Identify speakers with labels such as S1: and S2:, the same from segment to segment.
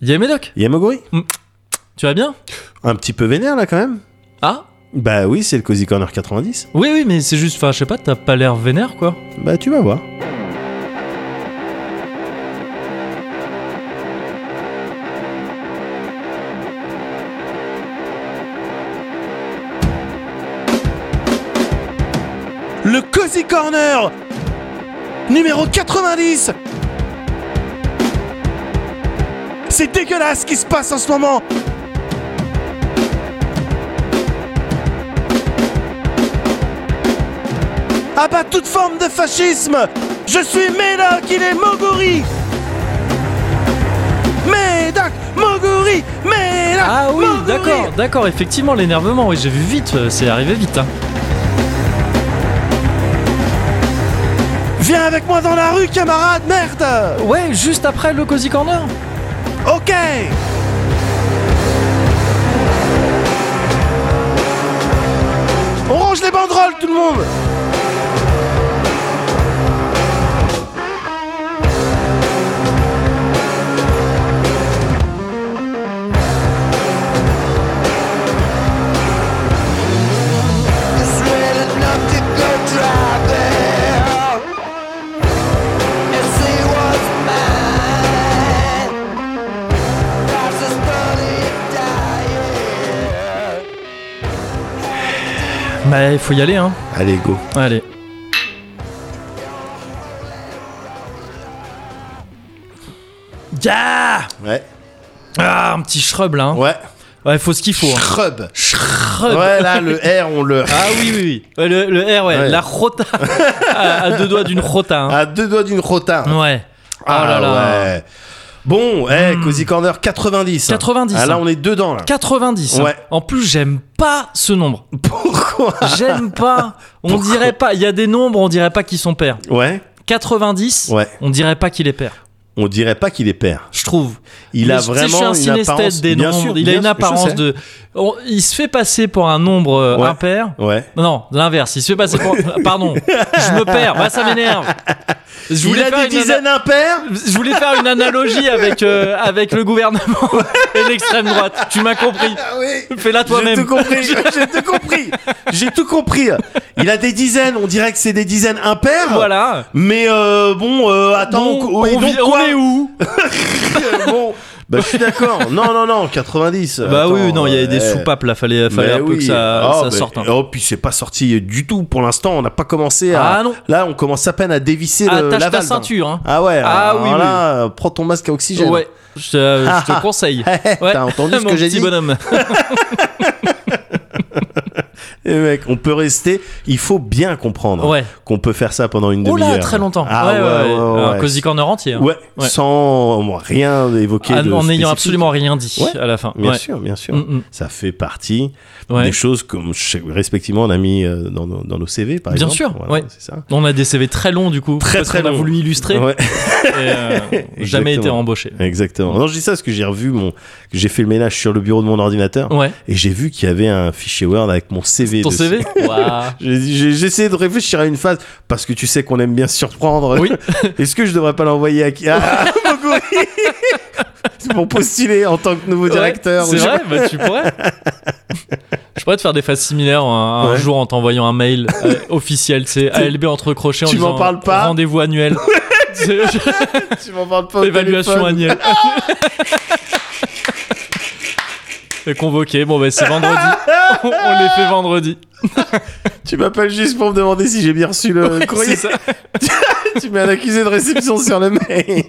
S1: Yé Médoc,
S2: Yamaguri
S1: tu vas bien
S2: Un petit peu vénère là quand même
S1: Ah
S2: Bah oui, c'est le Cozy Corner 90.
S1: Oui, oui, mais c'est juste, enfin, je sais pas, t'as pas l'air vénère, quoi.
S2: Bah tu vas voir. Le Cozy Corner Numéro 90 C'est dégueulasse ce qui se passe en ce moment Abat Ah bah, toute forme de fascisme Je suis Médoc, il est Moguri Médoc Moguri Médoc
S1: Ah oui,
S2: Moguri
S1: d'accord, d'accord, effectivement, l'énervement, oui, j'ai vu vite, euh, c'est arrivé vite, hein.
S2: Viens avec moi dans la rue, camarade, merde
S1: Ouais, juste après le Cozy Corner
S2: Ok On range les banderoles, tout le monde
S3: It's really enough to go drive there and see what's mine. Perhaps it's burning dying.
S1: Bah, il faut y aller, hein.
S2: Allez, go
S1: Allez. Yeah
S2: Ouais,
S1: Ah, un petit shrub, là, hein.
S2: ouais.
S1: Ouais, faut ce qu'il faut, hein.
S2: Shrub
S1: Shrub
S2: Ouais, là, le R, on le...
S1: Ah oui, oui, oui. Ouais, le, le R, ouais,
S2: Ouais.
S1: la rota. à, à deux doigts d'une rota, hein.
S2: À deux doigts d'une rota
S1: Ouais. Oh
S2: Ah
S1: là Hmm. là.
S2: ouais. Bon, eh, Cozy Corner 90 hein.
S1: 90,
S2: Ah là,
S1: hein.
S2: on est dedans, là
S1: 90. hein.
S2: Ouais.
S1: En plus, j'aime pas ce nombre.
S2: Pourquoi
S1: J'aime pas. On
S2: Pourquoi
S1: dirait pas. Il y a des nombres, on dirait pas qu'ils sont pairs.
S2: Ouais,
S1: 90,
S2: Ouais.
S1: on dirait pas qu'il est pair.
S2: on dirait pas qu'il est père.
S1: Je trouve.
S2: Il a
S1: Tu sais, je suis
S2: vraiment
S1: un
S2: une
S1: synesthète
S2: apparence...
S1: des
S2: bien
S1: nombres.
S2: sûr,
S1: il a
S2: bien
S1: une
S2: sûr, je
S1: apparence
S2: sais.
S1: de. on- il se fait passer pour un nombre euh,
S2: Ouais.
S1: impair.
S2: Ouais.
S1: Non, l'inverse. Il se fait passer pour. Pardon. Je me perds. Bah, ça m'énerve. Je
S2: Il
S1: voulais
S2: a
S1: faire
S2: des
S1: une ana-
S2: dizaines impairs
S1: Je voulais faire une analogie avec, euh, avec le gouvernement et l'extrême droite. Tu m'as compris.
S2: Oui
S1: Fais-la
S2: J'ai
S1: toi-même.
S2: tout compris, j'ai tout compris, j'ai tout compris. Il a des dizaines, on dirait que c'est des dizaines
S1: Ah.
S2: impairs.
S1: Voilà.
S2: Mais euh, bon, euh, attends,
S1: Bon,
S2: co- et
S1: on
S2: donc
S1: vit- on
S2: quoi
S1: est où
S2: Bon, bah je suis d'accord. Non, non, non, 90.
S1: Bah
S2: attends,
S1: oui, non, il y avait des
S2: euh,
S1: soupapes là, fallait, fallait
S2: mais
S1: un peu
S2: oui.
S1: que ça,
S2: Ah,
S1: ça
S2: bah,
S1: sorte. hein.
S2: Oh, puis c'est pas sorti du tout pour l'instant. On n'a pas commencé à.
S1: Ah non.
S2: Là, on commence à peine à dévisser le, la
S1: Attache ta
S2: valve, hein.
S1: ceinture, hein.
S2: Ah ouais.
S1: Ah oui,
S2: Là, euh, prends ton masque à oxygène.
S1: Ouais, je, te- euh, je te
S2: Ah,
S1: conseille.
S2: ah, ah,
S1: Ouais.
S2: t'as entendu ce
S1: Mon
S2: que j'ai
S1: petit
S2: dit
S1: bonhomme.
S2: Eh, mec, on peut rester. Il faut bien comprendre
S1: Ouais.
S2: qu'on peut faire ça pendant une
S1: Oh
S2: demi-heure.
S1: là, très longtemps.
S2: Ah
S1: ouais, ouais, ouais.
S2: ouais,
S1: Un Cozy Corner entier. hein.
S2: Ouais,
S1: Ouais.
S2: sans bon, rien évoquer.
S1: Ah,
S2: de
S1: en n'ayant
S2: spécifique.
S1: absolument rien dit
S2: Ouais,
S1: à la fin.
S2: Bien
S1: Ouais.
S2: sûr, bien sûr.
S1: Mm, mm.
S2: Ça fait partie
S1: Ouais.
S2: des choses comme ch- respectivement on a mis euh, dans, nos- dans nos CV, par
S1: Bien
S2: exemple.
S1: sûr,
S2: Voilà,
S1: ouais.
S2: c'est ça.
S1: On a des CV très longs du coup.
S2: Très,
S1: parce
S2: très
S1: qu'on a
S2: longs.
S1: voulu illustrer
S2: Ouais,
S1: et euh, jamais été
S2: Exactement.
S1: embauché.
S2: exactement. Non, je dis ça parce que j'ai revu mon, j'ai fait le ménage sur le bureau de mon ordinateur
S1: Ouais.
S2: et j'ai vu qu'il y avait un fichier Word avec mon CV.
S1: Ton
S2: dessus.
S1: CV Waouh.
S2: J'ai- J'ai j'ai essayé de réfléchir à une phase parce que tu sais qu'on aime bien surprendre.
S1: Oui.
S2: Est-ce que je devrais pas l'envoyer à qui Ah, Moguri C'est pour postuler en tant que nouveau directeur.
S1: Ouais, c'est vrai, bah, tu pourrais. Je pourrais te faire des phases similaires un, un
S2: Ouais.
S1: jour en t'envoyant un mail euh, officiel, tu sais, ALB entre crochets en
S2: tu m'en
S1: disant,
S2: parles pas
S1: Rendez-vous annuel. C'est-
S2: tu m'en parles pas. au
S1: Évaluation
S2: téléphone.
S1: annuelle. Et convoqué, bon bah c'est vendredi. On, on les fait vendredi.
S2: Tu m'appelles juste pour me demander si j'ai bien reçu le courrier.
S1: C'est ça.
S2: tu mets un accusé de réception sur le mail.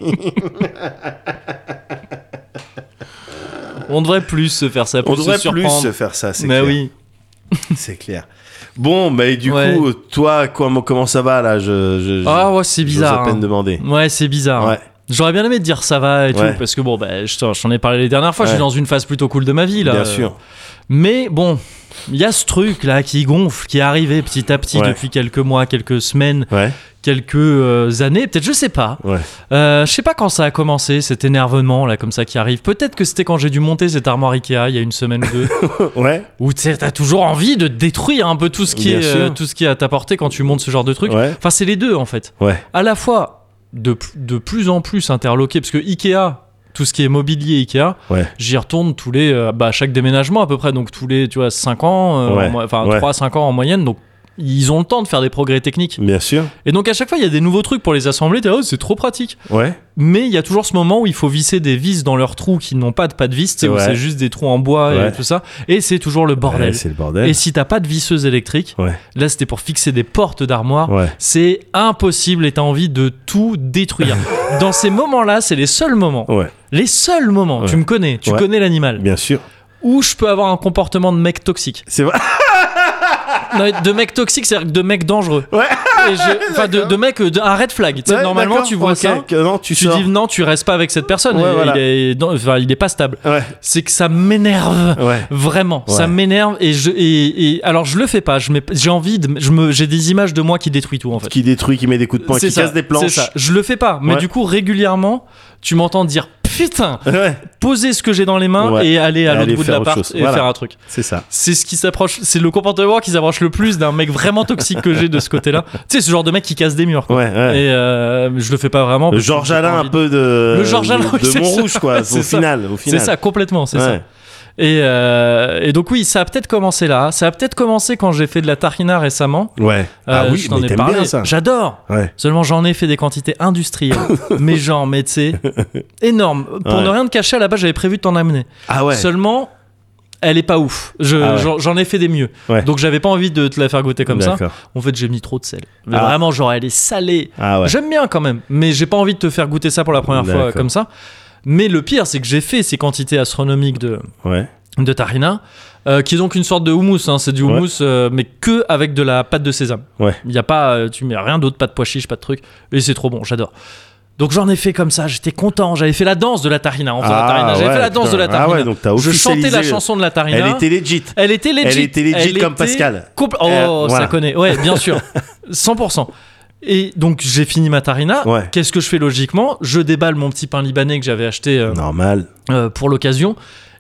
S1: On devrait plus se faire ça, plus
S2: On devrait
S1: se
S2: plus
S1: surprendre.
S2: se faire ça, c'est
S1: mais
S2: clair.
S1: oui.
S2: C'est clair. Bon, mais du
S1: Ouais.
S2: coup, toi, comment, comment ça va là je, je, je-
S1: Ah ouais, c'est
S2: j'ose
S1: bizarre.
S2: à peine
S1: hein. Ah,
S2: demander.
S1: Ouais, c'est bizarre.
S2: Ouais.
S1: J'aurais bien aimé te dire ça va et
S2: Ouais.
S1: tout, parce que bon, bah, je t'en- je t'en ai parlé les dernières fois, je suis
S2: Ouais.
S1: dans une phase plutôt cool de ma vie là.
S2: Bien
S1: Euh,
S2: sûr.
S1: Mais bon, il y a ce truc là qui gonfle, qui est arrivé petit à petit
S2: Ouais.
S1: depuis quelques mois, quelques semaines,
S2: Ouais.
S1: quelques euh, années, peut-être, je sais pas.
S2: Ouais.
S1: Euh, je sais pas quand ça a commencé, cet énervement là comme ça qui arrive. Peut-être que c'était quand j'ai dû monter cette armoire Ikea il y a une semaine ou deux,
S2: ouais.
S1: où tu sais, t'as toujours envie de détruire un peu tout ce qui,
S2: Bien
S1: est, euh,
S2: sûr.
S1: tout ce qui est à ta portée quand tu montes ce genre de truc.
S2: Ouais.
S1: Enfin, c'est les deux en fait.
S2: Ouais.
S1: À la fois de, p- de plus en plus interloqué, parce que Ikea, tout ce qui est mobilier Ikea,
S2: Ouais.
S1: j'y retourne tous les, euh, bah, chaque déménagement à peu près, donc tous les, tu vois, 5 ans, euh,
S2: Ouais,
S1: en mo- enfin
S2: ouais.
S1: 3 à 5 ans en moyenne, donc ils ont le temps de faire des progrès techniques.
S2: Bien sûr.
S1: Et donc à chaque fois, il y a des nouveaux trucs pour les assembler, t'es là, oh, c'est trop pratique.
S2: Ouais.
S1: Mais il y a toujours ce moment où il faut visser des vis dans leurs trous qui n'ont pas de pas de vis, tu sais, où
S2: Ouais.
S1: c'est juste des trous en bois
S2: Ouais.
S1: et tout ça, et c'est toujours le bordel.
S2: Ouais, c'est le bordel.
S1: et si t'as pas de visseuse électrique,
S2: Ouais.
S1: là c'était pour fixer des portes d'armoire,
S2: Ouais.
S1: c'est impossible et t'as envie de tout détruire. Dans ces moments-là, c'est les seuls moments,
S2: Ouais.
S1: les seuls moments, tu
S2: Ouais.
S1: me connais, tu
S2: Ouais.
S1: connais l'animal,
S2: Bien sûr.
S1: où je peux avoir un comportement de mec toxique.
S2: C'est vrai.
S1: Non, mais de mec toxique, c'est-à-dire de mec dangereux.
S2: Ouais.
S1: Et je- Enfin, de, de mec, euh, de- un red flag. Tu sais,
S2: Ouais,
S1: normalement,
S2: d'accord,
S1: tu vois
S2: ok,
S1: ça.
S2: que non, tu,
S1: Tu
S2: sors.
S1: dis non, tu restes pas avec cette personne.
S2: Ouais,
S1: il,
S2: voilà.
S1: il est, non, enfin, il est pas stable.
S2: Ouais.
S1: C'est que ça m'énerve.
S2: Ouais.
S1: Vraiment,
S2: Ouais.
S1: ça m'énerve et je et, et- alors je le fais pas. Je mets- j'ai envie de, je me, j'ai des images de moi qui détruit tout en fait.
S2: Qui détruit, qui met des coups de poing, qui
S1: ça,
S2: casse des planches.
S1: c'est ça. Je le fais pas, mais
S2: Ouais.
S1: du coup régulièrement, tu m'entends dire putain,
S2: Ouais.
S1: poser ce que j'ai dans les mains
S2: Ouais.
S1: et aller à
S2: Et
S1: l'autre
S2: aller
S1: bout de
S2: faire autre
S1: l'appart
S2: chose.
S1: et
S2: Voilà.
S1: faire un truc.
S2: C'est ça.
S1: C'est ce qui s'approche, c'est le comportement qui s'approche le plus d'un mec vraiment toxique que j'ai de ce côté-là. tu sais, ce genre de mec qui casse des murs.
S2: Ouais.
S1: quoi.
S2: ouais.
S1: Et euh, je le fais pas vraiment.
S2: Le
S1: parce que
S2: Georges
S1: j'ai pas
S2: Alain un
S1: envie de-
S2: peu de
S1: Le Georges Alain, oui,
S2: de
S1: c'est
S2: Montrouge
S1: ça.
S2: quoi.
S1: C'est
S2: Au
S1: ça.
S2: final, au
S1: C'est
S2: final.
S1: ça, complètement, c'est ça.
S2: Ouais.
S1: Et, euh, et donc oui, ça a peut-être commencé là. Ça a peut-être commencé quand j'ai fait de la tarhina récemment.
S2: Ouais. ah
S1: Euh,
S2: oui,
S1: je t'en
S2: mais
S1: ai
S2: t'aimes
S1: parlé.
S2: bien ça.
S1: J'adore.
S2: Ouais.
S1: Seulement j'en ai fait des quantités industrielles, mais genre, mais tu sais, énorme. Pour
S2: Ouais.
S1: ne rien te cacher, à la base j'avais prévu de t'en amener.
S2: Ah ouais.
S1: Seulement, elle est pas ouf. Je-
S2: Ah ouais.
S1: J'en j'en ai fait des mieux.
S2: Ouais.
S1: Donc j'avais pas envie de te la faire goûter comme ça.
S2: D'accord.
S1: En fait, j'ai mis trop de sel. Mais
S2: Ah.
S1: Vraiment, genre, elle est salée.
S2: Ah ouais.
S1: J'aime bien quand même, mais j'ai pas envie de te faire goûter ça pour la première fois
S2: D'accord.
S1: comme ça. Mais le pire, c'est que j'ai fait ces quantités astronomiques de,
S2: Ouais.
S1: de tahina, euh, qui est donc une sorte de houmous. hein. C'est du
S2: Ouais.
S1: houmous, euh, mais que avec de la pâte de sésame.
S2: Ouais.
S1: Il y a pas, euh, tu mets rien d'autre, pas de pois chiche, pas de truc. Et c'est trop bon, j'adore. Donc j'en ai fait comme ça, j'étais content. J'avais fait la danse de la tahina. en faisant la
S2: Ah,
S1: tahina. J'avais
S2: ouais,
S1: fait la danse
S2: putain.
S1: de la
S2: Ah
S1: tahina.
S2: ouais, donc t'as
S1: Je chantais la
S2: officialisé. euh,
S1: chanson de la tahina.
S2: Elle était legit.
S1: Elle était legit.
S2: Elle était legit comme Pascal.
S1: compl-
S2: Euh,
S1: Oh,
S2: voilà.
S1: ça connaît. Ouais, bien sûr. 100%. Et donc j'ai fini ma tarina.
S2: Ouais.
S1: Qu'est-ce que je fais logiquement Je déballe mon petit pain libanais que j'avais acheté euh,
S2: Normal.
S1: euh, pour l'occasion.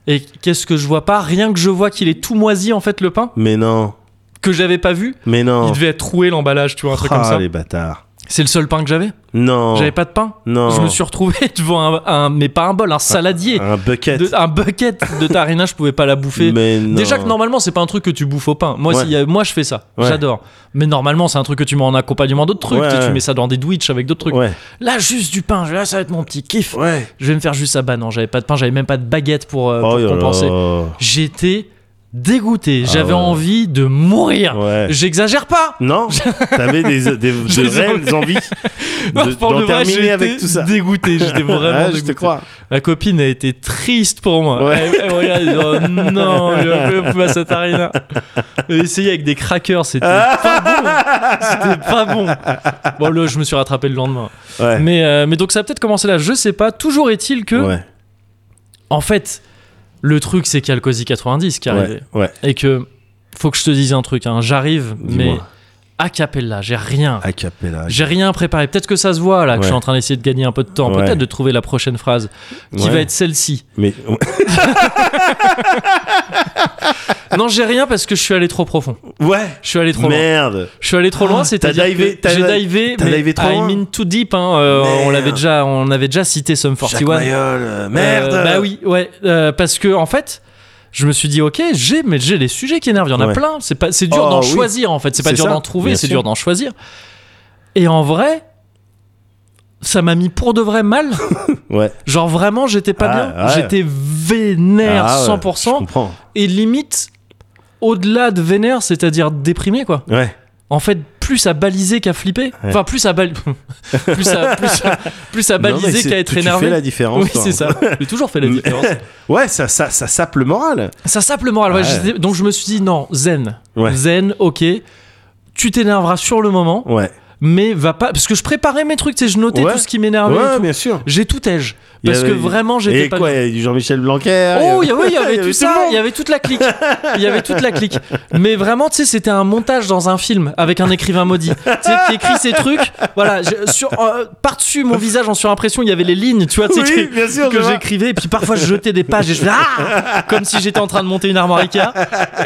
S1: Et qu'est-ce que je vois pas Rien que je vois qu'il est tout moisi en fait le pain
S2: Mais non.
S1: que j'avais pas vu.
S2: Mais non.
S1: Il devait être troué l'emballage, tu vois un truc comme
S2: Oh. Ah,
S1: ça.
S2: les Oh. bâtards.
S1: C'est le seul pain que j'avais.
S2: Non.
S1: J'avais pas de pain.
S2: Non.
S1: Je me suis retrouvé devant un, un- mais pas un bol, un saladier,
S2: Oh. un bucket.
S1: de- un bucket de tarina. je pouvais pas la bouffer.
S2: Mais non.
S1: Déjà que normalement, c'est pas un truc que tu bouffes au pain. Moi,
S2: Ouais.
S1: s'il y a- moi je fais ça.
S2: Ouais.
S1: J'adore. Mais normalement, c'est un truc que tu mets en accompagnement d'autres trucs.
S2: Ouais,
S1: Tu sais, Tu
S2: ouais.
S1: mets ça dans des Twitch avec d'autres trucs.
S2: Ouais.
S1: Là, juste du pain. Je- Là, ça va être mon petit kiff.
S2: Ouais.
S1: Je vais me faire juste ça. Bah non, j'avais pas de pain. J'avais même pas de baguette pour, euh, pour
S2: Oh là
S1: compenser.
S2: là.
S1: J'étais dégoûté. J'avais
S2: Ah ouais.
S1: envie de mourir.
S2: Ouais.
S1: J'exagère pas.
S2: Non, t'avais des, des, de
S1: les ai-
S2: réelles envies
S1: Non,
S2: de-
S1: pour
S2: d'en
S1: le vrai,
S2: terminer
S1: j'étais
S2: avec tout ça.
S1: Dégoûté. J'étais vraiment
S2: Ah, je te
S1: dégoûté.
S2: crois.
S1: Ma copine a été triste pour moi.
S2: Ouais.
S1: Elle, elle regarde, elle dit, oh non, il a plus ma satarina. J'ai essayé avec des crackers, c'était pas bon. C'était pas bon. Bon, là, je me suis rattrapé le lendemain.
S2: Ouais.
S1: Mais, euh, mais donc, ça a peut-être commencé là, je sais pas. Toujours est-il que,
S2: ouais.
S1: en fait, le truc, c'est qu'il y a le COSI 90 qui est arrivé.
S2: Ouais. ouais.
S1: Et que, faut que je te dise un truc, hein, j'arrive, mais
S2: Dis-moi.
S1: a cappella, j'ai rien.
S2: A cappella.
S1: J'ai rien préparé. Peut-être que ça se voit là, que
S2: Ouais.
S1: je suis en train d'essayer de gagner un peu de temps.
S2: Ouais.
S1: Peut-être de trouver la prochaine phrase qui
S2: Ouais.
S1: va être celle-ci.
S2: Mais
S1: Non, j'ai rien parce que je suis allé trop profond.
S2: ouais.
S1: Je suis allé trop loin.
S2: Merde.
S1: Je suis allé trop loin,
S2: Ah,
S1: c'était
S2: t'as divé- t'as-
S1: j'ai divé,
S2: t'as
S1: mais
S2: divé trop
S1: I'm
S2: loin.
S1: in too deep. hein, euh, on
S2: Merde.
S1: l'avait déjà, on avait déjà cité Sum
S2: Jacques
S1: 41.
S2: Mayol, euh,
S1: Euh,
S2: merde.
S1: bah oui, ouais, euh, parce que en fait. Je me suis dit ok j'ai mais j'ai les sujets qui énervent il y en a
S2: Ouais.
S1: plein c'est pas c'est dur
S2: Oh,
S1: d'en
S2: oui.
S1: choisir en fait c'est pas
S2: C'est
S1: dur
S2: ça,
S1: d'en trouver
S2: bien
S1: c'est
S2: sûr.
S1: dur d'en choisir et en vrai ça m'a mis pour de vrai mal
S2: Ouais.
S1: genre vraiment j'étais pas
S2: Ah,
S1: bien
S2: ouais.
S1: j'étais vénère
S2: Ah ouais,
S1: 100%
S2: Je comprends.
S1: et limite au-delà de vénère c'est-à-dire déprimé quoi
S2: Ouais.
S1: en fait plus à baliser qu'à flipper
S2: Ouais.
S1: enfin plus à bal- plus à plus à, plus à
S2: Non, mais
S1: baliser
S2: c'est-
S1: qu'à être
S2: tu- Tu
S1: énervé
S2: fais la différence.
S1: oui
S2: toi.
S1: c'est ça j'ai toujours fait la
S2: Mais-
S1: différence
S2: Ouais, ça, ça, ça sape le moral.
S1: ça sape le moral ouais,
S2: Ouais.
S1: j'étais- donc je me suis dit non zen
S2: Ouais.
S1: zen ok tu t'énerveras sur le moment
S2: Ouais.
S1: mais va pas parce que je préparais mes trucs tu sais, je notais
S2: Ouais.
S1: tout ce qui m'énervait et
S2: Ouais,
S1: Ah tout.
S2: bien sûr.
S1: j'ai tout âge
S2: Il y
S1: parce que
S2: avait-
S1: vraiment j'étais
S2: Et
S1: pas
S2: quoi,
S1: bien.
S2: il y avait du Jean-Michel Blanquer.
S1: Oh, il y avait, il y avait
S2: il y
S1: tout
S2: avait
S1: ça,
S2: le monde.
S1: il y avait toute la clique. Il y avait toute la clique. Mais vraiment, tu sais, c'était un montage dans un film avec un écrivain maudit. Tu sais, qui écrit ces trucs. Voilà, je- sur, euh, par-dessus mon visage en surimpression, il y avait les lignes, tu vois, tu sais,
S2: Oui,
S1: que-
S2: bien sûr, je
S1: que
S2: vois.
S1: j'écrivais. Et puis parfois, je jetais des pages et je faisais Ah Comme si j'étais en train de monter une armoire Ikea.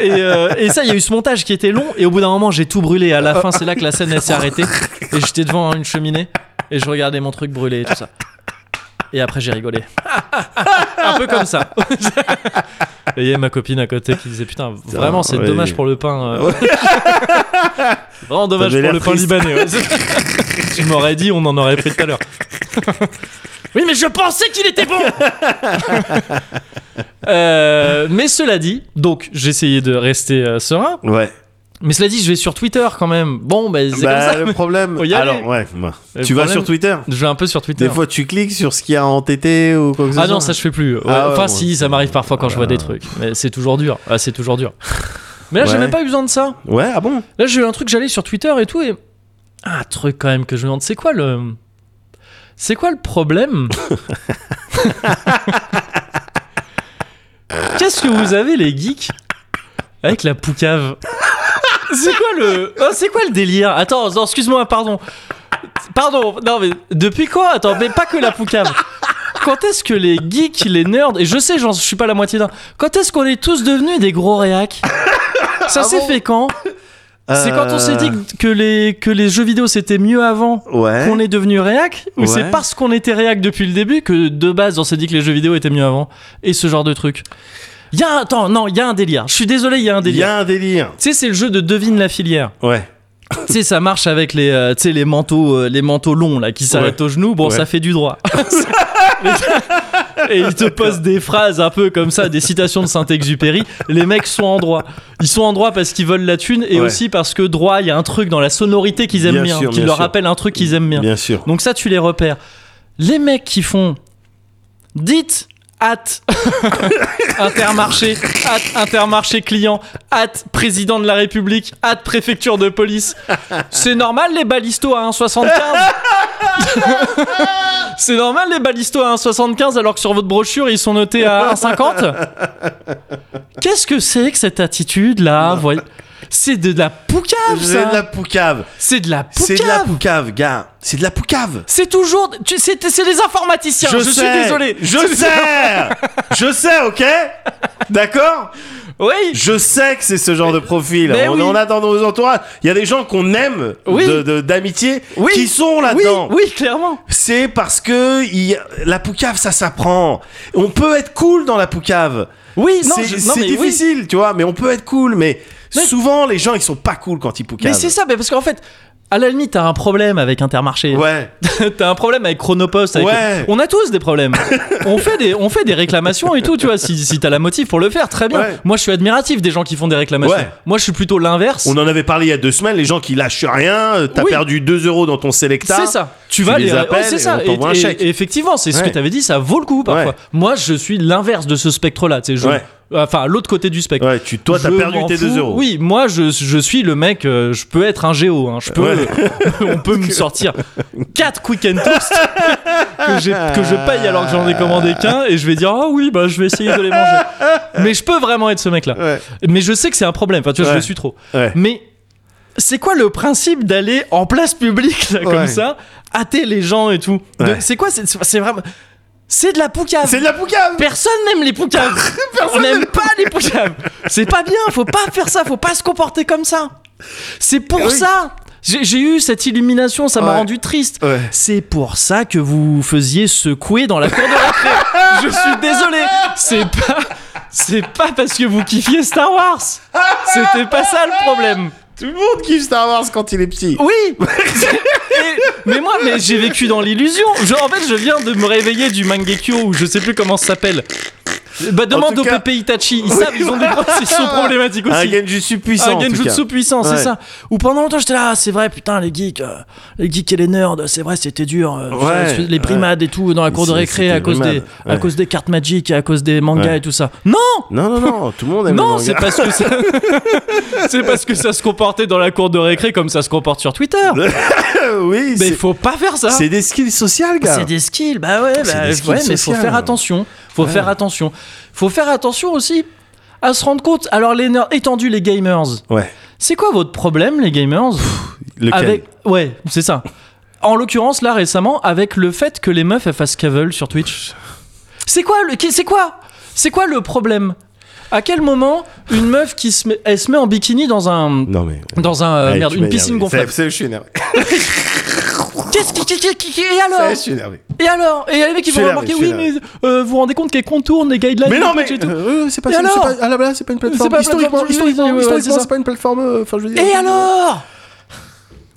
S1: Et, euh, et ça, il y a eu ce montage qui était long. Et au bout d'un moment, j'ai tout brûlé. À la fin, c'est là que la hein, scène, elle s'est arrêtée. Et j'étais devant une cheminée. Et je regardais mon truc brûler et tout ça. Et après, j'ai rigolé. un peu comme ça. Et il y a ma copine à côté qui disait Putain, vraiment, c'est
S2: ouais.
S1: dommage pour le pain. euh.
S2: Ouais.
S1: C'est vraiment dommage
S2: T'avais
S1: pour le
S2: l'air
S1: pain
S2: triste.
S1: libanais. ouais. tu m'aurais dit, on en aurait pris tout à l'heure. oui, mais je pensais qu'il était bon Euh, Mais cela dit, donc, j'ai essayé de rester euh, serein.
S2: Ouais.
S1: Mais cela dit, je vais sur Twitter quand même. Bon, bah, c'est
S2: Bah,
S1: comme ça.
S2: le problème.
S1: Faut y aller.
S2: Alors, ouais. bah.
S1: Le
S2: Tu vas
S1: problème-
S2: sur Twitter
S1: Je vais un peu sur Twitter.
S2: Des fois, tu cliques sur ce qui a entêté ou quoi que ce
S1: Ah
S2: soit.
S1: non, ça je fais plus. Ouais,
S2: Ah ouais,
S1: enfin,
S2: bon, Euh.
S1: si,
S2: c'est-
S1: ça m'arrive parfois quand je vois des trucs. Mais c'est toujours dur. Ah, c'est toujours dur. Mais là, j'ai
S2: Ouais.
S1: même pas eu besoin de ça.
S2: Ouais, ah bon
S1: Là, j'ai eu un truc, j'allais sur Twitter et tout, et. Ah, un truc quand même que je me demande, c'est quoi le. C'est quoi le problème Qu'est-ce que vous avez, les geeks, avec la poucave C'est quoi le. Ah, c'est quoi le délire Attends, non, excuse-moi, pardon. Pardon, non, mais depuis quoi Attends, mais pas que la poucave quand est-ce que les geeks, les nerds, et je sais, j'en je suis pas la moitié d'un, quand est-ce qu'on est tous devenus des gros réacs Ça s'est fait quand C'est quand on s'est dit que les, que les jeux vidéo c'était mieux avant
S2: Ouais.
S1: qu'on est devenu réac Ou
S2: Hein Ouais.
S1: c'est parce qu'on était réac depuis le début que de base on s'est dit que les jeux vidéo étaient mieux avant Et ce genre de truc. Y a, un- attends, non, il y a un délire. Je suis désolé, il y a un
S2: Il y
S1: délire.
S2: a un délire.
S1: Tu sais, c'est le jeu de devine la filière
S2: Ouais.
S1: tu sais ça marche avec les euh, tu sais les manteaux euh, les manteaux longs là qui s'arrêtent aux genoux bon
S2: Ouais.
S1: ça fait du droit et ils te posent des phrases un peu comme ça des citations de Saint-Exupéry les mecs sont en droit ils sont en droit parce qu'ils veulent la thune et
S2: Ouais.
S1: aussi parce que droit il y a un truc dans la sonorité qu'ils aiment bien,
S2: Bien sûr,
S1: qui
S2: bien
S1: leur
S2: sûr.
S1: rappelle un truc qu'ils aiment bien
S2: Bien sûr.
S1: donc ça tu les repères les mecs qui font dites hâte Intermarché, at Intermarché client, at président de la République, at préfecture de police. C'est normal les balistos à 1,75 C'est normal les balistos à 1,75 alors que sur votre brochure ils sont notés à 1,50 Qu'est-ce que c'est que cette attitude là voy- C'est de la poucave
S2: C'est de la
S1: ça
S2: poucave.
S1: C'est de la
S2: C'est de la
S1: poucave
S2: poucave, gars. C'est de la poucave.
S1: C'est toujours... tu- C'est c'est des informaticiens, je, suis
S2: sais.
S1: désolé
S2: Je sais. je sais, ok D'accord
S1: Oui
S2: Je sais que c'est ce genre de profil.
S1: Mais
S2: on,
S1: oui.
S2: on a dans nos entourages. Il y a des gens qu'on aime
S1: Oui.
S2: de- de- d'amitié
S1: Oui.
S2: qui sont
S1: oui,
S2: là-dedans.
S1: oui, clairement
S2: C'est parce que il- la poucave, ça s'apprend. On peut être cool dans la poucave.
S1: Oui, non,
S2: C'est
S1: je- non,
S2: c'est
S1: mais oui.
S2: difficile, tu vois, mais on peut être cool. Mais,
S1: Mais-
S2: souvent, les gens, ils sont pas cool quand ils poucavent.
S1: Mais c'est ça, mais parce qu'en fait, à la limite, t'as un problème avec Intermarché.
S2: Ouais.
S1: t'as un problème avec Chronopost. avec-
S2: Ouais.
S1: On a tous des problèmes. on, fait des, on fait des réclamations et tout, tu vois. Si, si t'as la motive pour le faire, très bien.
S2: Ouais.
S1: Moi, je suis admiratif des gens qui font des réclamations.
S2: Ouais.
S1: Moi, je suis plutôt l'inverse.
S2: On en avait parlé il y a deux semaines, les gens qui lâchent rien, euh, t'as
S1: Oui.
S2: perdu 2 euros dans ton Selecta.
S1: C'est ça. Tu,
S2: tu
S1: vas
S2: les
S1: les,
S2: appelles
S1: c'est
S2: et
S1: ça.
S2: on t'envoie un chèque.
S1: et effectivement, c'est ce que
S2: Ouais.
S1: tu avais dit, ça vaut le coup parfois.
S2: Ouais.
S1: Moi, je suis l'inverse de ce spectre-là. Tu sais, je-
S2: Ouais.
S1: Enfin, à l'autre côté du spectre.
S2: Ouais, tu, toi, t'as
S1: Je
S2: perdu
S1: m'en
S2: tes
S1: fous.
S2: 2 euros.
S1: Oui, moi je, je suis le mec, euh, je peux être un géo. hein, je peux,
S2: Ouais.
S1: on peut me sortir 4 quick and toast que, j'ai- que je paye alors que j'en ai commandé qu'un et je vais dire ah oui, bah je vais essayer de les manger. Mais je peux vraiment être ce mec-là.
S2: Ouais.
S1: Mais je sais que c'est un problème, enfin tu vois, je
S2: Ouais.
S1: le suis trop.
S2: Ouais.
S1: Mais c'est quoi le principe d'aller en place publique là, comme
S2: Ouais.
S1: ça, hâter les gens et tout De-
S2: Ouais.
S1: C'est quoi C'est c'est vraiment. C'est de la poucave
S2: C'est de la poucave
S1: Personne n'aime les poucaves. On n'aime pas les poucaves. C'est pas bien. Faut pas faire ça. Faut pas se comporter comme ça. C'est pour
S2: Eh Oui.
S1: ça. J'ai j'ai eu cette illumination. Ça m'a
S2: Ouais.
S1: rendu triste.
S2: Ouais.
S1: C'est pour ça que vous vous faisiez secouer dans la cour de récré. Je suis désolé. C'est pas. C'est pas parce que vous kiffiez Star Wars. C'était pas ça le problème.
S2: Tout le monde kiffe Star Wars quand il est petit.
S1: Oui Et- Mais moi, mais j'ai vécu dans l'illusion. Je- En fait, je viens de me réveiller du Mangekyo ou je sais plus comment ça s'appelle. Bah, demande
S2: tout
S1: au
S2: cas-
S1: Pepe Itachi. Ils savent, ils ont des ils sont problématiques aussi.
S2: Un Genjutsu puissant.
S1: Un
S2: en tout cas.
S1: genjutsu puissant, c'est
S2: Ouais.
S1: ça. Ou pendant longtemps, j'étais là, ah, c'est vrai, putain, les geeks, euh, les geeks et les nerds, c'est vrai, c'était dur. euh,
S2: Ouais,
S1: les primades et tout dans la cour de
S2: C'est-
S1: récré
S2: c'était
S1: à cause, des,
S2: primades,
S1: à
S2: ouais.
S1: cause des cartes magiques et à cause des mangas
S2: Ouais.
S1: et tout ça. Non
S2: Non, non, non, tout le monde aime
S1: non,
S2: le
S1: c'est
S2: manga.
S1: parce que ça... c'est parce que ça se comportait dans la cour de récré comme ça se comporte sur Twitter.
S2: Euh, oui,
S1: Mais
S2: c'est-
S1: faut pas faire ça.
S2: c'est des skills sociales, gars.
S1: C'est des skills, bah ouais,
S2: C'est
S1: bah,
S2: des skills
S1: ouais, mais faut
S2: sociales.
S1: faire attention. Faut faire attention. Faut faire attention aussi à se rendre compte. Alors les nerds étendus, les gamers.
S2: Ouais.
S1: C'est quoi votre problème, les gamers
S2: Lequel
S1: Avec, ouais, c'est ça. En l'occurrence, là récemment, avec le fait que les meufs elles fassent cavale sur Twitch. C'est quoi le, qui- c'est quoi, c'est quoi le problème À quel moment une meuf qui se met, elle se met en bikini dans un,
S2: Non, mais.
S1: dans un, euh,
S2: Allez,
S1: merde,
S2: tu
S1: une
S2: m'énerves.
S1: piscine
S2: Ça-
S1: gonflable
S2: ça, Je suis énervé.
S1: Qu'est-ce qui, qui, qui, qui- qui- Et alors
S2: Ça y est, je suis énervé.
S1: Et alors Et les mecs, ils
S2: Je suis
S1: vont
S2: énervé,
S1: remarquer,
S2: je suis
S1: oui, mais euh, vous vous rendez compte qu'elle contourne les guidelines
S2: Mais
S1: du
S2: non, mais
S1: coach et tout.
S2: euh, euh, c'est pas,
S1: Et
S2: c'est
S1: alors
S2: pas, à la base, c'est pas une plateforme.
S1: C'est pas une
S2: historiquement,
S1: plateforme,
S2: historiquement,
S1: oui, oui, ouais,
S2: historiquement,
S1: c'est ça.
S2: c'est pas une plateforme. euh, Enfin, je veux dire.
S1: Et
S2: euh,
S1: alors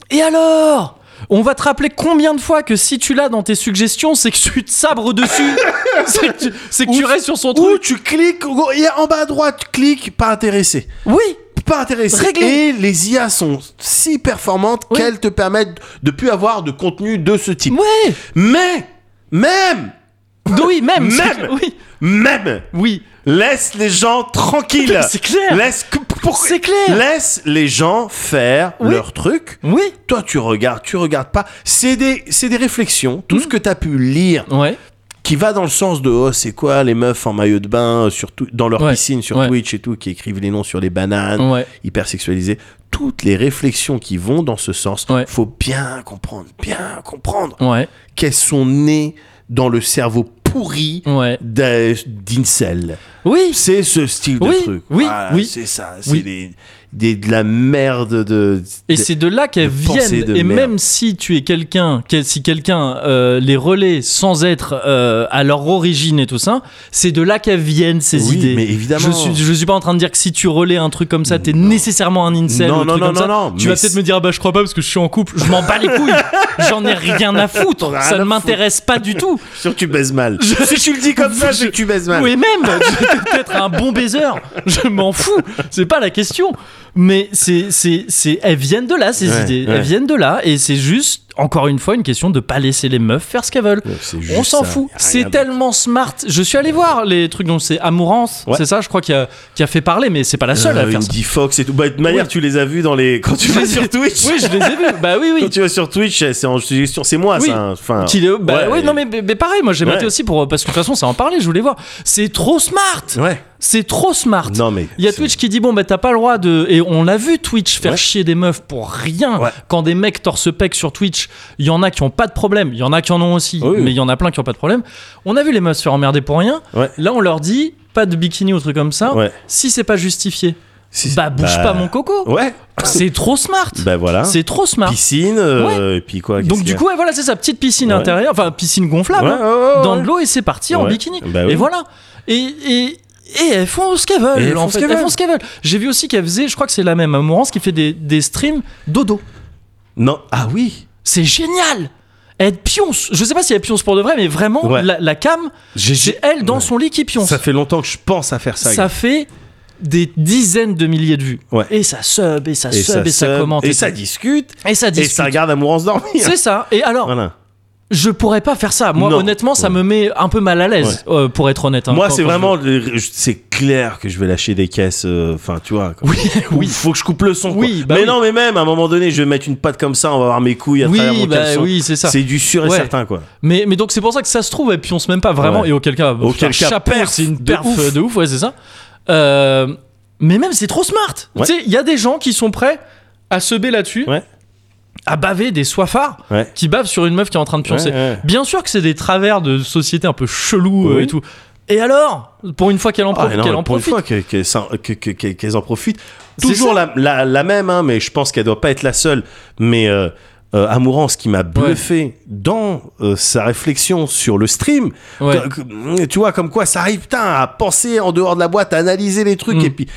S1: Et alors on va te rappeler combien de fois que si tu l'as dans tes suggestions, c'est que tu te sabres dessus. c'est que tu, c'est que tu restes sur son
S2: Ou
S1: truc.
S2: tu cliques, gros, il y a en bas à droite, clique, pas intéressé.
S1: Oui,
S2: Pas intéressé.
S1: Réglé.
S2: Et les IA sont si performantes
S1: Oui.
S2: qu'elles te permettent de plus avoir de contenu de ce type.
S1: ouais.
S2: Mais, même,
S1: Oui, même.
S2: Même.
S1: Oui,
S2: même,
S1: oui.
S2: laisse les gens tranquilles.
S1: C'est clair.
S2: Laisse, que- pour-
S1: C'est clair.
S2: laisse les gens faire
S1: Oui.
S2: leur truc.
S1: Oui.
S2: Toi, tu regardes, tu regardes pas. C'est des, c'est des réflexions.
S1: Hmm.
S2: Tout ce que tu as pu lire
S1: Ouais.
S2: qui va dans le sens de oh c'est quoi les meufs en maillot de bain euh, sur tout- dans leur
S1: Ouais,
S2: piscine sur
S1: ouais.
S2: Twitch et tout qui écrivent les noms sur les bananes
S1: Ouais.
S2: hyper sexualisées toutes les réflexions qui vont dans ce sens
S1: Ouais.
S2: faut bien comprendre bien comprendre
S1: Ouais.
S2: qu'elles sont nées dans le cerveau pourri
S1: Ouais.
S2: d'un- d'incel
S1: Oui.
S2: c'est ce style
S1: Oui,
S2: de truc
S1: oui,
S2: Voilà,
S1: oui.
S2: c'est ça c'est
S1: Oui.
S2: des, des- de la merde de
S1: Et
S2: de-
S1: c'est de là qu'elles
S2: de pensée
S1: viennent.
S2: de
S1: Et
S2: merde.
S1: même si tu es quelqu'un, que- si quelqu'un euh, les relaie sans être euh, à leur origine et tout ça, c'est de là qu'elles viennent ces
S2: Oui,
S1: idées.
S2: mais évidemment.
S1: Je suis, je suis pas en train de dire que si tu relais un truc comme ça, t'es
S2: Non.
S1: nécessairement un incel.
S2: Non,
S1: ou un
S2: non,
S1: truc
S2: non,
S1: comme
S2: non,
S1: ça.
S2: non,
S1: Tu
S2: mais
S1: vas peut-être
S2: c'est-
S1: me dire, ah bah je crois pas parce que je suis en couple. Je m'en bats les couilles. J'en ai rien à foutre.
S2: rien
S1: ça
S2: à
S1: ne
S2: foutre.
S1: m'intéresse pas du tout.
S2: sûr que tu baises mal si tu le dis comme ça c'est que tu baises mal
S1: Oui, même, j'étais peut-être un bon baiser. Je m'en fous, c'est pas la question. Mais c'est, c'est, c'est, elles viennent de là, ces
S2: Ouais,
S1: idées.
S2: ouais.
S1: Elles viennent de là, et c'est juste, encore une fois, une question de pas laisser les meufs faire ce qu'elles veulent.
S2: C'est
S1: On
S2: juste
S1: s'en
S2: ça.
S1: fout.
S2: Y a rien
S1: C'est
S2: d'autre.
S1: tellement smart. Je suis allé voir les trucs dont c'est Amourance,
S2: Ouais.
S1: c'est ça, je crois, qui a, qui a fait parler, mais c'est pas la seule à
S2: Euh,
S1: faire ça.
S2: Indie Fox et tout. Bah, de manière,
S1: Oui.
S2: tu les as vus dans les. Quand tu
S1: Je
S2: vas
S1: les ai-
S2: sur Twitch.
S1: Oui, je les ai vus. Bah oui,
S2: Quand
S1: oui.
S2: tu vas sur Twitch, eh, c'est en suggestion. C'est moi,
S1: Oui.
S2: ça. hein. Enfin.
S1: Qu'il est- bah
S2: ouais,
S1: oui,
S2: et-
S1: non, mais, mais pareil, moi j'ai
S2: Ouais.
S1: maté aussi pour. Parce que de toute façon, ça en parlait, je voulais voir. C'est trop smart!
S2: Ouais.
S1: C'est trop smart!
S2: Non, mais.
S1: Il y a
S2: c'est-
S1: Twitch qui dit bon bah t'as pas le droit de et on l'a vu Twitch faire
S2: Ouais.
S1: chier des meufs pour rien
S2: Ouais.
S1: quand des mecs torse pec sur Twitch il y en a qui ont pas de problème il y en a qui en ont aussi
S2: Oui, oui.
S1: mais il y en a plein qui ont pas de problème on a vu les meufs se faire emmerder pour rien
S2: Ouais.
S1: là on leur dit pas de bikini ou truc comme ça
S2: Ouais.
S1: si c'est pas justifié
S2: Si-
S1: bah bouge
S2: bah,
S1: pas mon coco
S2: Ouais.
S1: c'est trop smart
S2: Bah voilà.
S1: c'est trop smart
S2: Piscine. euh, Et puis quoi qu'est-ce
S1: donc
S2: qu'il y
S1: du
S2: a
S1: coup ouais, voilà c'est ça petite piscine
S2: Ouais.
S1: intérieure enfin piscine gonflable
S2: Ouais,
S1: hein,
S2: ouais, ouais,
S1: dans
S2: ouais.
S1: de l'eau et c'est parti en
S2: Ouais.
S1: bikini.
S2: Bah oui.
S1: Et voilà. Et, et, et elles font ce qu'elles veulent.
S2: Et elles font
S1: en
S2: ce
S1: fait.
S2: qu'elles
S1: Elles
S2: veulent.
S1: font ce qu'elles veulent. J'ai vu aussi qu'elle faisait, je crois que c'est la même, Mourance, qui fait des, des streams dodo.
S2: Non. Ah oui.
S1: C'est génial Elle pionce. Je sais pas si elle pionce pour de vrai, mais vraiment,
S2: Ouais.
S1: la, la cam,
S2: J'ai-
S1: c'est elle dans
S2: Ouais.
S1: son lit qui pionce.
S2: Ça fait longtemps que je pense à faire ça.
S1: Ça fait des dizaines de milliers de vues.
S2: Ouais.
S1: Et ça sub, et ça
S2: Et
S1: sub,
S2: ça,
S1: et ça
S2: sub,
S1: commente.
S2: Et ça
S1: tout.
S2: discute.
S1: Et ça
S2: Et
S1: discute.
S2: ça regarde Amourance dormir.
S1: C'est ça. Et alors,
S2: Voilà.
S1: je pourrais pas faire ça. Moi,
S2: Non.
S1: honnêtement, ça me met un peu mal à l'aise, euh, pour être honnête. hein,
S2: Moi,
S1: quand-
S2: c'est
S1: quand je-
S2: vraiment. le- je- C'est clair que je vais lâcher des caisses. euh, Enfin, tu vois. quoi.
S1: Oui, oui.
S2: Faut que je coupe le son. quoi.
S1: Oui, bah
S2: mais
S1: oui.
S2: non, mais même à un moment donné, je vais mettre une patte comme ça, on va voir mes couilles à travers mon
S1: bah
S2: caleçon.
S1: oui, c'est ça.
S2: C'est du sûr et
S1: Ouais.
S2: certain, quoi.
S1: Mais, mais donc c'est pour ça que ça se trouve, et puis on se même pas vraiment.
S2: Ouais.
S1: Et auquel cas,
S2: Auquel
S1: putain,
S2: cas,
S1: chapeau,
S2: perf
S1: c'est une
S2: de
S1: perf
S2: ouf.
S1: euh, de ouf, ouais, c'est ça. Euh, mais même, c'est trop smart.
S2: Ouais.
S1: Tu sais, il y a des gens qui sont prêts à se baie là-dessus,
S2: Ouais.
S1: à baver des soifards
S2: Ouais.
S1: qui bavent sur une meuf qui est en train de pioncer.
S2: Ouais, ouais.
S1: Bien sûr que c'est des travers de société un peu chelou euh,
S2: Oui.
S1: et tout. Et alors, pour une fois qu'elle en,
S2: Ah,
S1: prof-
S2: non,
S1: qu'elle
S2: mais
S1: en
S2: pour une
S1: profite,
S2: fois que- que ça- que- que- que- qu'elles en profitent.
S1: C'est
S2: Toujours
S1: ça.
S2: la, la, la même, hein, mais je pense qu'elle doit pas être la seule. Mais euh, euh, Amourant, ce qui m'a bluffé dans euh, sa réflexion sur le stream,
S1: Ouais.
S2: que- que- tu vois, comme quoi ça arrive putain, à penser en dehors de la boîte, à analyser les trucs.
S1: Mm.
S2: Et puis,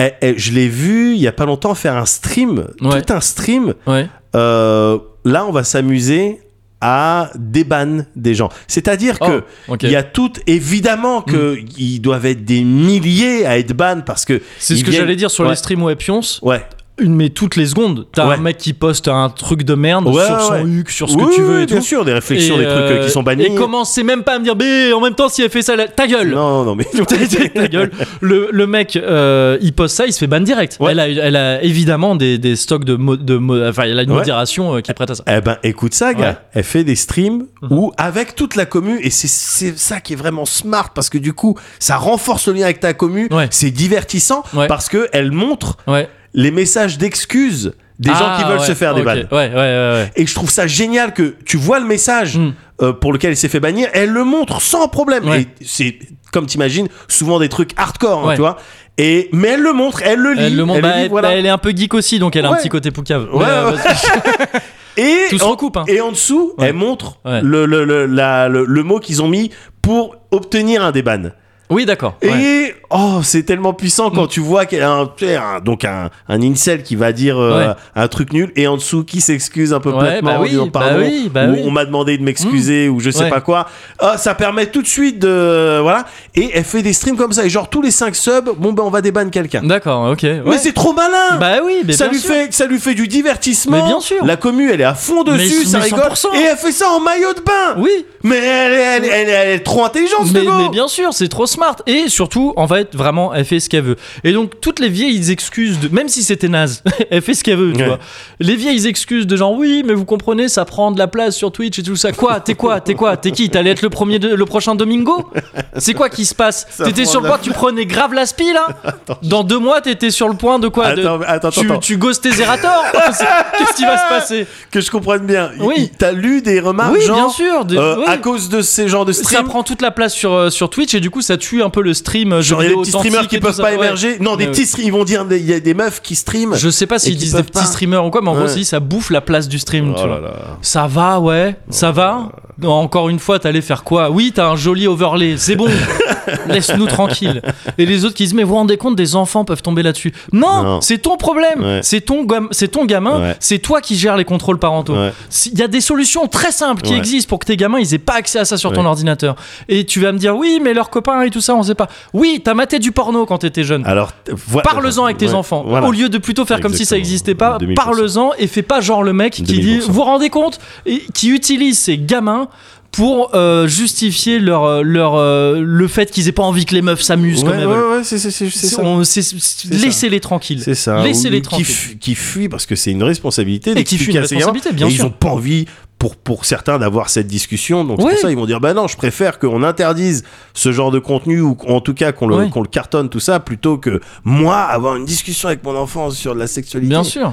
S2: eh, eh, je l'ai vu il y a pas longtemps faire un stream,
S1: Ouais.
S2: tout un stream
S1: ouais.
S2: Euh, là, on va s'amuser à débanner des gens. C'est-à-dire que
S1: Oh, ok.
S2: il y a toutes, évidemment que
S1: Hmm.
S2: ils doivent être des milliers à être ban parce que
S1: c'est ce
S2: ils
S1: que
S2: viennent-
S1: j'allais dire sur
S2: Ouais.
S1: les streams où elle pionce.
S2: Ouais.
S1: une mais toutes les secondes t'as
S2: Ouais.
S1: un mec qui poste un truc de merde
S2: Ouais,
S1: sur son
S2: ouais.
S1: huc sur ce
S2: Oui,
S1: que tu veux
S2: oui,
S1: et
S2: bien
S1: tout
S2: sûr, des réflexions,
S1: Et,
S2: des trucs euh,
S1: euh,
S2: qui sont bannis.
S1: et commencez même pas à me dire mais en même temps si elle fait ça elle a- ta gueule
S2: Non, non, mais
S1: ta gueule le, le mec euh, il poste ça il se fait ban direct
S2: Ouais.
S1: elle, a, elle a évidemment des, des stocks de, mo- de mo- enfin elle a une
S2: Ouais.
S1: modération euh, qui est prête à ça
S2: Eh ben, écoute ça, gars.
S1: Ouais. Mhm.
S2: Elle fait des streams où, avec toute la commu, et c'est- c'est ça qui est vraiment smart parce que du coup, ça renforce le lien avec ta commu.
S1: Ouais.
S2: C'est divertissant
S1: Ouais.
S2: parce que elle montre
S1: ouais
S2: les messages d'excuses des gens
S1: Ah,
S2: qui veulent
S1: ouais,
S2: se faire des
S1: ok.
S2: balles.
S1: ouais ouais ouais,
S2: Et je trouve ça génial que tu vois le message
S1: Mm.
S2: euh, pour lequel il s'est fait bannir, elle le montre sans problème.
S1: Ouais.
S2: Et c'est, comme t'imagines, souvent des trucs hardcore, hein,
S1: Ouais.
S2: tu vois. Et, mais elle le montre, elle le
S1: ouais.
S2: lit.
S1: Elle, le montre, bah,
S2: lit,
S1: elle,
S2: voilà.
S1: bah, elle est un peu geek aussi donc elle a un
S2: Ouais.
S1: petit côté poucave
S2: Ouais,
S1: Mais, euh,
S2: ouais.
S1: parce que-
S2: Et,
S1: Tout se
S2: en,
S1: recoupe, hein.
S2: et en dessous,
S1: Ouais.
S2: elle montre
S1: Ouais.
S2: le, le- le- la- le- le mot qu'ils ont mis pour obtenir un déban.
S1: Oui, d'accord.
S2: Et
S1: ouais. Hmm.
S2: oh, c'est tellement puissant quand tu vois qu'il y a un, tu sais, un- donc un, un incel qui va dire euh,
S1: Ouais.
S2: un truc nul et en dessous qui s'excuse un peu
S1: Ouais,
S2: platement
S1: bah
S2: en
S1: oui,
S2: disant
S1: bah
S2: pardon
S1: oui, bah
S2: ou
S1: oui. Hmm.
S2: on m'a demandé de m'excuser ou je sais
S1: Ouais.
S2: pas quoi. Ah, ça permet tout de suite de voilà et elle fait des streams comme ça et genre tous les 5 subs, bon ben on va débanner quelqu'un.
S1: D'accord, ok. ouais.
S2: Mais c'est trop malin.
S1: Bah oui, mais
S2: ça
S1: bien
S2: lui
S1: sûr.
S2: fait ça lui fait du divertissement.
S1: Mais bien sûr.
S2: La commu elle est à fond
S1: Mais-
S2: dessus, ça
S1: mais
S2: rigole
S1: 100%.
S2: et elle fait ça en maillot de bain.
S1: Oui.
S2: Mais elle, elle, elle- elle est trop intelligente ce
S1: Mais,
S2: go.
S1: mais bien sûr, c'est trop smart. Et surtout, en fait, vraiment, elle fait ce qu'elle veut. Et donc, toutes les vieilles excuses, de, même si c'était naze, elle fait ce qu'elle veut, tu
S2: Ouais.
S1: vois. Les vieilles excuses de genre, oui, mais vous comprenez, ça prend de la place sur Twitch et tout ça. Quoi T'es quoi T'es quoi T'es qui T'allais être le, premier de- le prochain Domingo C'est quoi qui se passe
S2: Ça
S1: T'étais
S2: prend
S1: sur
S2: de
S1: le
S2: la
S1: point, tu prenais grave l'aspi là Dans deux mois, t'étais sur le point de quoi De-
S2: Attends, attends,
S1: tu,
S2: attends.
S1: tu ghostes tes Zerator C'est- Qu'est-ce qui va se passer
S2: que je comprenne bien. Il-
S1: Oui.
S2: il- T'as lu des remarques
S1: Oui,
S2: genre,
S1: bien sûr. des-
S2: euh,
S1: oui.
S2: à cause de ces genres de
S1: ça
S2: streams.
S1: prend toute la place sur, euh, sur Twitch et du coup ça tue un peu le stream. euh, jeux
S2: Genre, il y a des
S1: vidéo
S2: petits streamers
S1: authentique
S2: qui
S1: et tout
S2: peuvent
S1: ça,
S2: pas
S1: ouais.
S2: émerger. Non, des
S1: Mais
S2: petits streamers, ils vont dire, il y a des meufs qui streament.
S1: ouais. Je sais pas s'ils
S2: qui
S1: disent des
S2: peuvent
S1: petits
S2: pas.
S1: streamers ou quoi, mais en gros,
S2: Ouais. Oh
S1: si ça bouffe la place du stream, tu vois. Ça va, ouais, ça va. Encore une fois, t'allais faire quoi Oui, t'as un joli overlay, c'est bon, laisse-nous tranquille. Et les autres qui disent, mais vous vous rendez compte, des enfants peuvent tomber là-dessus. Non,
S2: Non.
S1: c'est ton problème,
S2: Ouais.
S1: c'est ton, gam- c'est ton gamin,
S2: Ouais.
S1: c'est toi qui gères les contrôles parentaux.
S2: Ouais.
S1: Si- Il y a des solutions très simples qui
S2: Ouais.
S1: existent pour que tes gamins, ils aient pas accès à ça sur ton
S2: Ouais.
S1: ordinateur. Et tu vas me dire, oui, mais leurs copains et tout ça, on sait pas. Oui, t'as maté du porno quand t'étais jeune.
S2: Alors, t- voilà.
S1: Parle-en avec tes
S2: Ouais,
S1: enfants.
S2: voilà.
S1: Au lieu de plutôt faire comme si ça
S2: Exactement.
S1: n'existait pas,
S2: 2000%.
S1: parle-en et fais pas genre le mec qui dit
S2: 2000%.
S1: Vous vous rendez compte Et qui utilise ces gamins pour euh, justifier leur, euh, leur, euh, le fait qu'ils aient pas envie que les meufs s'amusent
S2: Ouais,
S1: comme elles
S2: ouais,
S1: veulent.
S2: ouais, c'est c'est- c'est- c'est
S1: C'est-
S2: ça.
S1: on- c'est- c'est-
S2: ça.
S1: Laissez-les tranquilles.
S2: C'est ça.
S1: Laissez-les
S2: Ou- qui,
S1: tranquilles.
S2: fu- qui fuit parce que c'est une responsabilité.
S1: Et qui fuit
S2: d'expliquer
S1: une
S2: à ces gamins.
S1: responsabilité, bien
S2: Et
S1: sûr.
S2: Ils ont pas envie. Pour, pour certains d'avoir cette discussion donc c'est
S1: Ouais.
S2: pour ça ils vont dire bah non je préfère qu'on interdise ce genre de contenu ou en tout cas qu'on le,
S1: Ouais.
S2: qu'on le cartonne tout ça plutôt que moi avoir une discussion avec mon enfant sur de la sexualité
S1: Bien sûr.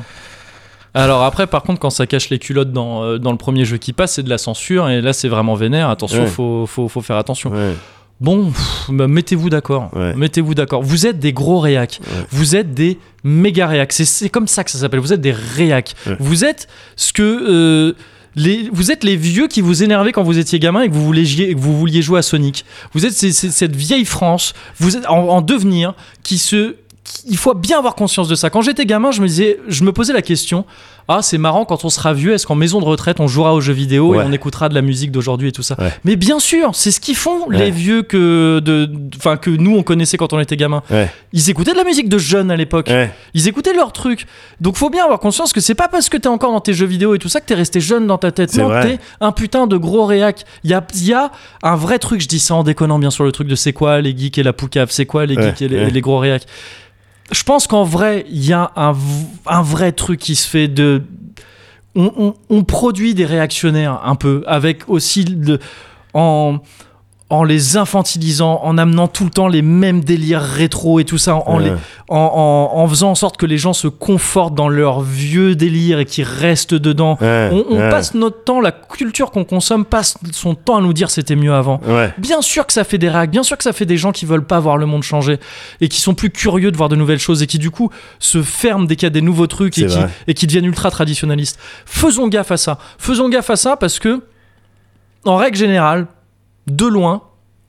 S1: Alors après, par contre, quand ça cache les culottes dans, euh, dans le premier jeu qui passe, c'est de la censure et là, c'est vraiment vénère. Attention,
S2: Ouais.
S1: faut, faut, faut faire attention.
S2: Ouais.
S1: Bon, pff, bah, mettez-vous d'accord.
S2: Ouais.
S1: Mettez-vous d'accord. Vous êtes des gros réacs.
S2: Ouais.
S1: Vous êtes des méga réacs. C'est- C'est comme ça que ça s'appelle. Vous êtes des réacs.
S2: Ouais.
S1: Vous êtes ce que. euh, les, vous êtes les vieux qui vous énervaient quand vous étiez gamin et que vous vouliez, jouer- que vous vouliez jouer à Sonic. Vous êtes ces- ces- cette vieille France, vous êtes en, en devenir, qui se. qui- il faut bien avoir conscience de ça. Quand j'étais gamin, je me disais, je me posais la question. Ah, c'est marrant quand on sera vieux. Est-ce qu'en maison de retraite, on jouera aux jeux vidéo
S2: Ouais.
S1: et on écoutera de la musique d'aujourd'hui et tout ça
S2: Ouais.
S1: Mais bien sûr, c'est ce qu'ils font
S2: Ouais.
S1: les vieux que de, enfin que nous on connaissait quand on était gamin.
S2: Ouais.
S1: Ils écoutaient de la musique de jeunes à l'époque.
S2: Ouais.
S1: Ils écoutaient leurs trucs. Donc faut bien avoir conscience que c'est pas parce que t'es encore dans tes jeux vidéo et tout ça que t'es resté jeune dans ta tête.
S2: C'est
S1: Non,
S2: vrai.
S1: t'es un putain de gros réac. Il y a, y a un vrai truc, je dis ça en déconnant bien sûr, le truc de c'est quoi les geeks et la poucave, c'est quoi les
S2: Ouais,
S1: geeks et les,
S2: ouais.
S1: et les gros réacs. Je pense qu'en vrai, il y a un, v- un vrai truc qui se fait de. On, on- on produit des réactionnaires un peu, avec aussi le- en en les infantilisant, en amenant tout le temps les mêmes délires rétro et tout ça, en, en
S2: Ouais.
S1: les- en- en- en faisant en sorte que les gens se confortent dans leur vieux délire et qu'ils restent dedans.
S2: Ouais,
S1: On, on
S2: ouais.
S1: passe notre temps, la culture qu'on consomme passe son temps à nous dire c'était mieux avant.
S2: Ouais.
S1: Bien sûr que ça fait des racks, bien sûr que ça fait des gens qui veulent pas voir le monde changer et qui sont plus curieux de voir de nouvelles choses et qui du coup se ferment dès qu'il y a des nouveaux trucs et
S2: C'est
S1: qui,
S2: vrai.
S1: et qui deviennent ultra traditionnalistes. Faisons gaffe à ça. Faisons gaffe à ça parce que, en règle générale, de loin,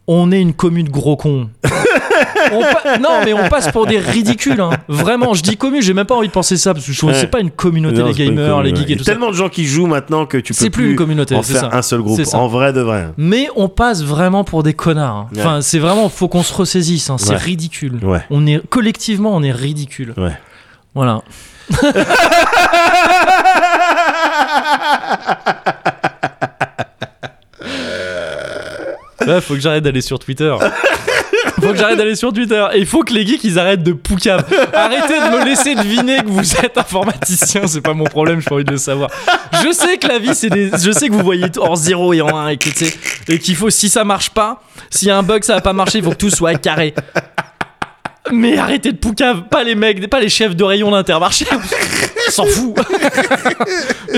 S1: on est une commune de gros cons. On pa- Non, mais on passe pour des ridicules. hein. Vraiment, je dis commune, j'ai même pas envie de penser ça parce que je trouve que c'est
S2: Ouais.
S1: pas une communauté,
S2: Non,
S1: les
S2: c'est pas une
S1: gamers,
S2: commune,
S1: les
S2: ouais.
S1: geeks
S2: Il y
S1: et
S2: a
S1: tout ça.
S2: tellement de gens qui jouent maintenant que tu peux
S1: C'est plus une communauté,
S2: en
S1: c'est ça.
S2: faire un seul groupe.
S1: C'est ça.
S2: En vrai de vrai.
S1: Mais on passe vraiment pour des connards. hein.
S2: Ouais.
S1: Enfin, c'est vraiment, faut qu'on se ressaisisse. hein. C'est
S2: Ouais.
S1: ridicule.
S2: Ouais.
S1: On est collectivement, on est ridicule.
S2: Ouais.
S1: Voilà. Là, faut que j'arrête d'aller sur Twitter. Faut que j'arrête d'aller sur Twitter. Et il faut que les geeks ils arrêtent de poucave. Arrêtez de me laisser deviner que vous êtes informaticien. C'est pas mon problème, j'ai pas envie de le savoir. Je sais que la vie, c'est des. Je sais que vous voyez tout en 0 et en 1 et que, tu sais, et qu'il faut, si ça marche pas, s'il y a un bug, ça va pas marcher, il faut que tout soit carré. Mais arrêtez de poucave, pas les mecs, pas les chefs de rayon d'intermarché. On s'en fout.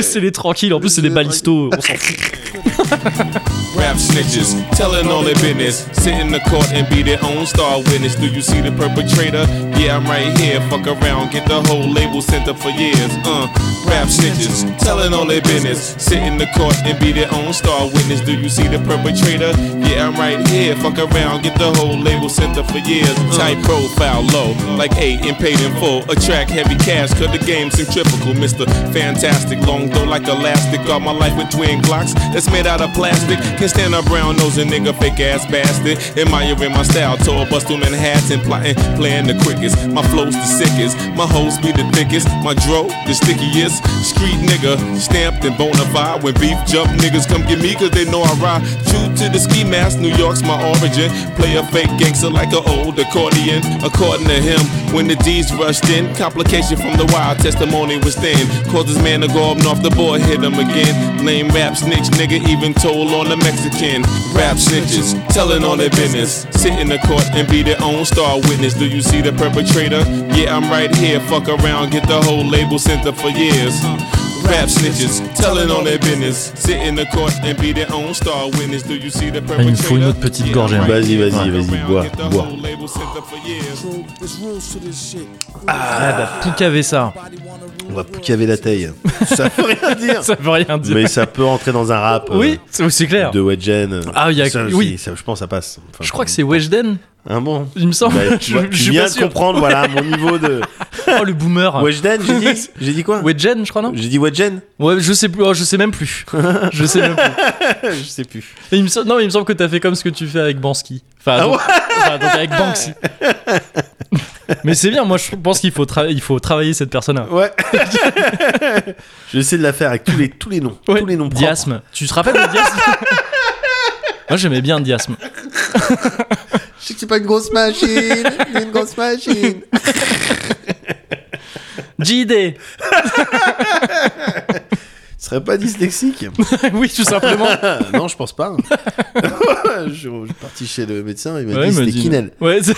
S1: c'est les tranquilles, en plus c'est des balistos, on s'en fout.
S4: Rap snitches, telling all their business. Sit in the court and be their own star witness. Do you see the perpetrator? Yeah, I'm right here. Fuck around, get the whole label sent up for years. Uh, Rap snitches, telling all their business. Sit in the court and be their own star witness. Do you see the perpetrator? Yeah, I'm right here. Fuck around, get the whole label center for years. Tight profile, low, like eight and paid in full. Attract heavy cash, cut the game centrifugal. Mr. Fantastic, long throw like elastic. All my life with twin glocks that's made out of plastic. Can stand a brown nose and nigga, fake ass bastard. Admiring my style, tall bust through Manhattan, plotting, playing the quickest. My flow's the sickest, my hoes be the thickest, my dro the stickiest. Street nigga, stamped and bona fide. When beef jump, niggas come get me cause they know I ride. True to the ski mask, New York's my origin. Play a fake gangster like an old accordion. According to him, when the D's rushed in, complication from the wild testimony was thin. Caused this man to go up north, the boy hit him again. Lame rap snitch nigga, even told on the Mexican. Rap snitches, telling all their business. Sit in the court and be their own star witness. Do you see the perpetrator? Yeah, I'm right here. Fuck around, get the whole label center for years. Rap snitches, telling all their business. Sit in the court and be their own star witness. Do you see the perpetrator?
S1: il me faut une autre petite gorgée, hein.
S2: Vas-y, vas-y,
S4: Fuck
S2: vas-y,
S4: around,
S2: bois,
S4: get the
S2: bois.
S4: whole label center for years.
S1: Ah bah, poucaver ça.
S2: On va poucaver la taille. Ça veut rien dire.
S1: Ça veut rien dire.
S2: Mais ça peut rentrer dans un rap. euh,
S1: Oui, c'est c'est clair.
S2: De Wedgen.
S1: Ah, il y a-
S2: Ça,
S1: oui.
S2: c'est- ça, je pense ça passe. Enfin,
S1: Je crois que c'est Weshden,
S2: Un bon.
S1: il me semble.
S2: Bah, tu
S1: je,
S2: vois, tu
S1: je suis
S2: viens
S1: pas
S2: de
S1: sûr.
S2: comprendre, voilà, mon niveau de.
S1: Oh, le boomer.
S2: Wedgden, j'ai dit J'ai dit quoi
S1: Wedgen, je crois, non
S2: J'ai dit Wedgen
S1: Ouais, je sais plus. oh, je sais même plus. je sais même plus.
S2: Je sais plus.
S1: Et il me semble- non, mais il me semble que t'as fait comme ce que tu fais avec Bansky. Enfin, donc, enfin, donc avec Banksy. mais c'est bien. Moi, je pense qu'il faut, tra- il faut travailler cette personne-là.
S2: Ouais. je vais essayer de la faire avec tous les, tous les noms.
S1: Ouais,
S2: Tous les noms propres.
S1: Diasme. Tu te rappelles de Diasme Moi, j'aimais bien Diasme.
S2: Je sais que c'est pas une grosse machine. une grosse machine.
S1: JD.
S2: Ce serait pas dyslexique
S1: oui, tout simplement.
S2: Ah, Non, je pense pas. je, je suis parti chez le médecin, il m'a
S1: Ouais,
S2: dit
S1: il m'a
S2: c'était
S1: dit-
S2: Kinel.
S1: Ouais, c'est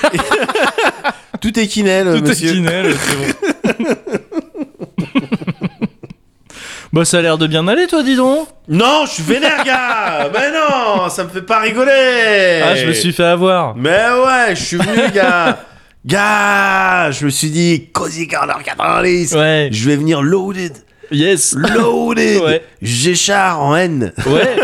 S2: Tout est Kinel,
S1: Tout est
S2: monsieur.
S1: Kinel, c'est bon. bah, ça a l'air de bien aller, toi, dis donc.
S2: Non, je suis vénère, gars Mais non, ça me fait pas rigoler
S1: Ah, je me suis fait avoir.
S2: Mais ouais, je suis venu, gars Gars Je me suis dit, Cozy Corner 90
S1: Ouais.
S2: Je vais venir loaded
S1: Yes.
S2: Loaded
S1: Ouais.
S2: Géchard en N
S1: Ouais.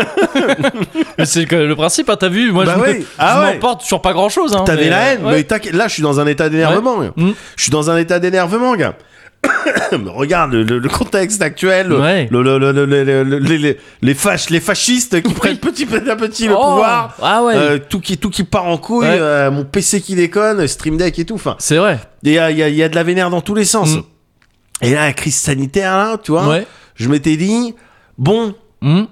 S1: Mais c'est que le principe, hein, t'as vu. Moi,
S2: Bah
S1: je, me-
S2: ouais.
S1: je
S2: Ah ouais.
S1: m'emporte sur pas hein, grand chose.
S2: T'avais la haine, mais t'inquiète, là je suis dans un état d'énervement. gars.
S1: Mm.
S2: Je suis dans un état d'énervement, gars. Mais Regarde le, le- le contexte actuel, le-
S1: Ouais.
S2: le- le- le- le- le- le- les, les- les fâches- les fascistes qui prennent petit à petit le
S1: Oh.
S2: pouvoir,
S1: Ah ouais.
S2: Euh, tout, qui, tout qui part en couille,
S1: Ouais.
S2: euh, mon PC qui déconne, Stream Deck et tout. Enfin,
S1: C'est vrai.
S2: il y a, il y a- il y a de la vénère dans tous les sens.
S1: Mm.
S2: Et là, la crise sanitaire, là, tu vois,
S1: Ouais.
S2: je m'étais dit, bon,
S1: Hum,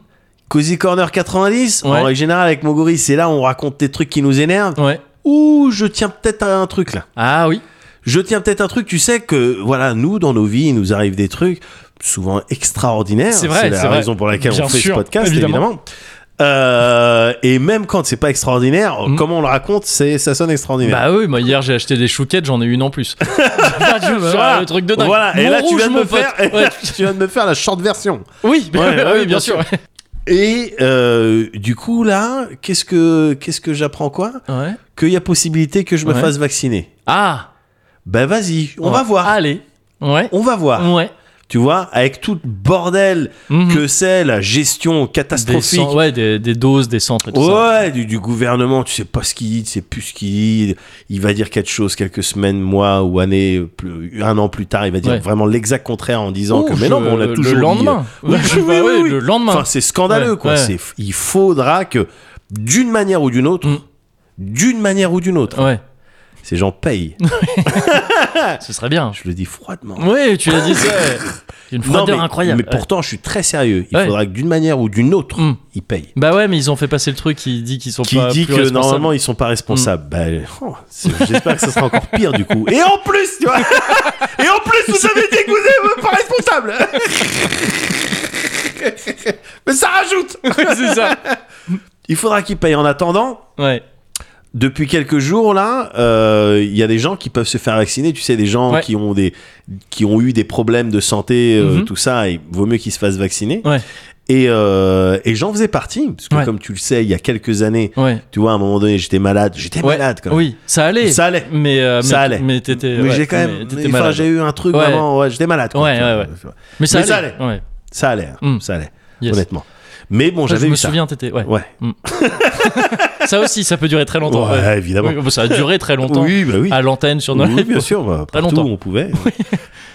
S2: Cozy Corner 90,
S1: Ouais.
S2: en règle générale avec Mogori, c'est là où on raconte des trucs qui nous énervent.
S1: Ouais.
S2: Ouh, je tiens peut-être à un truc là.
S1: Ah oui.
S2: Je tiens peut-être un truc, tu sais que voilà, nous dans nos vies, il nous arrive des trucs souvent extraordinaires.
S1: C'est vrai,
S2: la
S1: c'est vrai.
S2: raison pour laquelle
S1: Bien
S2: on fait
S1: sûr,
S2: ce podcast, évidemment.
S1: évidemment.
S2: Euh, et même quand c'est pas extraordinaire,
S1: Mm.
S2: comment on le raconte, c'est ça sonne extraordinaire.
S1: Bah oui, moi hier j'ai acheté des chouquettes, j'en ai une en plus. Voilà, le truc de dingue.
S2: Voilà, et
S1: Mon
S2: là tu
S1: rouge,
S2: viens de
S1: mon
S2: me faire,
S1: pote. Ouais.
S2: tu viens de me faire la short version.
S1: Oui,
S2: Ouais, ouais,
S1: oui,
S2: bien
S1: bien, sûr.
S2: Et euh, du coup là, qu'est-ce que qu'est-ce que j'apprends quoi
S1: Ouais.
S2: Qu'il y a possibilité que je me
S1: Ouais.
S2: fasse vacciner.
S1: Ah,
S2: Ben vas-y,
S1: Ouais. Ah.
S2: on
S1: Mm.
S2: va voir.
S1: Allez. Ouais.
S2: On va voir.
S1: Ouais.
S2: Tu vois, avec tout le bordel
S1: Mhm.
S2: que c'est la gestion
S1: Des,
S2: catastrophique.
S1: cent- ouais, des, des doses, des centres et tout ça.
S2: Ouais, du, du gouvernement, tu sais pas ce qu'il dit, tu sais plus ce qu'il dit. Il va dire quelque chose quelques semaines, mois ou années, plus- un an plus tard, il va dire
S1: Ouais.
S2: vraiment l'exact contraire en disant
S1: Oh,
S2: que mais non,
S1: je-
S2: mais on a toujours
S1: Le
S2: dit,
S1: lendemain.
S2: Oui,
S1: Ouais,
S2: oui,
S1: bah
S2: oui,
S1: ouais,
S2: oui.
S1: Le
S2: euh,
S1: lendemain.
S2: Enfin, c'est scandaleux
S1: Ouais,
S2: quoi.
S1: ouais.
S2: C'est, il faudra que d'une manière ou d'une autre,
S1: Mm.
S2: d'une manière ou d'une autre,
S1: ouais.
S2: ces gens payent.
S1: Ce serait bien.
S2: Je le dis froidement.
S1: Oui, tu l'as dit. ça. Une
S2: Non,
S1: froideur
S2: mais,
S1: incroyable.
S2: mais pourtant, je suis très sérieux. Il
S1: Ouais.
S2: faudra que d'une manière ou d'une autre,
S1: Mm.
S2: ils payent.
S1: Bah ouais, mais ils ont fait passer le truc qui dit qu'ils sont
S2: qui
S1: pas
S2: dit
S1: plus Mm.
S2: que
S1: responsables.
S2: normalement ils sont pas responsables. Bah, oh, c'est- j'espère que ça sera encore pire du coup. Et en plus, tu vois. Et en plus, vous avez dit que vous n'êtes pas responsable. Mais ça rajoute.
S1: Ouais, c'est ça.
S2: Il faudra qu'ils payent. En attendant,
S1: Ouais.
S2: depuis quelques jours là, euh, il y a des gens qui peuvent se faire vacciner. Tu sais, des gens
S1: Ouais.
S2: qui ont des qui ont eu des problèmes de santé, euh,
S1: Mhm.
S2: tout ça. Et vaut mieux qu'ils se fassent vacciner.
S1: Ouais.
S2: Et, euh, et j'en faisais partie, parce que
S1: Ouais.
S2: comme tu le sais, il y a quelques années,
S1: Ouais.
S2: tu vois, à un moment donné, j'étais malade. J'étais
S1: Ouais.
S2: malade quand même.
S1: Oui, ça allait.
S2: Ça allait.
S1: Mais, euh,
S2: Ça
S1: mais-
S2: allait.
S1: Mais t'étais.
S2: Mais
S1: ouais,
S2: j'ai quand
S1: mais
S2: même.
S1: t'étais
S2: enfin,
S1: malade.
S2: j'ai eu un truc
S1: Ouais.
S2: vraiment. Ouais, j'étais malade. quoi.
S1: Ouais,
S2: Tu vois,
S1: ouais, ouais.
S2: tu vois.
S1: Mais ça
S2: Mais ça
S1: allait. Ouais.
S2: Ça allait. hein,
S1: Mm.
S2: Ça allait.
S1: Yes.
S2: Honnêtement. Mais bon,
S1: Ça,
S2: j'avais
S1: je
S2: eu
S1: me
S2: ça.
S1: souviens, euh, t'étais. Ouais.
S2: Ouais.
S1: Ça aussi, ça peut durer très longtemps.
S2: Ouais,
S1: ouais.
S2: évidemment.
S1: Oui, bon, ça a duré très longtemps.
S2: Oui, bah oui.
S1: À l'antenne sur nos
S2: oui,
S1: lives.
S2: bien sûr, bah, partout
S1: euh, longtemps.
S2: où on pouvait.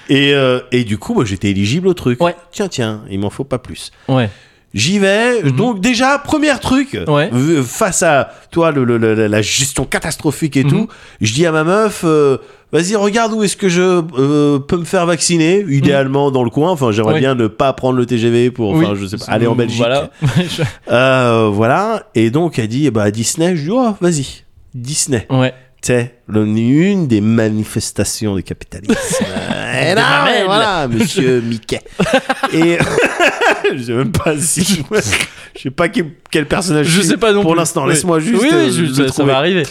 S2: Et, euh, et du coup, moi, j'étais éligible au truc.
S1: Ouais.
S2: Tiens, tiens, il m'en faut pas plus.
S1: Ouais.
S2: J'y vais. Donc déjà, premier truc,
S1: Mhm. Ouais.
S2: v- face à toi, le, le- le- la gestion catastrophique et
S1: Mhm.
S2: tout, je dis à ma meuf, euh, vas-y, regarde où est-ce que je euh, peux me faire vacciner,
S1: Mhm.
S2: idéalement dans le coin. Enfin, j'aimerais
S1: Oui.
S2: bien ne pas prendre le TGV pour, enfin,
S1: Oui.
S2: je sais pas, aller en Belgique.
S1: Voilà. Je-
S2: Euh, voilà. Et donc, elle dit, eh bah Disney. Je dis, oh, vas-y, Disney.
S1: ouais.
S2: C'est une des manifestations du capitalisme. Euh, Et là,
S1: mamelles.
S2: voilà, monsieur Mickey. et je sais même pas si je, je sais pas quel, quel personnage
S1: Je
S2: suis
S1: sais pas non
S2: Pour
S1: plus.
S2: l'instant,
S1: Oui.
S2: laisse-moi juste.
S1: Oui,
S2: euh,
S1: oui, je-
S2: le
S1: ça, ça
S2: trouver.
S1: va arriver.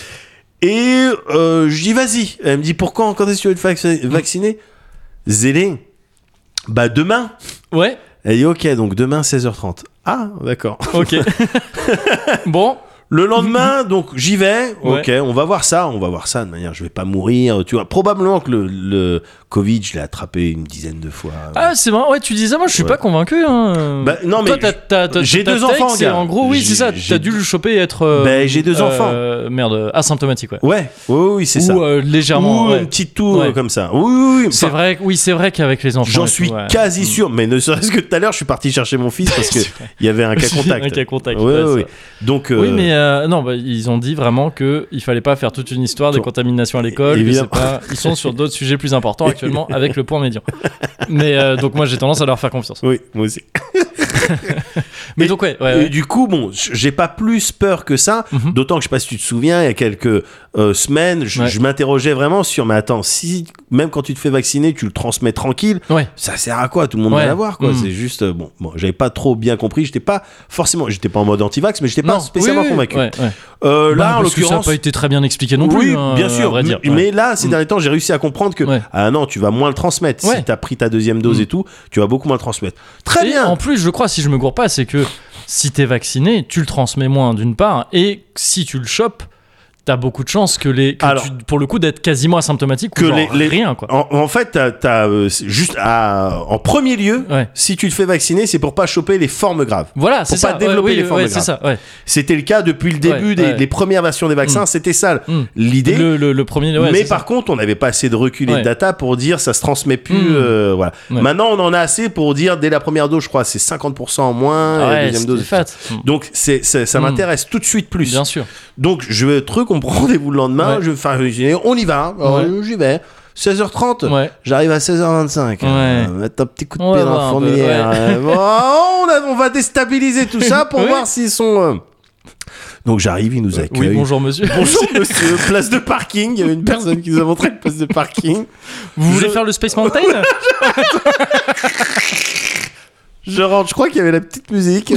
S2: Et euh, je dis vas-y. Elle me dit pourquoi quand est-ce que tu veux être
S1: Mm.
S2: vac- vacciné Zélé. Bah demain.
S1: Ouais.
S2: Elle dit ok, donc demain 16h30. Ah, d'accord.
S1: Ok. bon.
S2: Le lendemain, donc j'y vais.
S1: Ouais.
S2: Ok, on va voir ça. On va voir ça. De manière, je vais pas mourir. Tu vois, probablement que le, le Covid, je l'ai attrapé une dizaine de fois.
S1: Ah, c'est marrant. Ouais, tu disais, moi, je suis
S2: Ouais.
S1: pas convaincu. Hein.
S2: Bah, non, mais
S1: Toi, t'as- t'as- t'as-
S2: j'ai
S1: t'as
S2: deux
S1: texte
S2: enfants,
S1: et
S2: gars.
S1: En gros, oui,
S2: J'ai-
S1: c'est ça.
S2: j'ai-
S1: T'as dû le choper et être. euh,
S2: Ben, j'ai deux
S1: euh, Merde, asymptomatique, ouais.
S2: ouais, oui, oui, oui, c'est
S1: Ou
S2: ça.
S1: euh, légèrement.
S2: Ou
S1: ouais.
S2: une petite tour
S1: Ouais.
S2: comme ça. Oui, oui, oui.
S1: C'est
S2: Enfin,
S1: vrai, oui, c'est vrai qu'avec les enfants.
S2: J'en
S1: et
S2: suis
S1: tout, ouais.
S2: quasi sûr. Mais ne serait-ce que tout à l'heure, je suis parti chercher mon fils parce que
S1: C'est vrai.
S2: il y avait un cas contact.
S1: Un cas contact,
S2: Ouais,
S1: ouais,
S2: ouais,
S1: ça.
S2: ouais. Donc. euh,
S1: Oui, mais euh, non, bah, ils ont dit vraiment que il fallait pas faire toute une histoire des
S2: Bon.
S1: contaminations à l'école. que
S2: Évidemment.
S1: c'est pas- Ils sont sur d'autres sujets plus importants actuellement avec le point médian. Mais euh, donc moi j'ai tendance à leur faire confiance.
S2: Oui, moi aussi.
S1: Mais
S2: Et-
S1: donc ouais,
S2: Et
S1: ouais, ouais.
S2: du coup, bon, j'ai pas plus peur que ça.
S1: Mhm.
S2: D'autant que je sais pas si tu te souviens, il y a quelques euh, semaines, je,
S1: Ouais.
S2: je m'interrogeais vraiment sur, mais attends, si même quand tu te fais vacciner, tu le transmets tranquille,
S1: Ouais.
S2: ça sert à quoi Tout le monde
S1: Ouais.
S2: va l'avoir, quoi.
S1: Mhm.
S2: C'est juste, euh, bon, bon, j'avais pas trop bien compris. J'étais pas forcément, j'étais pas en mode anti-vax, mais j'étais pas
S1: Non,
S2: spécialement
S1: oui, oui,
S2: convaincu.
S1: ouais, ouais.
S2: Euh,
S1: Bah,
S2: là, en
S1: parce que ça n'a
S2: l'occurrence.
S1: pas été très bien expliqué non plus.
S2: oui,
S1: hein,
S2: bien
S1: à
S2: sûr.
S1: vrai dire.
S2: mais,
S1: Ouais. Mhm.
S2: mais là, ces derniers temps, j'ai réussi à comprendre que
S1: Ouais.
S2: ah non, tu vas moins le transmettre.
S1: Ouais.
S2: Si t'as pris ta deuxième dose
S1: Mhm.
S2: et tout, tu vas beaucoup moins le transmettre. Très
S1: Et
S2: bien.
S1: En plus, je crois, si je me gourre pas, c'est que si t'es vacciné, tu le transmets moins d'une part, et si tu le chopes, t'as beaucoup de chances que les, que
S2: Alors.
S1: tu- pour le coup, d'être quasiment asymptomatique, ou
S2: Que
S1: genre
S2: les- les-
S1: rien quoi.
S2: En, en fait, t'as, t'as, euh, c'est juste à- en premier lieu,
S1: Ouais.
S2: si tu te fais vacciner, c'est pour pas choper les formes graves.
S1: Voilà, c'est ça.
S2: pas développer
S1: ouais,
S2: les hein.
S1: oui,
S2: formes
S1: ouais, c'est ça. Ouais.
S2: C'était le cas depuis le début
S1: Ouais,
S2: des
S1: ouais.
S2: les premières versions des vaccins,
S1: Mm.
S2: c'était ça
S1: Mm.
S2: l'idée.
S1: Le, le, le premier. ouais,
S2: mais
S1: c'est ça.
S2: par contre, on n'avait pas assez de recul et
S1: Ouais.
S2: de data pour dire ça se transmet plus.
S1: Mm.
S2: euh, voilà.
S1: Ouais.
S2: Maintenant, on en a assez pour dire dès la première dose, je crois, c'est 50% en moins. et la
S1: ouais,
S2: deuxième
S1: c'était
S2: dose.
S1: fat.
S2: Donc, c'est, c'est- ça
S1: Mm.
S2: m'intéresse tout de suite plus.
S1: Bien sûr.
S2: Donc, je vais truc, on prend rendez-vous le lendemain.
S1: Ouais.
S2: Je vais faire, on y va, Alors,
S1: Ouais.
S2: j'y vais. 16h30,
S1: Ouais.
S2: J'arrive à 16h25.
S1: Ouais.
S2: Euh, mettre un petit coup de
S1: On va
S2: pied dans
S1: voir
S2: la
S1: un peu,
S2: fourmilière.
S1: ouais.
S2: Euh, bon, on, a- on va déstabiliser tout ça pour
S1: Oui. Euh,
S2: voir s'ils sont. euh. Donc j'arrive, ils nous
S1: Oui,
S2: accueillent.
S1: bonjour monsieur.
S2: Bonjour, monsieur, place de parking. Il y avait une personne qui nous a montré une place de parking.
S1: Vous voulez
S2: Je-
S1: faire le Space Mountain
S2: Je rentre, je crois qu'il y avait la petite musique.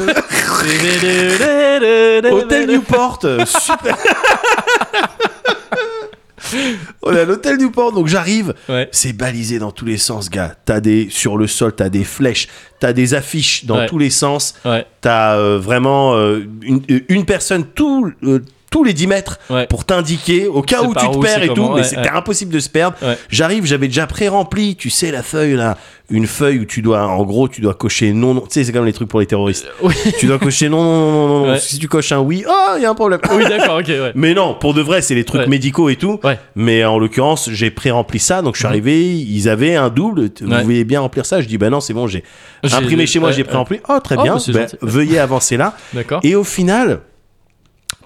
S2: Hôtel Newport, euh, super. On est à l'hôtel Newport, donc j'arrive.
S1: Ouais.
S2: C'est balisé dans tous les sens, gars. T'as des sur le sol, t'as des flèches, t'as des affiches dans
S1: Ouais.
S2: tous les sens.
S1: Ouais.
S2: T'as euh, vraiment euh, une, une personne tout, euh, tous les 10 mètres
S1: Ouais.
S2: pour t'indiquer au cas
S1: C'est
S2: où tu
S1: par
S2: te
S1: où,
S2: perds
S1: c'est
S2: et tout.
S1: comment,
S2: mais
S1: ouais,
S2: c'était
S1: ouais.
S2: impossible de se perdre.
S1: Ouais.
S2: J'arrive, j'avais déjà pré-rempli, tu sais, la feuille là. Une feuille où tu dois, en gros, tu dois cocher non, non. Tu sais, c'est comme les trucs pour les terroristes.
S1: Oui.
S2: tu dois cocher non, non, non, non, non.
S1: Euh. Ouais.
S2: Si tu coches un oui, oh, il y a un problème.
S1: Oui, d'accord, ok, ouais.
S2: Mais non, pour de vrai, c'est les trucs
S1: Ouais.
S2: médicaux et tout.
S1: Ouais.
S2: Mais en l'occurrence, j'ai pré-rempli ça, donc je suis arrivé, ils avaient un double. t-
S1: Mhm. Ouais.
S2: Vous vouliez bien remplir ça Je dis, bah non, c'est bon, j'ai
S1: J'ai-
S2: imprimé chez moi,
S1: ouais,
S2: j'ai pré-rempli. Oh, très
S1: Oh,
S2: bien,
S1: bah, c'est
S2: bah,
S1: gentil.
S2: veuillez avancer là.
S1: D'accord.
S2: Et au final,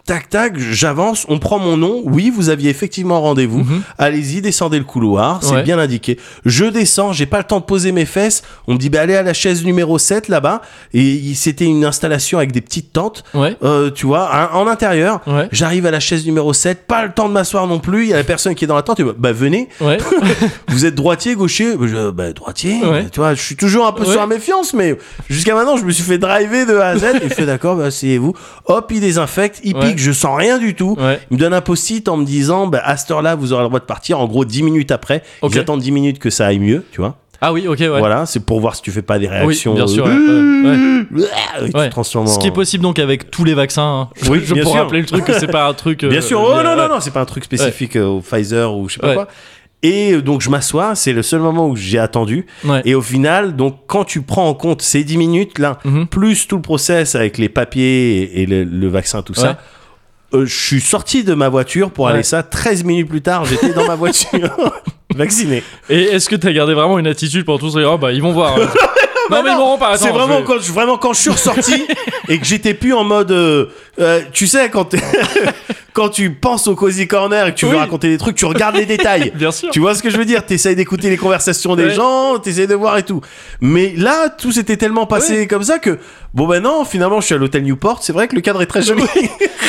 S2: tac, tac, j'avance, on prend mon nom. Oui, vous aviez effectivement rendez-vous.
S1: Mhm.
S2: Allez-y, descendez le couloir, c'est
S1: Ouais.
S2: bien indiqué. Je descends, j'ai pas le temps de poser mes fesses. On me dit, bah allez à la chaise numéro 7 là-bas. Et il- c'était une installation avec des petites tentes.
S1: Ouais.
S2: Euh, tu vois, hein, en intérieur.
S1: Ouais.
S2: J'arrive à la chaise numéro 7, pas le temps de m'asseoir non plus. Il y a la personne qui est dans la tente. et bah, bah, venez,
S1: Ouais.
S2: vous êtes droitier, gaucher Bah, je- Bah, droitier.
S1: Ouais.
S2: Tu vois, je suis toujours un peu
S1: Ouais.
S2: sur la méfiance, mais jusqu'à maintenant, je me suis fait driver de A à Z. Il fait d'accord, bah, asseyez-vous. Hop, il désinfecte, il
S1: Ouais.
S2: pique, je sens rien du tout.
S1: Ouais.
S2: Il me donne un post-it en me disant, bah, à cette heure-là, vous aurez le droit de partir. En gros, 10 minutes après,
S1: Ok.
S2: ils attendent 10 minutes que ça aille mieux, tu vois.
S1: Ah oui, ok, ouais.
S2: Voilà, c'est pour voir si tu fais pas des
S1: Oui,
S2: réactions.
S1: bien sûr. ouais,
S2: euh,
S1: ouais, ouais.
S2: et tu te
S1: Ouais.
S2: transformes en-
S1: Ce qui est possible donc avec tous les vaccins. hein. Je-
S2: Oui,
S1: je
S2: bien
S1: pourrais
S2: sûr.
S1: rappeler le truc que c'est pas un truc. euh,
S2: Bien sûr.
S1: lié
S2: Oh
S1: à-
S2: non,
S1: ouais.
S2: non, non, c'est pas un truc spécifique euh, au Pfizer ou je sais pas
S1: Ouais.
S2: quoi. Et euh, donc je m'assois, c'est le seul moment où j'ai attendu.
S1: Ouais.
S2: Et au final, donc quand tu prends en compte ces 10 minutes là,
S1: Mhm.
S2: plus tout le process avec les papiers et, et le, le vaccin, tout
S1: Ouais.
S2: ça, euh, je suis sorti de ma voiture pour
S1: Ouais.
S2: aller ça. 13 minutes plus tard, j'étais dans ma voiture vacciné.
S1: Et est-ce que t'as gardé vraiment une attitude pour tous dire, oh bah ils vont voir. hein. non, mais ils m'auront pas. attends,
S2: C'est vraiment,
S1: je-
S2: quand je, vraiment quand je suis ressorti et que j'étais plus en mode. euh, euh, tu sais, quand, t'es- quand tu penses au Cozy Corner et que tu veux
S1: Oui.
S2: raconter des trucs, tu regardes les détails.
S1: Bien sûr.
S2: Tu vois ce que je veux dire T'essayes d'écouter les conversations des
S1: Ouais.
S2: gens, t'essayes de voir et tout. Mais là, tout s'était tellement passé comme ça que, bon ben non, finalement, je suis à l'hôtel Newport. C'est vrai que le cadre est très joli.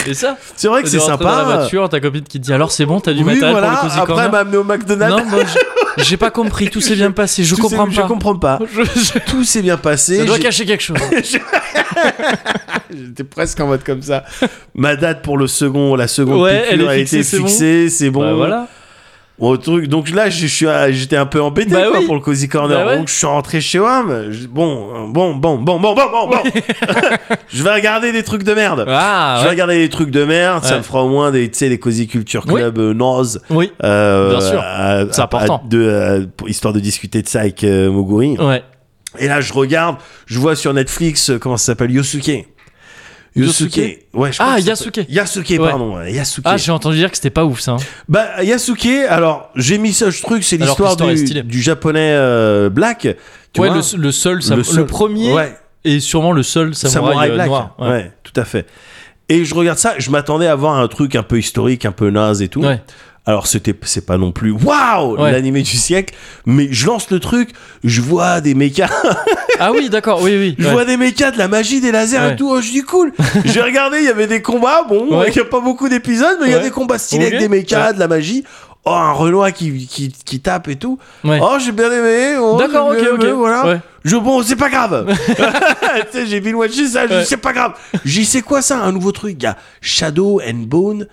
S1: C'est ça.
S2: c'est vrai que
S1: De
S2: c'est
S1: rentrer
S2: sympa.
S1: Dans la voiture, ta copine qui te dit alors c'est bon, t'as du
S2: oui,
S1: matériel
S2: voilà.
S1: pour le cozy
S2: Après,
S1: corner.
S2: m'a amené au McDonald's.
S1: Non, moi, j'ai- j'ai pas compris. Tout s'est bien passé. Je
S2: Tout
S1: comprends
S2: s'est- Je
S1: pas.
S2: comprends pas.
S1: Je- je-
S2: Tout s'est bien passé.
S1: Ça doit
S2: J'ai-
S1: cacher quelque chose.
S2: J'étais presque en mode comme ça. Ma date pour le second, la seconde
S1: Ouais,
S2: piqûre
S1: elle est
S2: a
S1: fixée,
S2: été
S1: c'est bon.
S2: fixée, c'est bon.
S1: Bah, voilà.
S2: Au truc. Donc là, je suis à- j'étais un peu embêté
S1: Bah
S2: quoi,
S1: oui.
S2: pour le cozy corner.
S1: Bah ouais.
S2: Donc je suis rentré chez moi. mais je- Bon, bon, bon, bon, bon, bon, bon, bon. je vais regarder des trucs de merde.
S1: Ah
S2: je vais
S1: ouais.
S2: regarder des trucs de merde. Ça
S1: Ouais.
S2: me fera au moins des, tu sais, des cozy culture
S1: Oui.
S2: club euh, naze.
S1: Oui.
S2: euh,
S1: Bien sûr.
S2: à-
S1: C'est
S2: à-
S1: important.
S2: à- de, euh, pour- histoire de discuter de ça avec euh, Moguri.
S1: Ouais.
S2: Et là, je regarde, je vois sur Netflix, euh, comment ça s'appelle Yosuke. Yosuke.
S1: Yosuke
S2: Ouais, je crois
S1: Ah,
S2: que ça s'appelle-
S1: Yasuke.
S2: Yasuke,
S1: Ouais.
S2: pardon. ouais, Yasuke.
S1: Ah, j'ai entendu dire que c'était pas ouf ça. hein.
S2: Bah, Yasuke, alors, j'ai mis ça, ce truc, c'est
S1: Alors que
S2: l'histoire
S1: l'histoire est
S2: du,
S1: stylé.
S2: du japonais euh, black. Tu
S1: ouais,
S2: vois
S1: le, le seul, ça-
S2: Le
S1: le,
S2: seul.
S1: premier
S2: Ouais,
S1: et sûrement le seul samouraï,
S2: samouraï
S1: euh,
S2: black.
S1: noir.
S2: Ouais. tout à fait. Et je regarde ça, je m'attendais à voir un truc un peu historique, un peu naze et tout.
S1: Ouais.
S2: Alors c'était c'est pas non plus waouh
S1: Ouais.
S2: l'animé du siècle, mais je lance le truc, je vois des mechas
S1: Ah oui, d'accord. Oui, oui.
S2: Je
S1: ouais.
S2: vois des mechas, de la magie, des lasers et
S1: Ouais.
S2: tout. Oh, je dis cool. J'ai regardé, il y avait des combats. Bon,
S1: Ouais.
S2: il n'y a pas beaucoup d'épisodes, Ah, mais il y a
S1: Ouais.
S2: des combats stylés
S1: Ok.
S2: avec des mechas,
S1: Ouais.
S2: de la magie. Oh, un Renoir qui, qui, qui tape et tout.
S1: Ouais.
S2: Oh, j'ai bien aimé. Oh,
S1: D'accord,
S2: j'ai
S1: ok,
S2: bien
S1: ok.
S2: aimé, Voilà.
S1: Ouais.
S2: Je, bon, c'est pas grave. tu sais, j'ai been watché ça. je dis,
S1: Ouais.
S2: C'est pas grave. J'y sais quoi ça, un nouveau truc. Il y a Shadow and Bone,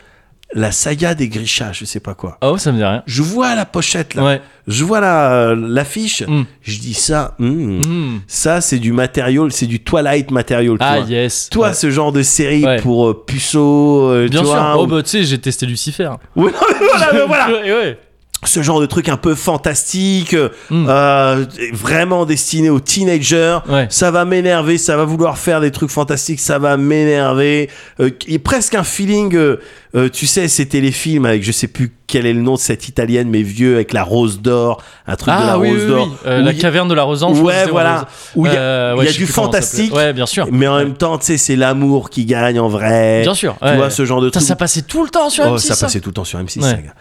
S2: la saga des Grisha, je sais pas quoi.
S1: Oh, ça me dit rien.
S2: Je vois la pochette là.
S1: Ouais.
S2: Je vois la- l'affiche.
S1: Mm.
S2: Je dis ça. hmm,
S1: Hmm.
S2: ça, c'est du matériel, c'est du Twilight matériel. tu
S1: Ah
S2: vois.
S1: yes.
S2: Toi,
S1: Ouais.
S2: ce genre de série
S1: Ouais.
S2: pour euh, puceaux, euh,
S1: Bien
S2: tu
S1: sûr.
S2: vois,
S1: oh
S2: ou-
S1: bah tu sais, j'ai testé Lucifer.
S2: Ouais, voilà, mais voilà.
S1: Ouais, ouais.
S2: ce genre de truc un peu fantastique, euh,
S1: Mm.
S2: euh, vraiment destiné aux teenagers.
S1: Ouais.
S2: Ça va m'énerver, ça va vouloir faire des trucs fantastiques, ça va m'énerver. Euh, Il y a presque un feeling, euh, euh, tu sais, ces téléfilms avec je sais plus quel est le nom de cette italienne, mais vieux avec la rose d'or, un truc de la
S1: Ah oui,
S2: rose
S1: oui,
S2: d'or.
S1: oui. Euh,
S2: Où
S1: la
S2: il-
S1: caverne de la Rosange. je crois que
S2: Ouais,
S1: c'était
S2: voilà.
S1: Rosange.
S2: Où il y a-
S1: Euh,
S2: il y a
S1: je sais
S2: du
S1: plus comment ça s'appelait.
S2: fantastique.
S1: Euh, Ouais, bien sûr.
S2: Mais en même temps, tu sais, c'est l'amour qui gagne en vrai.
S1: Bien sûr.
S2: Tu
S1: ouais.
S2: vois ce genre de
S1: Putain,
S2: truc.
S1: ça passait tout le temps sur hein.
S2: Oh,
S1: M6.
S2: ça
S1: ça.
S2: passait tout le temps sur M6,
S1: Ouais.
S2: ça, gars.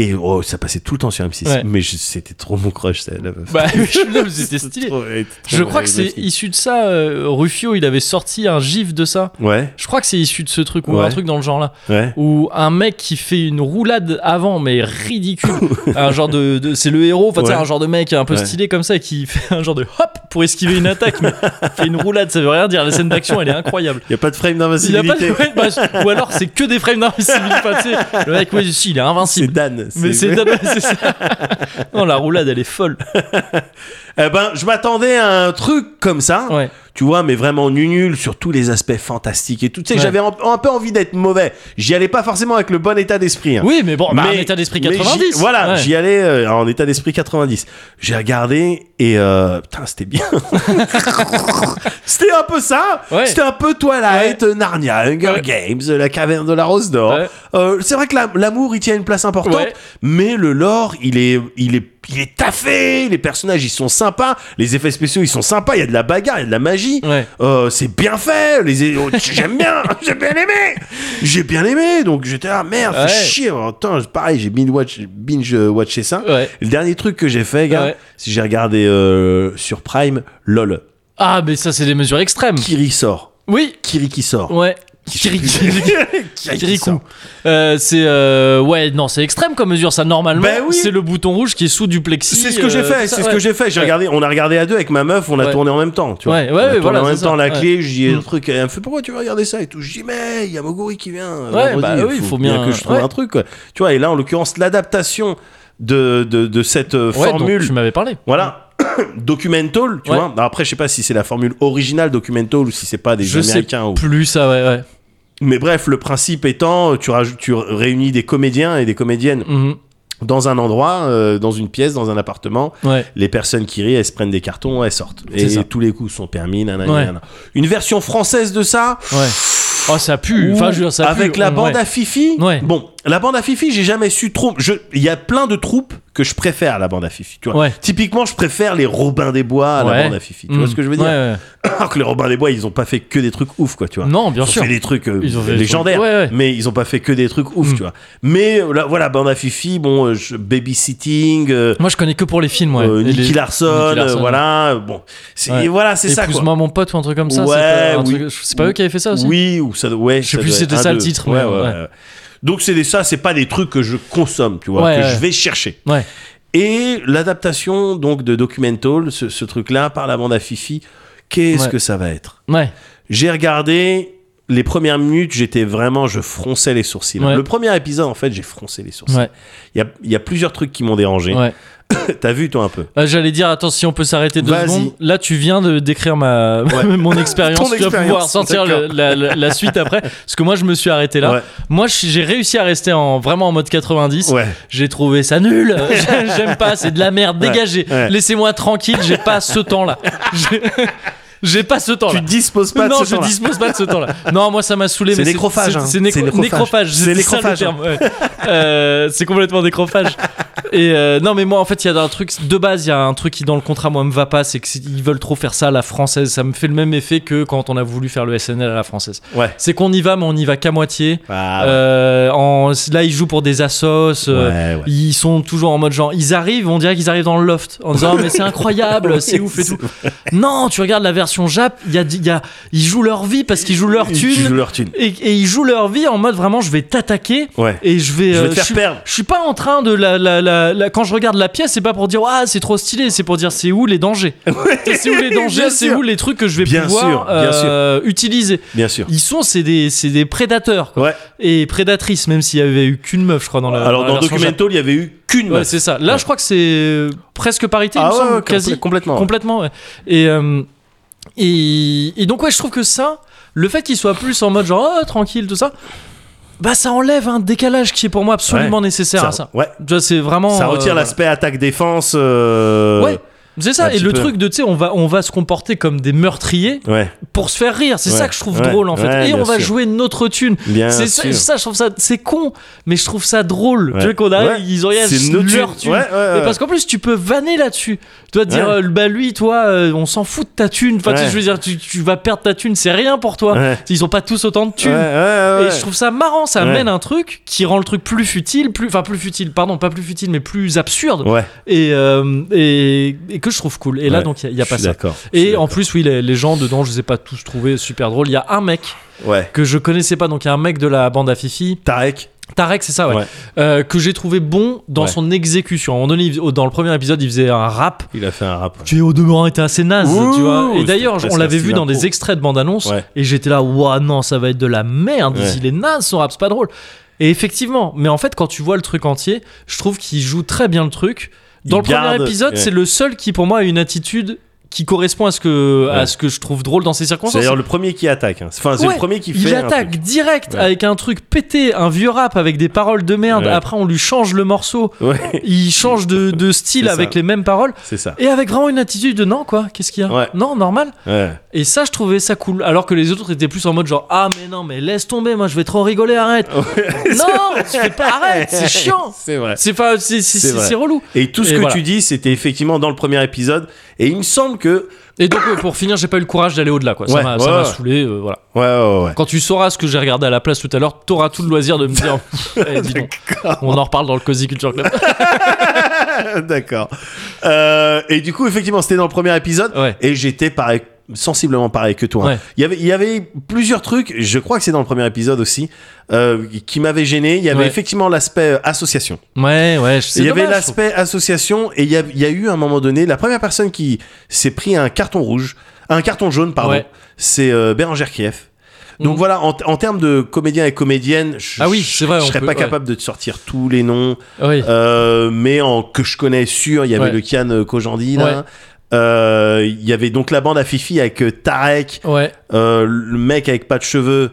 S2: Et oh, ça passait tout le temps sur M6.
S1: Ouais.
S2: Mais je- c'était trop mon crush, ça, la meuf.
S1: Bah, je- c'était stylé.
S2: Trop- elle était trop
S1: Je crois que
S2: magnifique.
S1: c'est issu de ça. euh, Rufio, il avait sorti un gif de ça.
S2: Ouais,
S1: Je crois que c'est issu de ce truc ou
S2: Ouais.
S1: un truc dans le genre là.
S2: ouais.
S1: Où un mec qui fait une roulade avant, mais ridicule. un genre de. de- c'est le héros. Enfin, tu sais,
S2: Ouais.
S1: un genre de mec un peu
S2: Ouais.
S1: stylé comme ça qui fait un genre de hop pour esquiver une attaque. mais fait une roulade, ça veut rien dire. La scène d'action, elle est incroyable.
S2: Il a pas de frame
S1: Il a pas
S2: d'invincibilité.
S1: de- ouais, bah, ou alors c'est que des frames d'invincibilité. Enfin, tu sais, le mec, oui, si, il est
S2: C'est
S1: invincible.
S2: Dan.
S1: Mais c'est ouais, c'est ça. non, la roulade, elle est folle.
S2: Eh ben, je m'attendais à un truc comme ça.
S1: Ouais.
S2: Tu vois, mais vraiment nul sur tous les aspects fantastiques et tout. Tu sais,
S1: Ouais.
S2: j'avais un, un peu envie d'être mauvais. J'y allais pas forcément avec le bon état d'esprit. hein.
S1: Oui, mais bon, bah,
S2: Mais-
S1: un état d'esprit
S2: mais j'y-
S1: 90.
S2: Voilà,
S1: Ouais.
S2: j'y allais euh, en état d'esprit 90. J'ai regardé et euh, putain, c'était bien. c'était un peu ça.
S1: Ouais.
S2: C'était un peu Twilight, euh, Narnia, Hunger
S1: Ouais.
S2: Games, euh, la caverne de la rose d'or.
S1: Ouais.
S2: Euh, c'est vrai que la- l'amour il tient une place importante,
S1: Ouais.
S2: mais le lore il est il est il est taffé. Les personnages ils sont sympas, les effets spéciaux ils sont sympas. Il y a de la bagarre, il y a de la magie.
S1: Ouais.
S2: Euh, c'est bien fait. Les oh, j'aime bien, j'ai bien aimé, j'ai bien aimé. Donc j'étais ah merde, fais
S1: Ouais.
S2: chier. Oh, Attends, pareil, j'ai binge watch, binge euh, watché ça.
S1: Ouais.
S2: Le dernier truc que j'ai fait, gars,
S1: Ouais.
S2: c'est j'ai regardé euh, sur Prime LOL
S1: Ah, mais ça, c'est des mesures extrêmes.
S2: Kiri sort,
S1: Oui.
S2: Kiri qui sort.
S1: Ouais. Kiri- Kiri- Kirikou. Euh, c'est euh, ouais non c'est extrême comme mesure ça normalement
S2: Ben oui.
S1: c'est le bouton rouge qui est sous du plexi
S2: C'est ce que j'ai
S1: euh,
S2: fait,
S1: tout ça,
S2: c'est ce
S1: ouais.
S2: que j'ai fait. J'ai
S1: Ouais.
S2: regardé, on a regardé à deux avec ma meuf, on a
S1: Ouais.
S2: tourné en même temps, tu vois.
S1: Ouais, ouais,
S2: on a
S1: ouais,
S2: tourné
S1: voilà,
S2: en
S1: c'est
S2: même
S1: ça,
S2: temps la
S1: ouais.
S2: clé, je dis
S1: Mm.
S2: le truc, elle me fait pourquoi tu veux regarder ça et tout. Je dis mais il y a Moguri qui vient. euh,
S1: Ouais,
S2: vendredi,
S1: bah
S2: il
S1: oui,
S2: faut,
S1: faut
S2: bien
S1: bien-
S2: que je trouve
S1: ouais.
S2: un truc. quoi. Tu vois, et là en l'occurrence l'adaptation de, de, de cette euh,
S1: Ouais, donc
S2: formule,
S1: tu m'avais parlé
S2: voilà, Documental, tu
S1: Ouais.
S2: vois. Alors après, je sais pas si c'est la formule originale Documental ou si c'est pas des
S1: Je sais
S2: Américains. oh. ou-
S1: plus ça, ouais, ouais.
S2: Mais bref, le principe étant, tu, rajoutes, tu réunis des comédiens et des comédiennes
S1: Mhm.
S2: dans un endroit, euh, dans une pièce, dans un appartement.
S1: Ouais.
S2: Les personnes qui rient, elles se prennent des cartons, elles sortent.
S1: C'est
S2: Et
S1: ça.
S2: tous les coups sont permis. nanana,
S1: Ouais.
S2: nanana. Une version française de ça
S1: Ouais. Oh, ça pue. Enfin, je veux dire, ça
S2: avec
S1: pue.
S2: la
S1: On-
S2: bande
S1: ouais.
S2: à Fifi.
S1: Ouais.
S2: Bon, la bande à Fifi, j'ai jamais su trop. je- Il y a plein de troupes que je préfère à la bande à Fifi. Tu vois.
S1: Ouais.
S2: Typiquement, je préfère les Robins des Bois à ah, la
S1: Ouais.
S2: bande à Fifi. Tu vois
S1: Mm.
S2: ce que je veux dire
S1: Ouais, ouais.
S2: Alors que les Robins des Bois, ils ont pas fait que des trucs ouf, quoi. Tu vois.
S1: Non, bien
S2: ils ont
S1: sûr.
S2: fait des trucs euh,
S1: Ils ont fait des
S2: légendaires,
S1: trucs- ouais, ouais.
S2: mais ils ont pas fait que des trucs ouf,
S1: Mm.
S2: tu vois. Mais euh, là, voilà, bande à Fifi, bon, euh, je- babysitting, euh,
S1: Moi, je connais que pour les films, Mm, ouais.
S2: euh,
S1: Et les-
S2: Nicky Larson,
S1: Nicky
S2: euh, voilà, bon, c'est
S1: Ouais.
S2: et voilà, c'est ça quoi.
S1: Épouse-moi mon pote ou un truc comme ça. c'est
S2: Ouais,
S1: pas un
S2: oui.
S1: truc- C'est pas eux qui avaient fait ça aussi
S2: Oui, ou ça, ouais,
S1: Je sais
S2: ça
S1: plus
S2: doit
S1: si
S2: être
S1: c'était
S2: un
S1: ça le
S2: d'eux.
S1: titre,
S2: Ouais,
S1: mais
S2: ouais,
S1: ouais.
S2: ouais. Donc c'est des ça, c'est pas des trucs que je consomme, tu vois,
S1: Ouais,
S2: que
S1: ouais.
S2: je vais chercher.
S1: Ouais.
S2: Et l'adaptation donc de Documental, ce, ce truc-là par la bande à Fifi, qu'est-ce
S1: Ouais.
S2: que ça va être
S1: Ouais.
S2: J'ai regardé les premières minutes, j'étais vraiment, je fronçais les sourcils.
S1: Ouais.
S2: Le premier épisode, en fait, j'ai froncé les sourcils.
S1: Ouais.
S2: Il y, a, il y a plusieurs trucs qui m'ont dérangé.
S1: Ouais.
S2: T'as vu toi un peu
S1: Euh, J'allais dire, attends, si on peut s'arrêter deux
S2: Vas-y.
S1: secondes. Là, tu viens de décrire ma mon expérience.
S2: Ton
S1: tu vas pouvoir
S2: expérience,
S1: sortir le-
S2: d'accord.
S1: la, la- la suite après. Parce que moi, je me suis arrêté là.
S2: Ouais.
S1: Moi, je- j'ai réussi à rester en vraiment en mode 90.
S2: Ouais.
S1: J'ai trouvé ça nul. J'ai- J'aime pas. C'est de la merde.
S2: Ouais.
S1: Dégagez.
S2: Ouais.
S1: Laissez-moi tranquille. J'ai pas ce temps-là. J'ai- J'ai pas ce temps-là.
S2: Tu disposes pas
S1: non,
S2: de ce
S1: je
S2: temps-là.
S1: dispose pas de ce temps-là. Non, moi ça m'a saoulé.
S2: C'est
S1: mais
S2: nécrophage, hein.
S1: C'est nécro-
S2: C'est nécrophage.
S1: nécrophage.
S2: C'est
S1: C'est
S2: nécrophage,
S1: nécrophage. Euh, c'est complètement nécrophage. Et euh, non, mais moi en fait, il y a un truc de base. Il y a un truc qui dans le contrat, moi, me va pas. C'est qu'ils veulent trop faire ça à la française. Ça me fait le même effet que quand on a voulu faire le SNL à la française.
S2: Ouais.
S1: C'est qu'on y va, mais on y va qu'à moitié.
S2: Ah,
S1: Euh, en, là, ils jouent pour des assos. euh,
S2: ouais, ouais.
S1: Ils sont toujours en mode genre, ils arrivent, on dirait qu'ils arrivent dans le loft en disant, Ah, mais c'est incroyable, c'est ouf et tout. Non, tu regardes la version Jap, il y a, il y a- ils jouent leur vie parce qu'ils jouent leur
S2: Ils- ils jouent
S1: thune.
S2: leur thune.
S1: Et, et ils jouent leur vie en mode vraiment, je vais t'attaquer
S2: Ouais.
S1: et je vais.
S2: Je vais
S1: euh,
S2: te faire
S1: suis-
S2: perdre.
S1: Je suis pas en train de la, la, la, la- Quand je regarde la pièce, c'est pas pour dire, ah, c'est trop stylé, c'est pour dire, c'est où les dangers C'est où les
S2: bien
S1: dangers, c'est
S2: sûr.
S1: où les trucs que je vais
S2: Bien
S1: pouvoir
S2: sûr, bien sûr.
S1: euh, utiliser.
S2: Bien sûr.
S1: Ils sont, c'est des, c'est des prédateurs quoi.
S2: Ouais.
S1: et prédatrices, même s'il y avait eu qu'une meuf, je crois, dans la.
S2: Alors
S1: Euh, la
S2: dans
S1: version Jap.
S2: Documental, il y avait eu qu'une
S1: Ouais,
S2: meuf.
S1: c'est ça. Là,
S2: Ouais.
S1: je crois que c'est presque parité, il
S2: Ah
S1: me
S2: ouais,
S1: semble,
S2: ouais,
S1: quasi.
S2: compl- complètement. ouais.
S1: Complètement, ouais. Et, euh, et, et donc, ouais, je trouve que ça, le fait qu'il soit plus en mode genre oh, tranquille, tout ça, bah ça enlève un décalage qui est pour moi absolument
S2: Ouais.
S1: nécessaire à ça.
S2: Ouais.
S1: Tu vois, C'est vraiment.
S2: Ça
S1: euh,
S2: retire
S1: voilà.
S2: l'aspect attaque-défense. euh,
S1: Ouais. C'est
S2: un
S1: ça, et
S2: petit
S1: le
S2: peu.
S1: truc de, tu sais, on va, on va se comporter comme des meurtriers
S2: Ouais.
S1: pour se faire rire. C'est
S2: Ouais.
S1: ça que je trouve
S2: Ouais.
S1: drôle, en fait.
S2: Ouais,
S1: et
S2: bien
S1: on va
S2: sûr.
S1: jouer notre thune.
S2: Bien
S1: C'est
S2: sûr.
S1: ça, ça, je trouve ça, c'est con, mais je trouve ça drôle.
S2: Ouais.
S1: Tu vois, qu'on arrive,
S2: Ouais.
S1: ils ont rien
S2: C'est notre
S1: leur
S2: thune.
S1: thune.
S2: Ouais, ouais, ouais.
S1: Et parce qu'en plus, tu peux vanner là-dessus. Tu dois te dire,
S2: Ouais.
S1: euh, bah lui, toi, euh, on s'en fout de ta thune. Enfin, tu sais,
S2: Ouais.
S1: je veux dire, tu, tu vas perdre ta thune, c'est rien pour toi.
S2: Ouais.
S1: Ils ont pas tous autant de thunes.
S2: Ouais, ouais, ouais,
S1: Et je
S2: ouais.
S1: trouve ça marrant, ça
S2: Ouais.
S1: amène un truc qui rend le truc plus futile, plus, enfin plus futile, pardon, pas plus futile, mais plus absurde,
S2: Ouais.
S1: et, euh, et, et que je trouve cool. Et là,
S2: Ouais.
S1: donc, il n'y a,
S2: Je
S1: pas
S2: suis
S1: ça.
S2: D'accord. Je suis
S1: Et en plus, oui, les, les gens dedans, je les ai pas tous trouvés super drôles. Il y a un mec
S2: d'accord. Ouais.
S1: que je connaissais pas, donc il y a un mec de la bande à Fifi,
S2: Tarek.
S1: Tarek, c'est ça, ouais.
S2: Ouais.
S1: Euh, que j'ai trouvé bon dans
S2: Ouais.
S1: son exécution. À un moment donné, il- dans le premier épisode, il faisait un rap
S2: Il a fait un rap.
S1: qui au demeurant était assez naze,
S2: Ouh,
S1: tu vois. Et
S2: c'était
S1: d'ailleurs,
S2: presque
S1: on l'avait
S2: un
S1: vu
S2: style
S1: dans
S2: impro.
S1: des extraits de bande-annonce,
S2: Ouais.
S1: et j'étais là, ouah, non, ça va être de la merde,
S2: Ouais.
S1: il est naze, son rap, c'est pas drôle. Et effectivement, mais en fait, quand tu vois le truc entier, je trouve qu'il joue très bien le truc. Dans
S2: Il
S1: le
S2: garde-
S1: premier épisode,
S2: ouais.
S1: c'est le seul qui, pour moi, a une attitude qui correspond à ce que,
S2: Ouais.
S1: à ce que je trouve drôle dans ces
S2: C'est
S1: circonstances.
S2: d'ailleurs le premier qui attaque. hein. Enfin, c'est
S1: Ouais,
S2: le premier qui fait.
S1: Il
S2: un
S1: attaque
S2: truc.
S1: direct
S2: Ouais.
S1: avec un truc pété, un vieux rap avec des paroles de merde.
S2: Ouais.
S1: Après, on lui change le morceau.
S2: Ouais,
S1: Il change de, de
S2: C'est
S1: style
S2: ça.
S1: avec les mêmes paroles.
S2: c'est ça.
S1: Et avec vraiment une attitude de non, quoi, qu'est-ce qu'il y a
S2: Ouais.
S1: Non, normal.
S2: Ouais.
S1: Et ça, je trouvais ça cool. Alors que les autres étaient plus en mode genre, ah, mais non, mais laisse tomber, moi je vais trop rigoler, arrête. non, tu fais pas, arrête, c'est chiant.
S2: C'est vrai.
S1: C'est pas, c'est, c'est,
S2: C'est
S1: c'est-
S2: vrai.
S1: c'est relou.
S2: Et tout ce
S1: Et
S2: que
S1: voilà.
S2: tu dis, c'était effectivement dans le premier épisode. Et il me semble que.
S1: Et donc, euh, pour finir, j'ai pas eu le courage d'aller au-delà, quoi.
S2: Ouais,
S1: ça m'a, ça
S2: ouais,
S1: m'a
S2: ouais.
S1: saoulé, euh, voilà.
S2: Ouais, ouais, ouais.
S1: Quand tu sauras ce que j'ai regardé à la place tout à l'heure, t'auras tout le loisir de me dire. Eh, dis donc. on en reparle dans le Cozy Culture Club.
S2: D'accord. Euh, et du coup, effectivement, c'était dans le premier épisode.
S1: Ouais.
S2: Et j'étais pareil, sensiblement pareil que toi. hein.
S1: Ouais.
S2: Il, y avait, il y avait plusieurs trucs, je crois que c'est dans le premier épisode aussi, euh, qui m'avaient gêné. Il y avait
S1: Ouais.
S2: effectivement l'aspect euh, association.
S1: Ouais, ouais, je- c'est
S2: Il y avait
S1: dommage, je trouve.
S2: l'aspect association et il y, a, il y a eu à un moment donné, la première personne qui s'est pris un carton rouge, un carton jaune, pardon,
S1: Ouais.
S2: c'est euh, Bérangère Krief. Donc
S1: Mhm.
S2: voilà, en, en termes de comédiens et comédiennes, je,
S1: Ah oui,
S2: je-
S1: c'est vrai,
S2: je
S1: on
S2: serais
S1: peut-
S2: pas
S1: ouais.
S2: capable de te sortir tous les noms,
S1: Oui.
S2: euh, mais en que je connais sûr, il y avait
S1: Ouais.
S2: le Kian Kojandi
S1: Ouais.
S2: là. Euh, Il y avait donc la bande à Fifi avec euh, Tarek,
S1: Ouais,
S2: euh, le mec avec pas de cheveux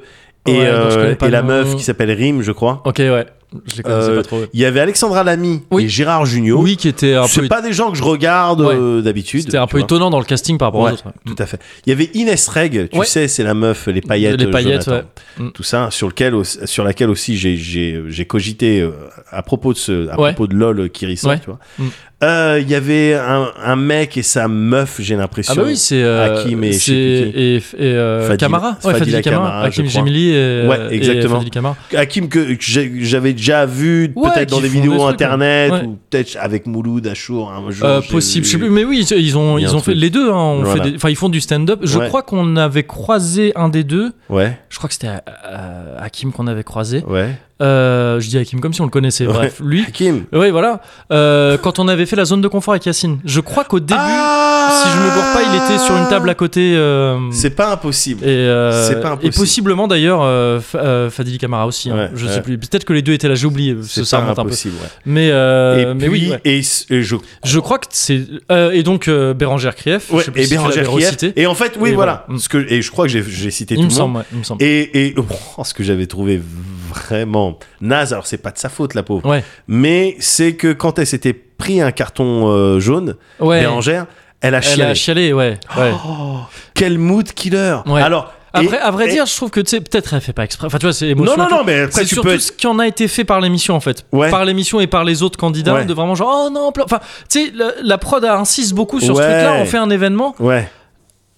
S1: Ouais,
S2: et,
S1: non, je
S2: euh,
S1: connais pas
S2: et la
S1: le-
S2: meuf qui s'appelle Rim, je crois.
S1: ok, ouais. Je les connaissais
S2: Euh,
S1: pas trop.
S2: Il y avait Alexandra Lamy
S1: Oui.
S2: et Gérard Junior.
S1: Oui, qui était un peu,
S2: C'est pas des gens que je regarde
S1: Ouais.
S2: euh, d'habitude.
S1: c'était un
S2: tu
S1: peu
S2: vois.
S1: étonnant dans le casting par rapport
S2: Ouais,
S1: aux autres.
S2: Tout à fait. Il y avait Inès Reg, tu
S1: Ouais.
S2: sais, c'est la meuf, les paillettes.
S1: Les
S2: euh,
S1: paillettes,
S2: Jonathan.
S1: ouais. Mm.
S2: Tout ça, sur, lequel, aussi- sur laquelle aussi j'ai- j'ai j'ai cogité euh, à propos de ce, à
S1: Ouais.
S2: propos de LOL qui ressort,
S1: Ouais.
S2: tu vois.
S1: Mm.
S2: Euh, Il y avait un, un mec et sa meuf, j'ai l'impression.
S1: Ah bah oui, c'est euh,
S2: Hakim et je sais
S1: c'est-
S2: plus qui.
S1: et, et, euh,
S2: Fadil-
S1: Camara, ouais,
S2: Fadila
S1: Fadil Camara,
S2: Camara, je
S1: Hakim
S2: crois.
S1: Gemili et,
S2: Ouais, exactement.
S1: et Fadil Camara.
S2: Hakim que que j'ai- j'avais déjà vu
S1: Ouais,
S2: peut-être dans
S1: qui
S2: des
S1: font des
S2: vidéos
S1: trucs,
S2: internet
S1: ouais.
S2: ou peut-être avec Mouloud Achour un jour.
S1: Euh,
S2: j'ai
S1: possible,
S2: vu.
S1: je sais plus, mais oui, ils ont
S2: Il y a
S1: ils
S2: un
S1: ont fait
S2: truc.
S1: les deux. hein, on
S2: Voilà.
S1: fait des- enfin, ils font du stand-up. Je
S2: Ouais.
S1: crois qu'on avait croisé un des deux.
S2: Ouais,
S1: Je crois que c'était euh, Hakim qu'on avait croisé.
S2: ouais.
S1: Euh, je dis Hakim comme si on le connaissait.
S2: Ouais.
S1: Bref, lui.
S2: Hakim.
S1: Oui, voilà. Euh, quand on avait fait la zone de confort avec Yacine, je crois qu'au début,
S2: Ah
S1: si je me gourre pas, il était sur une table à côté. euh,
S2: C'est pas impossible.
S1: et, euh,
S2: c'est pas impossible.
S1: et possiblement d'ailleurs euh, F- euh, Fadili Camara aussi. hein.
S2: Ouais,
S1: je
S2: ouais.
S1: sais plus. Peut-être que les deux étaient là. J'ai oublié.
S2: C'est
S1: Ça
S2: pas
S1: remonte un peu.
S2: impossible. ouais.
S1: Mais euh,
S2: et
S1: mais
S2: puis,
S1: oui. ouais.
S2: et, s- et je
S1: Je crois que c'est euh, et donc euh, Bérangère Krief.
S2: Ouais,
S1: je sais plus
S2: et
S1: si tu
S2: Bérangère
S1: l'avais
S2: Krief.
S1: recité.
S2: Et en fait, oui,
S1: Et
S2: voilà.
S1: voilà. Mm.
S2: Ce que, et je crois que j'ai- j'ai cité
S1: Il
S2: tout
S1: me
S2: le monde.
S1: semble. ouais, il me semble.
S2: Et, et oh, ce que j'avais trouvé vraiment naze, alors c'est pas de sa faute, la pauvre,
S1: Ouais.
S2: mais c'est que quand elle s'était pris un carton euh, jaune,
S1: Ouais.
S2: Bérangère, elle a
S1: Elle
S2: chialé.
S1: a chialé, ouais. ouais.
S2: Oh, quel mood killer
S1: Ouais.
S2: Alors, et-
S1: Après, à vrai
S2: et-
S1: dire, je trouve que tu sais, peut-être elle fait pas exprès. Enfin, tu vois, c'est
S2: Non,
S1: émotionnel.
S2: non, non, mais après,
S1: C'est
S2: tu
S1: surtout
S2: peux
S1: ce
S2: être...
S1: qui en a été fait par l'émission en fait.
S2: Ouais.
S1: Par l'émission et par les autres candidats,
S2: Ouais.
S1: de vraiment genre, oh non, pla- enfin, tu sais, la, la prod insiste beaucoup sur
S2: Ouais.
S1: ce truc-là, on fait un événement,
S2: Ouais.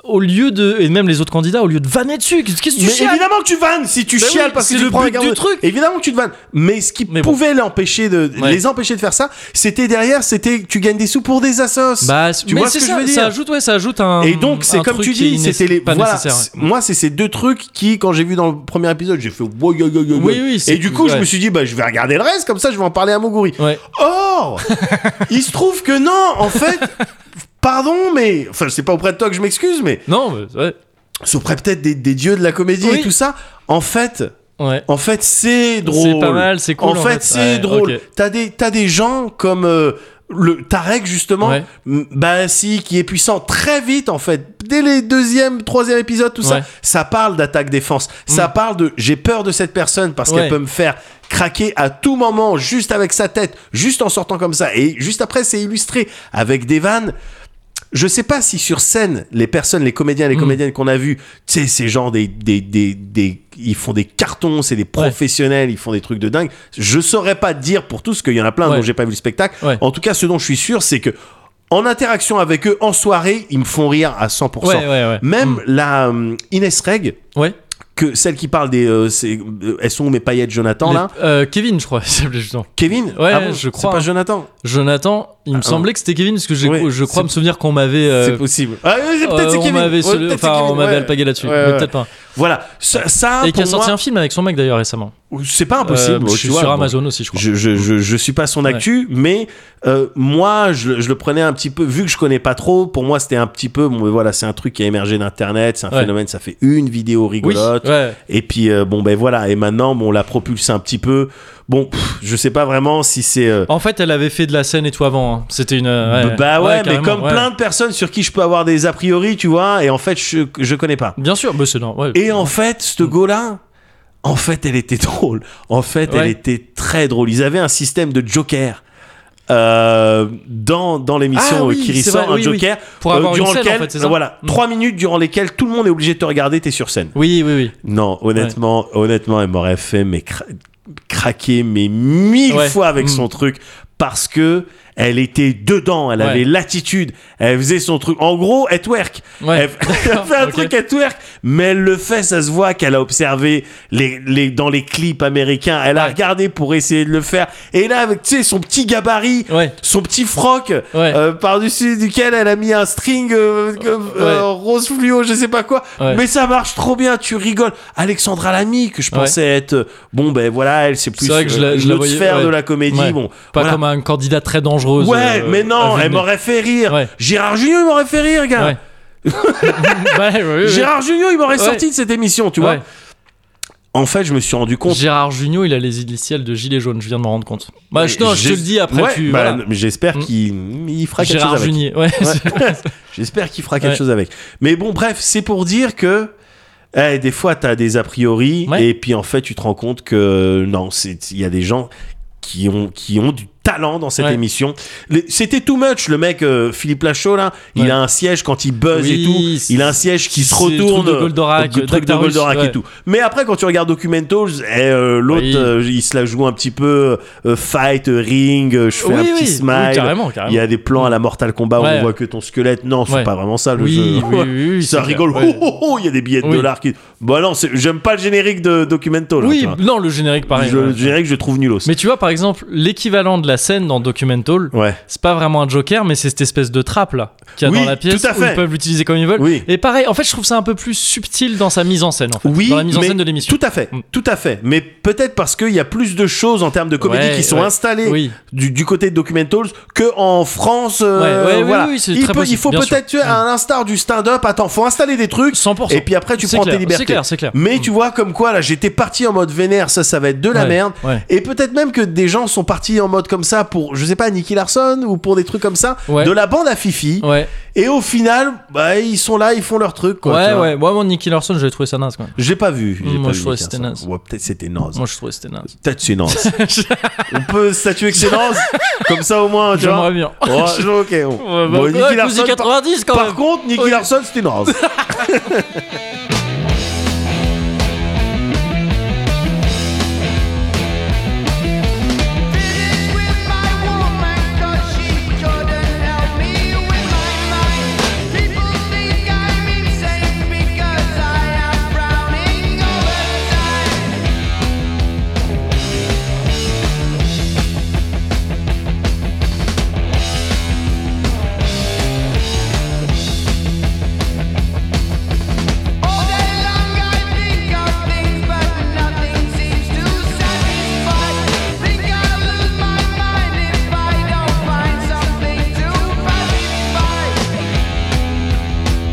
S1: au lieu de, et même les autres candidats, au lieu de vanner dessus, qu'est-ce que tu
S2: Mais
S1: chiales
S2: évidemment que tu vannes si tu
S1: Bah oui,
S2: chiales parce que
S1: c'est
S2: tu
S1: le
S2: prends
S1: but
S2: un garde-
S1: du truc.
S2: Évidemment que tu te vannes. Mais ce qui
S1: Mais bon.
S2: pouvait l'empêcher de
S1: Ouais.
S2: les empêcher de faire ça, c'était derrière, c'était que tu gagnes des sous pour des assos.
S1: Bah,
S2: tu
S1: mais
S2: vois ce
S1: c'est
S2: que
S1: ça,
S2: je veux dire
S1: ça ajoute, ouais, ça ajoute un.
S2: et donc c'est
S1: un
S2: comme
S1: truc
S2: tu
S1: qui est
S2: dis,
S1: inné-
S2: c'était les
S1: pas
S2: voilà,
S1: nécessaire, ouais.
S2: c'est- moi c'est ces deux trucs qui quand j'ai vu dans le premier épisode, j'ai fait wow, yo, yo, yo, yo.
S1: Oui, oui, c'est-
S2: Et du coup, je
S1: ouais.
S2: me suis dit bah je vais regarder le reste comme ça je vais en parler à Moguri.
S1: Ouais.
S2: Or, il se trouve que non, en fait, pardon mais enfin c'est pas auprès de toi que je m'excuse mais
S1: Non, mais ouais.
S2: c'est auprès peut-être des, des dieux de la comédie
S1: Oui.
S2: et tout ça. En fait,
S1: ouais.
S2: en fait, c'est drôle.
S1: pas mal, c'est cool,
S2: En
S1: en
S2: fait,
S1: fait.
S2: c'est
S1: Ouais,
S2: drôle.
S1: ok.
S2: T'as des t'as des gens comme euh, le Tarek justement,
S1: Ouais.
S2: m- bah si, qui est puissant très vite en fait. Dès les deuxième, troisième épisode, tout ça,
S1: Ouais. Mm.
S2: ça parle d'attaque défense. Ça parle de j'ai peur de cette personne parce
S1: Ouais.
S2: qu'elle peut me faire craquer à tout moment, juste avec sa tête, juste en sortant comme ça. Et juste après, c'est illustré avec des vannes. Je sais pas si sur scène, les personnes, les comédiens, les
S1: Mm.
S2: comédiennes qu'on a vus, tu sais, ces gens, des, des, des, des- ils font des cartons, c'est des professionnels, ils font des trucs de dingue. Je saurais pas te dire pour tous, parce qu'il y en a plein
S1: Ouais.
S2: dont j'ai pas vu le spectacle.
S1: Ouais.
S2: En tout cas, ce dont je suis sûr, c'est que en interaction avec eux, en soirée, ils me font rire à 100%.
S1: Ouais, ouais, ouais. Mm.
S2: Même la hum, Inès Reg,
S1: Ouais.
S2: que celle qui parle des, euh, c'est- euh, elles sont où mes paillettes, Jonathan,
S1: Les-
S2: là
S1: euh, Kevin, je crois, il s'appelait justement.
S2: Kevin
S1: Ouais,
S2: Ah bon
S1: je crois.
S2: C'est pas Jonathan
S1: Jonathan, il me semblait que c'était Kevin parce que j'ai-
S2: Ouais,
S1: je crois
S2: Ah, c'est-
S1: me souvenir qu'on m'avait. euh,
S2: C'est possible. Ah, oui, c'est
S1: euh,
S2: peut-être c'est
S1: on
S2: Kevin.
S1: m'avait
S2: Ouais,
S1: sol-
S2: peut-être c'est
S1: enfin, on
S2: Kevin,
S1: m'avait
S2: ouais.
S1: alpagué là-dessus,
S2: Ouais,
S1: mais
S2: ouais.
S1: peut-être pas.
S2: Voilà, ça, ça,
S1: Et qui a
S2: pour
S1: sorti
S2: moi,
S1: un film avec son mec d'ailleurs récemment.
S2: c'est pas
S1: Euh,
S2: impossible.
S1: je
S2: tu
S1: suis
S2: vois,
S1: sur
S2: bon.
S1: Amazon aussi, je crois.
S2: Je, je, je, je suis pas son actu, mais euh, moi, je, je le prenais un petit peu, vu que je connais pas trop, pour moi, c'était un petit peu, bon, mais voilà, c'est un truc qui a émergé d'Internet, c'est un
S1: Ouais.
S2: phénomène, ça fait une vidéo
S1: Oui,
S2: rigolote,
S1: ouais.
S2: et puis, euh, bon, ben voilà, et maintenant, bon, on la propulse un petit peu. Bon, pff, je sais pas vraiment si c'est... euh,
S1: En fait, elle avait fait de la scène et tout avant. hein. C'était une. euh, ouais.
S2: bah ouais, mais
S1: carrément,
S2: comme
S1: ouais.
S2: plein de personnes sur qui je peux avoir des a priori, tu vois, et en fait, je, je connais pas.
S1: Bien sûr, mais c'est non. ouais.
S2: Et en fait, ce
S1: Mm.
S2: go-là, en fait, elle était drôle. En fait, elle
S1: Ouais.
S2: était très drôle. Ils avaient un système de joker. euh, dans dans l'émission
S1: Ah
S2: euh,
S1: oui,
S2: qui
S1: c'est
S2: ressort,
S1: vrai,
S2: un
S1: oui,
S2: joker euh,
S1: Pour avoir une
S2: durant
S1: scène, en
S2: lequel
S1: fait, c'est ça Mm.
S2: voilà trois minutes durant lesquelles tout le monde est obligé de te regarder t'es sur scène
S1: Oui, oui, oui.
S2: non honnêtement honnêtement elle m'aurait fait mais cra- craquer mais mille
S1: Ouais.
S2: fois avec
S1: Mm.
S2: son truc parce que elle était dedans elle
S1: Ouais.
S2: avait l'attitude elle faisait son truc en gros elle twerk
S1: Ouais.
S2: elle, elle fait un
S1: Ok.
S2: truc à twerk, mais elle le fait, ça se voit qu'elle a observé les, les, dans les clips américains. Elle a
S1: Ouais.
S2: regardé pour essayer de le faire. Et là, avec, tu sais, son petit gabarit,
S1: Ouais.
S2: son petit froc, euh, par-dessus duquel elle a mis un string euh, euh, euh, rose fluo, je sais pas quoi.
S1: Ouais.
S2: Mais ça marche trop bien, tu rigoles. Alexandra Lamy, que je
S1: Ouais.
S2: pensais être, euh, bon, ben voilà, elle, c'est plus
S1: C'est vrai que je la-
S2: euh,
S1: je
S2: une
S1: la
S2: autre
S1: voyais-
S2: sphère
S1: ouais.
S2: de la comédie.
S1: Ouais.
S2: Bon,
S1: Pas
S2: voilà.
S1: comme un candidat très dangereuse.
S2: Ouais,
S1: euh,
S2: mais non,
S1: à
S2: elle
S1: venir.
S2: m'aurait fait rire.
S1: Ouais.
S2: Gérard Junior, il m'aurait fait rire, gars.
S1: Ouais. Bah, oui, oui, oui.
S2: Gérard Junior, il m'aurait
S1: Ouais.
S2: sorti de cette émission, tu
S1: Ouais.
S2: vois. en fait, je me suis rendu compte.
S1: Gérard Junior, il a les initiales de Gilet jaune, je viens de m'en rendre compte. Bah, je, non, je te
S2: J'es-
S1: le dis après.
S2: Ouais,
S1: tu,
S2: bah,
S1: voilà.
S2: non, mais J'espère
S1: Mm.
S2: qu'il il fera quelque chose
S1: Gérard
S2: avec.
S1: Junier, ouais.
S2: Ouais. J'espère qu'il fera quelque
S1: Ouais.
S2: chose avec. Mais bon, bref, c'est pour dire que eh, des fois, t'as des a priori
S1: Ouais.
S2: et puis en fait, tu te rends compte que non, c'est- il y a des gens qui ont, qui ont du talent dans cette
S1: Ouais.
S2: émission. Les- C'était too much, le mec euh, Philippe Lachaud, là. Il
S1: Ouais.
S2: a un siège quand il buzz
S1: Oui,
S2: et tout.
S1: c'est-
S2: Il a un siège qui se
S1: c'est le truc
S2: retourne.
S1: de Goldorak,
S2: le truc de
S1: Dactarus,
S2: Goldorak et
S1: ouais.
S2: tout. Mais après, quand tu regardes Documentos, eh, euh, l'autre,
S1: Oui.
S2: euh, il se la joue un petit peu euh, fight, euh, ring, euh, je fais un
S1: oui,
S2: petit
S1: oui, oui,
S2: smile.
S1: carrément,
S2: Il y
S1: carrément.
S2: a des plans à la Mortal Kombat où
S1: Ouais.
S2: on voit que ton squelette. Non, c'est
S1: Ouais.
S2: pas vraiment ça le
S1: Oui,
S2: jeu.
S1: oui, oui, oui,
S2: ça
S1: c'est
S2: rigole.
S1: clair, ouais.
S2: Oh, oh, oh, il y a des billets de
S1: Oui.
S2: dollars qui. Bah non, c'est- j'aime pas le générique de Documento. oh, là, tu
S1: Oui,
S2: vois.
S1: non, le générique, pareil.
S2: Je-
S1: ouais.
S2: le générique, je trouve nulos.
S1: Mais tu vois, par exemple, l'équivalent de la scène dans Documental,
S2: Ouais.
S1: c'est pas vraiment un Joker, mais c'est cette espèce de trappe là qu'il y a
S2: Oui,
S1: dans la pièce
S2: tout à
S1: où
S2: fait.
S1: ils peuvent l'utiliser comme ils veulent.
S2: Oui.
S1: Et pareil, en fait, je trouve ça un peu plus subtil dans sa mise en scène, en fait,
S2: Oui,
S1: dans la mise en
S2: mais
S1: scène de l'émission.
S2: tout à fait,
S1: Mm.
S2: tout à fait. Mais peut-être parce qu'il y a plus de choses en termes de comédie
S1: Ouais,
S2: qui sont
S1: ouais.
S2: installées
S1: Oui.
S2: du, du côté de Documentals que en France. euh,
S1: Ouais, ouais, oui,
S2: voilà.
S1: oui, c'est
S2: il,
S1: très
S2: peut- il
S1: possible,
S2: faut
S1: bien sûr. Mm.
S2: peut-être, tu vois, à l'instar du stand-up, attends, faut installer des trucs.
S1: 100%.
S2: Et puis après, tu
S1: C'est
S2: prends
S1: clair,
S2: tes libertés.
S1: C'est clair, c'est clair.
S2: Mais tu vois, comme quoi, là, j'étais parti en mode vénère, ça, ça va être de la
S1: Ouais,
S2: merde.
S1: ouais.
S2: Et peut-être même que des gens sont partis en mode comme ça pour, je sais pas, Nicky Larson ou pour des trucs comme ça,
S1: Ouais.
S2: de la bande à Fifi.
S1: Ouais,
S2: Et au final, bah, ils sont là, ils font leur truc, quoi. tu
S1: ouais,
S2: vois.
S1: ouais. Moi, mon Nicky Larson, j'ai trouvé ça naze quand même.
S2: J'ai pas vu. j'ai
S1: Moi,
S2: pas
S1: je
S2: vu
S1: trouvais
S2: Nicky
S1: c'était
S2: Larson.
S1: naze.
S2: Ouais, peut-être c'était naze.
S1: Moi, je trouvais c'était naze.
S2: Peut-être c'est naze. On peut statuer que c'est naze. comme ça, au moins, tu
S1: J'aimerais
S2: vois.
S1: bien.
S2: Ouais, ok. bon.
S1: Ouais,
S2: Bon,
S1: bah,
S2: Nicky
S1: ouais,
S2: Larson,
S1: Cousy
S2: par-
S1: 90 quand
S2: Par
S1: même.
S2: contre, Nicky
S1: Ok.
S2: Larson, c'était naze.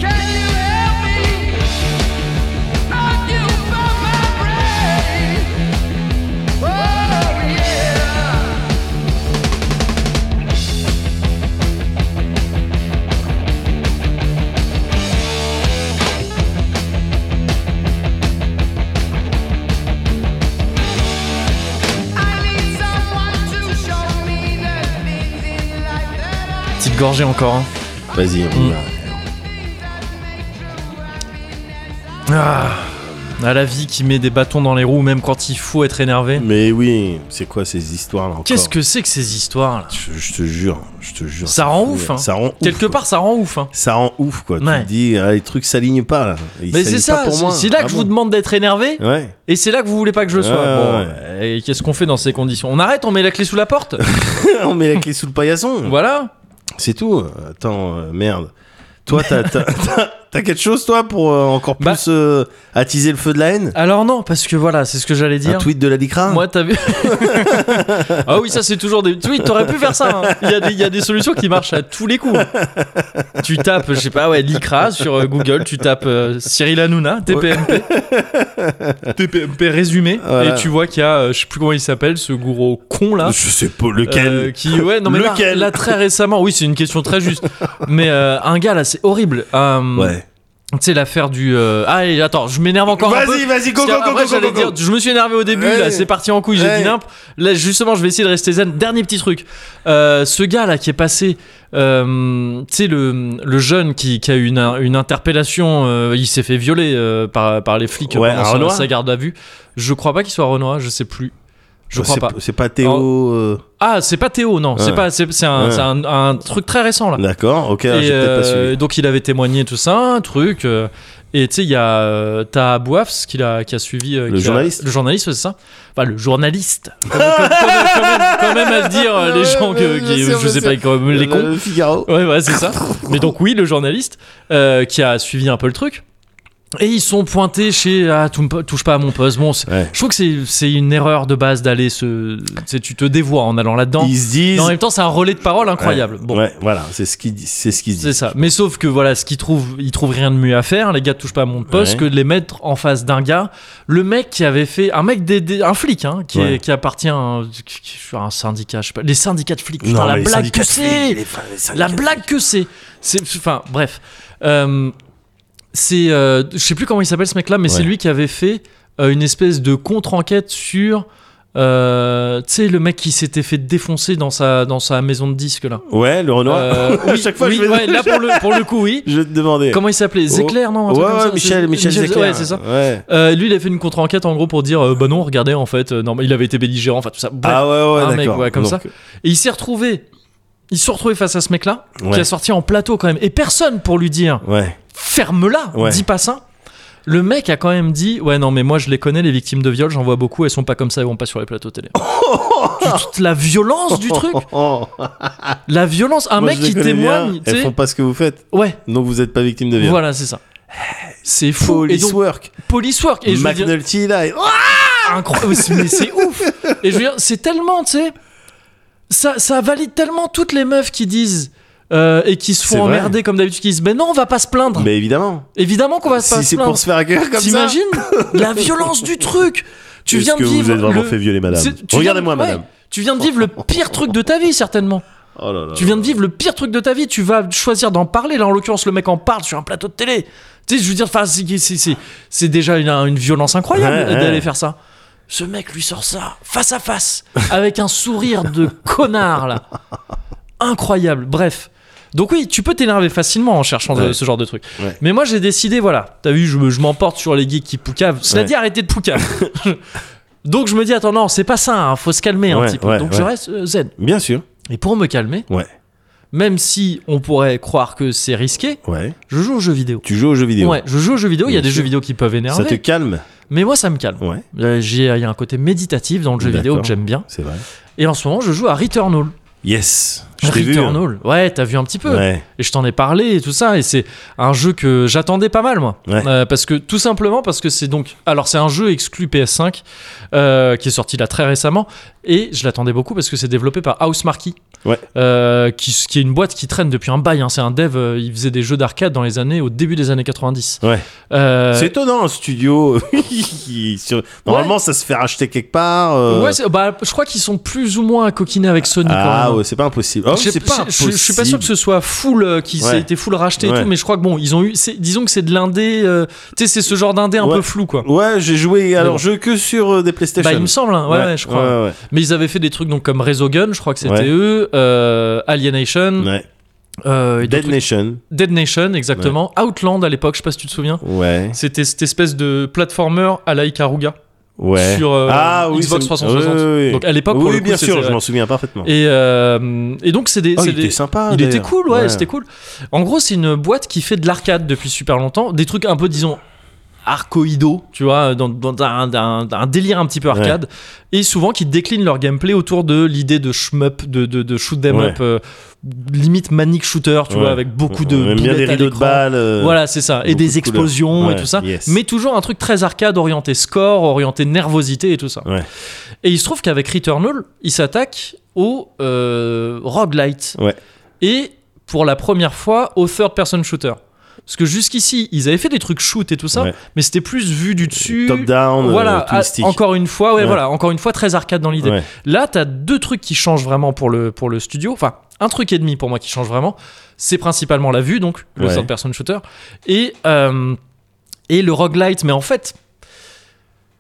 S5: Can you help me? Not you from my brain. Oh yeah. I need someone to show me the things in life that I.
S1: Petite gorgée encore. hein.
S2: Vas-y, on y va.
S1: Mm. Ah, la vie qui met des bâtons dans les roues, même quand il faut être énervé.
S2: Mais oui, c'est quoi ces histoires là
S1: Qu'est-ce que c'est que ces histoires là
S2: je, je te jure, je te jure.
S1: Ça
S2: c'est
S1: rend
S2: fou,
S1: ouf,
S2: là.
S1: hein.
S2: Ça rend ouf,
S1: Quelque
S2: quoi.
S1: part, ça rend ouf. hein.
S2: Ça rend ouf quoi. Tu
S1: Ouais.
S2: te dis ah, les trucs s'alignent pas là. Ils
S1: Mais c'est
S2: s'alignent
S1: ça,
S2: pas pour
S1: c'est-
S2: moi.
S1: c'est là
S2: Ah
S1: que je
S2: bon
S1: vous demande d'être énervé
S2: Ouais.
S1: et c'est là que vous voulez pas que je le sois.
S2: Ouais,
S1: Bon,
S2: ouais.
S1: euh, et qu'est-ce qu'on fait dans ces conditions On arrête, on met la clé sous la porte
S2: On met la clé sous le paillasson.
S1: Voilà
S2: C'est tout. Attends, euh, merde. Toi, t'as, t'as- t'as- t'as quelque chose toi pour euh, encore
S1: Bah.
S2: plus euh, attiser le feu de la haine
S1: Alors non, parce que voilà, c'est ce que j'allais
S2: Un
S1: dire.
S2: tweet de la Licra
S1: Moi, t'as vu Ah oui, ça c'est toujours des tweets. T'aurais pu faire ça. hein. Il y, a des- il y a des solutions qui marchent à tous les coups. Tu tapes, je sais pas, ouais, l'ICRA sur euh, Google. Tu tapes euh, Cyril Hanouna, TPMP, TPMP résumé,
S2: Voilà.
S1: et tu vois qu'il y a, euh, je sais plus comment il s'appelle, ce gourou con là.
S2: Je sais pas
S1: Euh,
S2: lequel.
S1: qui ouais non mais là-
S2: Lequel
S1: là, très récemment oui c'est une question très juste mais euh, un gars là c'est horrible Euh,
S2: Ouais.
S1: tu sais l'affaire du euh, allez attends je m'énerve encore un peu
S2: Vas-y, vas-y, go,
S1: Parce
S2: go,
S1: qu'après,
S2: go, go,
S1: j'allais
S2: go, go.
S1: dire, je me suis énervé au début,
S2: Ouais.
S1: là, c'est parti en couille, j'ai
S2: Ouais.
S1: dit nimp. Là, justement, je vais essayer de rester zen. Dernier petit truc. Euh, ce gars là qui est passé, euh, tu sais, le, le jeune qui, qui a eu une, une interpellation, euh, il s'est fait violer euh, par, par les flics
S2: Ouais,
S1: pendant
S2: à
S1: sa-
S2: Renoir.
S1: sa garde à vue. Je crois pas qu'il soit Renoir, je sais plus. Je crois
S2: Bah, c'est,
S1: pas.
S2: C'est pas Théo. euh,
S1: Ah, c'est pas Théo, non.
S2: Ouais.
S1: C'est pas, c'est c'est un,
S2: Ouais.
S1: c'est un- un truc très récent là.
S2: D'accord. Ok.
S1: Et
S2: j'ai peut-être pas
S1: euh,
S2: suivi.
S1: donc il avait témoigné tout ça, un truc. euh, et tu sais, il y a euh, t'as Bouafs qui a, qui a suivi. euh,
S2: Le
S1: qui a-
S2: journaliste.
S1: le journaliste, c'est ça Enfin, le journaliste. Comme- comme- quand, même, quand même- quand même à le dire, euh, les
S2: Ouais,
S1: gens
S2: ouais,
S1: que,
S2: bien
S1: qui-
S2: sûr,
S1: je sais
S2: bien
S1: pas, quand même les cons. Euh,
S2: Le Figaro.
S1: Ouais, ouais, c'est ça. Mais donc, oui, le journaliste euh, qui a suivi un peu le truc. Et ils sont pointés chez ah, tou- touche pas à mon poste. Bon, c'est-
S2: Ouais.
S1: je trouve que c'est, c'est une erreur de base d'aller se. c'est- Tu te dévoies en allant là-dedans.
S2: Ils se disent.
S1: Mais en même temps, c'est un relais de parole incroyable.
S2: Ouais,
S1: bon,
S2: ouais, voilà, c'est ce qu'ils disent. C'est ce qu'ils
S1: c'est
S2: disent.
S1: ça. Mais sauf que voilà, ce qu'ils trouvent, ils trouvent rien de mieux à faire. Les gars touchent pas à mon poste
S2: Ouais.
S1: que de les mettre en face d'un gars. Le mec qui avait fait, un mec des, des- un flic, hein, qui, est-
S2: Ouais.
S1: qui appartient, à un- qui- qui- sur un syndicat, je sais pas, les syndicats de flics. Putain,
S2: Non,
S1: la
S2: mais les
S1: blague
S2: syndicats
S1: que
S2: de flics,
S1: c'est.
S2: les- enfin, les syndicats
S1: La
S2: de
S1: blague que c'est C'est. Enfin, bref. Euh, c'est. euh, je sais plus comment il s'appelle ce mec-là, mais
S2: Ouais.
S1: c'est lui qui avait fait euh, une espèce de contre-enquête sur. euh, tu sais, le mec qui s'était fait défoncer dans sa, dans sa maison de disques, là.
S2: flics. Ouais, le Renoir.
S1: Euh,
S2: à
S1: oui,
S2: chaque fois,
S1: oui,
S2: je, vais...
S1: ouais, là, pour le, pour le coup, oui.
S2: je vais te demander.
S1: Comment il s'appelait Zéclair, non un
S2: Ouais,
S1: truc comme
S2: ouais,
S1: ça,
S2: Michel,
S1: c'est-
S2: Michel Zecler.
S1: Ouais, c'est ça.
S2: Ouais.
S1: Euh, lui, il a fait une contre-enquête en gros pour dire euh, bah non, regardez en fait, euh, non, mais il avait été belligérant, enfin tout ça. Bref.
S2: Ah ouais, ouais,
S1: un mec,
S2: d'accord.
S1: ouais, comme
S2: Donc,
S1: ça. Et il s'est retrouvé. Il s'est retrouvé face à ce mec-là, qui
S2: Ouais.
S1: a sorti en plateau quand même. Et personne pour lui dire
S2: Ouais.
S1: ferme-la,
S2: Ouais.
S1: dis pas ça. Le mec a quand même dit Ouais, non, mais moi je les connais, les victimes de viol, j'en vois beaucoup, elles sont pas comme ça, elles vont pas sur les plateaux télé. Tu- tu- la violence du truc,
S2: Oh,
S1: la violence. Un
S2: moi,
S1: mec
S2: je les
S1: qui
S2: connais
S1: témoigne,
S2: bien,
S1: tu
S2: Elles
S1: sais.
S2: font pas ce que vous faites,
S1: Ouais,
S2: donc vous êtes pas victime de viol.
S1: voilà, c'est ça. Eh, C'est fou.
S2: Police
S1: et donc,
S2: work.
S1: police work. Et je veux dire,
S2: McNulty là. et- Ah
S1: incroyable. Mais c'est ouf. Et je veux dire, c'est tellement, tu sais, ça, ça valide tellement toutes les meufs qui disent euh, et qui se
S2: C'est
S1: font
S2: vrai.
S1: emmerder comme d'habitude, qui disent, mais non, on va pas se plaindre.
S2: Mais évidemment.
S1: Évidemment qu'on va pas
S2: Si
S1: se
S2: c'est pour
S1: plaindre.
S2: se faire gueule comme ça.
S1: T'imagines la violence du truc Tu
S2: Est-ce
S1: viens de
S2: que
S1: vivre.
S2: vous êtes vraiment
S1: le-
S2: fait violer, madame.
S1: c'est- tu
S2: Regardez-moi,
S1: viens de- ouais,
S2: madame.
S1: Tu viens de vivre le pire truc de ta vie, certainement.
S2: Oh là là.
S1: Tu viens de vivre le pire truc de ta vie, tu vas choisir d'en parler. Là, en l'occurrence, le mec en parle sur un plateau de télé. Tu sais, je veux dire, enfin, c'est- c'est c'est- c'est déjà une, une violence incroyable
S2: Ouais, ouais.
S1: d'aller faire ça. Ce mec lui sort ça, face à face, avec un sourire de connard, là. Incroyable, bref. Donc oui, tu peux t'énerver facilement en cherchant de-
S2: Ouais.
S1: ce genre de truc.
S2: Ouais.
S1: Mais moi, j'ai décidé, voilà, t'as vu, je, me- je m'emporte sur les geeks qui poucavent. Cela
S2: Ouais.
S1: dit, arrêtez de poucave. Donc je me dis, attends, non, c'est pas ça, hein, faut se calmer un
S2: Ouais,
S1: petit peu.
S2: ouais,
S1: Donc
S2: ouais.
S1: je reste euh, zen.
S2: Bien sûr.
S1: Et pour me calmer,
S2: Ouais.
S1: même si on pourrait croire que c'est risqué,
S2: Ouais.
S1: je joue aux jeux vidéo.
S2: Tu joues aux jeux vidéo.
S1: Ouais, je joue aux jeux vidéo, il y a
S2: Bien
S1: des
S2: sûr.
S1: jeux vidéo qui peuvent
S2: Ça
S1: énerver,
S2: te calme.
S1: mais moi ça me calme.
S2: Ouais.
S1: Euh, j'ai- Il y a un côté méditatif dans le jeu vidéo que
S2: D'accord.
S1: j'aime bien.
S2: C'est vrai.
S1: Et en ce moment, je joue à Returnal.
S2: Yes. Je t'ai vu. hein.
S1: Returnal, ouais, t'as vu un petit peu.
S2: Ouais.
S1: Et je t'en ai parlé et tout ça. Et c'est un jeu que j'attendais pas mal, moi.
S2: Ouais.
S1: Euh, parce que tout simplement parce que c'est donc. Alors c'est un jeu exclu PS5 euh, qui est sorti là très récemment. Et je l'attendais beaucoup parce que c'est développé par House Marquis.
S2: Ouais.
S1: Euh, qui, qui est une boîte qui traîne depuis un bail. hein. C'est un dev. euh, il faisait des jeux d'arcade dans les années au début des années 90.
S2: Ouais.
S1: Euh,
S2: C'est étonnant un studio. qui- sur- Normalement, ça se fait racheter quelque part. euh,
S1: ouais, c'est- bah, je crois qu'ils sont plus ou moins à coquiner avec Sony quand
S2: ah
S1: même. hein.
S2: ouais, c'est pas impossible. Oh,
S1: Je sais-
S2: c'est pas
S1: je- je, je suis pas sûr que ce soit full euh, qui
S2: Ouais.
S1: ça a été full racheté et
S2: Ouais.
S1: tout mais je crois que bon ils ont eu c'est- disons que c'est de l'indé euh, tu sais c'est ce genre d'indé un
S2: Ouais.
S1: peu flou quoi
S2: Ouais, j'ai joué alors
S1: bon.
S2: jeu que sur euh, des PlayStation.
S1: bah il me semble hein. ouais, ouais, je crois
S2: Ouais,
S1: mais ils avaient fait des trucs donc comme Rezo Gun je crois que c'était
S2: Ouais.
S1: eux euh, Alienation
S2: ouais. Ouais.
S1: euh, et d'autres
S2: Dead
S1: trucs.
S2: Nation.
S1: Dead Nation exactement Outland à l'époque je sais pas si tu te souviens
S2: Ouais.
S1: c'était cette espèce de platformer à la Ikaruga
S2: Ouais.
S1: sur euh,
S2: ah oui,
S1: Xbox
S2: ça me-
S1: 360.
S2: oui, oui, oui.
S1: Donc, à l'époque,
S2: oui,
S1: pour le coup,
S2: bien sûr,
S1: c'était-
S2: je m'en souviens parfaitement.
S1: et, euh, et donc c'est des,
S2: Oh,
S1: c'est
S2: il
S1: des-
S2: était sympa.
S1: Il était
S2: d'ailleurs.
S1: cool, ouais, c'était cool. En gros, c'est une boîte qui fait de l'arcade depuis super longtemps, des trucs un peu, disons, arcoïdaux, tu vois, dans, dans un, un- un délire un petit peu arcade, et souvent qui déclinent leur gameplay autour de l'idée de shmup, de, de, de shoot them
S2: Ouais.
S1: up, euh, limite manic shooter, tu
S2: Ouais.
S1: vois, avec beaucoup de
S2: On aime bien
S1: boulettes
S2: des
S1: à
S2: rideaux de
S1: l'écran.
S2: balles. euh,
S1: Voilà, c'est ça. Et
S2: beaucoup
S1: des
S2: de couleurs.
S1: explosions et
S2: Ouais,
S1: tout ça.
S2: yes.
S1: Mais toujours un truc très arcade, orienté score, orienté nervosité et tout ça.
S2: Ouais.
S1: Et il se trouve qu'avec Returnal, il s'attaque au euh, roguelite.
S2: Ouais.
S1: Et pour la première fois, au third-person shooter. Parce que jusqu'ici, ils avaient fait des trucs shoot et tout ça,
S2: Ouais. euh,
S1: mais c'était plus vu du dessus.
S2: Top down.
S1: Voilà,
S2: Voilà.
S1: à- encore une fois, ouais,
S2: Ouais.
S1: voilà, encore une fois très arcade dans l'idée.
S2: Ouais.
S1: Là, t'as deux trucs qui changent vraiment pour le, pour le studio. Enfin, un truc et demi pour moi qui change vraiment. C'est principalement la vue, donc le
S2: Ouais.
S1: third-person shooter. Et, euh, et le roguelite. Mais en fait,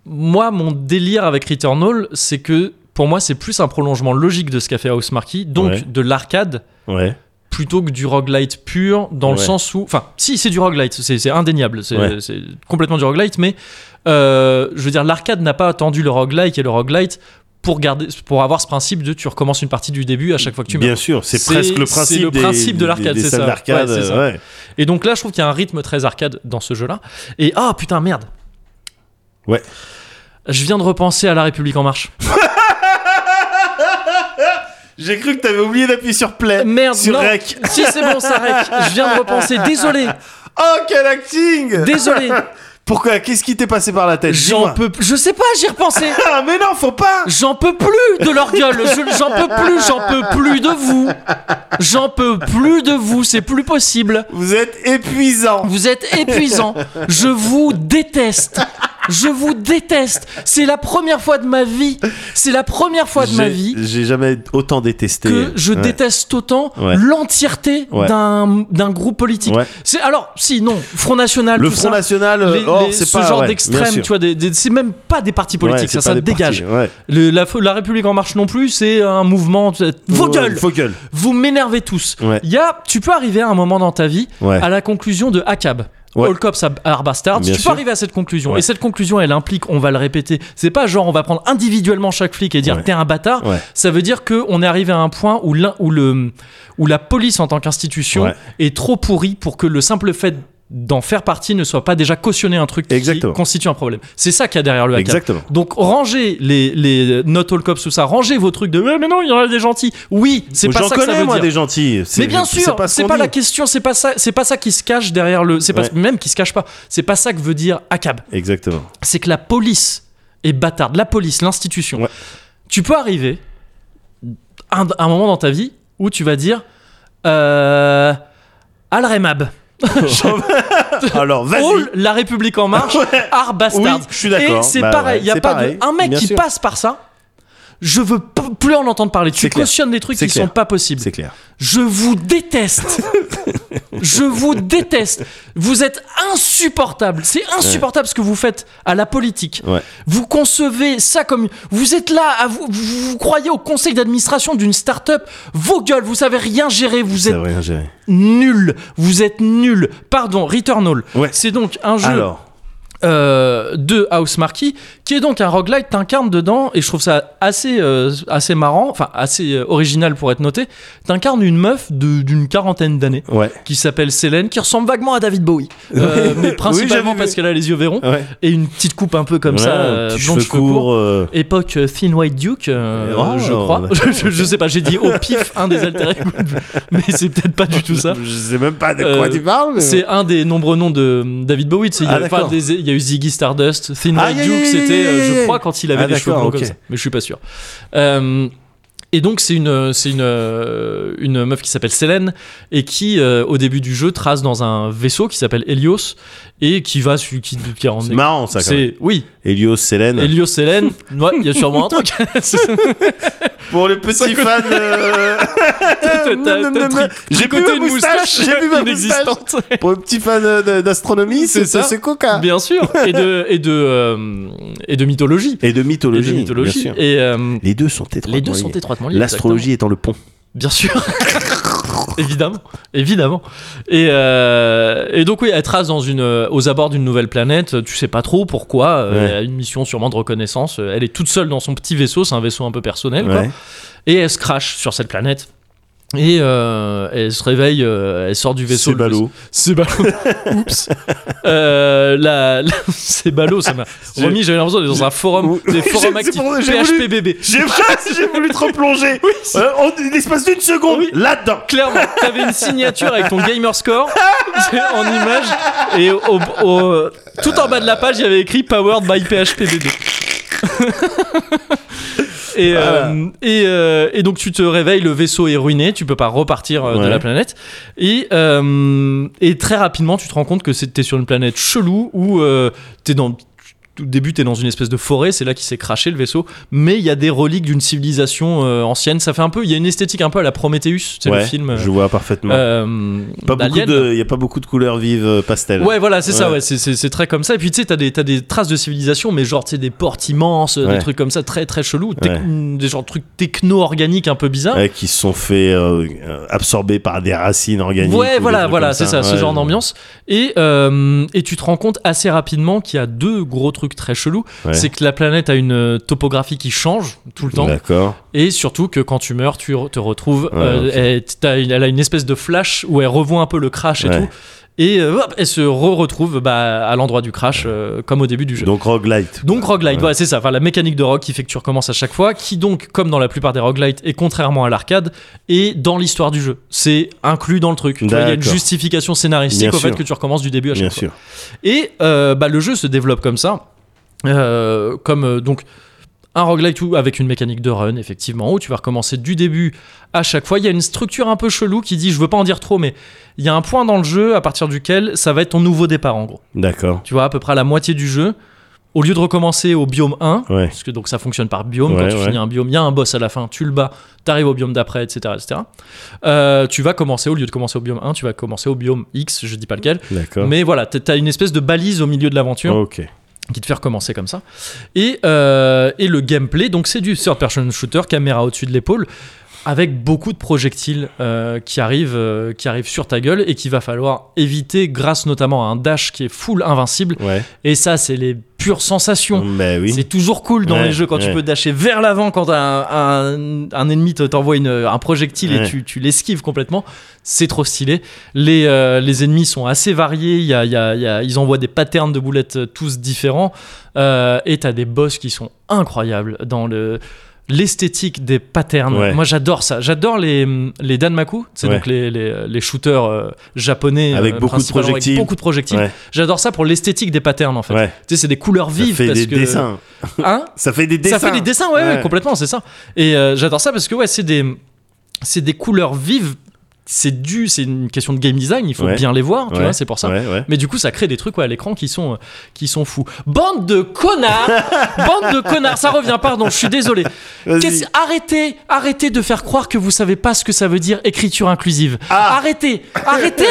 S1: moi, mon délire avec Returnal, c'est que pour moi, c'est plus un prolongement logique de ce qu'a fait House Marquis, donc
S2: Ouais.
S1: de l'arcade
S2: Ouais.
S1: plutôt que du roguelite pur dans le
S2: Ouais.
S1: sens où enfin si c'est du roguelite c'est c'est indéniable c'est
S2: Ouais.
S1: c'est complètement du roguelite mais euh, je veux dire l'arcade n'a pas attendu le roguelike et le roguelite pour garder pour avoir ce principe de tu recommences une partie du début à chaque fois que tu meurs
S2: Bien sûr, c'est
S1: C'est-
S2: presque le
S1: c'est
S2: principe,
S1: le
S2: des-
S1: principe de
S2: des-
S1: l'arcade,
S2: des
S1: c'est
S2: salles
S1: ça.
S2: d'arcade,
S1: Ouais, c'est ça.
S2: euh,
S1: et donc là je trouve qu'il y a un rythme très arcade dans ce jeu là et ah putain merde
S2: Ouais.
S1: je viens de repenser à la République en marche
S2: J'ai cru que t'avais oublié d'appuyer sur play.
S1: merde
S2: Sur
S1: non.
S2: rec.
S1: si c'est bon ça rec je viens de repenser désolé
S2: Oh, quel acting
S1: Désolé.
S2: Pourquoi Qu'est-ce qui t'est passé par la tête
S1: J'en
S2: Dis-moi.
S1: peux plus. Je sais pas, j'y repensais.
S2: Ah, mais non, faut pas
S1: J'en peux plus de leur gueule. Je- J'en peux plus. J'en peux plus de vous. J'en peux plus de vous. C'est plus possible.
S2: Vous êtes épuisant.
S1: Vous êtes épuisant. Je vous déteste. Je vous déteste. C'est la première fois de ma vie. C'est la première fois de ma
S2: J'ai-
S1: vie
S2: J'ai jamais autant détesté.
S1: que je
S2: Ouais.
S1: déteste autant
S2: Ouais.
S1: l'entièreté
S2: Ouais.
S1: d'un d'un groupe politique.
S2: Ouais.
S1: C'est alors si non Front National,
S2: Le
S1: tout
S2: Front
S1: ça,
S2: National, euh,
S1: les-
S2: or,
S1: les-
S2: c'est
S1: ce
S2: pas
S1: genre
S2: ouais, bien
S1: d'extrême,
S2: sûr.
S1: tu vois, des- des- c'est même pas des partis
S2: Ouais,
S1: politiques,
S2: c'est
S1: ça,
S2: pas
S1: ça
S2: des
S1: dégage.
S2: partis, ouais.
S1: Le- la, la République en marche non plus, c'est un mouvement. Vos
S2: Ouais,
S1: gueules
S2: Vos gueules.
S1: Vous m'énervez tous.
S2: Ouais.
S1: Il Y a, tu peux arriver à un moment dans ta vie
S2: Ouais.
S1: à la conclusion de ACAB.
S2: Ouais.
S1: All Cops Are- Are Bastards.
S2: Bien
S1: tu
S2: sûr.
S1: peux arriver à cette conclusion.
S2: Ouais.
S1: Et cette conclusion, elle implique, on va le répéter, c'est pas genre on va prendre individuellement chaque flic et dire
S2: Ouais.
S1: t'es un bâtard.
S2: Ouais.
S1: Ça veut dire qu'on est arrivé à un point où, l'in- où, le, où la police en tant qu'institution
S2: Ouais.
S1: est trop pourrie pour que le simple fait d'en faire partie ne soit pas déjà cautionné un truc
S2: Exactement.
S1: qui constitue un problème. C'est ça qu'il y a derrière le ACAB.
S2: Exactement.
S1: Donc rangez les, les not all cops tout ça, rangez vos trucs de ouais, mais non, il y en a des gentils. Oui, c'est pas
S2: J'en
S1: ça que ça
S2: connais,
S1: veut
S2: moi,
S1: dire.
S2: des gentils. C'est-
S1: Mais bien sûr,
S2: ce
S1: c'est
S2: qu'on
S1: pas,
S2: dit.
S1: la question, c'est pas ça, c'est pas ça qui se cache derrière le, c'est pas
S2: Ouais.
S1: même qui se cache pas. C'est pas ça que veut dire ACAB.
S2: Exactement.
S1: C'est que la police est bâtarde, la police, l'institution.
S2: Ouais.
S1: Tu peux arriver à un, à un moment dans ta vie où tu vas dire euh, Al Remab, Oh.
S2: Alors, vas-y.
S1: All la République en marche, Art Bastard.
S2: Oui, je suis d'accord.
S1: Et c'est
S2: Bah
S1: pareil,
S2: ouais,
S1: il y a
S2: c'est
S1: pas
S2: pareil,
S1: de un mec
S2: bien
S1: qui
S2: sûr.
S1: passe par ça. Je veux p- plus en entendre parler.
S2: C'est
S1: Tu
S2: clair.
S1: cautionnes des trucs
S2: C'est
S1: qui
S2: clair.
S1: sont pas possibles.
S2: C'est clair.
S1: Je vous déteste. je vous déteste. Vous êtes insupportable. C'est insupportable ce que vous faites à la politique.
S2: Ouais.
S1: Vous concevez ça comme vous êtes là, à vous, vous, vous croyez au conseil d'administration d'une start-up. Vos gueules, vous savez rien gérer. Vous
S2: Ça
S1: êtes
S2: veut rien gérer.
S1: nul. Vous êtes nul. Pardon, Returnal.
S2: Ouais.
S1: C'est donc un jeu
S2: Alors,
S1: euh, de House Marquis, qui est donc un roguelite, t'incarnes dedans, et je trouve ça assez, euh, assez marrant, enfin assez euh, original pour être noté, t'incarnes une meuf de- d'une quarantaine d'années,
S2: ouais.
S1: qui s'appelle Célène, qui ressemble vaguement à David Bowie, Euh,
S2: Oui.
S1: mais
S2: Oui,
S1: principalement
S2: j'avais vu.
S1: parce qu'elle a les yeux verrons,
S2: Ouais.
S1: et une petite coupe un peu comme ça, euh,
S2: petit
S1: blond,
S2: cheveux courts. euh,
S1: Époque euh, Thin White Duke, euh,
S2: Oh,
S1: je crois.
S2: d'accord.
S1: je, je sais pas, j'ai dit au pif un des alter ego, mais c'est peut-être pas du tout ça.
S2: Je sais même pas de quoi
S1: Euh,
S2: tu parles. mais-
S1: C'est un des nombreux noms de euh, David Bowie. tu sais, Il y,
S2: Ah,
S1: avait pas
S2: d'accord.
S1: des- il y a eu Ziggy Stardust, Thin
S2: Ah,
S1: White
S2: yeah,
S1: Duke,
S2: yeah,
S1: c'était,
S2: yeah,
S1: euh,
S2: yeah, yeah.
S1: je crois, quand il avait
S2: Ah,
S1: des cheveux
S2: d'accord,
S1: blancs comme
S2: ok.
S1: ça. Mais je suis pas sûr. Euh, et donc, c'est une, euh, c'est une, euh, une meuf qui s'appelle Selene et qui, euh, au début du jeu, trace dans un vaisseau qui s'appelle Helios et qui va. su- Qui, qui est en-
S2: C'est marrant ça. Quand même.
S1: c'est oui,
S2: Helios, Célène.
S1: Helios Selene. Ouais, il y a sûrement un truc.
S2: Pour les petits fans. euh,
S1: T'as- t'as- t'as tri-
S2: J'ai
S1: tricoté
S2: bu ma moustache. J'ai bu ma moustache.
S1: inexistante.
S2: Pour les petits fans euh, de- d'astronomie,
S1: C'est
S2: c'est
S1: ça.
S2: c'est coca.
S1: Bien sûr, et de et de euh, et de mythologie.
S2: Et de mythologie.
S1: Et de mythologie.
S2: bien sûr.
S1: Et, euh,
S2: Les deux sont étroitement
S1: les deux sont
S2: liés.
S1: étroitement liés.
S2: L'astrologie étant le pont.
S1: exactement. bien sûr. évidemment, évidemment. Et, euh, et donc oui, elle trace dans une, euh, aux abords d'une nouvelle planète. euh, Tu sais pas trop pourquoi. euh,
S2: Ouais.
S1: Elle a une mission sûrement de reconnaissance. euh, Elle est toute seule dans son petit vaisseau. C'est un vaisseau un peu personnel. Quoi.
S2: Ouais.
S1: Et elle se crache sur cette planète. Et euh, elle se réveille. euh, elle sort du vaisseau.
S2: C'est
S1: le vaisseau-
S2: ballot.
S1: c'est ballot. Oups. Euh, la, la- c'est ballot, ça m'a
S2: J'ai-
S1: remis. J'avais l'impression d'être dans un forum,
S2: Oui,
S1: des forums
S2: c'est
S1: actifs.
S2: pour- j'ai voulu-
S1: PHPBB.
S2: J'ai j'ai voulu te replonger. Euh, en- L'espace d'une seconde.
S1: Oui.
S2: Là-dedans.
S1: Clairement, t'avais une signature avec ton gamer score c'est en image et au- au- tout en bas de la page, il y avait écrit Powered by PHPBB. Et, euh, et, euh, et donc tu te réveilles, le vaisseau est ruiné, tu peux pas repartir euh, de
S2: Ouais.
S1: la planète. Et, euh, et très rapidement, tu te rends compte que c'est- t'es sur une planète chelou où euh, t'es dans. Au début, t'es dans une espèce de forêt, c'est là qui s'est craché le vaisseau. Mais il y a des reliques d'une civilisation euh, ancienne. Ça fait un peu. Il y a une esthétique un peu à la Prometheus, c'est le
S2: Ouais,
S1: film. euh,
S2: Je vois parfaitement.
S1: euh,
S2: Pas beaucoup
S1: d'Alien.
S2: de, y a pas beaucoup de couleurs vives euh, pastel.
S1: Ouais, voilà, c'est ça,
S2: Ouais.
S1: ouais, c'est- c'est c'est très comme ça. Et puis tu sais, t'as des, t'as des traces de civilisation, mais genre, tu sais, des portes immenses,
S2: Ouais.
S1: des trucs comme ça, très très chelous, tec-
S2: Ouais.
S1: mm, des genre de trucs techno-organiques un peu bizarres.
S2: Ouais, qui se sont fait euh, euh, absorber par des racines organiques. ou
S1: Ouais,
S2: des
S1: voilà,
S2: trucs
S1: voilà,
S2: comme
S1: c'est ça, ce
S2: Ouais,
S1: genre
S2: je-
S1: d'ambiance. Et, euh, et tu te rends compte assez rapidement qu'il y a deux gros trucs très chelous.
S2: Ouais.
S1: C'est que la planète a une euh, topographie qui change tout le temps.
S2: D'accord.
S1: Et surtout que quand tu meurs, tu re- te retrouves.
S2: Ouais,
S1: euh,
S2: ok.
S1: elle, t'as une- elle a une espèce de flash où elle revoit un peu le crash et
S2: Ouais.
S1: tout. et euh, hop, elle se re-retrouve bah, à l'endroit du crash, euh, comme au début du jeu.
S2: Donc roguelite.
S1: Donc roguelite, ouais, c'est ça, enfin, la mécanique de rogue qui fait que tu recommences à chaque fois, qui donc, comme dans la plupart des roguelites, et contrairement à l'arcade, est dans l'histoire du jeu. C'est inclus dans le truc. Tu vois, Il y a une
S2: D'accord.
S1: justification scénaristique
S2: Bien
S1: au fait
S2: sûr.
S1: que tu recommences du début à chaque
S2: Bien
S1: fois.
S2: sûr.
S1: Et euh, bah, le jeu se développe comme ça, euh, comme euh, donc un roguelite où- avec une mécanique de run, effectivement, où tu vas recommencer du début à chaque fois. Il y a une structure un peu chelou qui dit, je veux pas en dire trop, mais il y a un point dans le jeu à partir duquel ça va être ton nouveau départ, en gros.
S2: D'accord.
S1: Tu vois, à peu près à la moitié du jeu, au lieu de recommencer au biome 1,
S2: Ouais.
S1: parce que donc ça fonctionne par biome,
S2: Ouais,
S1: quand tu
S2: ouais.
S1: finis un biome, il y a un boss à la fin, tu le bats, t'arrives au biome d'après, etc. etc. Euh, tu vas commencer, au lieu de commencer au biome 1, tu vas commencer au biome X, je dis pas lequel,
S2: D'accord. Oh.
S1: mais voilà, t- t'as une espèce de balise au milieu de l'aventure
S2: Ok.
S1: qui te fait recommencer comme ça. Et, euh, et le gameplay, donc c'est du third-person shooter, caméra au-dessus de l'épaule, avec beaucoup de projectiles euh, qui, arrivent, euh, qui arrivent sur ta gueule et qu'il va falloir éviter grâce notamment à un dash qui est full invincible.
S2: Ouais.
S1: Et ça, c'est les pures sensations.
S2: Ben oui.
S1: C'est toujours cool dans
S2: Ouais,
S1: les jeux quand tu
S2: ouais.
S1: peux dasher vers l'avant quand un, un, un ennemi te- t'envoie une- un projectile et
S2: Ouais.
S1: tu, tu l'esquives complètement. C'est trop stylé. Les, euh, les ennemis sont assez variés. Il y a- il y a- il y a- ils envoient des patterns de boulettes euh, tous différents. Euh, et t'as des boss qui sont incroyables dans le l'esthétique des patterns.
S2: Ouais.
S1: Moi j'adore ça. J'adore les, les Danmaku, c'est
S2: Ouais.
S1: donc les, les, les shooters euh, japonais
S2: Avec
S1: euh,
S2: beaucoup de
S1: principalement, avec
S2: projectiles.
S1: beaucoup de projectiles.
S2: Ouais.
S1: J'adore ça pour l'esthétique des patterns en fait.
S2: Ouais.
S1: Tu sais, c'est des couleurs
S2: Ça
S1: vives
S2: fait
S1: parce
S2: des
S1: que
S2: dessins.
S1: Hein
S2: Ça fait des dessins.
S1: ça fait des dessins, ouais, ouais,
S2: Ouais.
S1: complètement, c'est ça. Et euh, j'adore ça parce que ouais, c'est des, c'est des couleurs vives. C'est dû, c'est une question de game design. Il faut
S2: Ouais.
S1: bien les voir, tu
S2: Ouais.
S1: vois, c'est pour ça.
S2: Ouais, ouais.
S1: Mais du coup, ça crée des trucs ouais, à l'écran qui sont, euh, qui sont fous. Bande de connards Bande de connards Ça revient, pardon, je suis désolé.
S2: Vas-y.
S1: Qu'est-ce- Arrêtez Arrêtez de faire croire que vous savez pas ce que ça veut dire écriture inclusive.
S2: Ah.
S1: Arrêtez Arrêtez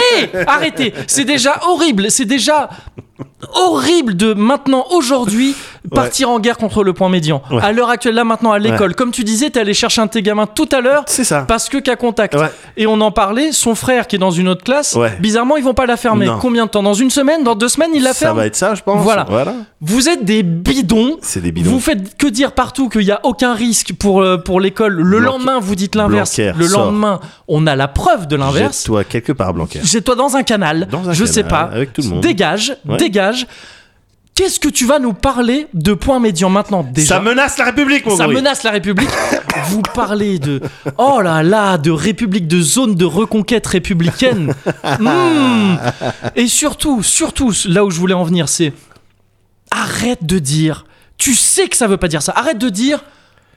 S1: Arrêtez C'est déjà horrible, c'est déjà horrible de maintenant, aujourd'hui, partir en guerre contre le point médian.
S2: Ouais.
S1: À l'heure actuelle, là maintenant, à l'école. Comme tu disais, t'es allé chercher un de tes gamins tout à l'heure
S2: C'est ça.
S1: parce que cas contact.
S2: Ouais.
S1: Et on en parlait, son frère qui est dans une autre classe,
S2: Ouais.
S1: bizarrement ils vont pas la fermer.
S2: Non.
S1: Combien de temps Dans une semaine Dans deux semaines il la
S2: Ça
S1: ferme
S2: va être ça, je pense.
S1: Voilà.
S2: Voilà.
S1: Vous êtes des bidons
S2: C'est des bidons.
S1: Vous faites que dire partout qu'il n'y a aucun risque pour, euh, pour l'école. Le
S2: Blanquer-
S1: lendemain, vous dites l'inverse.
S2: Blanquer,
S1: Le
S2: sors.
S1: lendemain, on a la preuve de l'inverse.
S2: Jette-toi quelque part, Blanquer.
S1: Jette-toi dans un canal.
S2: Dans un
S1: je
S2: canal,
S1: sais pas.
S2: avec tout le monde.
S1: Dégage,
S2: Ouais.
S1: dégage. Qu'est-ce que tu vas nous parler de point médian maintenant déjà
S2: Ça menace la République, mon
S1: ça
S2: gorille.
S1: menace la République. Vous parlez de oh là là de République de zone de reconquête républicaine. Hmm. Et surtout, surtout, là où je voulais en venir, c'est arrête de dire. Tu sais que ça veut pas dire ça. Arrête de dire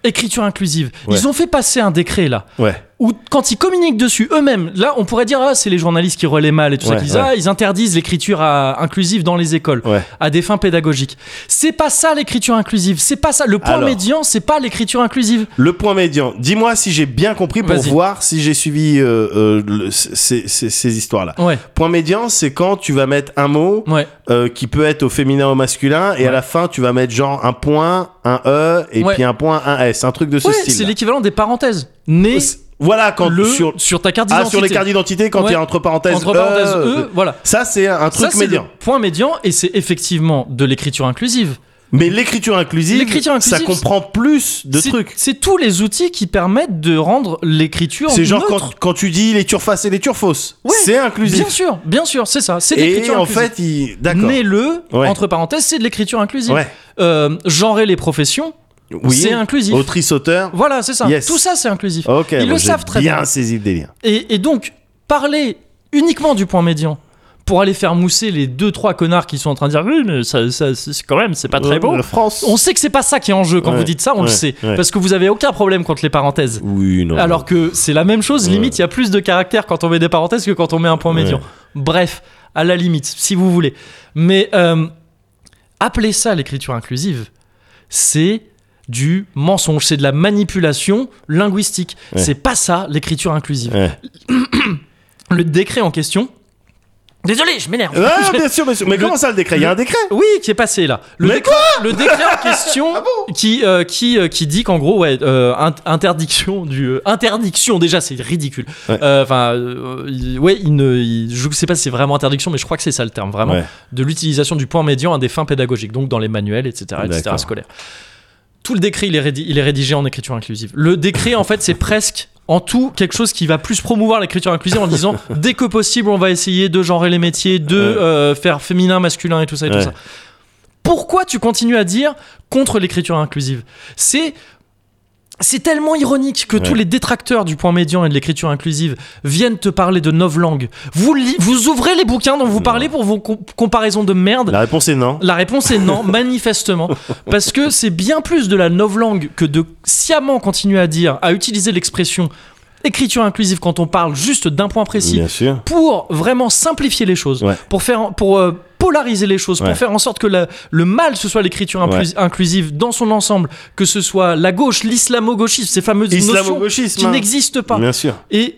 S1: écriture inclusive.
S2: Ouais.
S1: Ils ont fait passer un décret là.
S2: Ouais.
S1: Où quand ils communiquent dessus eux-mêmes, là on pourrait dire ah c'est les journalistes qui relaient mal et tout ça
S2: Ouais,
S1: qui disent,
S2: ouais.
S1: ah, ils interdisent l'écriture à- inclusive dans les écoles
S2: Ouais.
S1: à des fins pédagogiques. C'est pas ça l'écriture inclusive, c'est pas ça. Le point
S2: Alors.
S1: médian, c'est pas l'écriture inclusive.
S2: Le point médian. Dis-moi si j'ai bien compris pour
S1: Vas-y.
S2: voir si j'ai suivi euh, euh, le- ces, ces- ces histoires-là.
S1: Ouais, Mm.
S2: Point médian, c'est quand tu vas mettre un mot
S1: ouais,
S2: euh, qui peut être au féminin, au masculin, et
S1: Ouais.
S2: à la fin, tu vas mettre genre un point, un E, et
S1: Ouais.
S2: puis un point, un S. Un truc de ce
S1: ouais. C'est
S2: style.
S1: l'équivalent des parenthèses. Né
S2: Voilà, quand
S1: le
S2: sur,
S1: sur, ta carte
S2: ah,
S1: d'identité.
S2: sur les cartes d'identité, quand il
S1: Ouais.
S2: y a entre parenthèses,
S1: Entre parenthèses
S2: euh,
S1: E, voilà.
S2: Ça, c'est un
S1: Ça,
S2: truc
S1: c'est
S2: médian.
S1: le point médian et c'est effectivement de l'écriture inclusive.
S2: Mais l'écriture inclusive,
S1: L'écriture inclusive,
S2: ça comprend plus de
S1: C'est-
S2: trucs.
S1: C'est tous les outils qui permettent de rendre l'écriture
S2: C'est genre
S1: neutre.
S2: quand, quand tu dis les turfaces et les turfausses.
S1: Ouais,
S2: c'est inclusif.
S1: Bien sûr, bien sûr, c'est ça. C'est
S2: Et
S1: l'écriture
S2: en
S1: inclusive.
S2: fait, il... d'accord.
S1: Né-le,
S2: Ouais.
S1: entre parenthèses, c'est de l'écriture inclusive.
S2: Ouais.
S1: Euh, genrer les professions,
S2: Oui.
S1: c'est inclusif.
S2: Autrice, auteur.
S1: Voilà, c'est ça.
S2: Yes.
S1: Tout ça, c'est inclusif.
S2: Ok.
S1: Ils
S2: bon,
S1: le
S2: j'ai
S1: savent très bien.
S2: Bien saisi le délire.
S1: Et, et donc, parler uniquement du point médian pour aller faire mousser les deux trois connards qui sont en train de dire oui mais ça, ça- c'est quand même c'est pas Ah, très beau
S2: Euh, La France.
S1: on sait que c'est pas ça qui est en jeu quand
S2: Ouais,
S1: vous dites ça on le
S2: ouais,
S1: sait
S2: ouais.
S1: parce que vous avez aucun problème contre les parenthèses
S2: Oui, non.
S1: alors que c'est la même chose limite il y a plus de caractères quand on met des parenthèses que quand on met un point médian
S2: Ouais.
S1: bref à la limite si vous voulez mais euh, appeler ça l'écriture inclusive c'est du mensonge c'est de la manipulation linguistique
S2: Ouais.
S1: c'est pas ça l'écriture inclusive
S2: Ouais.
S1: le décret en question. Désolé, je m'énerve.
S2: Ah, bien sûr, bien sûr. Mais
S1: Le-
S2: comment ça, le décret Il y a un décret
S1: Oui, qui est passé là. Le
S2: Mais Ah
S1: décret, le décret en question qui euh, qui euh, qui dit qu'en gros ouais euh, int- interdiction du euh, interdiction déjà c'est ridicule.
S2: Ouais.
S1: Euh, Enfin euh, il- ouais il ne il- je sais pas si c'est vraiment interdiction mais je crois que c'est ça le terme vraiment
S2: Ouais.
S1: de l'utilisation du point médian à des fins pédagogiques donc dans les manuels etc etc
S2: D'accord.
S1: scolaires. Tout le décret il est, rédi- il est rédigé en écriture inclusive. Le décret en fait c'est presque en tout quelque chose qui va plus promouvoir l'écriture inclusive en disant dès que possible on va essayer de genrer les métiers, de euh, faire féminin, masculin et tout ça et
S2: Ouais.
S1: tout ça. Pourquoi tu continues à dire contre l'écriture inclusive C'est c'est tellement ironique que tous les détracteurs du point médian et de l'écriture inclusive viennent te parler de novlangue. Vous, li- vous ouvrez les bouquins dont vous parlez pour vos com- comparaisons de merde.
S2: La réponse est non.
S1: La réponse est non, manifestement, parce que c'est bien plus de la novlangue que de sciemment continuer à dire, à utiliser l'expression écriture inclusive quand on parle juste d'un point précis
S2: Bien sûr.
S1: pour vraiment simplifier les choses,
S2: Ouais.
S1: pour faire, en- pour euh, polariser les choses,
S2: Ouais.
S1: pour faire en sorte que la- le mal ce soit l'écriture inclus- inclusive dans son ensemble, que ce soit la gauche, l'islamo-gauchisme, ces fameuses notions
S2: Islamo-gauchisme.
S1: qui
S2: hein.
S1: n'existent pas.
S2: Bien sûr.
S1: Et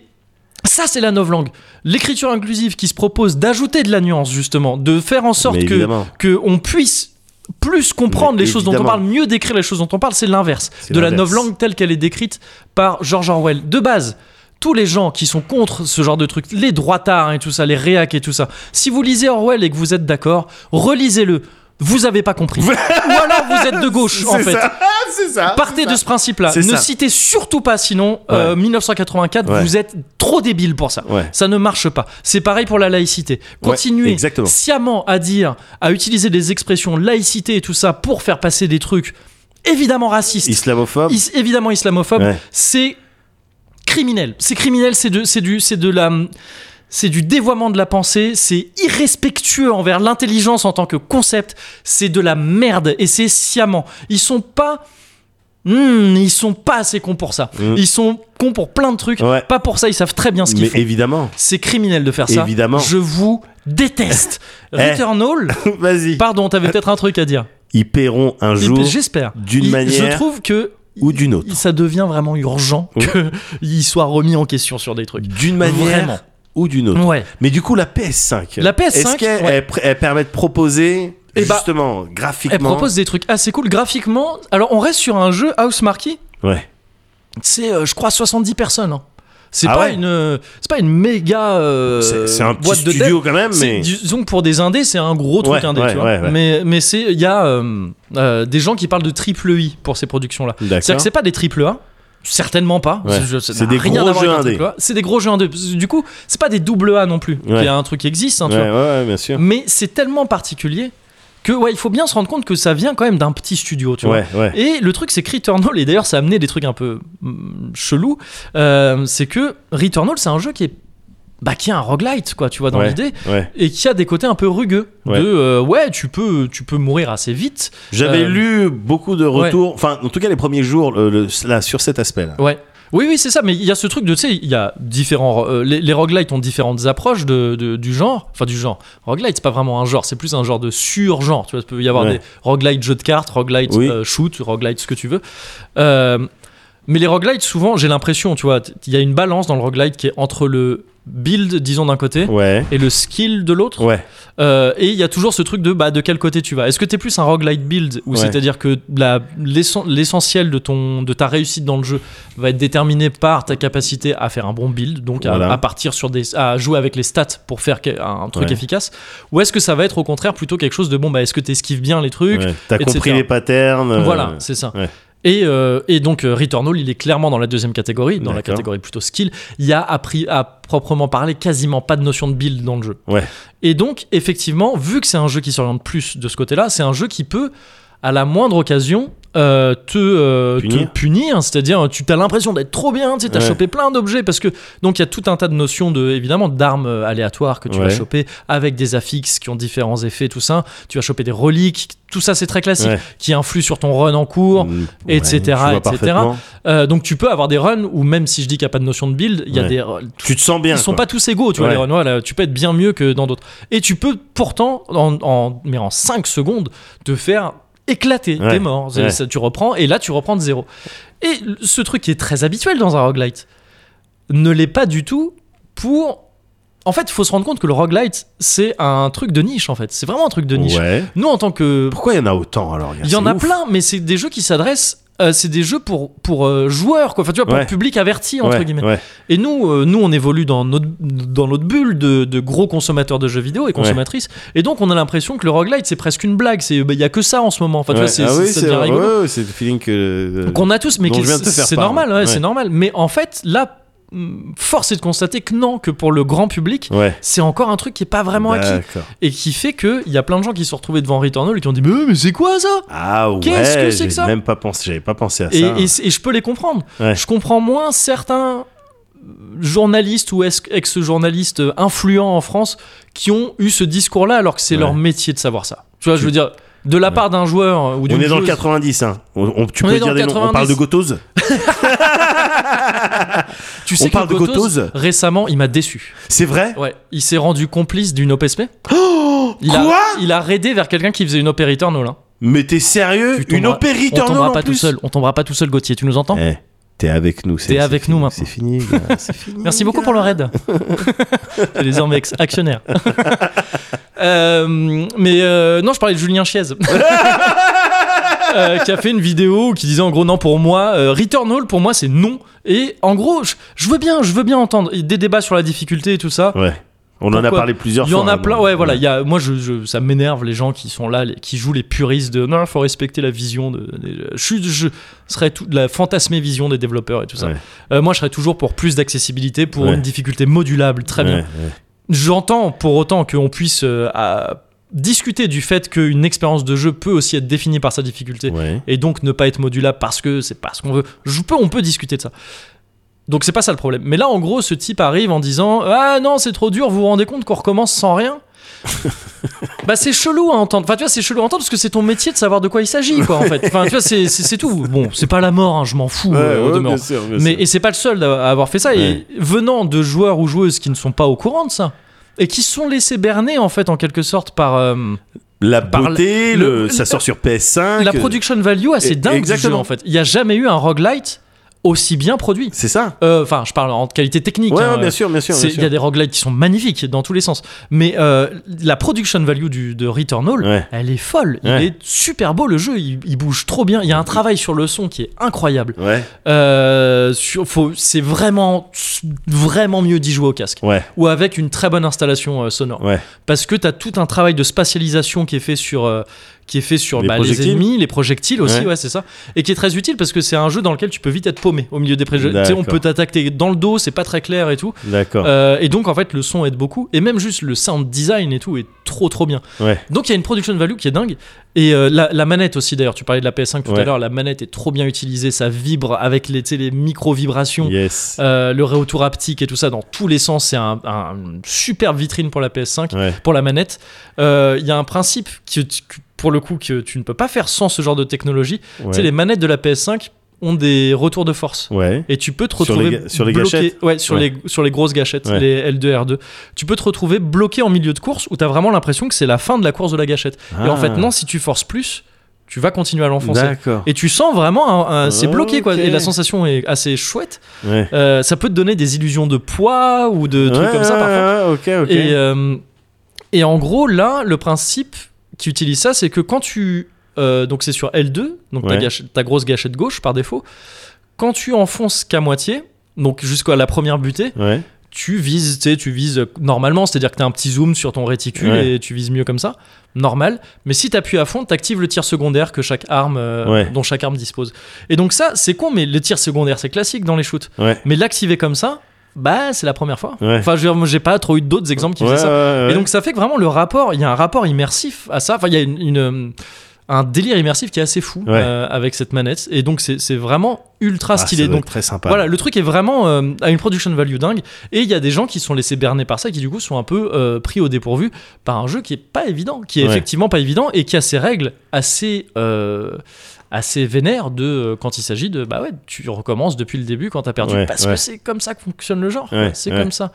S1: ça, c'est la novlangue. L'écriture inclusive qui se propose d'ajouter de la nuance, justement, de faire en sorte
S2: Mais
S1: que,
S2: évidemment.
S1: que on puisse plus comprendre
S2: Mais
S1: les choses dont on
S2: évidemment.
S1: parle, mieux décrire les choses dont on parle, c'est l'inverse
S2: C'est
S1: de la
S2: l'inverse.
S1: novlangue telle qu'elle est décrite par George Orwell. De base, tous les gens qui sont contre ce genre de truc, les droitards et tout ça, les réacs et tout ça, si vous lisez Orwell et que vous êtes d'accord, relisez-le. Vous avez pas compris. Ou alors vous êtes de gauche, en
S2: C'est
S1: fait.
S2: ça. c'est ça.
S1: Partez de ce principe-là.
S2: C'est
S1: Ne
S2: ça.
S1: citez surtout pas, sinon, euh, 1984,
S2: Ouais.
S1: vous êtes trop débile pour ça.
S2: Ouais.
S1: Ça ne marche pas. C'est pareil pour la laïcité.
S2: Ouais,
S1: Continuez
S2: exactement.
S1: sciemment à dire, à utiliser des expressions laïcité et tout ça pour faire passer des trucs évidemment racistes,
S2: Islamophobe.
S1: is- évidemment islamophobes.
S2: Ouais.
S1: C'est criminel. C'est criminel, c'est de, c'est du, c'est de la. C'est du dévoiement de la pensée, c'est irrespectueux envers l'intelligence en tant que concept, c'est de la merde et c'est sciemment. Ils sont pas. Hmm, ils sont pas assez cons pour ça.
S2: Mm.
S1: Ils sont cons pour plein de trucs,
S2: Ouais.
S1: pas pour ça, ils savent très bien ce qu'ils
S2: Mais
S1: font.
S2: évidemment.
S1: C'est criminel de faire ça.
S2: Évidemment.
S1: Je vous déteste.
S2: Eh.
S1: Returnal,
S2: Vas-y.
S1: pardon, t'avais peut-être un truc à dire.
S2: Ils paieront un jour
S1: ben, J'espère.
S2: d'une
S1: Il-
S2: manière
S1: Je trouve que.
S2: ou d'une autre.
S1: Ça devient vraiment urgent
S2: Oui.
S1: qu'il soit remis en question sur des trucs.
S2: D'une manière
S1: Vraiment.
S2: ou d'une autre.
S1: Ouais.
S2: Mais du coup, la PS5.
S1: La PS5,
S2: Est-ce qu'elle
S1: ouais.
S2: elle pr- elle permet de proposer
S1: Eh bah,
S2: justement graphiquement
S1: Elle propose des trucs assez cool graphiquement. Alors, on reste sur un jeu House Marquis.
S2: Ouais.
S1: C'est, euh, je crois, 70 personnes. hein. C'est
S2: Ah
S1: pas
S2: ouais
S1: une, euh, c'est pas une méga. euh,
S2: C'est c'est un petit
S1: boîte de dev.
S2: studio quand même,
S1: C'est-
S2: mais
S1: Disons que pour des indés, c'est un gros truc
S2: Ouais,
S1: indé,
S2: ouais,
S1: tu vois.
S2: ouais, ouais.
S1: Mais, mais c'est, il y a euh, euh, des gens qui parlent de triple I pour ces productions-là. C'est-à-dire
S2: d'accord.
S1: que c'est pas des triple A. Certainement pas.
S2: Ouais.
S1: Je- ça
S2: C'est
S1: n'a
S2: des
S1: rien
S2: gros
S1: à voir
S2: jeux
S1: avec un
S2: indés.
S1: triple A. C'est des gros jeux indés. Du coup, c'est pas des double A non plus.
S2: Ouais.
S1: Il y a un truc qui existe, hein, tu
S2: Ouais,
S1: vois.
S2: ouais, ouais, bien sûr.
S1: Mais c'est tellement particulier que, ouais, il faut bien se rendre compte que ça vient quand même d'un petit studio, tu vois.
S2: Ouais, ouais.
S1: Et le truc, c'est que Returnal, et d'ailleurs, ça a amené des trucs un peu mm, chelous, euh, c'est que Returnal, c'est un jeu qui est. Bah, qui a un roguelite, quoi, tu vois, dans
S2: Ouais.
S1: l'idée,
S2: ouais.
S1: et qui a des côtés un peu rugueux.
S2: Ouais.
S1: De euh, ouais, tu peux, tu peux mourir assez vite.
S2: J'avais
S1: Euh,
S2: lu beaucoup de retours, enfin, en tout cas, les premiers jours le- le- là, sur cet aspect-là.
S1: Ouais. Oui, oui, c'est ça, mais il y a ce truc de, tu sais, il y a différents. euh, les, les roguelites ont différentes approches de, de- du genre. Enfin, du genre. Roguelite, c'est pas vraiment un genre, c'est plus un genre de sur-genre. Tu vois, il peut y avoir
S2: Ouais.
S1: des roguelites jeux de cartes, roguelite
S2: Oui.
S1: euh, shoot, roguelite ce que tu veux. Euh, mais les roguelites, souvent, j'ai l'impression, tu vois, t- il y a une balance dans le roguelite qui est entre le build, disons, d'un côté.
S2: Ouais.
S1: Et le skill de l'autre.
S2: Ouais.
S1: Euh, et il y a toujours ce truc de bah, de quel côté tu vas. Est-ce que t'es plus un roguelite build ou
S2: Ouais.
S1: c'est-à-dire que la- l'essen- l'essentiel de ton de ta réussite dans le jeu va être déterminé par ta capacité à faire un bon build, donc à-
S2: Voilà.
S1: à, partir sur des à jouer avec les stats pour faire que- un truc
S2: Ouais.
S1: efficace ou est-ce que ça va être au contraire plutôt quelque chose de bon bah est-ce que t'esquives bien les trucs
S2: Ouais. T'as
S1: etc.
S2: compris les patterns. euh,
S1: voilà, c'est ça.
S2: ouais.
S1: Et, euh, et donc euh, Returnal, il est clairement dans la deuxième catégorie, dans la
S2: D'accord.
S1: catégorie plutôt skill. Il y a à, pri- à proprement parler quasiment pas de notion de build dans le jeu.
S2: Ouais.
S1: Et donc effectivement, vu que c'est un jeu qui s'oriente plus de ce côté-là, c'est un jeu qui peut, à la moindre occasion, euh, te, euh, te punir.
S2: Punir.
S1: c'est-à-dire tu as l'impression d'être trop bien, tu sais, t'as
S2: Ouais.
S1: chopé plein d'objets parce que donc il y a tout un tas de notions de évidemment d'armes euh, aléatoires que tu vas
S2: Ouais.
S1: choper avec des affixes qui ont différents effets, tout ça. Tu vas choper des reliques, tout ça c'est très classique
S2: Ouais.
S1: qui influe sur ton run en cours,
S2: Mm,
S1: etc.,
S2: ouais, je vois
S1: etc.
S2: parfaitement.
S1: Euh, donc tu peux avoir des runs où même si je dis qu'il n'y a pas de notion de build, il y a
S2: Ouais.
S1: des euh, runs-
S2: Tu te sens bien.
S1: ils sont
S2: quoi.
S1: pas tous égaux, tu vois,
S2: Ouais.
S1: les runs. Voilà, tu peux être bien mieux que dans d'autres. Et tu peux pourtant, en, en- mais en 5 secondes, te faire éclater
S2: Ouais.
S1: des morts. C'est-
S2: Ouais.
S1: ça, tu reprends, et là, tu reprends de zéro. Et l- ce truc qui est très habituel dans un roguelite ne l'est pas du tout pour. En fait, il faut se rendre compte que le roguelite, c'est un truc de niche, en fait. C'est vraiment un truc de niche.
S2: Ouais.
S1: Nous, en tant que
S2: Pourquoi il y en a autant alors gars
S1: il y en
S2: C'est
S1: a
S2: ouf.
S1: plein, mais c'est des jeux qui s'adressent. euh, c'est des jeux pour pour euh, joueurs quoi. Enfin, tu vois, pour
S2: Ouais.
S1: le public averti entre
S2: Ouais,
S1: guillemets.
S2: ouais.
S1: Et nous, euh, nous, on évolue dans notre dans notre bulle de, de gros consommateurs de jeux vidéo et consommatrices. Et donc, on a l'impression que le roguelite c'est presque une blague. C'est bah, il y a que ça en ce moment. Enfin, tu
S2: Ouais.
S1: vois, c'est
S2: ah
S1: c'est-
S2: oui,
S1: ça
S2: c'est
S1: devient rigolo.
S2: ouais, ouais, c'est le feeling que. euh,
S1: Qu'on a tous, mais
S2: dont
S1: qui-
S2: je viens de te faire
S1: c'est
S2: part, hein.
S1: normal, ouais,
S2: ouais.
S1: c'est normal. Mais en fait, là, hum, force est de constater que non, que pour le grand public,
S2: Ouais.
S1: c'est encore un truc qui est pas vraiment acquis.
S2: D'accord.
S1: Et qui fait que il y a plein de gens qui se sont retrouvés devant Henry Tornell et qui ont dit Mais, mais c'est quoi ça
S2: Ah ouais.
S1: Qu'est-ce que c'est que
S2: j'ai
S1: ça
S2: Même pas pensé, j'avais pas pensé à
S1: et,
S2: ça. hein.
S1: et c- et je peux les comprendre.
S2: Ouais.
S1: Je comprends moins certains euh, journalistes ou es- ex-journalistes euh, influents en France qui ont eu ce discours-là alors que c'est
S2: Ouais.
S1: leur métier de savoir ça. Tu vois, je veux dire, de la part d'un joueur euh, ou d'une
S2: on est dans le
S1: joueuse-
S2: 90, hein. On, on- tu
S1: On
S2: peux
S1: est dans
S2: dire
S1: le
S2: des noms. On parle
S1: 90.
S2: de Gotoz
S1: Tu sais
S2: on
S1: que
S2: parle de
S1: Gotoz,
S2: Gotoz
S1: Récemment, il m'a déçu.
S2: C'est vrai
S1: Ouais, il s'est rendu complice d'une OPSP. il a,
S2: Oh quoi
S1: Il a raidé vers quelqu'un qui faisait une OP Returnal. hein.
S2: Mais t'es sérieux
S1: Tu
S2: Une
S1: tomberas-
S2: opérie
S1: On tombera
S2: Turner
S1: pas
S2: en
S1: tout
S2: plus
S1: seul. On tombera pas tout seul, Gauthier. Tu nous entends
S2: Eh, t'es avec nous. c'est-
S1: T'es
S2: c'est
S1: avec
S2: fini,
S1: nous maintenant.
S2: C'est fini, gars, c'est fini,
S1: Merci
S2: les
S1: beaucoup
S2: gars.
S1: pour le raid. T'es désormais ex- actionnaire. Euh, mais euh, non, je parlais de Julien Chiez. Euh, qui a fait une vidéo qui disait en gros non pour moi euh, Returnal pour moi c'est non et en gros je, je veux bien je veux bien entendre des débats sur la difficulté et tout ça
S2: Ouais. On en a
S1: Pourquoi
S2: parlé plusieurs
S1: il y
S2: fois.
S1: en a
S2: hein,
S1: plein
S2: bon.
S1: ouais voilà il y a, moi je, je- ça m'énerve les gens qui sont là les- qui jouent les puristes de non faut respecter la vision de, des- je suis je serais tout de la fantasmée vision des développeurs et tout ça
S2: Ouais.
S1: Euh, moi je serais toujours pour plus d'accessibilité pour
S2: Ouais.
S1: une difficulté modulable très
S2: Ouais,
S1: bien
S2: ouais.
S1: J'entends pour autant qu'on puisse euh, à- discuter du fait qu'une expérience de jeu peut aussi être définie par sa difficulté
S2: Ouais.
S1: et donc ne pas être modulable parce que c'est pas ce qu'on veut. Je peux, on peut discuter de ça. Donc c'est pas ça le problème. Mais là, en gros, ce type arrive en disant Ah non, c'est trop dur, vous vous rendez compte qu'on recommence sans rien bah c'est chelou à entendre. Enfin tu vois c'est chelou à entendre parce que c'est ton métier de savoir de quoi il s'agit quoi en fait. Enfin tu vois c'est c'est- c'est tout. Bon c'est pas la mort, hein, je m'en fous. euh, au
S2: Ouais, ouais,
S1: demeurant.
S2: bien sûr, bien
S1: Mais,
S2: sûr.
S1: et c'est pas le seul à avoir fait ça.
S2: Ouais.
S1: Et venant de joueurs ou joueuses qui ne sont pas au courant de ça et qui se sont laissés berner en fait en quelque sorte par euh,
S2: La
S1: par le-
S2: beauté, le,
S1: le-
S2: ça sort sur PS5.
S1: la
S2: euh,
S1: production value assez
S2: Et-
S1: dingue du jeu
S2: exactement.
S1: en fait. Il n'y a jamais eu un roguelite aussi bien produit.
S2: C'est ça
S1: Euh, Enfin, je parle en qualité technique.
S2: Ouais, ouais,
S1: hein.
S2: bien sûr, bien sûr.
S1: C'est-
S2: bien
S1: Il y a
S2: sûr.
S1: des roguelites qui sont magnifiques dans tous les sens. Mais euh, la production value du, de Returnal,
S2: Ouais.
S1: elle est folle.
S2: Ouais.
S1: Il est super beau le jeu, il, il bouge trop bien. Il y a un travail sur le son qui est incroyable.
S2: Ouais,
S1: Euh, sur- faut- c'est vraiment, vraiment mieux d'y jouer au casque
S2: ouais,
S1: ou avec une très bonne installation euh, sonore.
S2: ouais.
S1: Parce que tu as tout un travail de spatialisation qui est fait sur, euh, qui est fait sur
S2: Les
S1: bah,
S2: projectiles.
S1: ennemis, les projectiles aussi, ouais,
S2: Ouais.
S1: c'est ça. Et qui est très utile parce que c'est un jeu dans lequel tu peux vite être paumé au milieu des projectiles. Tu sais, On
S2: D'accord.
S1: peut t'attaquer dans le dos, c'est pas très clair et tout.
S2: D'accord.
S1: Euh, et donc en fait le son aide beaucoup et même juste le sound design et tout est trop trop bien.
S2: Ouais.
S1: Donc il y a une production value qui est dingue et euh, la, la manette aussi d'ailleurs tu parlais de la PS5 tout à
S2: Ouais.
S1: l'heure la manette est trop bien utilisée ça vibre avec les, tu sais, les micro vibrations
S2: yes.
S1: euh, le retour haptique et tout ça dans tous les sens, c'est un, un- une superbe vitrine pour la PS5,
S2: ouais.
S1: pour la manette. Euh, Il y a un principe qui, qui- pour le coup, que tu ne peux pas faire sans ce genre de technologie. Tu sais,
S2: ouais.
S1: les manettes de la PS5 ont des retours de force.
S2: Ouais.
S1: Et tu peux te
S2: Sur les
S1: retrouver
S2: ga- sur les
S1: bloqué-
S2: gâchettes
S1: ouais, sur,
S2: Ouais.
S1: Les, sur les grosses gâchettes,
S2: Ouais.
S1: les L2, R2. Tu peux te retrouver bloqué en milieu de course où tu as vraiment l'impression que c'est la fin de la course de la gâchette. Et en
S2: Ah.
S1: fait, non, si tu forces plus, tu vas continuer à l'enfoncer.
S2: D'accord.
S1: Et tu sens vraiment, un- un- c'est bloqué quoi.
S2: Ok.
S1: Et la sensation est assez chouette.
S2: Ouais.
S1: Euh, ça peut te donner des illusions de poids ou de trucs
S2: Ouais,
S1: comme ça
S2: ouais,
S1: parfois.
S2: ouais, ok, ok.
S1: Et, euh, et en gros, là, le principe qui utilise ça, c'est que quand tu. euh, donc c'est sur L2, donc ta,
S2: Ouais.
S1: gâchette- ta grosse gâchette gauche par défaut. Quand tu enfonces qu'à moitié, donc jusqu'à la première butée,
S2: Ouais.
S1: tu vises, tu sais, tu vises euh, normalement, c'est-à-dire que tu as un petit zoom sur ton réticule
S2: Ouais.
S1: et tu vises mieux comme ça, normal. Mais si tu appuies à fond, tu actives le tir secondaire que chaque arme, euh,
S2: Ouais.
S1: dont chaque arme dispose. Et donc ça, c'est con, mais le tir secondaire, c'est classique dans les shoots.
S2: Ouais.
S1: Mais l'activer comme ça, bah c'est la première fois.
S2: Ouais.
S1: Enfin, je veux dire, moi, j'ai pas trop eu d'autres exemples qui
S2: Ouais,
S1: faisaient ça.
S2: ouais, ouais.
S1: Et donc ça fait que vraiment le rapport, il y a un rapport immersif à ça. Enfin, il y a une, une, euh, un délire immersif qui est assez fou
S2: Ouais.
S1: euh, avec cette manette. Et donc c'est c'est vraiment ultra
S2: Ah, ça
S1: stylé.
S2: doit
S1: Donc
S2: être très sympa.
S1: voilà, le truc est vraiment euh, à une production value dingue. Et il y a des gens qui sont laissés berner par ça, qui du coup sont un peu euh, pris au dépourvu par un jeu qui est pas évident, qui est
S2: Ouais.
S1: effectivement pas évident et qui a ses règles assez. euh, assez vénères de euh, quand il s'agit de bah ouais tu recommences depuis le début quand t'as perdu
S2: Ouais,
S1: parce
S2: ouais.
S1: que c'est comme ça que fonctionne le genre quoi.
S2: Ouais,
S1: c'est
S2: ouais.
S1: comme ça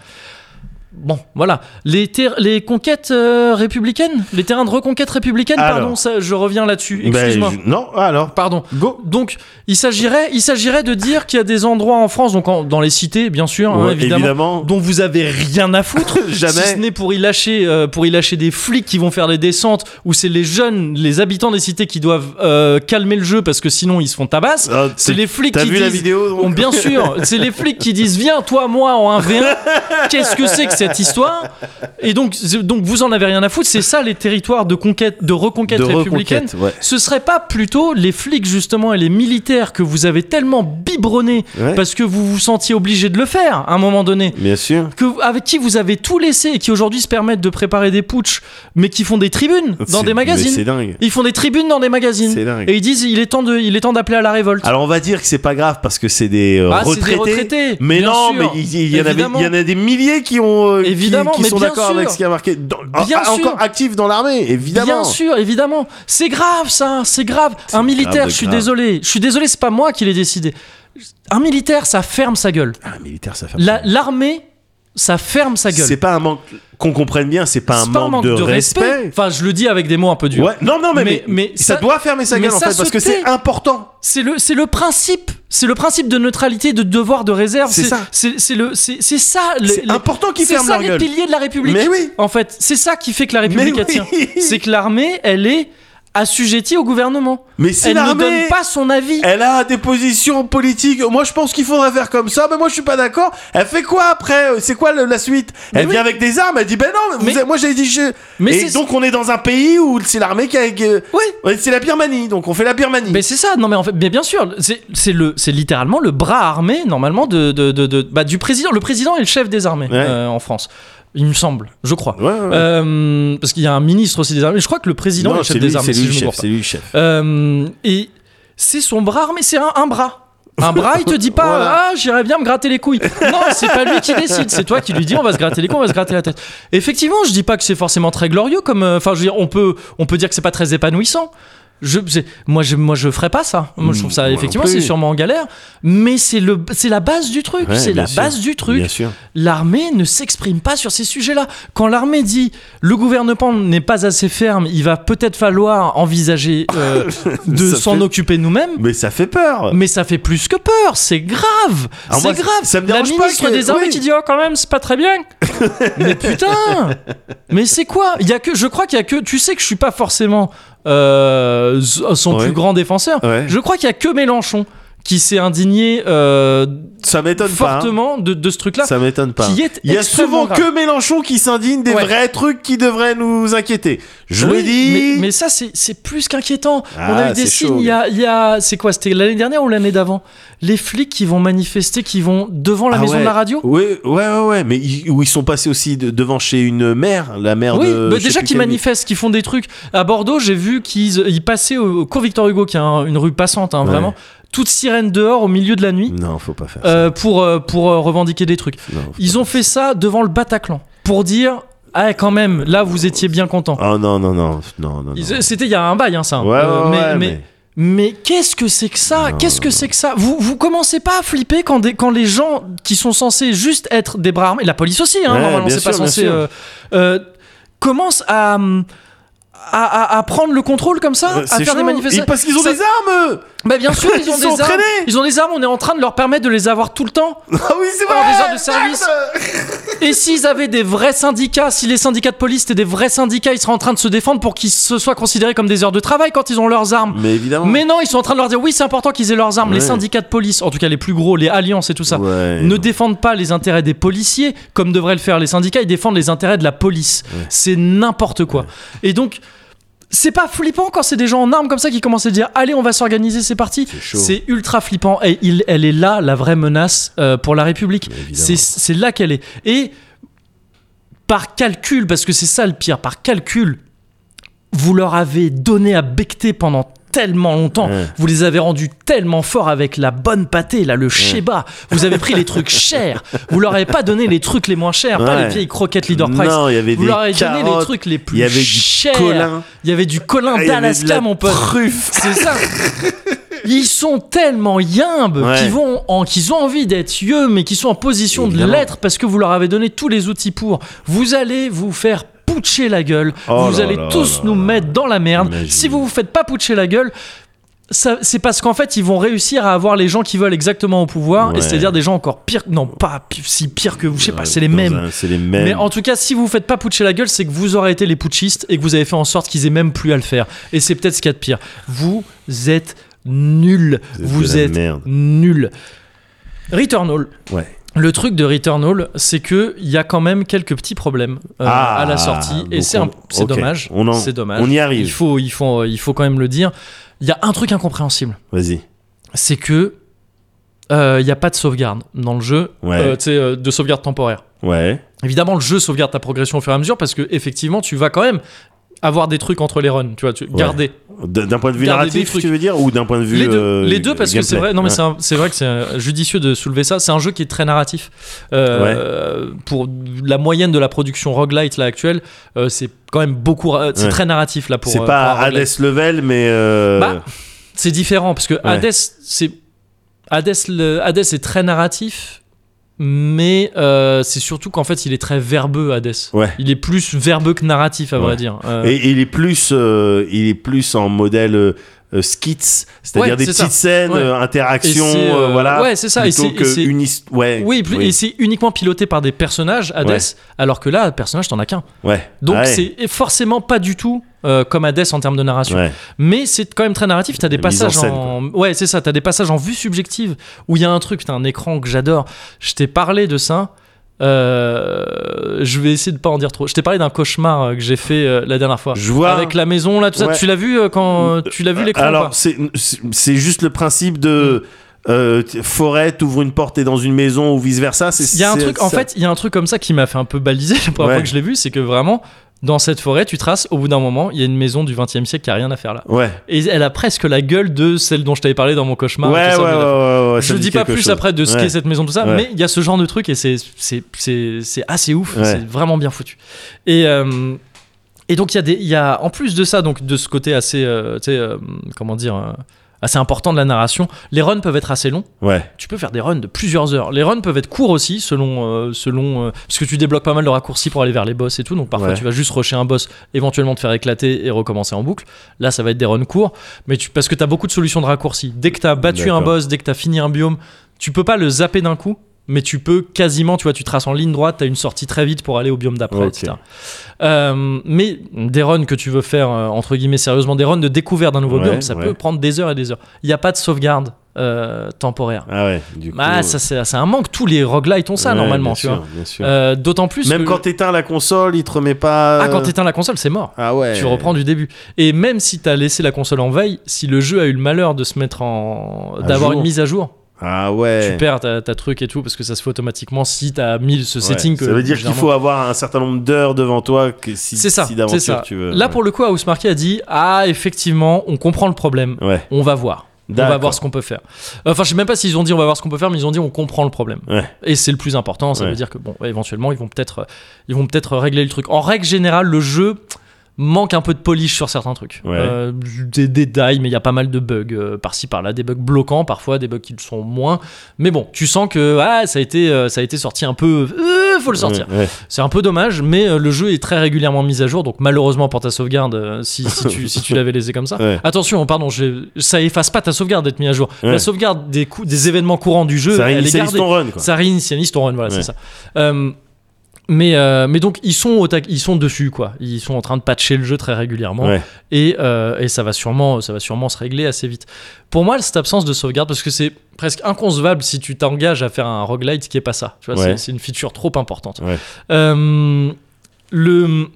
S1: bon voilà les ter- les conquêtes euh, républicaines les terrains de reconquête républicaine
S2: Alors.
S1: pardon ça je reviens là-dessus
S2: Ben,
S1: excuse-moi
S2: je- Non, alors.
S1: pardon
S2: Go.
S1: donc, il s'agirait, il s'agirait de dire qu'il y a des endroits en France, donc en- dans les cités, bien sûr, hein,
S2: Ouais,
S1: évidemment, dont vous avez rien à foutre,
S2: Jamais.
S1: si ce n'est pour y lâcher, euh, pour y lâcher des flics qui vont faire des descentes, ou c'est les jeunes, les habitants des cités qui doivent euh, calmer le jeu parce que sinon ils se font tabasse.
S2: Ah,
S1: C'est les flics
S2: T'as
S1: qui
S2: vu
S1: disent. Oh,
S2: la vidéo donc
S1: Bon, bien sûr, c'est les flics qui disent viens toi moi en 1v1. Qu'est-ce que c'est que ces cette histoire. Et donc, c'est- donc vous en avez rien à foutre. C'est ça les territoires de conquête, de reconquête
S2: De
S1: républicaine.
S2: reconquête, ouais.
S1: Ce serait pas plutôt les flics justement et les militaires que vous avez tellement biberonnés
S2: Ouais.
S1: parce que vous vous sentiez obligé de le faire à un moment donné.
S2: Bien sûr.
S1: Que, avec qui vous avez tout laissé et qui aujourd'hui se permettent de préparer des putschs, mais qui font des tribunes dans
S2: C'est-
S1: des magazines.
S2: mais C'est dingue.
S1: Ils font des tribunes dans des magazines.
S2: C'est dingue.
S1: Et ils disent il est temps de, il est temps d'appeler à la révolte.
S2: Alors on va dire que c'est pas grave parce que c'est des, euh,
S1: Ah, c'est des
S2: retraités,
S1: retraités,
S2: Mais
S1: bien
S2: non,
S1: sûr.
S2: mais il, il y en avait,
S1: Évidemment.
S2: il y en a des milliers qui ont, euh, qui-
S1: Évidemment,
S2: qui,
S1: mais
S2: sont
S1: bien
S2: d'accord
S1: sûr.
S2: avec ce qui a marqué, dans-
S1: Bien
S2: ah,
S1: sûr.
S2: encore actifs dans l'armée, évidemment.
S1: Bien sûr, évidemment. C'est grave ça, hein, c'est grave. Un militaire,
S2: de
S1: je suis
S2: grave.
S1: désolé, je suis désolé, c'est pas moi qui l'ai décidé. Un militaire, ça ferme sa gueule.
S2: Ah, militaire, ça fait.
S1: La- L'armée, ça ferme sa gueule.
S2: C'est pas un manque qu'on comprenne bien, c'est pas, un,
S1: C'est
S2: manque de, respect.
S1: Enfin, je le dis avec des mots un peu durs.
S2: Ouais. Non, non, mais,
S1: Mais-
S2: mais-
S1: mais
S2: ça,
S1: ça-
S2: doit fermer sa
S1: mais
S2: gueule en
S1: ça
S2: fait parce
S1: se
S2: que c'est
S1: tait.
S2: important.
S1: C'est le, c'est le principe. C'est le principe de neutralité, de devoir, de réserve.
S2: C'est ça.
S1: C'est c'est le, c'est c'est ça. le-
S2: C'est
S1: les-
S2: important qu'ils
S1: C'est
S2: ferment
S1: ça
S2: leur
S1: les
S2: gueule.
S1: piliers de la République.
S2: Mais oui.
S1: En fait, c'est ça qui fait que la République
S2: Mais
S1: elle tient.
S2: oui.
S1: C'est que l'armée, elle est assujettie au gouvernement.
S2: Mais si
S1: elle ne
S2: l'armée-
S1: donne pas son avis.
S2: Elle a des positions politiques. Moi, je pense qu'il faudrait faire comme ça, mais moi, je suis pas d'accord. Elle fait quoi après Euh, C'est quoi le- la suite Elle
S1: Mais
S2: vient
S1: oui.
S2: avec des armes. Elle dit ben non, mais vous
S1: Mais-
S2: avez- moi, j'ai dit. Je...
S1: Mais
S2: Et
S1: c'est-
S2: donc, on est dans un pays où c'est l'armée qui a. que-
S1: Oui.
S2: Ouais, c'est la Birmanie, donc on fait la Birmanie.
S1: Mais c'est ça, non mais en fait, mais bien sûr, c'est c'est le, c'est littéralement le bras armé normalement de, de, de- de- bah, du président. Le président est le chef des armées
S2: Ouais.
S1: euh, en France, il me semble, je crois.
S2: Ouais, ouais, ouais.
S1: Euh, parce qu'il y a un ministre aussi des armées. Je crois que le président est le chef des armées. si je me trompe pas.
S2: lui le chef.
S1: Euh, et c'est son bras armé, c'est un, un bras. Un bras, il te dit pas
S2: Voilà.
S1: ah j'irais bien me gratter les couilles. Non, c'est pas lui qui décide, c'est toi qui lui dis on va se gratter les couilles, on va se gratter la tête. Effectivement, je dis pas que c'est forcément très glorieux comme, euh, enfin je veux dire on peut on peut dire que c'est pas très épanouissant. Je, c'est- moi je moi je ferais pas ça. Moi je trouve ça
S2: Mmh, moi non
S1: effectivement
S2: plus.
S1: c'est sûrement en galère, mais c'est le c'est la base du truc,
S2: Ouais,
S1: c'est
S2: bien
S1: la
S2: sûr.
S1: base du truc
S2: Bien sûr.
S1: l'armée ne s'exprime pas sur ces sujets-là. Quand l'armée dit le gouvernement n'est pas assez ferme, il va peut-être falloir envisager euh, de
S2: Ça
S1: s'en
S2: fait- Bah.
S1: occuper nous-mêmes.
S2: Mais ça fait peur.
S1: Mais ça fait plus que peur, c'est grave, c'est
S2: Alors moi,
S1: grave.
S2: ça me
S1: La
S2: dérange pas
S1: ministre
S2: que-
S1: des armées
S2: oui.
S1: qui dit oh quand même c'est pas très bien. mais putain, mais c'est quoi Il y a que, je crois qu'il y a que, tu sais que je suis pas forcément euh, son
S2: Ouais.
S1: plus grand défenseur.
S2: Ouais.
S1: Je crois qu'il y a que Mélenchon qui s'est indigné euh,
S2: Ça m'étonne pas. hein.
S1: fortement de, de ce truc-là.
S2: Ça m'étonne pas.
S1: qui est
S2: Il y a
S1: extrêmement
S2: souvent
S1: grave.
S2: que Mélenchon qui s'indigne des
S1: Ouais.
S2: vrais trucs qui devraient nous inquiéter. Je
S1: Oui,
S2: le dis.
S1: Mais, mais ça, c'est c'est plus qu'inquiétant. On
S2: Ah,
S1: a eu des
S2: c'est
S1: signes.
S2: chaud,
S1: Il y a, il y a- c'est quoi C'était l'année dernière ou l'année d'avant Les flics qui vont manifester, qui vont devant la
S2: Ah
S1: maison
S2: ouais.
S1: de la radio.
S2: Oui, ouais, ouais, ouais. Mais ils, où ils sont passés aussi de- devant chez une mère, la mère
S1: Oui,
S2: de.
S1: bah
S2: je sais
S1: déjà
S2: plus
S1: qu'ils
S2: quelle-
S1: manifestent, qu'ils font des trucs. À Bordeaux, j'ai vu qu'ils ils passaient au, au cours Victor Hugo, qui est un- une rue passante, hein,
S2: Ouais. Mm.
S1: vraiment. Toute sirène dehors au milieu de la nuit
S2: Non, faut pas faire ça.
S1: euh, pour, euh, pour euh, revendiquer des trucs.
S2: Non, faut
S1: Ils ont fait ça devant le Bataclan pour dire Ah, quand même, là, vous étiez bien content.
S2: pas. Oh non, non, non, non, non. non.
S1: Ils- C'était il y a un bail, hein, ça.
S2: Ouais, ouais,
S1: Euh,
S2: ouais,
S1: mais, mais- Mais qu'est-ce que c'est que ça
S2: Non,
S1: Qu'est-ce que c'est que ça vous, vous commencez pas à flipper quand, des, quand les gens qui sont censés juste être des bras armés, la police aussi, hein,
S2: Ouais,
S1: normalement
S2: bien
S1: c'est pas
S2: sûr, bien
S1: censé,
S2: sûr.
S1: euh, euh, commencent à, hum, à, à- à prendre le contrôle comme ça,
S2: Euh,
S1: à
S2: c'est
S1: faire des
S2: chaud.
S1: manifestations.
S2: Ils- Parce qu'ils ont
S1: Ça-
S2: des armes eux.
S1: Bah, bien sûr, ils
S2: Ils
S1: ont
S2: sont
S1: des armes.
S2: entraînés.
S1: Ils ont des armes, on est en train de leur permettre de les avoir tout le temps.
S2: Ah oui, c'est vrai
S1: Alors, des heures de
S2: merde.
S1: service. Et s'ils avaient des vrais syndicats, si les syndicats de police étaient des vrais syndicats, ils seraient en train de se défendre pour qu'ils se soient considérés comme des heures de travail quand ils ont leurs armes.
S2: Mais évidemment.
S1: Mais non, ils sont en train de leur dire oui, c'est important qu'ils aient leurs armes. Les
S2: Ouais.
S1: syndicats de police, en tout cas les plus gros, les alliances et tout ça,
S2: Ouais.
S1: ne défendent pas les intérêts des policiers comme devraient le faire les syndicats. Ils défendent les intérêts de la police. C'est n'importe quoi. Et donc. C'est pas flippant quand c'est des gens en armes comme ça qui commencent à dire allez on va s'organiser c'est parti
S2: chaud.
S1: c'est ultra flippant et il, elle est là la vraie menace euh, pour la République
S2: évidemment.
S1: c'est c'est là qu'elle est et par calcul parce que c'est ça le pire par calcul vous leur avez donné à becter pendant tellement longtemps,
S2: Ouais.
S1: vous les avez rendus tellement forts avec la bonne pâtée, là, le sheba, vous avez pris les trucs chers, vous leur avez pas donné les trucs les moins chers, pas
S2: Ouais.
S1: les vieilles croquettes leader price,
S2: Non, il y avait
S1: vous
S2: des
S1: leur avez donné
S2: carottes,
S1: les trucs les plus
S2: il y avait du
S1: chers,
S2: colin.
S1: il y avait du colin
S2: Ah, il y avait de
S1: d'Alaska
S2: la
S1: mon pote,
S2: Truffe.
S1: c'est ça. Ils sont tellement yimbes
S2: Ouais.
S1: qu'ils vont en- qu'ils ont envie d'être yeux, mais qu'ils sont en position
S2: Évidemment.
S1: de l'être parce que vous leur avez donné tous les outils pour. Vous allez vous faire putcher la gueule.
S2: Oh
S1: vous
S2: là
S1: allez
S2: là
S1: tous
S2: là
S1: nous
S2: là
S1: mettre dans la merde.
S2: Imagine.
S1: Si vous vous faites pas putcher la gueule. ça- C'est parce qu'en fait, ils vont réussir à avoir les gens qui veulent exactement au pouvoir,
S2: Ouais.
S1: et c'est-à-dire des gens encore pires, non pas pi- si pires que vous, je sais pas, c'est les
S2: Dans
S1: mêmes.
S2: un- C'est les mêmes.
S1: Mais en tout cas, si vous vous faites pas putcher la gueule, c'est que vous aurez été les putschistes et que vous avez fait en sorte qu'ils aient même plus à le faire. Et c'est peut-être ce qu'il y a de pire. Vous êtes nuls.
S2: Vous
S1: Vous
S2: êtes de la
S1: êtes
S2: merde.
S1: nuls. Returnal.
S2: Ouais.
S1: Le truc de Returnal, c'est que il y a quand même quelques petits problèmes euh,
S2: Ah,
S1: à la sortie, et
S2: donc
S1: c'est un-
S2: on-
S1: c'est
S2: ok.
S1: dommage.
S2: On en-
S1: C'est dommage.
S2: on y arrive.
S1: Il faut, il faut, il faut quand même le dire. Il y a un truc incompréhensible,
S2: Vas-y.
S1: c'est que euh, il n'y a pas de sauvegarde dans le jeu,
S2: Ouais.
S1: euh, tu sais, euh, de sauvegarde temporaire.
S2: Ouais.
S1: Évidemment, le jeu sauvegarde ta progression au fur et à mesure parce que effectivement, tu vas quand même avoir des trucs entre les runs, tu vois, tu, garder
S2: D- D'un point de vue
S1: Garder des
S2: narratif,
S1: trucs.
S2: tu veux dire Ou d'un point de vue.
S1: les deux,
S2: euh,
S1: les deux parce que c'est
S2: gameplay
S1: vrai non mais
S2: Ouais.
S1: c'est un- c'est vrai que c'est euh, judicieux de soulever ça c'est un jeu qui est très narratif Euh, pour la moyenne de la production roguelite là actuelle euh, c'est quand même beaucoup euh, c'est
S2: Ouais.
S1: très narratif là pour
S2: C'est
S1: euh,
S2: pas
S1: pour un roguelite.
S2: Hades level, mais. euh,
S1: Bah, c'est différent parce que Hades c'est Hades le- Hades est très narratif mais euh, c'est surtout qu'en fait il est très verbeux Hades
S2: Ouais.
S1: il est plus verbeux que narratif à vrai
S2: Ouais.
S1: dire Euh,
S2: Et il est plus, euh, il est plus en modèle euh, euh, skits, c'est-à-dire
S1: Ouais,
S2: des
S1: c'est
S2: petites
S1: ça.
S2: scènes,
S1: Ouais.
S2: euh, interactions,
S1: Et c'est, euh,
S2: euh, voilà.
S1: ouais, c'est ça, et
S2: Plutôt
S1: c'est- et
S2: que
S1: c'est-
S2: une his- ouais,
S1: oui, plus- et c'est uniquement piloté par des personnages Hades
S2: Ouais.
S1: alors que là personnage t'en as qu'un
S2: ouais.
S1: Donc
S2: Ouais.
S1: c'est et forcément pas du tout euh, comme Hades en termes de narration.
S2: Ouais.
S1: Mais c'est quand même très narratif. T'as des
S2: La mise en
S1: passages
S2: scène,
S1: en, ouais, c'est ça. T'as des passages en vue subjective où il y a un truc, t'as un écran que j'adore. Je t'ai parlé de ça. Euh, je vais essayer de pas en dire trop. Je t'ai parlé d'un cauchemar euh, que j'ai fait euh, la dernière fois.
S2: Je vois.
S1: Avec la maison là, tout ça.
S2: Ouais.
S1: Tu l'as vu euh, quand euh, tu l'as vu l'écran ou pas
S2: Alors c'est c'est- c'est juste le principe de euh, t- forêt, t'ouvres une porte et dans une maison ou vice versa.
S1: Il y a un truc, en fait, il y a un truc comme ça qui m'a fait un peu baliser la première
S2: Ouais.
S1: fois que je l'ai vu, c'est que vraiment, dans cette forêt, tu traces, au bout d'un moment, il y a une maison du 20 e siècle qui a rien à faire là.
S2: Ouais.
S1: Et elle a presque la gueule de celle dont je t'avais parlé dans mon cauchemar.
S2: ouais,
S1: tout ça,
S2: ouais,
S1: mais
S2: ouais,
S1: la-
S2: ouais, ouais, ça
S1: je
S2: me
S1: dis
S2: dit
S1: pas
S2: quelque
S1: plus
S2: chose.
S1: après de ce
S2: Ouais.
S1: qu'est cette maison, tout ça,
S2: Ouais.
S1: mais il y a ce genre de truc et c'est c'est- c'est- c'est assez ouf,
S2: Ouais.
S1: c'est vraiment bien foutu. Et, euh, et donc, il y, a des- il y a, en plus de ça, donc de ce côté assez, euh, tu sais, euh, comment dire, euh, assez important de la narration, les runs peuvent être assez longs.
S2: Ouais.
S1: Tu peux faire des runs de plusieurs heures. Les runs peuvent être courts aussi, selon, euh, selon euh, parce que tu débloques pas mal de raccourcis pour aller vers les boss et tout. Donc parfois
S2: Ouais.
S1: tu vas juste rusher un boss, éventuellement te faire éclater et recommencer en boucle. Là, ça va être des runs courts, mais tu, parce que t'as beaucoup de solutions de raccourcis. Dès que t'as battu un
S2: D'accord.
S1: boss, dès que t'as fini un biome, tu peux pas le zapper d'un coup, mais tu peux quasiment, tu vois, tu traces en ligne droite, t'as une sortie très vite pour aller au biome d'après,
S2: Ok.
S1: etc. Euh, mais des runs que tu veux faire, euh, entre guillemets, sérieusement, des runs de découverte d'un nouveau
S2: Ouais,
S1: biome, ça
S2: ouais.
S1: peut prendre des heures et des heures. Il n'y a pas de sauvegarde euh, temporaire.
S2: Ah ouais. Du coup.
S1: Bah, ça, c'est c'est un manque. Tous les roguelites ont ça,
S2: ouais,
S1: normalement,
S2: bien
S1: tu
S2: sûr,
S1: vois.
S2: bien sûr.
S1: Euh, D'autant plus.
S2: Même
S1: que-
S2: quand t'éteins la console, il te remet pas. euh,
S1: Ah, quand t'éteins la console, c'est mort.
S2: Ah ouais.
S1: Tu reprends du début. Et même si t'as laissé la console en veille, si le jeu a eu le malheur de se mettre en.
S2: À
S1: d'avoir
S2: jour.
S1: une mise à jour,
S2: Ah ouais.
S1: tu perds ta, ta truc et tout, parce que ça se fait automatiquement si t'as mis ce
S2: Ouais.
S1: setting. que
S2: ça veut dire qu'il
S1: généralement-
S2: faut avoir un certain nombre d'heures devant toi que si,
S1: C'est ça.
S2: si
S1: c'est
S2: d'aventure
S1: ça.
S2: tu veux.
S1: Là, pour le coup, House Marquis a dit Ah, effectivement, on comprend le problème.
S2: Ouais.
S1: On va voir. On va
S2: D'accord.
S1: voir ce qu'on peut faire. Enfin, je sais même pas s'ils ont dit on va voir ce qu'on peut faire, mais ils ont dit on comprend le problème.
S2: Ouais.
S1: Et c'est le plus important. Ça
S2: Ouais.
S1: veut dire que bon, ouais, éventuellement, ils vont peut-être, euh, ils vont peut-être régler le truc. En règle générale, le jeu manque un peu de polish sur certains trucs.
S2: Ouais.
S1: Euh, des détails, mais il y a pas mal de bugs euh, par-ci par-là, des bugs bloquants parfois, des bugs qui le sont moins. Mais bon, tu sens que ah, ça a été, euh, ça a été sorti un peu. euh, faut le sortir.
S2: Ouais, ouais.
S1: C'est un peu dommage, mais euh, le jeu est très régulièrement mis à jour, donc malheureusement pour ta sauvegarde, euh, si, si tu, si tu l'avais laissé comme ça.
S2: Ouais.
S1: Attention, oh, pardon, je- ça efface pas ta sauvegarde d'être mis à jour. La
S2: Ouais.
S1: sauvegarde des, coups, des événements courants du jeu,
S2: Ça
S1: elle est
S2: réinitialise
S1: gardée.
S2: ton run quoi.
S1: Ça réinitialise ton run, voilà,
S2: Ouais.
S1: c'est ça. Euh, mais, euh, mais donc ils sont, au tac- ils sont dessus, quoi. Ils sont en train de patcher le jeu très régulièrement
S2: Ouais.
S1: et, euh, et ça, va sûrement, ça va sûrement se régler assez vite. Pour moi, cette absence de sauvegarde, parce que c'est presque inconcevable si tu t'engages à faire un roguelite qui est pas ça. Tu vois,
S2: Ouais.
S1: c'est- c'est une feature trop importante.
S2: Ouais.
S1: Euh, le,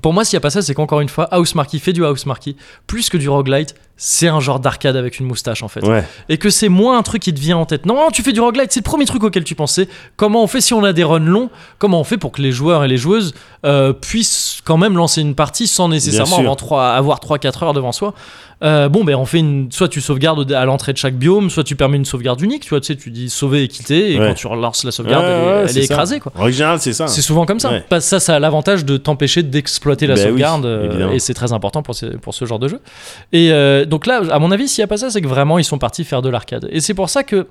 S1: pour moi, s'il n'y a pas ça, c'est qu'encore une fois, House Marquis fait du House Marquis plus que du roguelite. C'est un genre d'arcade avec une moustache en fait.
S2: Ouais.
S1: Et que c'est moins un truc qui te vient en tête. Non, tu fais du roguelite, c'est le premier truc auquel tu pensais. Comment on fait si on a des runs longs Comment on fait pour que les joueurs et les joueuses euh, puissent quand même lancer une partie sans nécessairement
S2: sûr.
S1: avoir 3, avoir 3-4 heures devant soi Euh, Bon, ben on fait une. Soit tu sauvegardes au- à l'entrée de chaque biome, soit tu permets une sauvegarde unique. Tu vois, tu sais, tu dis sauver et quitter, et
S2: Ouais.
S1: quand tu relances la sauvegarde,
S2: Ouais,
S1: elle, est-
S2: ouais,
S1: elle
S2: c'est
S1: est
S2: ça.
S1: écrasée, quoi.
S2: En règle générale, c'est ça.
S1: C'est souvent comme ça.
S2: Ouais.
S1: Parce que ça, ça a l'avantage de t'empêcher d'exploiter la
S2: Ben oui,
S1: sauvegarde. euh,
S2: évidemment.
S1: et c'est très important pour ce, pour ce genre de jeu. Et euh, donc là, à mon avis, s'il n'y a pas ça, c'est que vraiment, ils sont partis faire de l'arcade. Et c'est pour ça que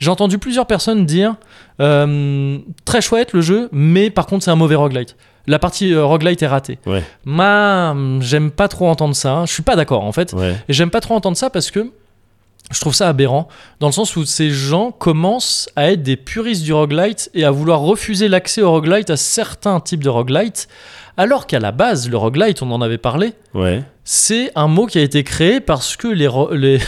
S1: j'ai entendu plusieurs personnes dire euh, très chouette le jeu, mais par contre, c'est un mauvais roguelite. La partie euh, roguelite est ratée.
S2: Ouais.
S1: Moi, hum, j'aime pas trop entendre ça. hein. Je suis pas d'accord en fait.
S2: Ouais.
S1: Et j'aime pas trop entendre ça parce que je trouve ça aberrant, dans le sens où ces gens commencent à être des puristes du roguelite et à vouloir refuser l'accès au roguelite à certains types de roguelite, Alors qu'à la base, le roguelite, on en avait parlé,
S2: Ouais.
S1: c'est un mot qui a été créé parce que les, ro- les,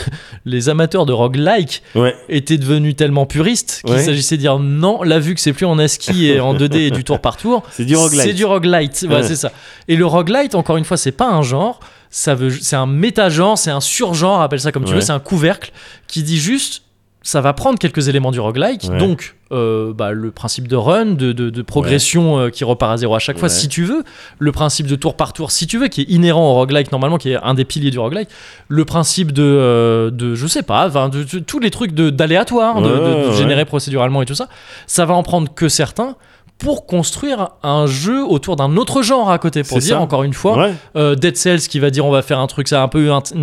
S1: les amateurs de roguelike
S2: Ouais.
S1: étaient devenus tellement puristes qu'il
S2: Ouais.
S1: s'agissait de dire non, là vu que c'est plus en ASCII et en 2D et du tour par tour,
S2: C'est du roguelite.
S1: C'est du roguelite, voilà,
S2: Ouais.
S1: c'est ça. Et le roguelite, encore une fois, c'est pas un genre, ça veut, c'est un méta-genre, c'est un surgenre, appelle ça comme tu
S2: Ouais.
S1: veux, c'est un couvercle qui dit juste. Ça va prendre quelques éléments du roguelike,
S2: Ouais.
S1: donc euh, bah, le principe de run, de, de- de progression euh, qui repart à zéro à chaque fois
S2: Ouais.
S1: si tu veux, le principe de tour par tour si tu veux, qui est inhérent au roguelike normalement, qui est un des piliers du roguelike, le principe de, euh, de je sais pas, enfin, de, de- tous les trucs de- d'aléatoire, de,
S2: Ouais,
S1: de- de
S2: ouais.
S1: générer procéduralement et tout ça, ça va en prendre que certains pour construire un jeu autour d'un autre genre à côté, pour
S2: C'est
S1: dire
S2: ça.
S1: encore une fois,
S2: Ouais.
S1: euh, Dead Cells qui va dire on va faire un truc, ça un peu un- une,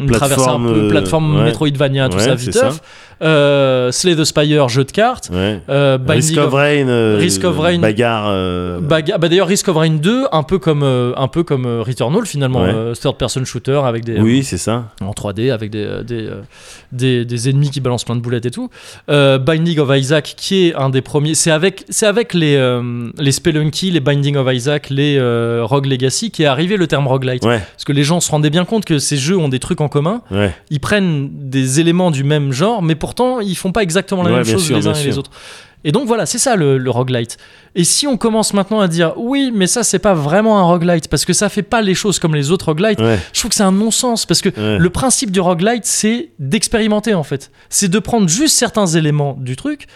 S1: une
S2: Plateforme,
S1: traversée un peu
S2: euh,
S1: plateforme
S2: ouais.
S1: Metroidvania, tout
S2: Ouais,
S1: ça,
S2: c'est
S1: viteuf. Euh, Slay the Spire, jeu de cartes.
S2: Ouais.
S1: Euh,
S2: Risk
S1: Binding
S2: of
S1: of-
S2: Rain. euh,
S1: Risk of Rain.
S2: Bagarre. euh,
S1: Baga- bah d'ailleurs Risk of Rain 2 un peu comme euh, un peu comme euh, Returnal finalement
S2: Ouais.
S1: euh, third person shooter avec des
S2: Oui, c'est ça.
S1: en 3D avec des, euh, des, euh, des, des ennemis qui balancent plein de boulettes et tout. Euh, Binding of Isaac qui est un des premiers, c'est avec, c'est avec les, euh, les Spelunky, les Binding of Isaac, les euh, Rogue Legacy qui est arrivé le terme roguelite.
S2: Ouais.
S1: Parce que les gens se rendaient bien compte que ces jeux ont des trucs en commun,
S2: Ouais.
S1: ils prennent des éléments du même genre, mais pourtant ils font pas exactement la
S2: Ouais,
S1: même
S2: bien
S1: chose
S2: sûr,
S1: les uns
S2: bien
S1: et les
S2: sûr.
S1: autres. Et donc voilà, c'est ça le, le roguelite. Et si on commence maintenant à dire oui, mais ça c'est pas vraiment un roguelite parce que ça fait pas les choses comme les autres roguelites,
S2: Ouais.
S1: je trouve que c'est un non-sens parce que
S2: Ouais.
S1: le principe du roguelite c'est d'expérimenter en fait. C'est de prendre juste certains éléments du truc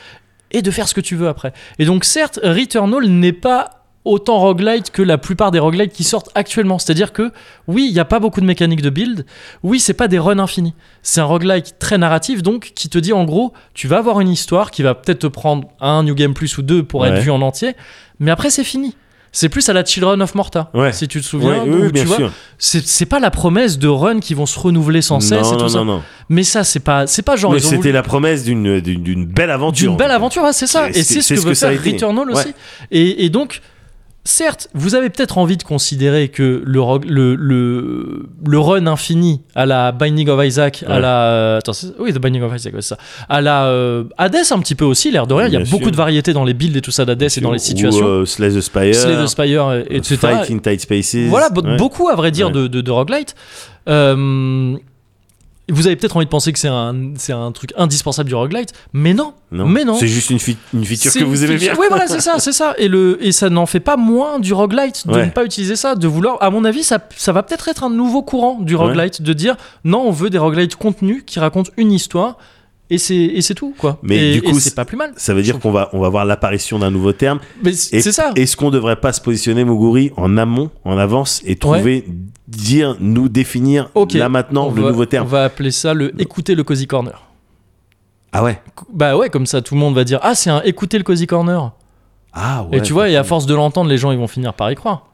S1: et de faire ce que tu veux après. Et donc certes, Returnal n'est pas autant roguelite que la plupart des roguelites qui sortent actuellement. C'est-à-dire que oui, il n'y a pas beaucoup de mécaniques de build. Oui, c'est pas des runs infinis. C'est un roguelike très narratif donc qui te dit en gros, tu vas avoir une histoire qui va peut-être te prendre un New Game Plus ou deux pour être
S2: Ouais.
S1: vu en entier, mais après c'est fini. C'est plus à la Children of Morta,
S2: Ouais.
S1: si tu te
S2: Ouais,
S1: souviens.
S2: oui,
S1: où
S2: oui,
S1: tu
S2: bien
S1: vois,
S2: sûr.
S1: c'est c'est pas la promesse de runs qui vont se renouveler sans cesse et
S2: non,
S1: tout
S2: non,
S1: ça.
S2: non, non.
S1: Mais ça, c'est pas, c'est pas genre
S2: Mais
S1: ils ont
S2: c'était
S1: voulu
S2: la promesse d'une euh, d'une- d'une belle aventure.
S1: d'une belle aventure, ouais, c'est ça.
S2: C'est-
S1: Et c'est
S2: c'est
S1: ce que
S2: ce
S1: veut
S2: que ça a
S1: faire
S2: été.
S1: Returnal aussi.
S2: Ouais.
S1: Et, et donc, certes, vous avez peut-être envie de considérer que le, rog- le, le, le run infini à la Binding of Isaac, à
S2: Ouais.
S1: la, attends, c'est- oui, The Binding of Isaac, ouais, c'est ça, à la euh, Hades un petit peu aussi, l'air de rien. Il y a
S2: Bien
S1: beaucoup
S2: sûr.
S1: de variété dans les builds et tout ça d'Hades et dans les situations.
S2: Ou, euh, Slay the Spire.
S1: Slay the Spire, et- etc.
S2: Fight in Tight Spaces.
S1: Voilà, be-
S2: Ouais.
S1: beaucoup à vrai dire
S2: Ouais.
S1: de, de, de roguelite. Euh, vous avez peut-être envie de penser que c'est un, c'est un truc indispensable du roguelite, mais non. Mais non.
S2: C'est juste une, fi- une feature
S1: C'est
S2: que
S1: une
S2: vous aimez
S1: feature-
S2: bien.
S1: Oui, voilà, c'est ça, c'est ça. Et, le, et ça n'en fait pas moins du roguelite de
S2: Ouais.
S1: ne pas utiliser ça, de vouloir. À mon avis, ça, ça va peut-être être un nouveau courant du roguelite, de dire non, on veut des roguelites contenus qui racontent une histoire et c'est et c'est tout, quoi.
S2: Mais
S1: et,
S2: du
S1: et
S2: coup,
S1: c'est
S2: c'est-
S1: pas plus mal.
S2: Ça veut dire qu'on va, on va voir l'apparition d'un nouveau terme.
S1: Mais
S2: Et-
S1: c'est c'est ça.
S2: Est-ce qu'on devrait pas se positionner, Moguri, en amont, en avance, et trouver, dire, nous définir
S1: Ok.
S2: là maintenant
S1: on
S2: le
S1: va,
S2: nouveau
S1: On
S2: terme
S1: va appeler ça le écouter le cozy corner.
S2: Ah ouais.
S1: Bah ouais, comme ça, tout le monde va dire ah c'est un écouter le cozy corner.
S2: Ah ouais.
S1: et tu vois, et à force de l'entendre, les gens ils vont finir par y croire.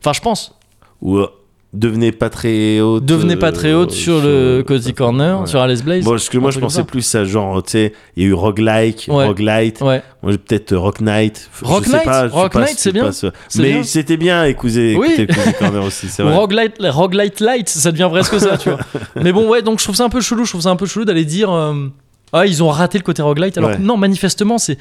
S1: Enfin, je pense.
S2: Ou euh, devenez pas très haute.
S1: Devenez
S2: euh,
S1: pas très haute sur le cozy corner,
S2: ouais.
S1: sur Alice Blaze.
S2: Bon, parce que
S1: un
S2: moi, je
S1: truc comme
S2: pensais
S1: ça.
S2: plus à genre, tu sais, il y a eu Roguelike,
S1: Ouais.
S2: Roguelite.
S1: Ouais.
S2: Moi, j'ai peut-être euh, Rock Knight. F-
S1: Rock
S2: je sais
S1: Knight
S2: pas, je sais
S1: Rock
S2: pas
S1: Knight,
S2: si
S1: c'est bien.
S2: pas ce-
S1: C'est bien.
S2: Mais c'était bien, écouter,
S1: Oui.
S2: écouter Cozy Corner aussi, c'est
S1: Ou
S2: vrai.
S1: roguelite, roguelite light, ça devient presque ça, tu vois. Mais bon, ouais, donc je trouve ça un peu chelou, je trouve ça un peu chelou d'aller dire euh, ah ils ont raté le côté roguelite alors
S2: Ouais.
S1: que non, manifestement c'est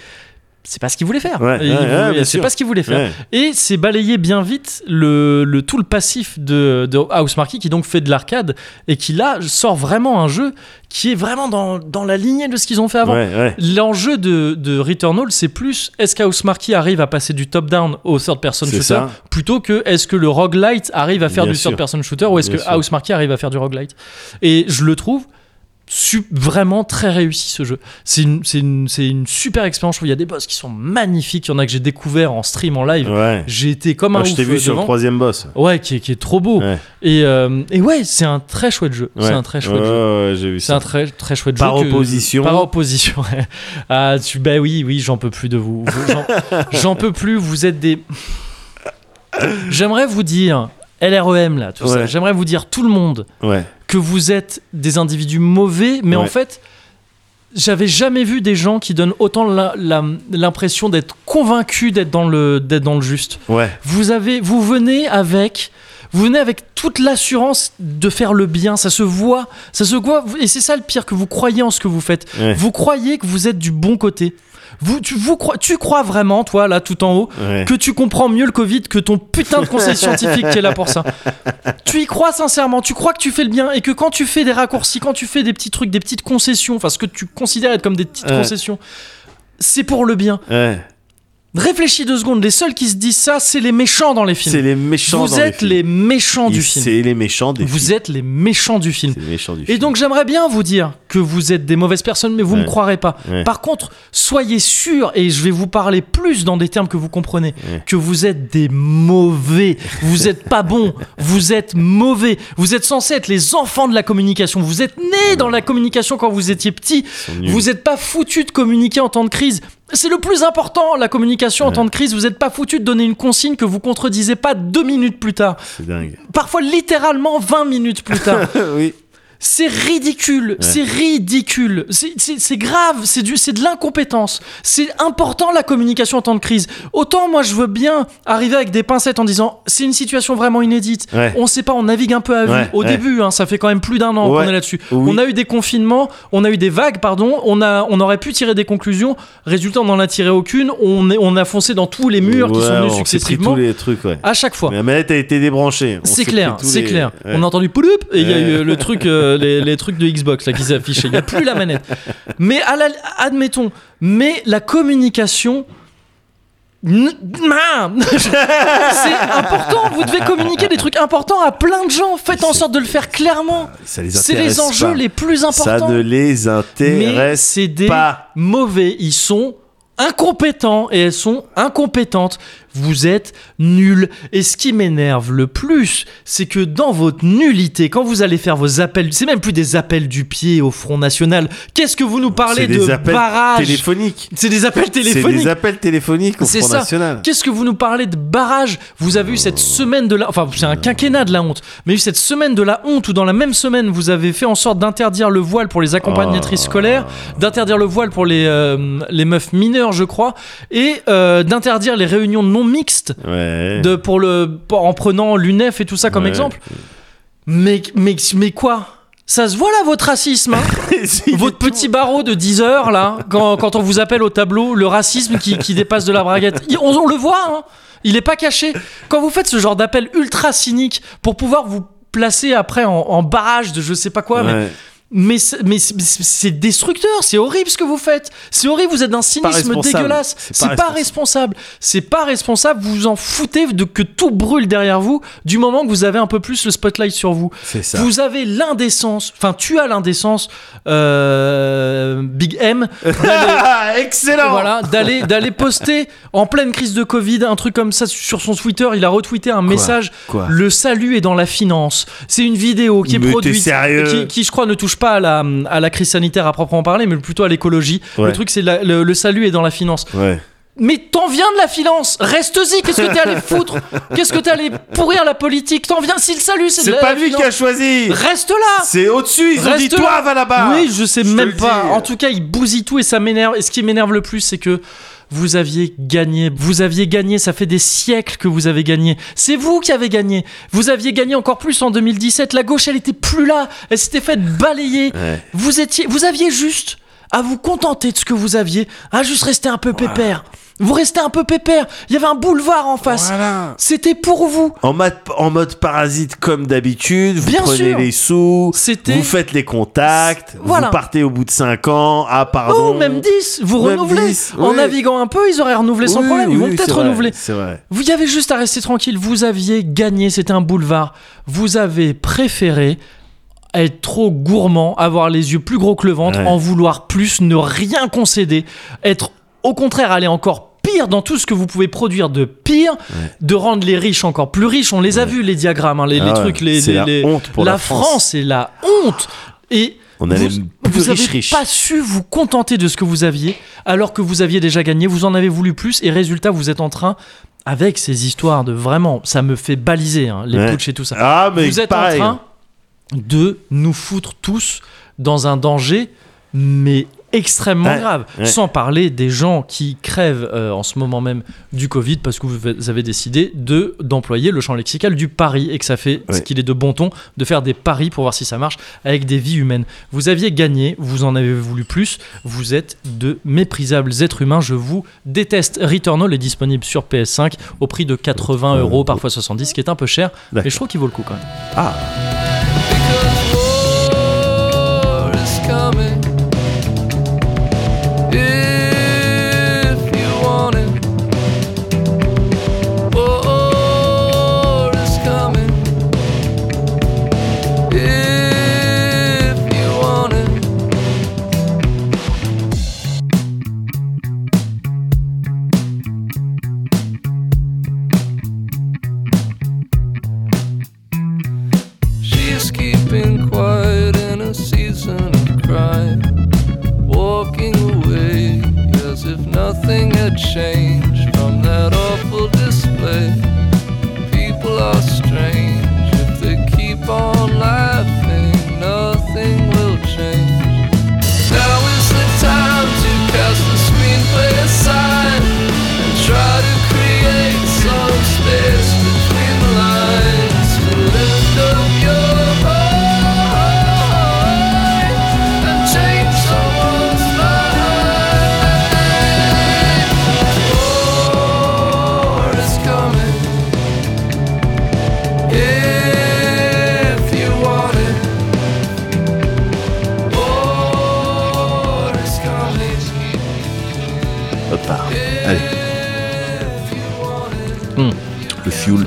S1: c'est pas ce qu'ils voulaient faire.
S2: Ouais,
S1: Et ils
S2: ouais,
S1: voulaient-
S2: ouais, bien
S1: c'est
S2: sûr.
S1: pas ce qu'ils voulaient faire.
S2: Ouais.
S1: Et c'est balayer bien vite le, le- tout le passif de, de House Marquis qui donc fait de l'arcade et qui là sort vraiment un jeu qui est vraiment dans, dans la lignée de ce qu'ils ont fait avant.
S2: Ouais, ouais.
S1: L'enjeu de, de Returnal, c'est plus est-ce qu'House Marquis arrive à passer du top-down au third-person
S2: C'est
S1: shooter
S2: ça.
S1: plutôt que est-ce que le roguelite arrive à faire
S2: Bien
S1: du
S2: sûr.
S1: third-person shooter ou est-ce
S2: Bien
S1: que
S2: sûr.
S1: House Marquis arrive à faire du roguelite Et je le trouve su- vraiment très réussi ce jeu. C'est une, c'est une, c'est une super expérience. Je trouve qu'il y a des boss qui sont magnifiques. Il y en a que j'ai découvert en stream, en live.
S2: Ouais.
S1: J'ai été comme un
S2: Moi, je
S1: ouf,
S2: t'ai
S1: euh,
S2: vu sur le
S1: devant.
S2: troisième boss.
S1: Ouais, qui est, qui est trop beau.
S2: Ouais.
S1: Et, euh, et ouais, c'est un très chouette jeu.
S2: Ouais.
S1: C'est un très chouette
S2: Ouais,
S1: jeu.
S2: ouais, ouais, j'ai vu
S1: C'est
S2: ça.
S1: un très, très chouette
S2: Par
S1: jeu. que-
S2: opposition.
S1: Par opposition. ouais. ah, tu, bah oui, oui, j'en peux plus de vous. Vous- j'en- J'en peux plus, vous êtes des. J'aimerais vous dire, LREM là, tout ça,
S2: Ouais.
S1: j'aimerais vous dire tout le monde
S2: Ouais.
S1: que vous êtes des individus mauvais, mais en
S2: Ouais.
S1: fait. J'avais jamais vu des gens qui donnent autant la- la- l'impression d'être convaincus d'être dans le d'être dans le juste.
S2: Ouais.
S1: Vous avez, vous venez avec, Vous venez avec toute l'assurance de faire le bien. Ça se voit. Ça se voit. Et c'est ça le pire, que vous croyez en ce que vous faites.
S2: Ouais.
S1: Vous croyez que vous êtes du bon côté. Vous, tu, vous crois, tu crois vraiment, toi, là, tout en haut,
S2: Ouais.
S1: que tu comprends mieux le Covid que ton putain de conseil scientifique qui est là pour ça. Tu y crois sincèrement, tu crois que tu fais le bien et que quand tu fais des raccourcis, quand tu fais des petits trucs, des petites concessions, enfin ce que tu considères être comme des petites
S2: Ouais.
S1: concessions, c'est pour le bien.
S2: Ouais.
S1: Réfléchis deux secondes, les seuls qui se disent ça, c'est les méchants dans les
S2: C'est
S1: films.
S2: les méchants.
S1: Vous
S2: dans
S1: êtes les
S2: les,
S1: méchants du
S2: films.
S1: film.
S2: C'est les méchants des films.
S1: Vous êtes les méchants du film.
S2: C'est les méchants du
S1: Et
S2: film.
S1: donc j'aimerais bien vous dire que vous êtes des mauvaises personnes, mais vous
S2: Ouais.
S1: me croirez pas.
S2: Ouais.
S1: Par contre, soyez sûr, et je vais vous parler plus dans des termes que vous comprenez,
S2: Ouais.
S1: que vous êtes des mauvais. Vous êtes pas bons. Vous êtes mauvais. Vous êtes censés être les enfants de la communication. Vous êtes nés dans la communication quand vous étiez petit.
S2: sont nuls.
S1: Vous n'êtes pas foutus de communiquer en temps de crise. C'est le plus important, la communication en temps de crise. Vous n'êtes pas foutus de donner une consigne que vous contredisez pas deux minutes plus tard.
S2: C'est dingue.
S1: Parfois littéralement 20 minutes plus tard.
S2: oui.
S1: C'est ridicule, c'est ridicule, c'est- c'est c'est grave, c'est du- c'est de l'incompétence. C'est important la communication en temps de crise. Autant moi je veux bien arriver avec des pincettes en disant c'est une situation vraiment inédite.
S2: Ouais.
S1: On sait pas, on navigue un peu à vue.
S2: Ouais,
S1: Au
S2: ouais.
S1: début, hein, ça fait quand même plus d'un an
S2: Ouais.
S1: qu'on est là-dessus.
S2: Oui.
S1: On a eu des confinements, on a eu des vagues, pardon. On a, on aurait pu tirer des conclusions. Résultat, on n'en a tiré aucune. On, est, on a foncé dans tous les murs qui
S2: Ouais,
S1: sont venus
S2: on s'est pris
S1: successivement.
S2: tous les trucs, ouais.
S1: À chaque fois.
S2: Mais la manette a été débranchée. On
S1: C'est
S2: s'est
S1: clair,
S2: pris tous
S1: c'est
S2: les-
S1: clair.
S2: Ouais.
S1: On a entendu pouloup et il y a
S2: Ouais.
S1: eu le truc, euh, les, les trucs de Xbox là qui s'affichaient. Il n'y a plus la manette. Mais à la- admettons, mais la communication. n- man, c'est important. Vous devez communiquer des trucs importants à plein de gens. Faites en sorte de le faire clairement.
S2: Ça les
S1: C'est
S2: intéresse
S1: les enjeux
S2: pas.
S1: les plus importants.
S2: Ça ne les
S1: mais
S2: intéresse
S1: c'est des
S2: pas.
S1: mauvais. Ils sont incompétents et elles sont incompétentes. Vous êtes nuls. Et ce qui m'énerve le plus, c'est que dans votre nullité, quand vous allez faire vos appels, c'est même plus des appels du pied au Front National. Qu'est-ce que vous nous parlez
S2: C'est
S1: de
S2: des appels
S1: barrage
S2: téléphoniques.
S1: C'est des appels
S2: C'est
S1: téléphoniques.
S2: des appels téléphoniques au
S1: C'est
S2: Front
S1: ça.
S2: National.
S1: Qu'est-ce que vous nous parlez de barrage Vous avez eu cette semaine de la... Enfin, c'est un quinquennat de la honte. Mais eu cette semaine de la honte où dans la même semaine, vous avez fait en sorte d'interdire le voile pour les
S2: Ah.
S1: accompagnatrices scolaires, d'interdire le voile pour les, euh, les meufs mineures, je crois, et euh, d'interdire les réunions non mixtes
S2: Ouais.
S1: de, pour le, pour- en prenant l'UNEF et tout ça comme
S2: Ouais.
S1: exemple. Mais, mais, mais quoi ça se voit là votre racisme, hein
S2: Si,
S1: votre petit barreau de 10 heures là, quand, quand on vous appelle au tableau, le racisme qui, qui dépasse de la braguette, Il- on, on le voit, hein. il est pas caché. Quand vous faites ce genre d'appel ultra cynique pour pouvoir vous placer après en, en barrage de je sais pas quoi, mais-
S2: Ouais.
S1: mais, c'est- mais c'est- c'est c'est destructeur, c'est horrible ce que vous faites, c'est horrible, vous êtes d'un cynisme
S2: responsable.
S1: dégueulasse,
S2: C'est
S1: c'est
S2: pas
S1: pas responsable, c'est pas responsable, vous vous en foutez de que tout brûle derrière vous du moment que vous avez un peu plus le spotlight sur vous.
S2: C'est ça.
S1: Vous avez l'indécence, enfin tu as l'indécence, euh, Big M,
S2: Ah, excellent.
S1: voilà, d'aller d'aller poster en pleine crise de Covid un truc comme ça sur son Twitter. Il a retweeté un message.
S2: Quoi
S1: le salut est dans la finance. C'est une vidéo qui est
S2: Mais t'es
S1: produite,
S2: sérieux
S1: qui, qui, je crois ne touche pas à la à la crise sanitaire à proprement parler, mais plutôt à l'écologie.
S2: Ouais.
S1: Le truc c'est la- le- le salut est dans la finance.
S2: Ouais.
S1: Mais t'en viens de la finance Reste-y Qu'est-ce que t'es allé foutre Qu'est-ce que t'es allé pourrir la politique T'en viens si le salut c'est de
S2: C'est
S1: la-
S2: pas
S1: la
S2: lui qui
S1: finance.
S2: a choisi.
S1: Reste là
S2: C'est au-dessus. Ils ont dit
S1: Reste
S2: toi
S1: là.
S2: va là-bas.
S1: Oui, je sais
S2: Je te
S1: même
S2: le
S1: pas.
S2: dis.
S1: En tout cas, il bousille tout et ça m'énerve. Et ce qui m'énerve le plus, c'est que vous aviez gagné. Vous aviez gagné. Ça fait des siècles que vous avez gagné. C'est vous qui avez gagné. Vous aviez gagné encore plus en 2017. La gauche, elle était plus là. Elle s'était faite balayer.
S2: Ouais.
S1: Vous étiez, vous aviez juste à vous contenter de ce que vous aviez, à juste rester un peu pépère. Vous restez un peu pépère. Il y avait un boulevard en face. C'était pour vous.
S2: En mode, en mode parasite comme d'habitude, vous
S1: Bien
S2: prenez
S1: sûr.
S2: les sous,
S1: C'était.
S2: vous faites les contacts,
S1: Voilà.
S2: vous partez au bout de 5 ans, ah pardon.
S1: Oh, même 10, vous
S2: Même
S1: renouvelez.
S2: 10,
S1: En
S2: oui.
S1: naviguant un peu, ils auraient renouvelé sans
S2: Oui,
S1: problème. Ils
S2: oui,
S1: vont
S2: oui, c'est
S1: peut-être
S2: vrai,
S1: renouveler.
S2: C'est vrai.
S1: Vous y avez juste à rester tranquille, vous aviez gagné, c'était un boulevard. Vous avez préféré être trop gourmand, avoir les yeux plus gros que le ventre,
S2: Ouais.
S1: en vouloir plus, ne rien concéder, être au contraire aller encore pire dans tout ce que vous pouvez produire de pire, de rendre les riches encore plus riches. On les a vus les diagrammes, hein, les,
S2: Ah
S1: les
S2: ouais,
S1: trucs, les,
S2: c'est
S1: les-
S2: la
S1: les-
S2: honte pour la France.
S1: c'est la honte. Et
S2: On a
S1: vous,
S2: les plus
S1: vous avez
S2: riches, riches.
S1: pas su vous contenter de ce que vous aviez, alors que vous aviez déjà gagné, vous en avez voulu plus, et résultat, vous êtes en train, avec ces histoires de vraiment, ça me fait baliser, hein, les
S2: Ouais.
S1: putsch et tout ça,
S2: Ah, mais
S1: vous êtes
S2: pareil.
S1: en train de nous foutre tous dans un danger, mais extrêmement
S2: Ouais,
S1: grave.
S2: ouais.
S1: Sans parler des gens qui crèvent euh, en ce moment même du Covid parce que vous avez décidé de d'employer le champ lexical du pari et que ça fait
S2: Ouais.
S1: ce qu'il est de bon ton de faire des paris pour voir si ça marche avec des vies humaines. Vous aviez gagné, vous en avez voulu plus, vous êtes de méprisables êtres humains, je vous déteste. Returnal est disponible sur PS5 au prix de 80 euros, parfois 70, ce qui est un peu cher, mais je trouve qu'il vaut le coup quand même.
S6: She's keeping quiet in a season of crime, walking away as if nothing had changed from that awful display. People are strange if they keep on laughing, nothing will change. Now is the time to cast the screenplay aside and try to create some space between the lines to lift up your heart and change someone's mind. War is coming if you want it. War is coming.
S2: Hop là. Allez. Le fuel.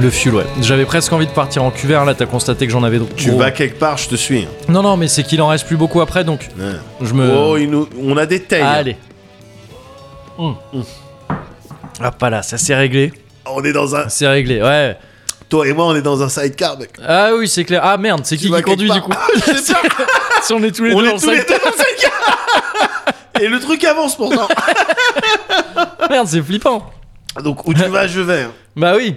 S1: Le fuel, ouais. J'avais presque envie de partir en cuvert, là t'as constaté que j'en avais trop.
S2: Tu vas quelque part, je te suis.
S1: Non, non, mais c'est qu'il en reste plus beaucoup après, donc
S2: Ouais.
S1: je me...
S2: Oh, il nous- on a des tailles.
S1: Euh. Allez. Hum.
S2: Mmh.
S1: Ah, pas là, ça s'est réglé.
S2: On est dans un.
S1: C'est réglé, ouais.
S2: Toi et moi, on est dans un sidecar, mec.
S1: Ah oui, c'est clair. Ah merde, c'est qui
S2: vas
S1: qui conduit du
S2: quelque
S1: coup
S2: part. Je sais pas.
S1: Si on est tous les
S2: On
S1: deux dans
S2: est
S1: le
S2: tous les
S1: sac.
S2: deux dans le sidecar. Et le truc avance pourtant.
S1: Merde, c'est flippant.
S2: Donc où tu vas, je vais. hein.
S1: Bah oui,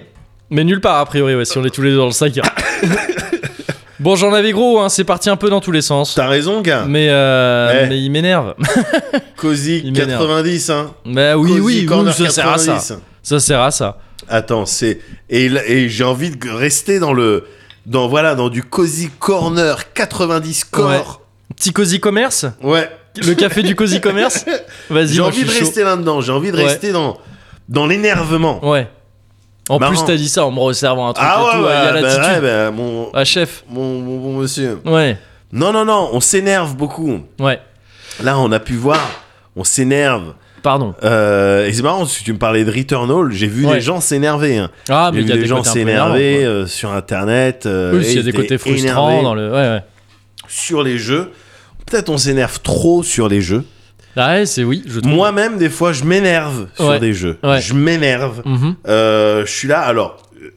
S1: mais nulle part a priori, ouais, si on est tous les deux dans le sac. hein. bon, j'en avais gros, hein, c'est parti un peu dans tous les sens.
S2: T'as raison, gars.
S1: Mais, euh,
S2: Eh.
S1: mais il m'énerve.
S2: Cozy
S1: Il m'énerve.
S2: 90, hein.
S1: bah oui,
S2: Cozy
S1: oui,
S2: Corner
S1: oui, ça sert à ça.
S2: 90.
S1: Ça sert à ça.
S2: Attends, c'est et, là- et j'ai envie de rester dans le dans voilà dans du cozy corner 90 corps.
S1: Petit cosy commerce
S2: Ouais.
S1: Le café du cosy commerce Vas-y,
S2: J'ai
S1: moi,
S2: envie
S1: je
S2: de
S1: suis chaud.
S2: rester là-dedans. J'ai envie de
S1: Ouais.
S2: rester dans dans l'énervement.
S1: Ouais. En
S2: Marrant.
S1: plus, t'as dit ça en me resservant un truc
S2: Ah
S1: et
S2: ouais,
S1: tout. il
S2: ouais,
S1: euh, y a
S2: bah
S1: l'attitude.
S2: ouais, bah, mon,
S1: Ah, chef.
S2: mon, mon bon monsieur.
S1: Ouais.
S2: Non, non, non, on s'énerve beaucoup.
S1: Ouais.
S2: Là, on a pu voir, on s'énerve.
S1: Pardon.
S2: Euh, et c'est marrant, si tu me parlais de Returnal, j'ai vu
S1: Ouais.
S2: des gens s'énerver. hein.
S1: Ah, mais
S2: j'ai
S1: il
S2: vu
S1: y a
S2: des
S1: des
S2: gens
S1: côtés un peu énervants,
S2: s'énerver
S1: quoi.
S2: euh, sur Internet. euh,
S1: Oui,
S2: et
S1: s'il y a des
S2: étaient
S1: côtés frustrants
S2: énervés
S1: dans le. Ouais, ouais.
S2: Sur les jeux. Peut-être on s'énerve trop sur les jeux.
S1: Ah, ouais, c'est oui, je trouve.
S2: Moi-même, des fois, je m'énerve sur
S1: Ouais.
S2: des jeux.
S1: Ouais.
S2: Je m'énerve.
S1: Mhm.
S2: Euh, je suis là, alors, euh,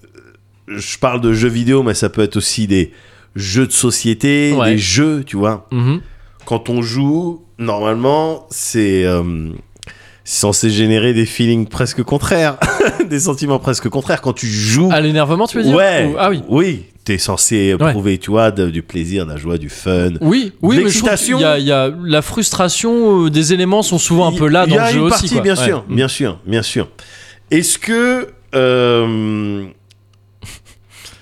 S2: je parle de jeux vidéo, mais ça peut être aussi des jeux de société,
S1: Ouais.
S2: des jeux, tu vois.
S1: Mhm.
S2: Quand on joue, normalement, c'est euh, c'est censé générer des feelings presque contraires, des sentiments presque contraires. Quand tu joues,
S1: À l'énervement, Ah, tu veux dire
S2: ouais,
S1: Ou- Ah oui.
S2: oui, t'es censé
S1: Ouais.
S2: prouver, tu vois, de- du plaisir, de la joie, du fun.
S1: Oui, oui, mais je trouve
S2: L'excitation.
S1: qu'il y a, il y a la frustration euh, des éléments sont souvent un peu là
S2: Il
S1: dans
S2: y a
S1: le jeu
S2: une
S1: aussi.
S2: partie,
S1: quoi.
S2: bien
S1: Ouais. Mm.
S2: sûr, bien sûr, bien sûr. Est-ce que euh,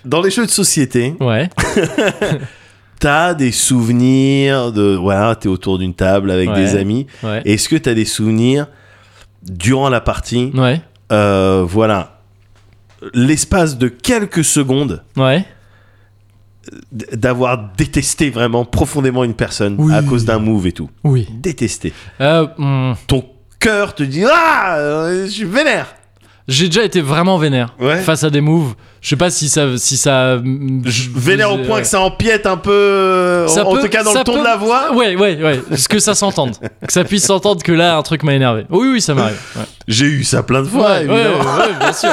S2: dans les jeux de société,
S1: Ouais.
S2: t'as des souvenirs de voilà, t'es autour d'une table avec
S1: Ouais.
S2: des amis.
S1: Ouais.
S2: Est-ce que t'as des souvenirs durant la partie
S1: Ouais.
S2: euh, Voilà, l'espace de quelques secondes
S1: Ouais.
S2: d- d'avoir détesté vraiment profondément une personne
S1: Oui.
S2: à cause d'un move et tout.
S1: Oui.
S2: Détesté.
S1: Euh, hmm.
S2: Ton cœur te dit ah, euh, je suis vénère.
S1: J'ai déjà été vraiment vénère
S2: Ouais.
S1: face à des moves. Je sais pas si ça, si ça.
S2: Je vénère au point que ça empiète un peu, euh,
S1: Ça
S2: en
S1: peut-
S2: tout cas dans
S1: ça
S2: le ton
S1: peut-
S2: de la voix.
S1: Ouais, ouais, ouais. Parce que ça s'entende, que ça puisse s'entendre que là un truc m'a énervé. Oui, oui, ça m'arrive. Ouais.
S2: J'ai eu ça plein de fois, évidemment.
S1: ouais, ouais, bien sûr.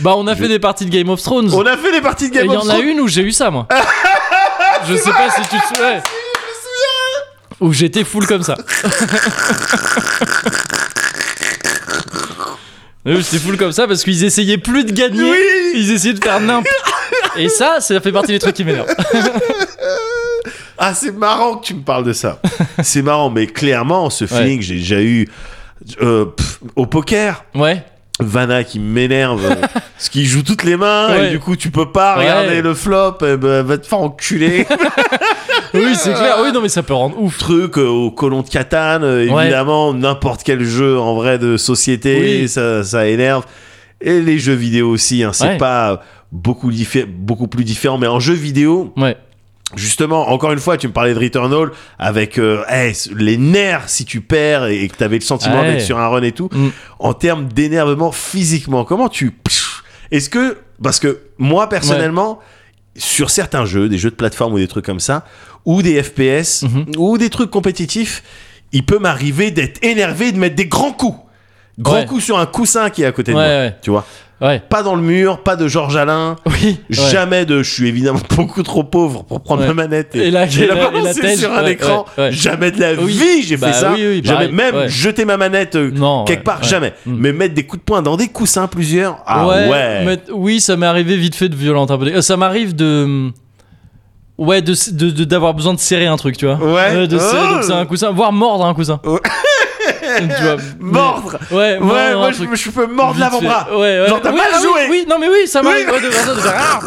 S1: Bah, on a fait des parties de Game of Thrones.
S2: On a fait les parties de
S1: Et
S2: Game
S1: il y
S2: of
S1: en a
S2: Thrones.
S1: une où j'ai eu ça, moi. je sais pas Ah, si tu te souviens. Où j'étais full comme ça. Oui, J'étais full comme ça parce qu'ils essayaient plus de gagner.
S2: Oui.
S1: Ils essayaient de faire n'importe. Et ça, ça fait partie des trucs qui m'énervent.
S2: Ah, c'est marrant que tu me parles de ça. c'est marrant, mais clairement, ce feeling, que j'ai déjà eu euh, pff, au poker.
S1: Ouais.
S2: Vana qui m'énerve, euh, parce qu'il joue toutes les mains,
S1: Ouais.
S2: et du coup, tu peux pas
S1: Ouais.
S2: regarder le flop, et ben, va te faire enculer.
S1: Oui, c'est clair. Oui, non, mais ça peut rendre ouf.
S2: Truc euh, au colon de Catane, euh,
S1: Ouais.
S2: évidemment, n'importe quel jeu en vrai de société,
S1: Oui.
S2: ça, ça énerve. Et les jeux vidéo aussi, hein, c'est
S1: Ouais.
S2: pas beaucoup, diffé- beaucoup plus différent, mais en jeu vidéo,
S1: Ouais.
S2: Justement, encore une fois, tu me parlais de Returnal avec euh, hey, les nerfs si tu perds et que t'avais le sentiment
S1: Ouais.
S2: d'être sur un run et tout.
S1: Mm.
S2: En termes d'énervement physiquement, comment tu. Pfff Est-ce que. Parce que moi, personnellement, sur certains jeux, des jeux de plateforme ou des trucs comme ça, ou des FPS,
S1: Mhm.
S2: ou des trucs compétitifs, il peut m'arriver d'être énervé et de mettre des grands coups. Grands
S1: Ouais.
S2: coups sur un coussin qui est à côté de
S1: Ouais,
S2: moi.
S1: ouais.
S2: Tu vois
S1: Ouais.
S2: Pas dans le mur, pas de Georges Alain.
S1: Oui. ouais.
S2: Jamais de. Je suis évidemment beaucoup trop pauvre pour prendre
S1: Ouais.
S2: ma manette
S1: Et la- et la- et la
S2: balancer
S1: tête,
S2: sur un
S1: ouais,
S2: écran.
S1: ouais, ouais.
S2: Jamais de la
S1: Oui.
S2: vie j'ai
S1: Bah
S2: fait ça.
S1: oui, oui,
S2: jamais
S1: pareil,
S2: même
S1: ouais.
S2: jeter ma manette euh,
S1: Non,
S2: quelque
S1: ouais,
S2: part.
S1: ouais.
S2: Jamais.
S1: Mm.
S2: Mais mettre des coups de poing dans des coussins plusieurs. Ah ouais.
S1: ouais, mais- oui, ça m'est arrivé vite fait de violente un peu. Euh, ça m'arrive de. Ouais, de de- de- d'avoir besoin de serrer un truc, tu vois.
S2: Ouais.
S1: de serrer,
S2: Oh.
S1: donc c'est un coussin, voire mordre un coussin.
S2: Ouais.
S1: tu vois. mais-
S2: Mordre.
S1: Ouais,
S2: Ouais,
S1: mordre un
S2: moi je,
S1: truc.
S2: je peux mordre
S1: Vite
S2: l'avant-bras.
S1: fait. Ouais, ouais.
S2: Genre, t'as
S1: oui,
S2: mal
S1: ah oui,
S2: joué.
S1: Oui, non, mais oui, ça m'arrive.
S2: Oui.
S1: ouais, de faire ça, de faire, ah.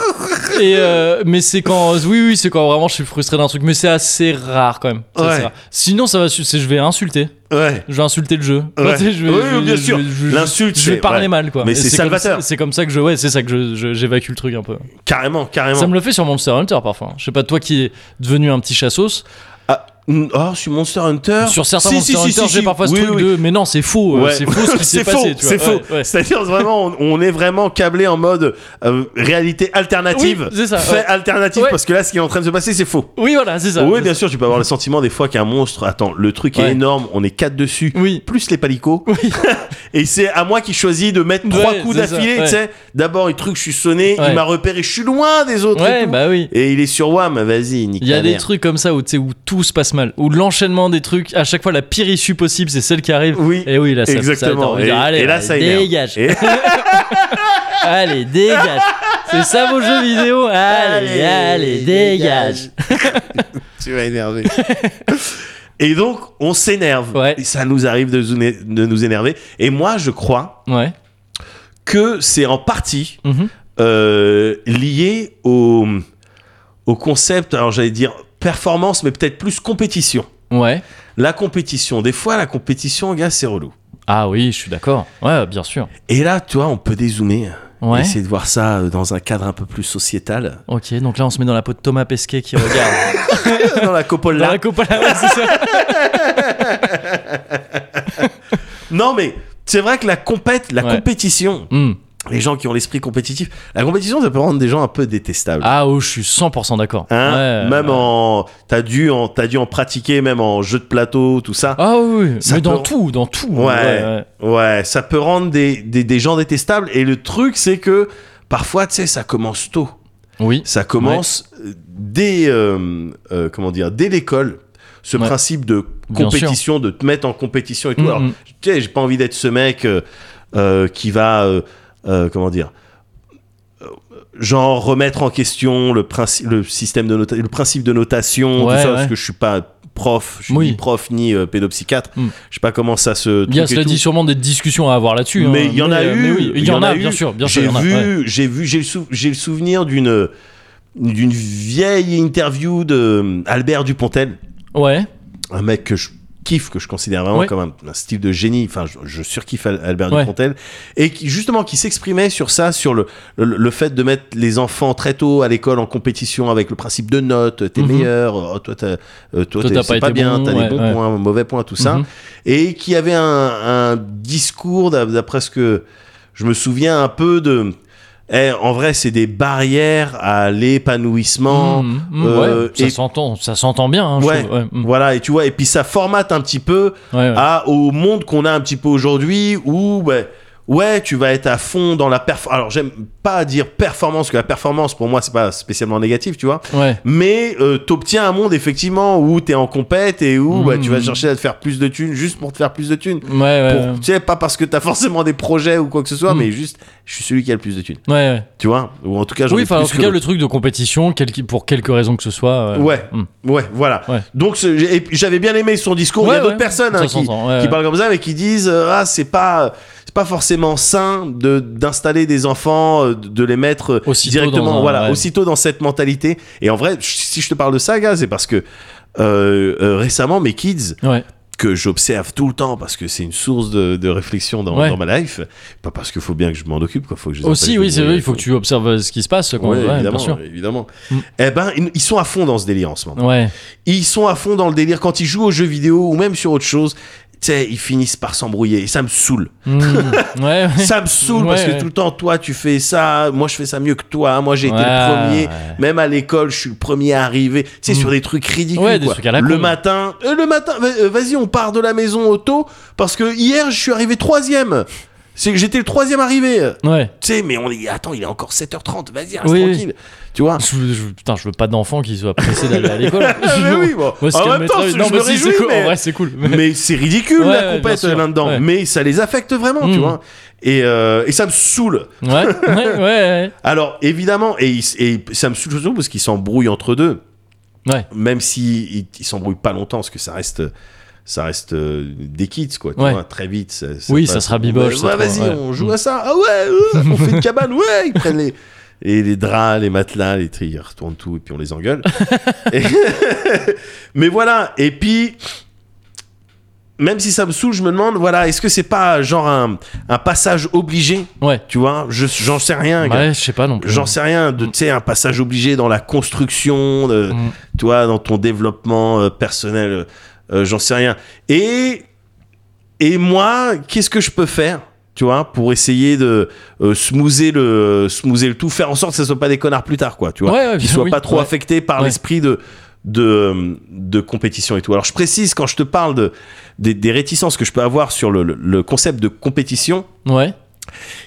S1: Et euh, mais c'est quand, oui, oui, c'est quand vraiment je suis frustré d'un truc, mais c'est assez rare quand même. C'est
S2: Ouais.
S1: assez rare. Sinon, ça va, su- c'est je vais insulter,
S2: Ouais.
S1: je vais insulter le jeu.
S2: Ouais.
S1: Enfin, tu sais, je vais-
S2: Oui,
S1: je vais-
S2: bien
S1: je
S2: sûr.
S1: vais- je- je-
S2: L'insulte,
S1: Je vais
S2: c'est-
S1: parler
S2: ouais.
S1: mal, quoi.
S2: Mais
S1: Et
S2: c'est
S1: comme
S2: salvateur.
S1: ça- C'est comme ça que je, ouais, c'est ça que je- je- j'évacue le truc un peu.
S2: Carrément, carrément.
S1: Ça me le fait sur Monster Hunter parfois. Je sais pas, toi qui es devenu un petit chassos,
S2: Ah, mm, oh, sur Monster Hunter.
S1: sur certains
S2: Si,
S1: Monster
S2: si, si,
S1: Hunter,
S2: si,
S1: j'ai
S2: si.
S1: parfois ce
S2: Oui,
S1: truc
S2: oui.
S1: de, mais non, c'est faux, euh,
S2: Ouais.
S1: c'est faux ce qui s'est
S2: C'est
S1: passé,
S2: faux,
S1: tu vois. Ouais,
S2: C'est faux.
S1: ouais.
S2: C'est-à-dire vraiment, on, on est vraiment câblé en mode euh, réalité alternative.
S1: Oui, c'est ça,
S2: fait
S1: ouais.
S2: alternative
S1: Ouais.
S2: parce que là, ce qui est en train de se passer, c'est faux.
S1: Oui, voilà, c'est ça.
S2: Oui,
S1: C'est
S2: bien sûr, tu peux avoir le sentiment des fois qu'un monstre. Attends, le truc est
S1: Ouais.
S2: énorme, on est quatre dessus,
S1: ça. Oui.
S2: plus les palicots.
S1: Oui.
S2: Et c'est à moi qui choisis de mettre trois
S1: Ouais,
S2: coups
S1: c'est ça,
S2: d'affilée,
S1: ouais.
S2: tu sais. D'abord, le truc, je suis sonné,
S1: Ouais.
S2: il m'a repéré, je suis loin des autres. et,
S1: Ouais,
S2: tout.
S1: bah oui.
S2: Et il est sur WAM, vas-y, nique
S1: Il y a
S2: ta
S1: des
S2: mère.
S1: trucs comme ça où, tu sais, où tout se passe mal, où l'enchaînement des trucs, à chaque fois la pire issue possible, c'est celle qui arrive.
S2: Oui.
S1: Et oui, là, ça,
S2: Exactement.
S1: ça, t'as envie de
S2: Et-
S1: dire, allez,
S2: et là,
S1: allez,
S2: ça énerve.
S1: dégage.
S2: Et-
S1: Allez, dégage. C'est ça vos jeux vidéo. Allez, allez, dégage.
S2: tu vas énerver. Et donc, on s'énerve.
S1: Ouais.
S2: Et ça nous arrive de, zouner- de nous énerver. Et moi, je crois
S1: Ouais.
S2: que c'est en partie
S1: Mhm.
S2: euh, lié au, au concept, alors j'allais dire performance, mais peut-être plus compétition.
S1: Ouais.
S2: La compétition, des fois, la compétition, gars, c'est relou.
S1: Ah oui, je suis d'accord. Ouais, bien sûr.
S2: Et là, tu vois, on peut dézoomer.
S1: Ouais.
S2: Essayer de voir ça euh, dans un cadre un peu plus sociétal.
S1: Ok, donc là on se met dans la peau de Thomas Pesquet qui regarde.
S2: dans la
S1: Euh, dans
S2: copola.
S1: la coupe à la- ouais, c'est ça.
S2: Non, mais c'est vrai que la compète, la
S1: Ouais.
S2: compétition,
S1: Hmm.
S2: les gens qui ont l'esprit compétitif, la compétition, ça peut rendre des gens un peu détestables.
S1: Ah oh, je suis 100% d'accord.
S2: Hein
S1: Ouais.
S2: même en, t'as dû en, t'as dû en pratiquer, même en jeu de plateau, tout ça.
S1: Ah oui, oui.
S2: Ça
S1: mais dans
S2: peut-
S1: tout, dans tout.
S2: Ouais. Ouais, ça peut rendre des, des, des gens détestables. Et le truc, c'est que parfois, tu sais, ça commence tôt.
S1: Oui.
S2: Ça commence euh, dès, euh, euh, comment dire, dès l'école. Ce
S1: Ouais.
S2: principe de
S1: Bien
S2: compétition, de te mettre en compétition et tout.
S1: Mm,
S2: Alors,
S1: mm.
S2: tu sais, j'ai pas envie d'être ce mec euh, euh, qui va, euh, euh, comment dire, euh, genre remettre en question le principe, le système de nota- le principe de notation,
S1: Ouais,
S2: tout ça,
S1: ouais.
S2: parce que je suis pas prof, je suis
S1: Oui.
S2: ni prof ni euh, pédopsychiatre.
S1: Mm.
S2: Je sais pas comment ça se.
S1: Il y a
S2: truc et
S1: cela
S2: tout.
S1: dit sûrement des discussions à avoir là-dessus.
S2: Mais
S1: hein.
S2: il y en a
S1: euh,
S2: eu.
S1: mais oui, Il y en a,
S2: eu.
S1: bien sûr, bien sûr.
S2: J'ai
S1: il y en a,
S2: vu,
S1: ouais.
S2: j'ai vu, j'ai le, sou- j'ai le souvenir d'une d'une vieille interview de euh, Albert Dupontel,
S1: Ouais.
S2: un mec que je kiffe, que je considère vraiment
S1: Ouais.
S2: comme un, un style de génie. Enfin, je, je surkiffe Al- Albert
S1: Ouais.
S2: Dupontel et qui justement qui s'exprimait sur ça, sur le, le le fait de mettre les enfants très tôt à l'école en compétition avec le principe de notes, t'es
S1: Mhm.
S2: meilleur, oh, toi t'as euh, toi,
S1: Toi,
S2: t'es-
S1: t'as
S2: c'est
S1: pas
S2: pas,
S1: été
S2: bien,
S1: bon,
S2: t'as
S1: ouais,
S2: des bons
S1: ouais.
S2: points, mauvais points, tout ça
S1: Mhm.
S2: et qui avait un, un discours d'a- d'après ce que je me souviens un peu de Eh, en vrai c'est des barrières à l'épanouissement
S1: Mm, mm,
S2: euh,
S1: ouais, ça
S2: et-
S1: s'entend, ça s'entend bien. hein, je
S2: Ouais. Ah.
S1: trouve. ouais, mm.
S2: voilà et tu vois et puis ça formate un petit peu
S1: Ouais, ouais.
S2: à, au monde qu'on a un petit peu aujourd'hui où bah, ouais, tu vas être à fond dans la performance. Alors, j'aime pas dire performance, parce que la performance, pour moi, c'est pas spécialement négatif, tu vois.
S1: Ouais.
S2: Mais euh, t'obtiens un monde, effectivement, où t'es en compète et où bah,
S1: Mhm.
S2: tu vas chercher à te faire plus de thunes juste pour te faire plus de thunes.
S1: Ouais, ouais,
S2: Pour- tu sais, pas parce que t'as forcément des projets ou quoi que ce soit,
S1: Mhm.
S2: mais juste, je suis celui qui a le plus de thunes.
S1: ouais. ouais.
S2: Tu vois Ou en tout cas, j'en
S1: Oui,
S2: ai
S1: enfin, en
S2: plus
S1: tout
S2: que
S1: cas,
S2: l'autre.
S1: le truc de compétition, quel- pour quelque raison que ce soit. euh,
S2: Ouais.
S1: hum.
S2: Ouais, voilà.
S1: Ouais.
S2: Donc ce- j'ai- et j'avais bien aimé son discours. Il y
S1: Ouais,
S2: a d'autres
S1: ouais.
S2: personnes
S1: Ça
S2: hein, qui,
S1: s'entend, ouais,
S2: qui
S1: ouais.
S2: parlent comme ça, mais qui disent euh, ah c'est pas c'est pas forcément sain de d'installer des enfants, euh, de- de les mettre euh,
S1: Aussitôt
S2: directement,
S1: dans un-
S2: voilà,
S1: ouais.
S2: aussitôt dans cette mentalité. Et en vrai, j- si je te parle de ça, gars, c'est parce que euh, euh, récemment mes kids
S1: Ouais.
S2: que j'observe tout le temps parce que c'est une source de, de réflexion dans,
S1: Ouais.
S2: dans ma life. Pas parce qu'il faut bien que je m'en occupe, quoi. Faut que je les
S1: Aussi,
S2: empêche
S1: oui,
S2: de
S1: c'est
S2: mourir,
S1: vrai, il faut que tu observes euh, ce qui se passe. Quand
S2: Ouais,
S1: ouais, bien
S2: évidemment,
S1: sûr.
S2: évidemment.
S1: Mm.
S2: Eh ben, ils- ils sont à fond dans ce délire en ce moment
S1: Ouais.
S2: ils sont à fond dans le délire quand ils jouent aux jeux vidéo ou même sur autre chose tu sais, ils finissent par s'embrouiller et ça me saoule.
S1: Mmh. ouais, ouais.
S2: Ça me saoule parce
S1: Ouais,
S2: que
S1: ouais.
S2: tout le temps, toi, tu fais ça, moi, je fais ça mieux que toi, moi, j'ai été
S1: Ouais,
S2: le premier.
S1: ouais.
S2: Même à l'école, je suis le premier à arriver. Tu sais,
S1: Mm.
S2: sur des trucs ridicules.
S1: Ouais, des
S2: quoi.
S1: trucs à la
S2: le
S1: con.
S2: matin, euh, le matin, va- euh, vas-y, on part de la maison au tôt parce que hier, je suis arrivé troisième. C'est que j'étais le troisième arrivé.
S1: Ouais.
S2: Tu sais, mais on est, attends, il est encore 7h30, vas-y, reste
S1: Oui, oui.
S2: tranquille. Tu vois
S1: Je, je- putain, je veux pas d'enfant qui soit pressé d'aller à l'école.
S2: Ah, mais oui, bon.
S1: Moi, ce qui
S2: en même
S1: me
S2: temps,
S1: mettrait-
S2: je
S1: non,
S2: me
S1: mais si, c'est
S2: réjouis,
S1: cool.
S2: mais-
S1: En vrai, c'est cool.
S2: mais c'est ridicule
S1: Ouais,
S2: la
S1: ouais, bien
S2: compète euh,
S1: sûr.
S2: là-dedans
S1: Ouais.
S2: mais ça les affecte vraiment tu
S1: Mm.
S2: vois et, euh, et ça me saoule
S1: Ouais, ouais, ouais, ouais.
S2: alors évidemment et, ils- et ça me saoule surtout parce qu'ils s'embrouillent entre deux
S1: Ouais.
S2: même si ils- ils s'embrouillent pas longtemps parce que ça reste ça reste euh, des kids quoi tu
S1: Ouais.
S2: vois, très vite ça,
S1: Oui,
S2: passe.
S1: ça se rabiboche,
S2: Ouais,
S1: ça
S2: ouais,
S1: se
S2: vas-y
S1: prend, ouais. Mm.
S2: on joue à ça ah ouais euh, on fait une cabane ouais ils prennent les et les draps, les matelas, les tri, ils retournent tout et puis on les engueule. Et- Mais voilà, et puis même si ça me saoule, je me demande, voilà, est-ce que c'est pas genre un, un passage obligé,
S1: Ouais.
S2: tu vois Je- J'en sais rien, gars.
S1: Ouais, je sais pas non plus.
S2: J'en sais rien, de, tu sais, un passage obligé dans la construction, de,
S1: Mm.
S2: tu vois, dans ton développement euh, personnel, euh, euh, j'en sais rien. Et, et moi, qu'est-ce que je peux faire, tu vois, pour essayer de euh, smoother, le, smoother le tout, faire en sorte que ce soit pas des connards plus tard, quoi, tu vois.
S1: Ouais, ouais,
S2: Qu'ils
S1: bien-
S2: soient
S1: oui,
S2: pas trop
S1: ouais.
S2: affectés par
S1: Ouais.
S2: l'esprit de, de, de compétition et tout. Alors, je précise, quand je te parle de, des, des réticences que je peux avoir sur le- le- le concept de compétition,
S1: Ouais.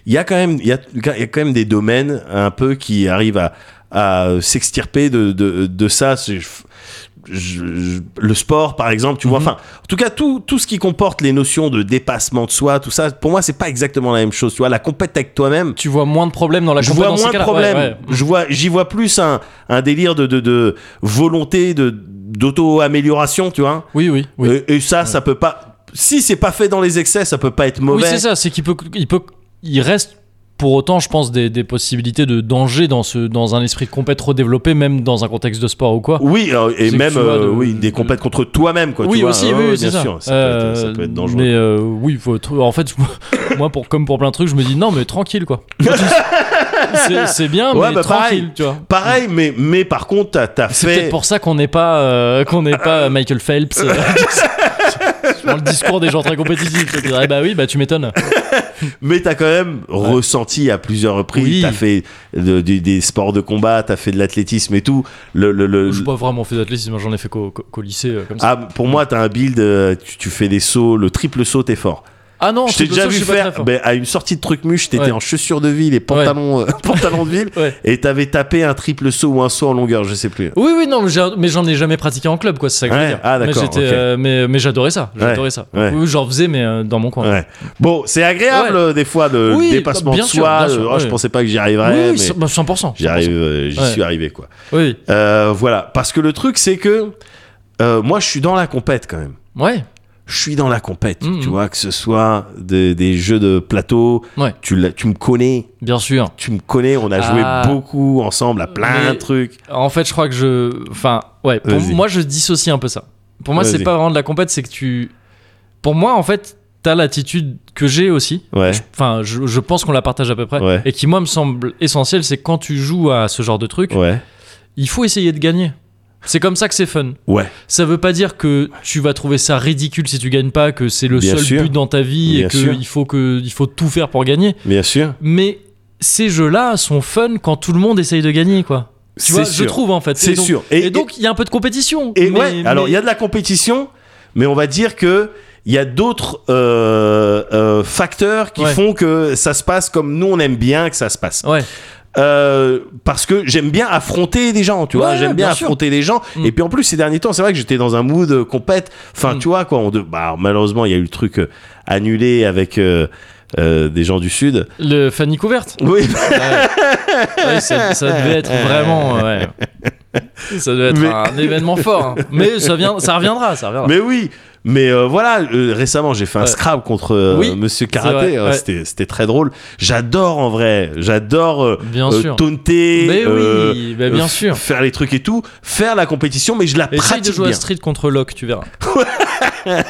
S2: il y a quand même il y a, il y a quand même des domaines un peu qui arrivent à, à s'extirper de, de, de ça C'est- je- je- je- le sport par exemple tu vois
S1: Mhm.
S2: enfin en tout cas tout, tout ce qui comporte les notions de dépassement de soi tout ça pour moi c'est pas exactement la même chose tu vois la compète avec toi-même
S1: Tu vois moins de problèmes dans la
S2: je
S1: compé-
S2: vois
S1: Bah, dans ces
S2: moins de
S1: cas-là.
S2: problèmes
S1: Ouais, ouais.
S2: je vois j'y vois plus un, un délire de, de, de volonté de d'auto amélioration tu vois
S1: Oui, oui, oui.
S2: et, et ça ça peut pas si c'est pas fait dans les excès ça peut pas être
S1: Oui,
S2: mauvais
S1: c'est ça, c'est qu'il peut, il peut, il reste pour autant, je pense, des, des possibilités de danger dans ce, dans un esprit de compète trop développé, même dans un contexte de sport ou quoi.
S2: Oui, euh,
S1: C'est
S2: et
S1: que
S2: même
S1: tu vois,
S2: euh,
S1: de-
S2: oui, des
S1: de-
S2: compètes contre toi-même, quoi. tu
S1: oui,
S2: vois.
S1: aussi,
S2: Ah
S1: oui,
S2: ouais,
S1: oui, c'est
S2: bien
S1: ça.
S2: sûr. Ça, peut être, ça
S1: Euh,
S2: peut être dangereux.
S1: Mais euh, oui, faut tr- en fait, moi, pour, comme pour plein de trucs, je me dis non, mais tranquille, quoi. c'est, c'est bien,
S2: Ouais,
S1: mais
S2: bah, pareil.
S1: tranquille, tu vois.
S2: Pareil, mais, mais par contre, t'as, t'as
S1: C'est peut-être
S2: fait.
S1: pour ça qu'on n'est pas, euh, qu'on n'est pas Michael Phelps. euh, dans le discours des gens très compétitifs. Je dirais, bah oui, bah tu m'étonnes.
S2: Euh, Mais t'as quand même ressenti à plusieurs reprises.
S1: Oui.
S2: T'as fait de- du- des sports de combat, t'as fait de l'athlétisme et tout. Le, le, le-
S1: Je n'ai pas vraiment fait d'athlétisme, hein, j'en ai fait qu'au, qu'au- qu'au lycée, euh, comme ça.
S2: Ah, pour moi, t'as un build, euh, tu, tu fais des sauts, le triple saut, t'es fort.
S1: Ah non,
S2: je t'ai
S1: triple
S2: déjà
S1: saut,
S2: vu
S1: suis pas
S2: faire,
S1: très fort.
S2: ben, à une sortie de truc mûche, t'étais
S1: Ouais.
S2: en chaussures de ville et pantalon, euh, pantalon de ville,
S1: Ouais.
S2: et t'avais tapé un triple saut ou un saut en longueur, je sais plus.
S1: Oui, oui, non, mais j'ai- mais j'en ai jamais pratiqué en club, quoi, c'est ça que je veux
S2: Ouais,
S1: dire.
S2: ah,
S1: mais,
S2: d'accord,
S1: j'étais,
S2: ok.
S1: euh, mais, mais j'adorais ça, j'adorais ça.
S2: ouais.
S1: Oui, j'en faisais, mais euh, dans mon coin.
S2: Ouais. Bon, c'est agréable
S1: Ouais.
S2: euh, des fois le
S1: Oui,
S2: dépassement
S1: bien
S2: de
S1: sûr,
S2: soi.
S1: bien sûr,
S2: euh, oh, Je
S1: ouais.
S2: pensais pas que j'y
S1: Oui,
S2: arriverais,
S1: oui,
S2: mais
S1: cent- bah, 100%.
S2: j'y arrive, euh, j'y
S1: Ouais.
S2: suis arrivé quoi.
S1: Oui,
S2: Euh, voilà, parce que le truc c'est que euh, moi je suis dans la compète quand même.
S1: ouais,
S2: Je suis dans la compète,
S1: Mhm.
S2: tu vois, que ce soit de- des jeux de plateau,
S1: Ouais.
S2: tu, l'as- tu me connais,
S1: bien sûr.
S2: tu me connais, on a
S1: Ah.
S2: joué beaucoup ensemble à plein
S1: Mais-
S2: de trucs.
S1: En fait, je crois que je. Enfin, ouais, pour
S2: Vas-y.
S1: moi, je dissocie un peu ça. Pour moi, c'est
S2: Vas-y.
S1: pas vraiment de la compète, c'est que tu. Pour moi, en fait, t'as l'attitude que j'ai aussi.
S2: Ouais.
S1: Je- Enfin, je, je pense qu'on la partage à peu près.
S2: Ouais.
S1: Et qui, moi, me semble essentiel, c'est que quand tu joues à ce genre de truc,
S2: Ouais.
S1: il faut essayer de gagner. C'est comme ça que c'est fun.
S2: Ouais.
S1: Ça veut pas dire que tu vas trouver ça ridicule si tu gagnes pas, que c'est le
S2: Bien
S1: seul
S2: sûr.
S1: but dans ta vie
S2: Bien
S1: et
S2: sûr.
S1: qu'il faut, que- il faut tout faire pour gagner.
S2: Bien sûr.
S1: Mais ces jeux-là sont fun quand tout le monde essaye de gagner, quoi. Tu vois,
S2: C'est sûr.
S1: je trouve en fait.
S2: C'est
S1: Et donc-
S2: sûr.
S1: Et,
S2: Et-
S1: donc, il y a un peu de compétition.
S2: Et
S1: mais-
S2: ouais, alors
S1: mais-
S2: il y a de la compétition, mais on va dire que il y a d'autres euh, euh, facteurs qui
S1: Ouais.
S2: font que ça se passe comme nous on aime bien que ça se passe.
S1: Ouais.
S2: Euh, parce que j'aime bien affronter des gens, tu vois,
S1: Ouais,
S2: j'aime bien,
S1: bien sûr.
S2: affronter les gens.
S1: Mm.
S2: Et puis en plus ces derniers temps, c'est vrai que j'étais dans un mood euh, compète. Enfin,
S1: Mm.
S2: tu vois quoi, on de... bah, malheureusement il y a eu le truc euh, annulé avec euh, euh, des gens du sud.
S1: Le Fanny couverte.
S2: Oui,
S1: Ouais, ça, ça devait être vraiment. ouais. Ça devait être
S2: Mais-
S1: un événement fort. hein. Mais ça, vient, ça reviendra, ça reviendra.
S2: mais oui. Mais euh, voilà, euh, récemment j'ai fait un
S1: Ah. Ouais.
S2: scrap contre euh,
S1: Oui,
S2: Monsieur
S1: vrai,
S2: Karaté, euh,
S1: ouais.
S2: c'était c'était très drôle. J'adore en vrai, j'adore euh,
S1: Bien
S2: euh,
S1: sûr.
S2: taunter,
S1: Mais
S2: euh,
S1: oui, bah, bien
S2: euh,
S1: sûr.
S2: faire les trucs et tout, faire la compétition, mais je la
S1: Essaye
S2: pratique
S1: de jouer
S2: bien.
S1: à Street contre Locke, tu verras.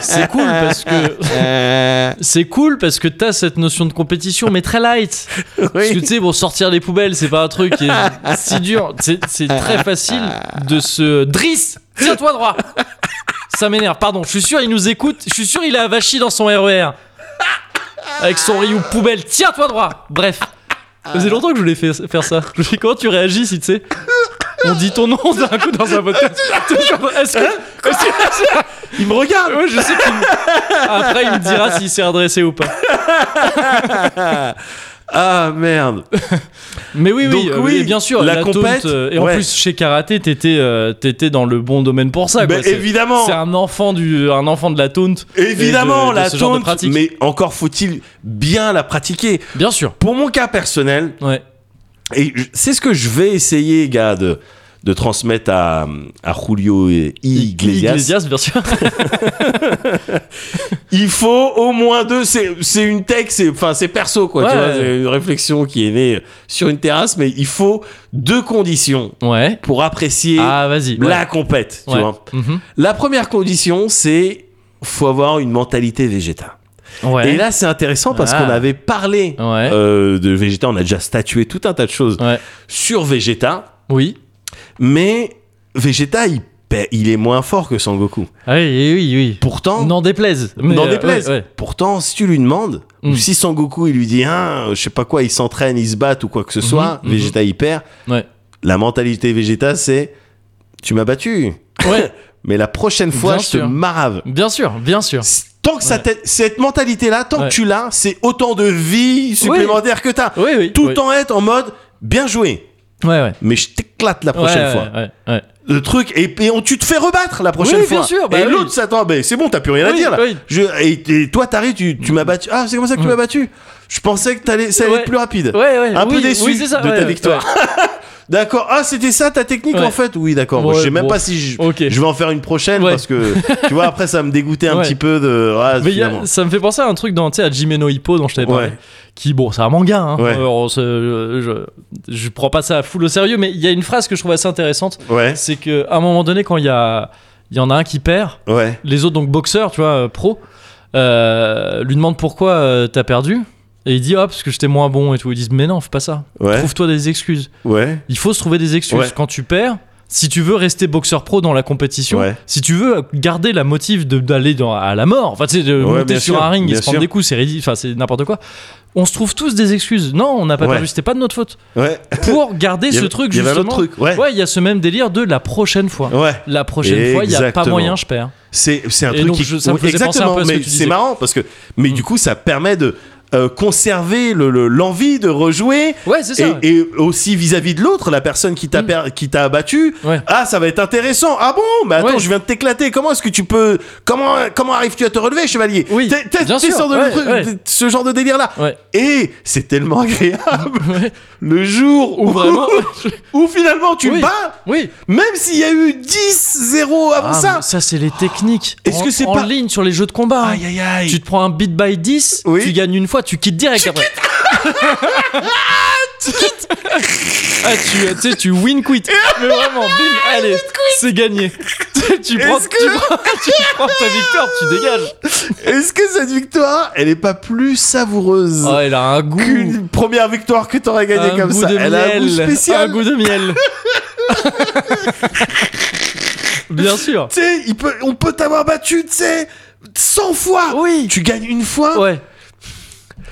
S1: c'est cool parce que. C'est cool parce que t'as cette notion de compétition, mais très light. Parce que tu sais, bon, sortir les poubelles, c'est pas un truc qui est si dur. C'est c'est très facile de se. Driss Tiens-toi droit Ça m'énerve, pardon. Je suis sûr, il nous écoute. Je suis sûr, il est avachi dans son RER. Avec son rayon poubelle. Tiens-toi droit Bref. Ça faisait longtemps que je voulais fa- faire ça. Je me dis, comment tu réagis si tu sais. On dit ton nom d'un coup dans un podcast. Est-ce que. est-ce que-
S2: Il me regarde.
S1: Ouais, je sais qu'il me- Après, il me dira s'il s'est redressé ou pas.
S2: Ah merde.
S1: Mais oui, oui,
S2: Donc
S1: euh,
S2: oui,
S1: oui, bien sûr.
S2: la
S1: La, taunte,
S2: compète,
S1: euh, et en
S2: ouais.
S1: plus, chez karaté, t'étais euh, t'étais dans le bon domaine pour ça.
S2: Mais
S1: quoi. C'est-
S2: Bah, évidemment.
S1: C'est un enfant du, un enfant de la taunte. et de-
S2: Évidemment,
S1: de
S2: la
S1: ce genre de
S2: taunte,
S1: pratique.
S2: mais encore faut-il bien la pratiquer.
S1: Bien sûr.
S2: Pour mon cas personnel,
S1: Ouais.
S2: et je- c'est ce que je vais essayer, gars, de, de transmettre à, à Julio et Iglesias.
S1: bien sûr.
S2: Il faut au moins deux. C'est c'est une tech, c'est enfin c'est perso quoi. Tu
S1: Ouais.
S2: vois, c'est une réflexion qui est née sur une terrasse, mais il faut deux conditions
S1: ouais.
S2: pour apprécier
S1: Ah, vas-y. ouais.
S2: la compète. Tu
S1: Ouais.
S2: vois.
S1: Mhm.
S2: La première condition, c'est faut avoir une mentalité végéta.
S1: Ouais.
S2: Et là, c'est intéressant parce
S1: Ah.
S2: qu'on avait parlé
S1: Ouais.
S2: euh, de Vegeta, on a déjà statué tout un tas de choses
S1: Ouais.
S2: sur Vegeta,
S1: Oui.
S2: mais Vegeta, il, pa- il est moins fort que Sangoku.
S1: Ah Oui, oui, oui.
S2: Pourtant,
S1: N'en déplaise. Mais,
S2: n'en
S1: euh,
S2: déplaise.
S1: ouais, ouais.
S2: Pourtant, si tu lui demandes, ou
S1: Mm.
S2: si Sangoku, il lui dit, hein, je sais pas quoi, ils s'entraînent, ils se battent ou quoi que ce soit,
S1: mhm.
S2: Vegeta, il perd.
S1: Ouais.
S2: La mentalité Vegeta, c'est, tu m'as battu,
S1: Ouais.
S2: mais la prochaine fois,
S1: Bien
S2: je te
S1: sûr.
S2: marave.
S1: Bien sûr, bien sûr.
S2: Tant que ça
S1: Ouais.
S2: t'aide- cette mentalité-là, tant
S1: Ouais.
S2: que tu l'as, c'est autant de vie supplémentaire que t'as.
S1: Oui, oui.
S2: Tout
S1: oui.
S2: le temps être en mode bien joué,
S1: Ouais, ouais.
S2: mais je t'éclate la prochaine
S1: Ouais,
S2: fois.
S1: ouais, ouais, ouais.
S2: Le truc, et, et on, tu te fais rebattre la prochaine
S1: Oui,
S2: fois.
S1: bien sûr, bah
S2: et
S1: oui.
S2: l'autre s'attend, mais c'est bon, t'as plus rien à
S1: Oui,
S2: dire là.
S1: oui.
S2: Je, et, et toi, t'arrives, tu, tu m'as battu. Ah, c'est comme ça que tu
S1: Ouais.
S2: m'as battu. Je pensais que t'allais, ça allait
S1: Ouais.
S2: être plus rapide.
S1: Ouais, ouais,
S2: Un peu
S1: oui,
S2: déçu
S1: oui, c'est ça,
S2: de
S1: ouais,
S2: ta
S1: ouais,
S2: victoire. D'accord. Ah, c'était ça ta technique
S1: Ouais.
S2: en fait. Oui, d'accord. Bon,
S1: Ouais,
S2: je sais même
S1: bon.
S2: pas si je,
S1: Ok.
S2: je vais en faire une prochaine
S1: Ouais.
S2: parce que tu vois après ça va me dégoûter un
S1: Ouais.
S2: petit peu de. Ah,
S1: Mais il y a-
S2: finalement.
S1: ça me fait penser à un truc dans, tu sais, à Jimeno Hippo dont je t'avais parlé.
S2: Ouais.
S1: Qui, bon, c'est un manga, hein.
S2: Ouais.
S1: Euh, on se- euh, je, je prends pas ça à full au sérieux, mais il y a une phrase que je trouve assez intéressante.
S2: Ouais.
S1: C'est qu'à un moment donné, quand il y a, il y en a un qui perd,
S2: Ouais.
S1: les autres, donc boxeurs, tu vois, euh, pro, euh, lui demandent pourquoi euh, t'as perdu. Et il dit, ah, parce que j'étais moins bon et tout. Ils disent, mais non, fais pas ça.
S2: Ouais.
S1: Trouve-toi des excuses.
S2: Ouais.
S1: Il faut se trouver des excuses.
S2: Ouais.
S1: Quand tu perds, si tu veux rester boxeur pro dans la compétition,
S2: Ouais.
S1: si tu veux garder la motive de- d'aller dans- à la mort, enfin, tu sais, de
S2: Ouais, bien
S1: monter sur
S2: sûr,
S1: un ring et
S2: bien
S1: se prendre
S2: sûr.
S1: des coups, c'est ridicule, enfin, c'est n'importe quoi. On se trouve tous des excuses. Non, on n'a pas
S2: Ouais.
S1: perdu, c'était pas de notre faute.
S2: Ouais.
S1: Pour garder
S2: Il y
S1: ce
S2: avait-
S1: truc,
S2: il y avait un
S1: justement.
S2: autre truc, ouais.
S1: il y a ce même délire de la prochaine fois.
S2: Ouais.
S1: La prochaine fois, il n'y a pas
S2: Exactement.
S1: moyen, je perds.
S2: C'est c'est un
S1: Et
S2: truc
S1: donc,
S2: qui
S1: je- ça me
S2: oui,
S1: faisait penser un
S2: exactement.
S1: peu à ce
S2: mais
S1: que tu
S2: c'est
S1: disais. Mm.
S2: marrant parce que mais du coup ça permet de euh, conserver le- le- l'envie de rejouer.
S1: Ouais, c'est ça.
S2: Et,
S1: ouais.
S2: et aussi vis-à-vis de l'autre, la personne qui t'a
S1: Mm.
S2: per- qui t'a abattu,
S1: Ouais.
S2: ah ça va être intéressant. Ah bon, mais attends,
S1: Ouais.
S2: je viens de t'éclater. Comment est-ce que tu peux comment comment arrives-tu à te relever, chevalier
S1: Oui,
S2: T'es- t'es-
S1: bien
S2: t'es
S1: sûr,
S2: sur de-
S1: ouais,
S2: truc-
S1: ouais.
S2: de- ce genre de délire là.
S1: Ouais.
S2: Et c'est tellement agréable
S1: Ouais.
S2: le jour où
S1: Ou vraiment.
S2: où finalement tu
S1: Oui.
S2: bats,
S1: oui.
S2: même s'il y a eu 10-0 avant
S1: Ah,
S2: ça.
S1: mais ça, c'est les techniques.
S2: Est-ce
S1: En-
S2: que c'est
S1: en
S2: pas-
S1: ligne sur les jeux de combat hein.
S2: Aïe aïe aïe.
S1: Tu te prends un beat by 10,
S2: Oui.
S1: tu gagnes une fois, tu quittes direct après. Ah, tu, euh, tu sais, tu win quit. Mais vraiment, bim, allez, c'est gagné. tu, tu prends,
S2: Est-ce
S1: tu,
S2: que-
S1: prends, tu prends ta victoire, tu dégages.
S2: Est-ce que cette victoire, elle est pas plus savoureuse
S1: Oh, elle a un goût.
S2: qu'une première victoire que t'aurais gagnée
S1: un
S2: comme
S1: goût
S2: ça
S1: De
S2: Elle
S1: miel,
S2: a un goût
S1: Un
S2: spécial.
S1: goût de miel. Bien sûr.
S2: Tu sais, il peut- on peut t'avoir battu, tu sais, 100 fois.
S1: Oui.
S2: Tu gagnes une fois.
S1: Ouais.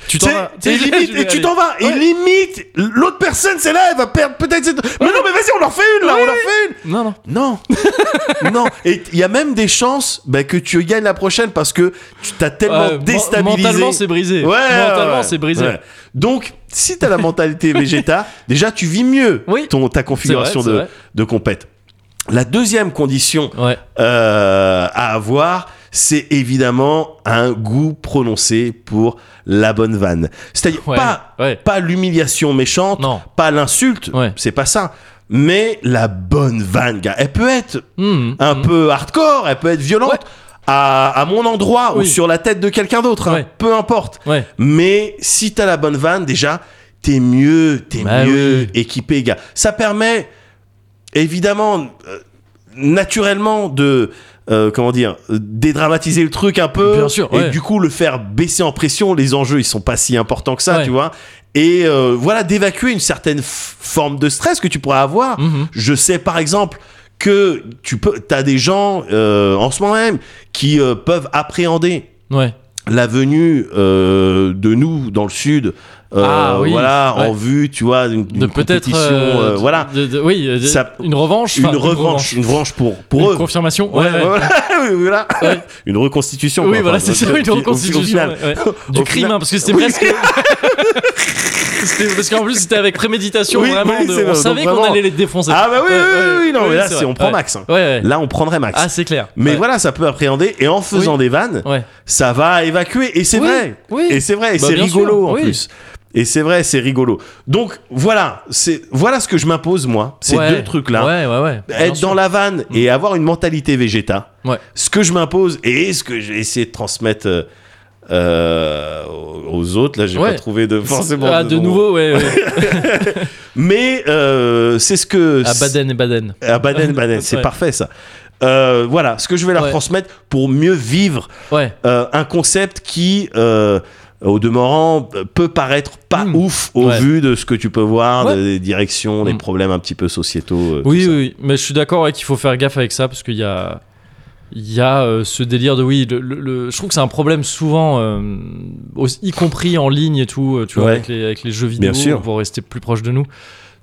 S1: Tu
S2: Tu
S1: t'en
S2: sais,
S1: vas.
S2: et
S1: Je-
S2: limite,
S1: je vais
S2: et tu
S1: aller.
S2: t'en vas. Et
S1: Ouais.
S2: limite, l'autre personne, c'est là, elle va perdre peut-être cette. Mais non, mais vas-y, on leur fait une là, on leur fait une.
S1: Non, non.
S2: Non, non. Et il y a même des chances bah, que tu gagnes la prochaine parce que tu t'as tellement
S1: Ouais, men- Euh,
S2: déstabilisé.
S1: Mentalement, c'est brisé.
S2: Ouais,
S1: mentalement,
S2: ouais,
S1: c'est brisé.
S2: ouais. Donc, si t'as la mentalité Vegeta, déjà tu vis mieux
S1: Oui.
S2: ton, ta configuration
S1: C'est vrai, c'est
S2: de, de compète. La deuxième condition
S1: Ouais.
S2: euh, à avoir, c'est évidemment un goût prononcé pour la bonne vanne. C'est-à-dire
S1: Ouais.
S2: pas,
S1: Ouais.
S2: pas l'humiliation méchante,
S1: Non.
S2: pas l'insulte,
S1: Ouais.
S2: c'est pas ça. Mais la bonne vanne, gars. Elle peut être
S1: Mhm.
S2: un peu hardcore, elle peut être violente.
S1: Ouais.
S2: À, à mon endroit ou
S1: Oui.
S2: sur la tête de quelqu'un d'autre, hein,
S1: Ouais.
S2: peu importe.
S1: Ouais.
S2: Mais si t'as la bonne vanne, déjà, t'es mieux, t'es
S1: Bah
S2: mieux
S1: oui.
S2: équipé, gars. Ça permet, évidemment, euh, naturellement de. euh, comment dire euh, Dédramatiser le truc un peu.
S1: Bien sûr,
S2: Et
S1: ouais.
S2: du coup, le faire baisser en pression. Les enjeux, ils sont pas si importants que ça,
S1: Ouais.
S2: tu vois. Et euh, voilà, d'évacuer une certaine f- forme de stress que tu pourrais avoir.
S1: Mhm.
S2: Je sais par exemple que tu peux, as des gens euh, en ce moment même qui euh, peuvent appréhender
S1: Ouais.
S2: la venue euh, de nous dans le sud euh,
S1: Ah oui,
S2: voilà
S1: ouais.
S2: en vue tu vois d'une
S1: De
S2: d'une
S1: peut-être.
S2: compétition
S1: euh,
S2: euh, voilà
S1: de- de- oui, euh, de-
S2: Ça-
S1: une revanche.
S2: une
S1: enfin,
S2: revanche une revanche pour pour
S1: Une
S2: eux
S1: confirmation.
S2: Ouais,
S1: Ouais, ouais.
S2: voilà, oui, voilà.
S1: Ouais.
S2: une reconstitution
S1: Oui,
S2: quoi.
S1: voilà,
S2: Enfin,
S1: c'est ça,
S2: au-
S1: une
S2: au- au- au
S1: reconstitution.
S2: final.
S1: ouais, ouais. Du
S2: Au
S1: crime,
S2: final-
S1: hein, parce que c'était
S2: Oui.
S1: presque. C'était- parce qu'en plus, c'était avec préméditation,
S2: Oui,
S1: vraiment.
S2: oui,
S1: de-
S2: c'est
S1: on
S2: vrai,
S1: savait
S2: donc
S1: qu'on
S2: vraiment-
S1: allait les défoncer.
S2: ah bah oui
S1: hein, Ouais,
S2: oui,
S1: ouais,
S2: oui, oui, non mais là
S1: c'est
S2: si
S1: vrai,
S2: on prend
S1: ouais.
S2: Max hein.
S1: Ouais, ouais.
S2: là on prendrait Max
S1: Ah, c'est clair.
S2: mais
S1: Ouais.
S2: voilà ça peut appréhender et en faisant des vannes
S1: Ouais.
S2: ça va évacuer et c'est
S1: Oui,
S2: vrai
S1: oui.
S2: et c'est vrai et
S1: Bah,
S2: c'est
S1: bien sûr,
S2: rigolo en
S1: oui.
S2: plus et c'est vrai c'est rigolo donc voilà c'est voilà ce que je m'impose moi ces
S1: Ouais.
S2: deux Eh, trucs là
S1: Ouais, ouais, ouais. Bien
S2: être
S1: sûr. Mm.
S2: dans la vanne et avoir une mentalité végéta
S1: Ouais.
S2: ce que je m'impose et ce que j'ai essayé de transmettre euh, euh, aux autres là j'ai
S1: Ouais.
S2: pas trouvé de forcément
S1: Ah, de nouveau, ouais. ouais.
S2: mais euh, c'est ce que
S1: À Baden et Baden.
S2: à Baden, Baden, c'est
S1: Ouais.
S2: parfait ça Euh, voilà ce que je vais leur
S1: Ouais.
S2: transmettre pour mieux vivre
S1: Ouais.
S2: euh, un concept qui, euh, au demeurant, euh, peut paraître pas
S1: Mm.
S2: ouf au
S1: Ouais.
S2: vu de ce que tu peux voir,
S1: Ouais.
S2: de- des directions, des
S1: Mm.
S2: problèmes un petit peu sociétaux. euh,
S1: Oui,
S2: tout ça.
S1: oui, mais je suis d'accord ouais, qu'il faut faire gaffe avec ça parce qu'il y a, il y a euh, ce délire de oui, le, le- le- je trouve que c'est un problème souvent, euh, aussi- y compris en ligne et tout, euh, tu vois,
S2: Ouais.
S1: avec, les, avec les jeux vidéo
S2: Bien sûr.
S1: pour rester plus proche de nous.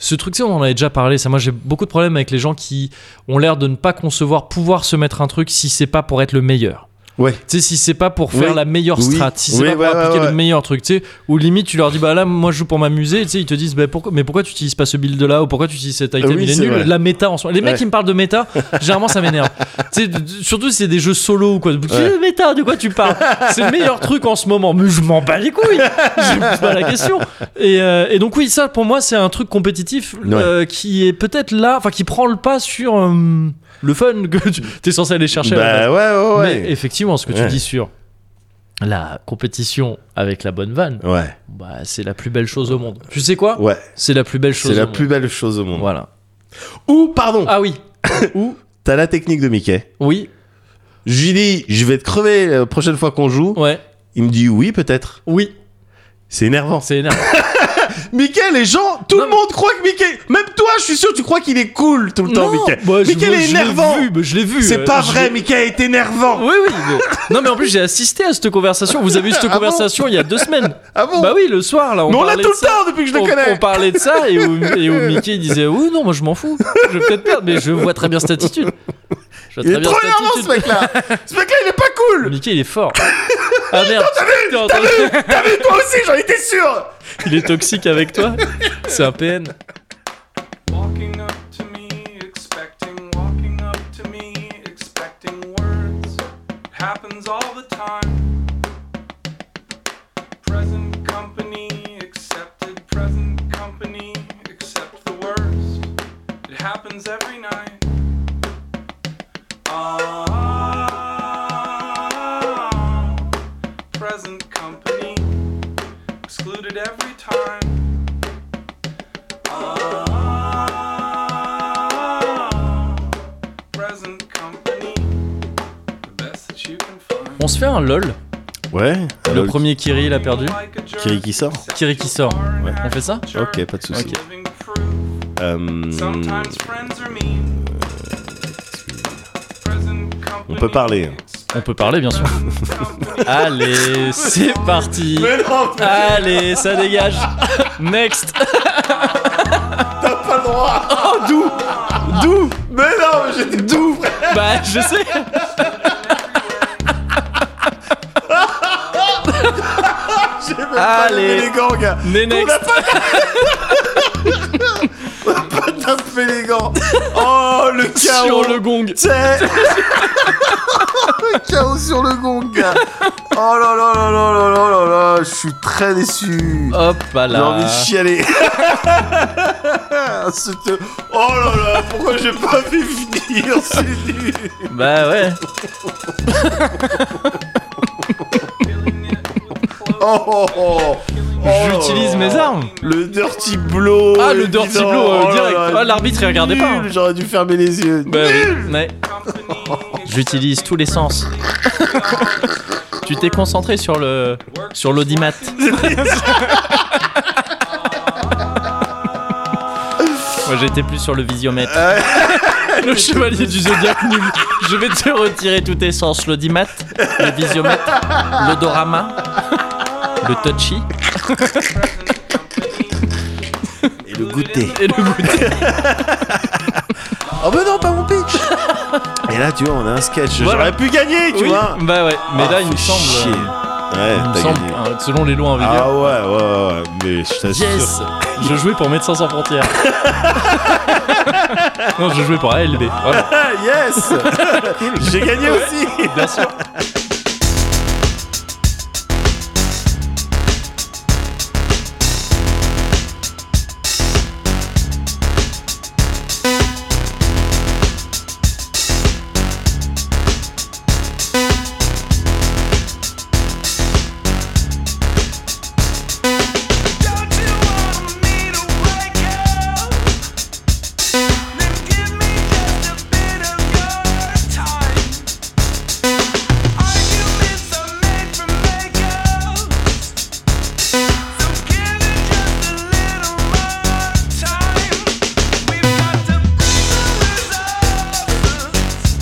S1: Ce truc, tu sais, on en avait déjà parlé. Ça, moi, j'ai beaucoup de problèmes avec les gens qui ont l'air de ne pas concevoir pouvoir se mettre un truc si c'est pas pour être le meilleur.
S2: Ouais.
S1: Tu sais, si c'est pas pour faire
S2: Oui.
S1: la meilleure
S2: Oui.
S1: strat, si c'est
S2: Oui,
S1: pas pour
S2: ouais, ouais,
S1: appliquer
S2: ouais.
S1: le meilleur truc, tu sais, ou limite tu leur dis bah là moi je joue pour m'amuser, et tu sais, ils te disent bah, pourquoi, mais pourquoi tu utilises pas ce build là ou pourquoi tu utilises cet item,
S2: Euh, Oui,
S1: il est
S2: c'est
S1: nul,
S2: vrai.
S1: la méta en soi. Les mecs
S2: Ouais.
S1: qui me parlent de méta, généralement ça m'énerve. Tu sais, d- d- surtout si c'est des jeux solo ou quoi, Quelle méta, de quoi tu parles C'est le meilleur truc en ce moment, mais je m'en bats les couilles, j'ai pas la question. Et, euh, et donc oui, ça pour moi c'est un truc compétitif euh, qui est peut-être là, enfin qui prend le pas sur euh, le fun que tu es censé aller chercher. à la base.
S2: Bah ouais, ouais, ouais.
S1: Mais effectivement, ce que tu
S2: Ouais.
S1: dis sur la compétition avec la bonne vanne,
S2: Ouais,
S1: bah, c'est la plus belle chose au monde. Tu sais quoi
S2: ouais.
S1: C'est la plus belle chose
S2: C'est la
S1: au
S2: plus belle chose au monde.
S1: monde. Voilà.
S2: Ou, pardon,
S1: Ah oui,
S2: ou, t'as la technique de Mickey.
S1: oui,
S2: Je lui dis, je vais te crever la prochaine fois qu'on joue.
S1: ouais,
S2: Il me dit oui, peut-être.
S1: oui.
S2: C'est énervant.
S1: C'est énorme.
S2: Mickey, les gens, tout
S1: Non,
S2: le
S1: mais-
S2: monde croit que Mickey. Même toi, je suis sûr, tu crois qu'il est cool tout le temps, Mickey.
S1: bah, je-
S2: Mickey, il
S1: moi,
S2: est
S1: je l'ai
S2: énervant.
S1: vu, bah, Je l'ai vu.
S2: C'est
S1: euh,
S2: pas
S1: je
S2: vrai,
S1: l'ai-
S2: Mickey est énervant.
S1: Oui, oui. mais- Non, mais en plus, j'ai assisté à cette conversation. Vous avez eu cette
S2: Ah bon
S1: conversation il y a deux semaines.
S2: Ah bon
S1: Bah oui, le soir, là. On
S2: Mais on l'a
S1: parlait
S2: tout
S1: de
S2: le
S1: ça.
S2: temps depuis que je le
S1: on,
S2: connais.
S1: on parlait de ça et où, et où Mickey disait Oui, non, moi je m'en fous. Je vais peut-être perdre, mais je vois très bien cette attitude. Je vois
S2: Il
S1: très bien
S2: est trop
S1: cette
S2: énervant
S1: attitude.
S2: ce mec-là. ce mec-là, il est pas cool.
S1: Mickey, il est fort. Ah merde. T'es en train de-
S2: T'as vu toi aussi, j'en étais sûr.
S1: Il est toxique avec toi. C'est un PN.
S6: Walking up to me, expecting, walking up to me, expecting words. Happens all the time. Present company accepted, present company accept the worst. It happens every night. Ah, present company excluded every time. Present company, the best that you can find.
S1: On se fait un lol.
S2: Ouais.
S1: Le premier Kirill a perdu.
S6: Like a jerk,
S2: Kiri qui sort.
S1: Kiri qui sort.
S2: Ouais.
S1: On fait ça
S2: Ok, pas de souci. Hmm.
S1: Ok.
S6: living proof. euh, Sometimes friends are mean. Present company
S2: peut parler.
S1: On peut parler, bien sûr. Allez, c'est parti.
S2: Mais non, mais
S1: Allez, ça dégage. Next.
S2: t'as pas le droit
S1: Oh, d'où D'où
S2: Mais non, mais j'étais doux, frère
S1: Bah, je sais.
S2: J'ai même pas
S1: Allez.
S2: nommé les gangs
S1: Mais
S2: On
S1: next.
S2: a pas On a pas tapé les gants Oh, le chaos
S1: Sur le gong.
S2: Tu sais Le chaos sur le gong gars. Oh là là là là là là là là Je suis très déçu
S1: Hop
S2: J'ai envie
S1: là.
S2: de chialer C'était- Oh là là Pourquoi j'ai pas fait finir C'est nul
S1: Bah ouais.
S2: Oh, oh, oh. Oh,
S1: J'utilise
S2: oh.
S1: mes armes.
S2: Le dirty blow
S1: Ah, le
S2: évident.
S1: dirty blow euh,
S2: Oh là
S1: direct.
S2: là,
S1: Ah, l'arbitre, il regardait pas. hein.
S2: nul, J'aurais dû fermer les yeux
S1: Bah oui. Ouais. J'utilise tous les sens. tu t'es concentré sur le sur l'audimat. Moi j'étais plus sur le visiomètre. le chevalier du zodiaque nul. Je vais te retirer tout tes sens l'audimat, le visiomètre, l'odorama, le touchy
S2: Et le goûter
S1: et le goûter.
S2: Oh bah non, pas mon pitch Et là, tu vois, on a un sketch.
S1: Voilà.
S2: J'aurais pu gagner, tu
S1: Oui,
S2: vois
S1: bah ouais. Mais
S2: Ah,
S1: là il me
S2: fais
S1: semble,
S2: chier.
S1: euh,
S2: Ouais,
S1: il me
S2: t'as
S1: semble,
S2: gagné.
S1: euh, selon les lois en vigueur.
S2: Ah ouais, ouais, ouais, mais je t'assure.
S1: Yes Je jouais pour Médecins sans frontières. non, je jouais pour ALD. Vraiment,
S2: Ah, yes J'ai gagné aussi
S1: bien sûr.
S5: Don't you want me to wake up? Then give me just a bit of your time. Arguments are made from makeup, so give it just a little more time. We've got to break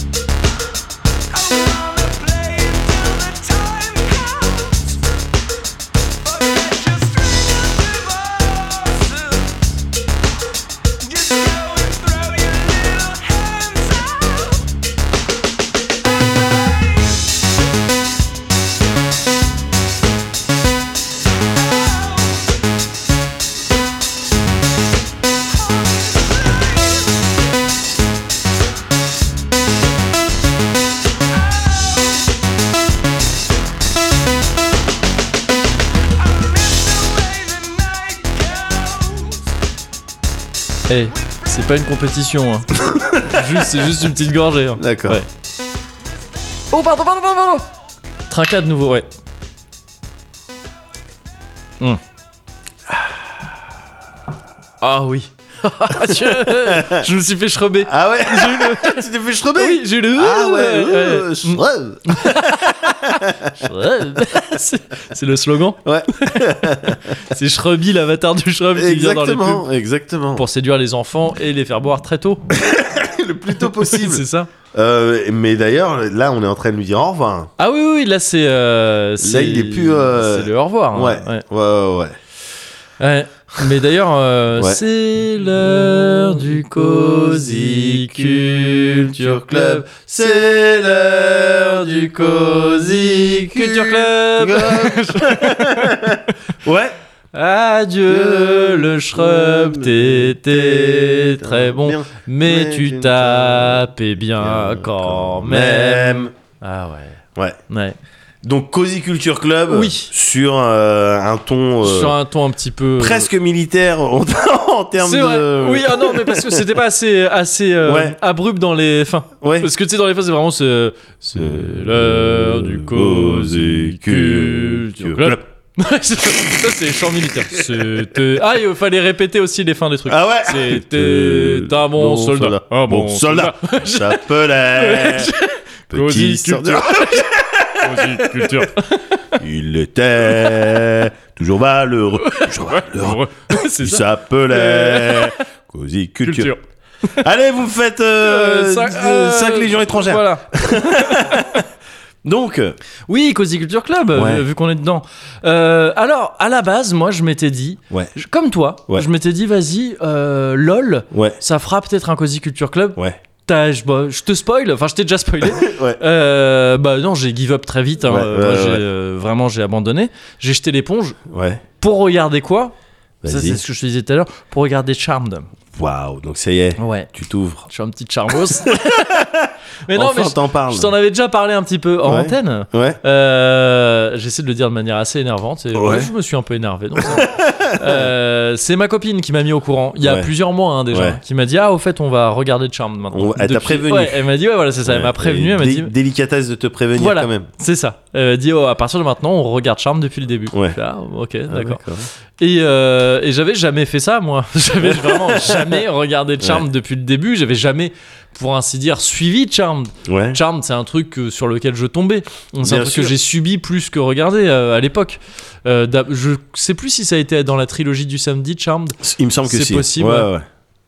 S5: the reserves. I wanna play until the time comes. Thank you
S1: Eh, c'est pas une compétition. Hein. Juste- c'est juste une petite gorgée. hein.
S2: D'accord.
S1: Ouais. Oh, pardon, pardon, pardon, pardon Trinca de nouveau, ouais. Hmm. Ah oui. je, je me suis fait schreber.
S2: Ah ouais Tu t'es fait schreber
S1: Oui, j'ai eu le.
S2: Ah ouais, euh,
S1: Ouais.
S2: schreub.
S1: c'est c'est le slogan.
S2: Ouais.
S1: C'est Shrubby, l'avatar du Shrub qui vient dans les pubs.
S2: Exactement, exactement.
S1: Pour séduire les enfants et les faire boire très tôt.
S2: Le plus tôt possible.
S1: c'est ça.
S2: Euh, mais d'ailleurs, là, on est en train de lui dire au revoir.
S1: Ah oui, oui, oui, là c'est. euh, c'est-
S2: il est plus, euh,
S1: C'est le au revoir. hein.
S2: Ouais, ouais, ouais, ouais.
S1: Ouais. Mais d'ailleurs, euh,
S2: Ouais.
S1: c'est l'heure du Cozy Culture Club.
S2: c'est
S1: L'heure du Cozy Culture Club.
S2: ouais.
S1: Adieu le shrub, t'étais très bon.
S2: Bien.
S1: Mais,
S2: Mais
S1: tu
S2: tu
S1: tapais bien
S2: bien
S1: quand
S2: quand
S1: même.
S2: même.
S1: Ah ouais.
S2: Ouais.
S1: Ouais.
S2: Donc Cozy Culture Club
S1: Oui.
S2: sur euh, un ton euh,
S1: Sur un ton un petit peu.
S2: presque militaire en, en termes
S1: C'est vrai.
S2: de
S1: Oui, ah non, mais parce que c'était pas assez, assez euh,
S2: Ouais.
S1: abrupt dans les fins.
S2: Ouais. Euh,
S1: Parce que tu sais, dans les fins, c'est vraiment ce. C'est l'heure du Cozy Culture Club. Ouais, c'est- Ça, c'est chant militaire. C'était- Ah, il fallait répéter aussi les fins des trucs.
S2: Ah ouais.
S1: C'était
S2: Euh,
S1: un bon soldat. Ah, Un bon
S2: soldat. Chapelet. Petit
S1: Cozy
S2: soldat.
S1: Cozy Culture.
S2: Il était toujours malheureux. Toujours malheureux.
S1: C'est
S2: Il
S1: ça. Euh,
S2: s'appelait Cozy Culture. Allez, vous me faites euh, 5
S1: Euh, cinq- euh,
S2: légions étrangères.
S1: Voilà.
S2: Donc, euh,
S1: Oui, Cozy Culture Club, euh,
S2: Ouais.
S1: vu qu'on est dedans. Euh, alors, à la base, moi, je m'étais dit,
S2: ouais,
S1: je- comme toi,
S2: Ouais.
S1: je m'étais dit, vas-y, euh, lol,
S2: ouais,
S1: ça fera peut-être un Cozy Culture Club.
S2: ouais,
S1: T'as- Je, bah, je te spoil, enfin, je t'ai déjà spoilé.
S2: ouais.
S1: Euh, bah non, j'ai give up très vite. hein.
S2: Ouais,
S1: Euh,
S2: ouais,
S1: moi,
S2: ouais,
S1: j'ai,
S2: ouais.
S1: euh, vraiment, j'ai abandonné. J'ai jeté l'éponge
S2: ouais.
S1: pour regarder quoi Ça,
S2: Vas-y.
S1: c'est ce que je te disais tout à l'heure. Pour regarder Charmed.
S2: Waouh, donc ça y est,
S1: Ouais.
S2: tu t'ouvres.
S1: Je suis un petit charmos. mais non,
S2: enfin,
S1: mais je-
S2: t'en parles.
S1: je t'en avais déjà parlé un petit peu en
S2: Ouais.
S1: antenne.
S2: Ouais.
S1: Euh, J'essaie de le dire de manière assez énervante. Et
S2: Ouais.
S1: ouais, je me suis un peu énervé. donc ça va. Euh, C'est ma copine qui m'a mis au courant il y a
S2: Ouais.
S1: plusieurs mois hein, déjà,
S2: Ouais.
S1: qui m'a dit ah au fait on va regarder Charmed maintenant.
S2: On- elle t'a
S1: Depuis-
S2: prévenu.
S1: Ouais, elle m'a dit ouais voilà c'est ça. elle m'a prévenu. Elle m'a
S2: Dé-
S1: dit
S2: Délicatesse de te prévenir
S1: Voilà.
S2: quand même.
S1: c'est ça. Elle m'a dit oh, à partir de maintenant on regarde Charmed depuis le début.
S2: Ouais.
S1: Je fais, Ah, ok d'accord. Et, euh, et j'avais jamais fait ça, moi. J'avais vraiment jamais regardé Charmed depuis le début. J'avais jamais, pour ainsi dire, suivi Charmed.
S2: Ouais.
S1: Charmed, c'est un truc euh, sur lequel je tombais. C'est un
S2: Bien
S1: truc
S2: sûr.
S1: que j'ai subi plus que regardé euh, à l'époque. Euh, d'a- je sais plus si ça a été dans la trilogie du samedi, Charmed.
S2: Il me semble que
S1: C'est
S2: si.
S1: possible,
S2: Ouais,
S1: ouais.
S2: ouais.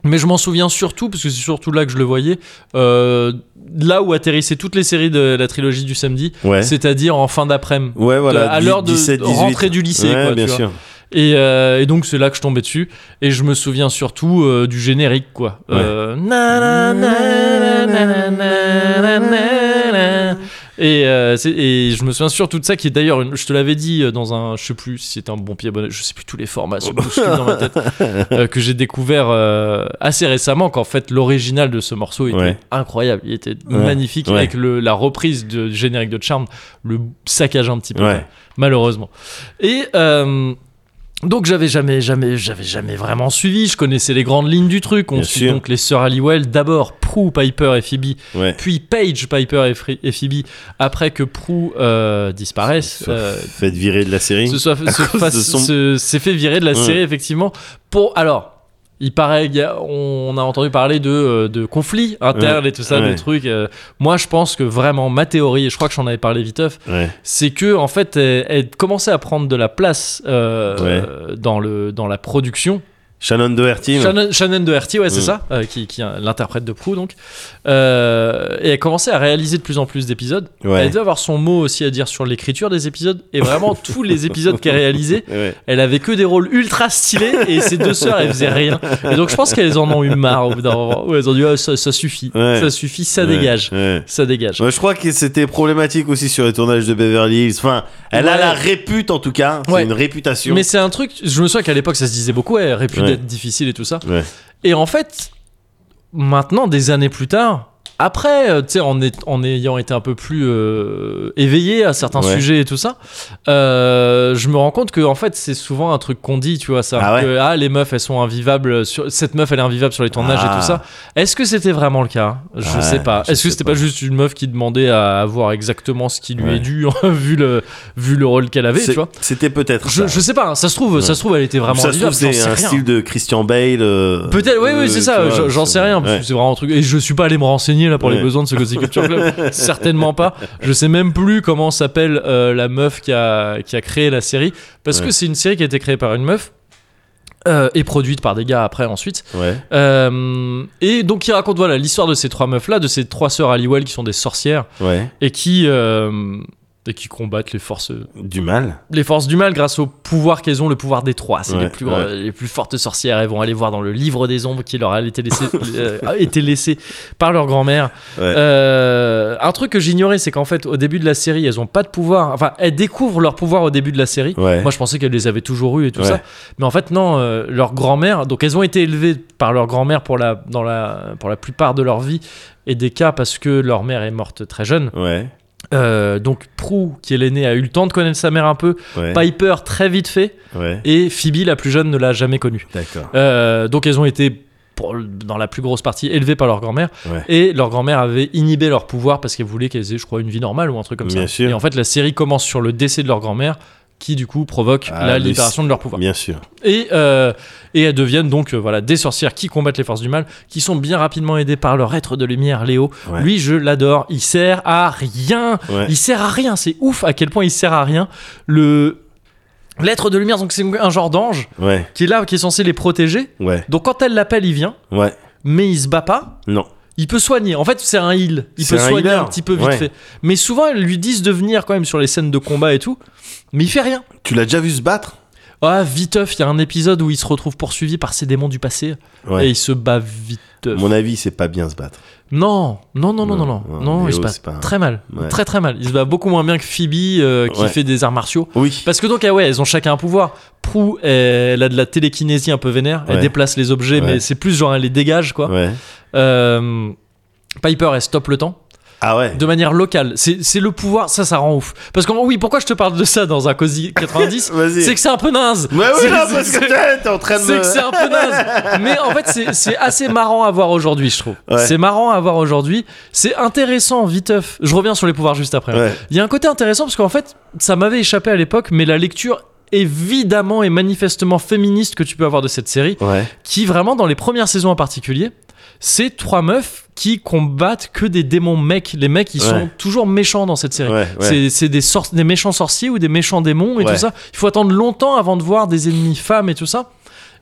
S1: Mais je m'en souviens surtout, parce que c'est surtout là que je le voyais, euh, là où atterrissaient toutes les séries de la trilogie du samedi,
S2: Ouais.
S1: c'est-à-dire en fin d'après-midi.
S2: Ouais, voilà.
S1: à
S2: dix-
S1: l'heure de
S2: 17, 18.
S1: rentrée du lycée,
S2: Ouais,
S1: quoi,
S2: bien
S1: tu vois.
S2: sûr.
S1: Et, euh, et donc c'est là que je tombais dessus et je me souviens surtout euh, du générique quoi. Euh, na, na, na, na, na, na, na, na. Et, euh, c'est- et je me souviens surtout de ça qui est d'ailleurs une- je te l'avais dit euh, dans un je sais plus si c'était un bon pied bonnet je sais plus tous les formats se bousculent dans ma tête euh, que j'ai découvert euh, assez récemment qu'en fait l'original de ce morceau était
S2: Ouais.
S1: incroyable il était
S2: Ouais.
S1: magnifique
S2: Ouais.
S1: avec le, la reprise de générique de Charme le saccage un petit peu
S2: Ouais.
S1: malheureusement. Et euh, donc j'avais jamais, jamais, j'avais jamais vraiment suivi. Je connaissais les grandes lignes du truc. On
S2: Bien
S1: suit
S2: sûr.
S1: donc les sœurs Halliwell d'abord Prue, Piper et Phoebe,
S2: Ouais.
S1: puis Paige, Piper et, Fri- et Phoebe après que Prue euh, disparaisse.
S2: Soit
S1: euh,
S2: Faites virer de la série.
S1: se soit- se
S2: cause
S1: fasse-
S2: de son-
S1: se- s'est fait virer de la
S2: Ouais.
S1: série effectivement pour alors il paraît il y a- on a entendu parler de, euh, de conflits internes et tout ça
S2: Ouais.
S1: de trucs euh, moi je pense que vraiment ma théorie et je crois que j'en avais parlé viteuf
S2: Ouais.
S1: c'est que en fait elle, elle commençait à prendre de la place euh,
S2: Ouais.
S1: euh, dans le dans la production
S2: Shannon Doherty.
S1: Shannon, Shannon Doherty ouais c'est
S2: Mm.
S1: ça euh, qui, qui est l'interprète de Prue donc Euh, et elle commençait à réaliser de plus en plus d'épisodes
S2: Ouais.
S1: elle devait avoir son mot aussi à dire sur l'écriture des épisodes et vraiment tous les épisodes qu'elle réalisait
S2: Ouais.
S1: elle avait que des rôles ultra stylés et ses deux sœurs elles faisaient rien et donc je pense qu'elles en ont eu marre au bout d'un moment Ou elles ont dit Ah, ça, ça suffit
S2: Ouais.
S1: ça suffit ça
S2: Ouais.
S1: dégage
S2: Ouais.
S1: ça dégage
S2: Ouais, je crois que c'était problématique aussi sur les tournages de Beverly Hills. Enfin, elle a
S1: Ouais.
S2: la répute en tout cas. C'est
S1: Ouais.
S2: une réputation.
S1: Mais c'est un truc, je me souviens qu'à l'époque ça se disait beaucoup, elle répute
S2: Ouais.
S1: être difficile et tout ça.
S2: Ouais.
S1: Et en fait, maintenant, des années plus tard, après, euh, tu sais, en, est- en ayant été un peu plus euh, éveillé à certains
S2: Ouais.
S1: sujets et tout ça, euh, je me rends compte que en fait c'est souvent un truc qu'on dit, tu vois, ça.
S2: Ah ouais.
S1: que, ah, les meufs, elles sont invivables, sur, cette meuf, elle est invivable sur les tournages
S2: Ah.
S1: et tout ça. Est-ce que c'était vraiment le cas Je
S2: Ouais,
S1: sais pas.
S2: je
S1: Est-ce que
S2: sais
S1: c'était
S2: pas.
S1: pas. juste une meuf qui demandait à avoir exactement ce qui lui
S2: Ouais.
S1: est dû, vu le, vu le rôle qu'elle avait,
S2: C'est-
S1: tu vois
S2: C'était peut-être.
S1: je,
S2: ça.
S1: je sais pas, hein, ça se trouve, ça se trouve, elle était vraiment
S2: ça se trouve,
S1: invivable, j'en
S2: c'est
S1: sais
S2: un
S1: rien.
S2: style de Christian Bale. euh,
S1: Peut-être, oui,
S2: euh,
S1: oui, c'est
S2: tu
S1: ça,
S2: vois,
S1: j'en- j'en
S2: c'est-
S1: sais rien, parce
S2: ouais.
S1: que c'est vraiment un truc. Et je suis pas allé me renseigner là pour
S2: Ouais.
S1: les besoins de ce Cozy Culture Club, certainement pas. Je sais même plus comment s'appelle euh, la meuf qui a, qui a créé la série, parce
S2: Ouais.
S1: que c'est une série qui a été créée par une meuf. euh, et produite par des gars après ensuite
S2: Ouais.
S1: Euh, et donc il raconte voilà l'histoire de ces trois meufs là de ces trois sœurs Halliwell qui sont des sorcières
S2: ouais.
S1: et qui euh, et qui combattent les forces
S2: Du mal.
S1: les forces du mal grâce au pouvoir qu'elles ont, le pouvoir des trois. C'est
S2: Ouais,
S1: les, plus, grands-
S2: ouais.
S1: les plus fortes sorcières. Elles vont aller voir dans le livre des ombres qui leur a été laissé, euh, a été laissé par leur grand-mère.
S2: Ouais.
S1: Euh, un truc que j'ignorais, c'est qu'en fait, au début de la série, elles ont pas de pouvoir. Enfin, elles découvrent leur pouvoir au début de la série.
S2: Ouais.
S1: Moi, je pensais qu'elles les avaient toujours eu et tout
S2: Ouais.
S1: ça. Mais en fait, non, euh, leur grand-mère. Donc, elles ont été élevées par leur grand-mère pour la, dans la, pour la plupart de leur vie. Et des cas parce que leur mère est morte très jeune.
S2: Ouais.
S1: Euh, donc, Prue, qui est l'aînée, a eu le temps de connaître sa mère un peu.
S2: Ouais.
S1: Piper très vite fait
S2: Ouais.
S1: et Phoebe la plus jeune ne l'a jamais connue.
S2: D'accord.
S1: Euh, donc elles ont été pour- dans la plus grosse partie élevées par leur grand-mère
S2: Ouais.
S1: et leur grand-mère avait inhibé leur pouvoir parce qu'elle voulait qu'elles aient je crois une vie normale ou un truc comme
S2: Bien
S1: ça.
S2: sûr.
S1: Et en fait la série commence sur le décès de leur grand-mère qui du coup provoque
S2: Ah,
S1: la
S2: le-
S1: libération de leur pouvoir.
S2: Bien sûr.
S1: Et, euh, et elles deviennent donc euh, voilà des sorcières qui combattent les forces du mal, qui sont bien rapidement aidées par leur être de lumière, Léo.
S2: Ouais.
S1: Lui, je l'adore. Il sert à rien.
S2: Ouais.
S1: Il sert à rien. C'est ouf à quel point il sert à rien. Le l'être de lumière, donc c'est un genre d'ange
S2: Ouais.
S1: qui est là, qui est censé les protéger.
S2: Ouais.
S1: Donc quand elle l'appelle, il vient,
S2: Ouais.
S1: mais il se bat pas.
S2: Non.
S1: Il peut soigner. En fait, c'est un heal. Il
S2: C'est
S1: peut
S2: un
S1: soigner
S2: healer.
S1: un petit peu vite
S2: Ouais.
S1: fait. Mais souvent, ils lui disent de venir quand même sur les scènes de combat et tout. Mais il fait rien.
S2: Tu l'as déjà vu se battre
S1: Ah, viteuf, il y a un épisode où il se retrouve poursuivi par ses démons du passé et
S2: Ouais.
S1: il se bat viteuf.
S2: Mon avis, c'est pas bien se battre.
S1: Non, non, non, non, non, non,
S2: Non,
S1: non,
S2: Léo,
S1: il se bat
S2: c'est pas un-
S1: très mal,
S2: Ouais.
S1: très très mal. Il se bat beaucoup moins bien que Phoebe euh, qui
S2: Ouais.
S1: fait des arts martiaux.
S2: Oui.
S1: Parce que donc, ah ouais, elles ont chacun un pouvoir. Prue, elle a de la télékinésie un peu vénère. Elle
S2: Ouais.
S1: déplace les objets,
S2: Ouais.
S1: mais c'est plus genre elle les dégage, quoi.
S2: Ouais.
S1: Euh, Piper, elle stoppe le temps
S2: Ah ouais.
S1: de manière locale. C'est c'est le pouvoir, ça, ça rend ouf. Parce que, oui, pourquoi je te parle de ça dans un Cozy 90
S2: Vas-y.
S1: C'est que c'est un peu naze.
S2: Ouais, oui,
S1: C'est-
S2: non,
S1: c'est-
S2: parce que
S1: c'est-
S2: t'es t'es en train de
S1: c'est
S2: me.
S1: que c'est un peu naze. Mais en fait, c'est- c'est assez marrant à voir aujourd'hui, je trouve.
S2: Ouais.
S1: C'est marrant à voir aujourd'hui. C'est intéressant, viteuf. Je reviens sur les pouvoirs juste après.
S2: Ouais.
S1: Il y a un côté intéressant parce qu'en fait, ça m'avait échappé à l'époque, mais la lecture évidemment et manifestement féministe que tu peux avoir de cette série,
S2: Ouais.
S1: qui vraiment dans les premières saisons en particulier, c'est trois meufs qui combattent que des démons mecs. Les mecs, ils
S2: Ouais.
S1: sont toujours méchants dans cette série.
S2: Ouais, ouais.
S1: C'est- C'est des, sor- des méchants sorciers ou des méchants démons et
S2: Ouais.
S1: tout ça. Il faut attendre longtemps avant de voir des ennemis femmes et tout ça.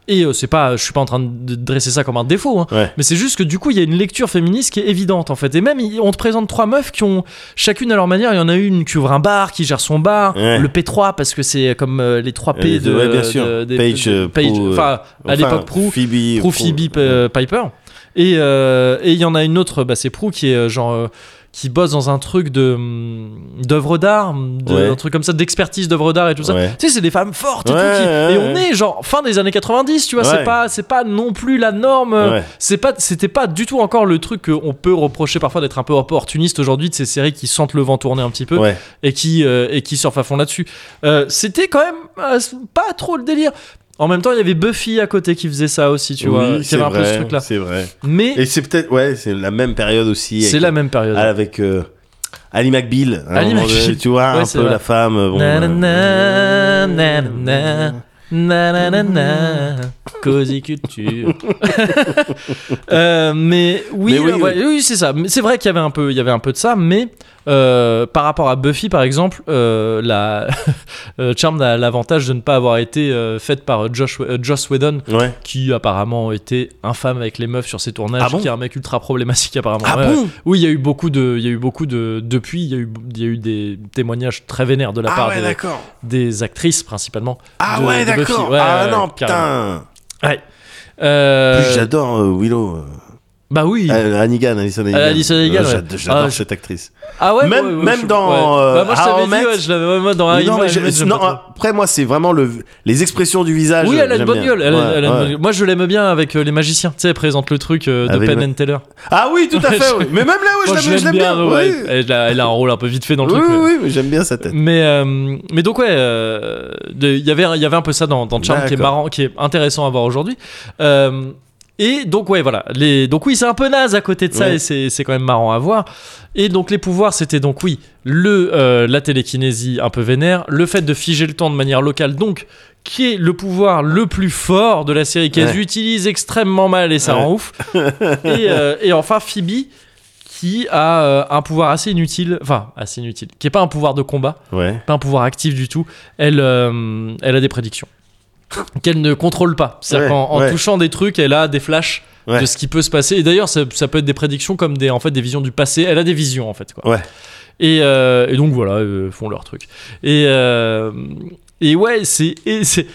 S1: Et euh, c'est pas, je suis pas en train de dresser ça comme un défaut, hein.
S2: Ouais.
S1: mais c'est juste que du coup il y a une lecture féministe qui est évidente en fait. Et même il- on te présente trois meufs qui ont chacune à leur manière. Il y en a une qui ouvre un bar, qui gère son bar,
S2: Ouais.
S1: le P3 parce que c'est comme euh, les trois P
S2: Euh,
S1: de,
S2: ouais, bien sûr.
S1: de- des-
S2: Page,
S1: de-
S2: euh,
S1: Page,
S2: Prue, euh,
S1: enfin à
S2: Enfin,
S1: l'époque Prue, Prue,
S2: Phoebe. Prue-
S1: Phoebe, euh, P- Piper. Et euh, et il y en a une autre, bah, c'est Prue qui est euh, genre euh, qui bosse dans un truc de hum, d'œuvre d'art, de-
S2: Ouais.
S1: un truc comme ça d'expertise d'œuvre d'art et tout ça.
S2: Ouais.
S1: Tu sais, c'est des femmes fortes et
S2: Ouais,
S1: tout qui-
S2: ouais,
S1: et on
S2: ouais.
S1: est genre fin des années 90, tu vois,
S2: Ouais.
S1: c'est pas c'est pas non plus la norme.
S2: Ouais.
S1: C'est pas c'était pas du tout encore le truc qu'on peut reprocher parfois d'être un peu opportuniste aujourd'hui de ces séries qui sentent le vent tourner un petit peu
S2: Ouais.
S1: et qui euh, et qui surfent à fond là-dessus. Euh, c'était quand même euh, pas trop le délire. En même temps, il y avait Buffy à côté qui faisait ça aussi, tu
S2: Oui,
S1: vois, qui
S2: c'est
S1: avait un peu ce
S2: vrai,
S1: truc-là.
S2: C'est vrai.
S1: Mais
S2: Et c'est peut-être, ouais, c'est la même période aussi.
S1: c'est
S2: avec-
S1: la même période.
S2: Avec euh, Ali McBeal. hein, à un
S1: Ali
S2: moment donné,
S1: McBeal.
S2: Tu vois,
S1: Ouais,
S2: un
S1: c'est
S2: peu
S1: vrai.
S2: la femme. euh, Bon,
S1: Na na
S2: euh,
S1: na, na na na, na na na na, Cozy culture. Euh, mais oui,
S2: Mais oui,
S1: là, ouais, oui, c'est ça. Mais C'est vrai qu'il y avait un peu, il y avait un peu de ça, mais euh, par rapport à Buffy, par exemple, euh, la euh, Charmed a l'avantage de ne pas avoir été euh, faite par Josh, euh, Joss Whedon,
S2: Ouais.
S1: qui apparemment était infâme avec les meufs sur ses tournages,
S2: Ah bon
S1: qui est un mec ultra problématique apparemment.
S2: Ah
S1: Ouais, ouais.
S2: bon
S1: Oui, il y a eu beaucoup de, il y a eu beaucoup de, depuis, il y a eu, il y a eu des témoignages très vénères de la part des,
S2: Ah d'accord.
S1: des actrices principalement.
S2: Ah
S1: de-
S2: ouais,
S1: de Buffy.
S2: d'accord.
S1: Ouais,
S2: ah
S1: ouais,
S2: non,
S1: ouais, carrément.
S2: putain.
S1: Ouais. Euh,
S2: Plus, J'adore euh, Willow.
S1: bah oui.
S2: Euh, Hannigan, Alison Hannigan.
S1: Ah, Alison Hannigan,
S2: Euh,
S1: ouais.
S2: j'ad- J'adore
S1: Ah, je-
S2: cette actrice.
S1: ah ouais.
S2: même-
S1: ouais, ouais,
S2: même
S1: je-
S2: dans,
S1: ouais.
S2: euh,
S1: Bah, moi je
S2: How
S1: t'avais
S2: I
S1: dit,
S2: Met.
S1: ouais, je l'avais ouais, moi dans.
S2: Mais
S1: How
S2: non,
S1: I
S2: mais
S1: Met,
S2: je-
S1: j'aime
S2: non,
S1: pas trop.
S2: après, moi, c'est vraiment le, les expressions du visage.
S1: oui, elle a une
S2: j'aime
S1: bonne
S2: bien.
S1: gueule. Elle, a-
S2: Ouais,
S1: elle a une
S2: ouais.
S1: bonne gueule. Moi, je l'aimais bien avec euh, les magiciens. Tu sais, elle présente le truc euh, de
S2: Avec
S1: Penn
S2: le-
S1: and Teller.
S2: Ah oui, tout à
S1: Ouais,
S2: fait.
S1: je-
S2: oui. Mais même là, ouais,
S1: Moi,
S2: je l'aime- je l'aime bien.
S1: ouais.
S2: oui.
S1: Elle, a, elle a un rôle un peu vite fait dans le
S2: Oui,
S1: truc. euh. mais-
S2: oui, mais j'aime bien sa tête.
S1: Mais, euh, mais donc ouais, euh, de- il y avait il y avait un peu ça dans, dans Charm qui est
S2: D'accord.
S1: marrant, qui est intéressant à voir aujourd'hui. Euh, et donc ouais voilà, les, donc oui c'est un peu naze à côté de ça
S2: Ouais.
S1: et c'est c'est quand même marrant à voir. Et donc les pouvoirs c'était donc oui le euh, la télékinésie un peu vénère, le fait de figer le temps de manière locale donc qui est le pouvoir le plus fort de la série qu'elles
S2: Ouais.
S1: utilisent extrêmement mal et ça
S2: Ouais.
S1: rend ouf. et, euh, et enfin Phoebe qui a euh, un pouvoir assez inutile, enfin assez inutile, qui est pas un pouvoir de combat,
S2: Ouais.
S1: pas un pouvoir actif du tout, elle, euh, elle a des prédictions qu'elle ne contrôle pas. C'est-à-dire
S2: Ouais,
S1: qu'en en
S2: ouais.
S1: touchant des trucs, elle a des flashs
S2: Ouais.
S1: de ce qui peut se passer. Et d'ailleurs, ça, ça peut être des prédictions comme des, en fait, des visions du passé. Elle a des visions, en fait. Quoi.
S2: Ouais.
S1: Et, euh, et donc, voilà, euh, font leur truc. Et, euh, et ouais, c'est... et c'est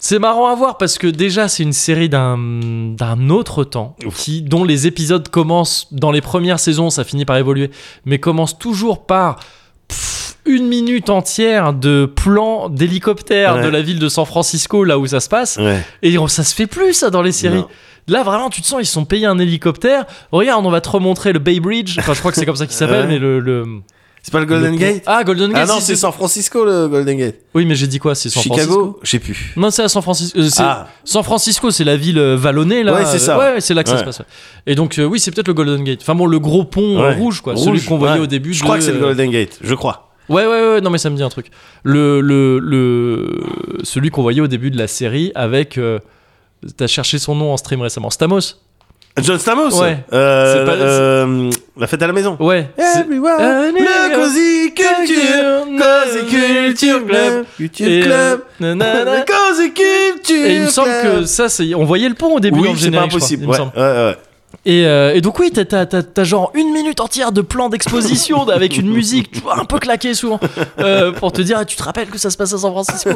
S1: c'est marrant à voir parce que déjà c'est une série d'un d'un autre temps qui dont les épisodes commencent dans les premières saisons ça finit par évoluer mais commence toujours par pff, une minute entière de plans d'hélicoptère
S2: Ouais.
S1: de la ville de San Francisco là où ça se passe
S2: Ouais.
S1: et on- ça se fait plus ça dans les séries
S2: Non.
S1: là vraiment tu te sens ils se sont payés un hélicoptère regarde on va te remontrer le Bay Bridge enfin je crois que c'est comme ça qu'il s'appelle
S2: Ouais.
S1: mais le, le
S2: C'est pas le Golden
S1: le-
S2: Gate
S1: ah Golden Gate
S2: Ah non,
S1: si,
S2: c'est San Francisco le Golden Gate.
S1: oui mais j'ai dit quoi c'est San Francisco
S2: Chicago Je sais plus.
S1: non c'est à San Francisco euh, c'est-
S2: Ah.
S1: San Francisco c'est la ville euh, vallonnée là
S2: Ouais, c'est ça.
S1: ouais, ouais, c'est là que ça
S2: Ouais.
S1: se passe ouais. et donc euh, oui c'est peut-être le Golden Gate enfin bon le gros pont euh,
S2: Ouais.
S1: rouge quoi celui qu'on voyait
S2: ouais.
S1: au début
S2: Je
S1: de,
S2: crois que c'est le
S1: euh,
S2: Golden Gate, je crois.
S1: Ouais, ouais, ouais, non, mais ça me dit un truc. Le, le, le, celui qu'on voyait au début de la série avec. euh, T'as cherché son nom en stream récemment. Stamos
S2: John Stamos
S1: Ouais.
S2: Euh,
S1: C'est pas-
S2: euh, La fête à la maison.
S1: Ouais. c'est-
S2: Everyone,
S1: Euh,
S2: le Cozy Culture, Cozy Culture Club,
S1: Et,
S2: Culture
S1: euh,
S2: Club,
S1: nanana.
S2: le Cozy Culture
S1: Et il me semble que ça, c'est- on voyait le pont au début
S2: oui,
S1: en
S2: c'est pas
S1: générique. je crois,
S2: impossible.
S1: il me
S2: ouais,
S1: semble.
S2: ouais, ouais.
S1: Et, euh, et donc oui, t'as, t'as- t'as- t'as genre une minute entière de plan d'exposition avec une musique tu vois, un peu claquée souvent euh, pour te dire, Ah, tu te rappelles que ça se passe à San Francisco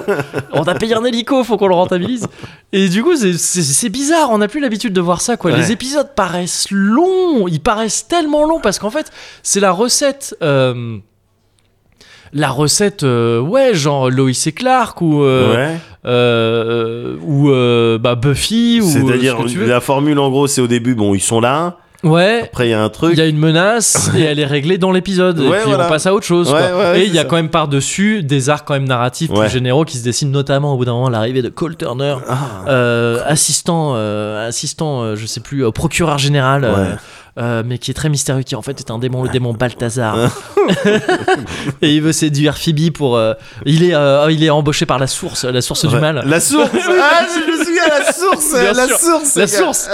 S1: On a payé un hélico, faut qu'on le rentabilise. Et du coup, c'est, c'est- c'est bizarre, on n'a plus l'habitude de voir ça. quoi.
S2: Ouais.
S1: Les épisodes paraissent longs, ils paraissent tellement longs parce qu'en fait, c'est la recette... euh, la recette, euh, ouais, genre Lois et Clark ou, euh,
S2: Ouais.
S1: euh, euh, ou euh, bah, Buffy ou euh,
S2: C'est-à-dire,
S1: ce que tu veux.
S2: la formule en gros, c'est au début, bon, ils sont là,
S1: Ouais,
S2: après il y a un truc.
S1: il y a une menace et elle est réglée dans l'épisode et
S2: Ouais,
S1: puis
S2: voilà.
S1: on passe à autre chose.
S2: Ouais,
S1: quoi.
S2: ouais, ouais,
S1: et il y a
S2: c'est ça.
S1: quand même par-dessus des arcs quand même narratifs
S2: Ouais.
S1: plus généraux qui se dessinent notamment au bout d'un moment l'arrivée de Cole Turner,
S2: Ah,
S1: euh, assistant, euh, assistant, euh, je sais plus, euh, procureur général. euh,
S2: Ouais.
S1: euh, mais qui est très mystérieux, qui en fait est un démon, le démon Balthazar. et il veut séduire Phoebe pour. euh, il, est, euh, il est embauché par la source, la source du
S2: ouais.
S1: mal.
S2: La source Ah, je me souviens, la source
S1: Bien
S2: La
S1: sûr.
S2: source
S1: La
S2: gars.
S1: source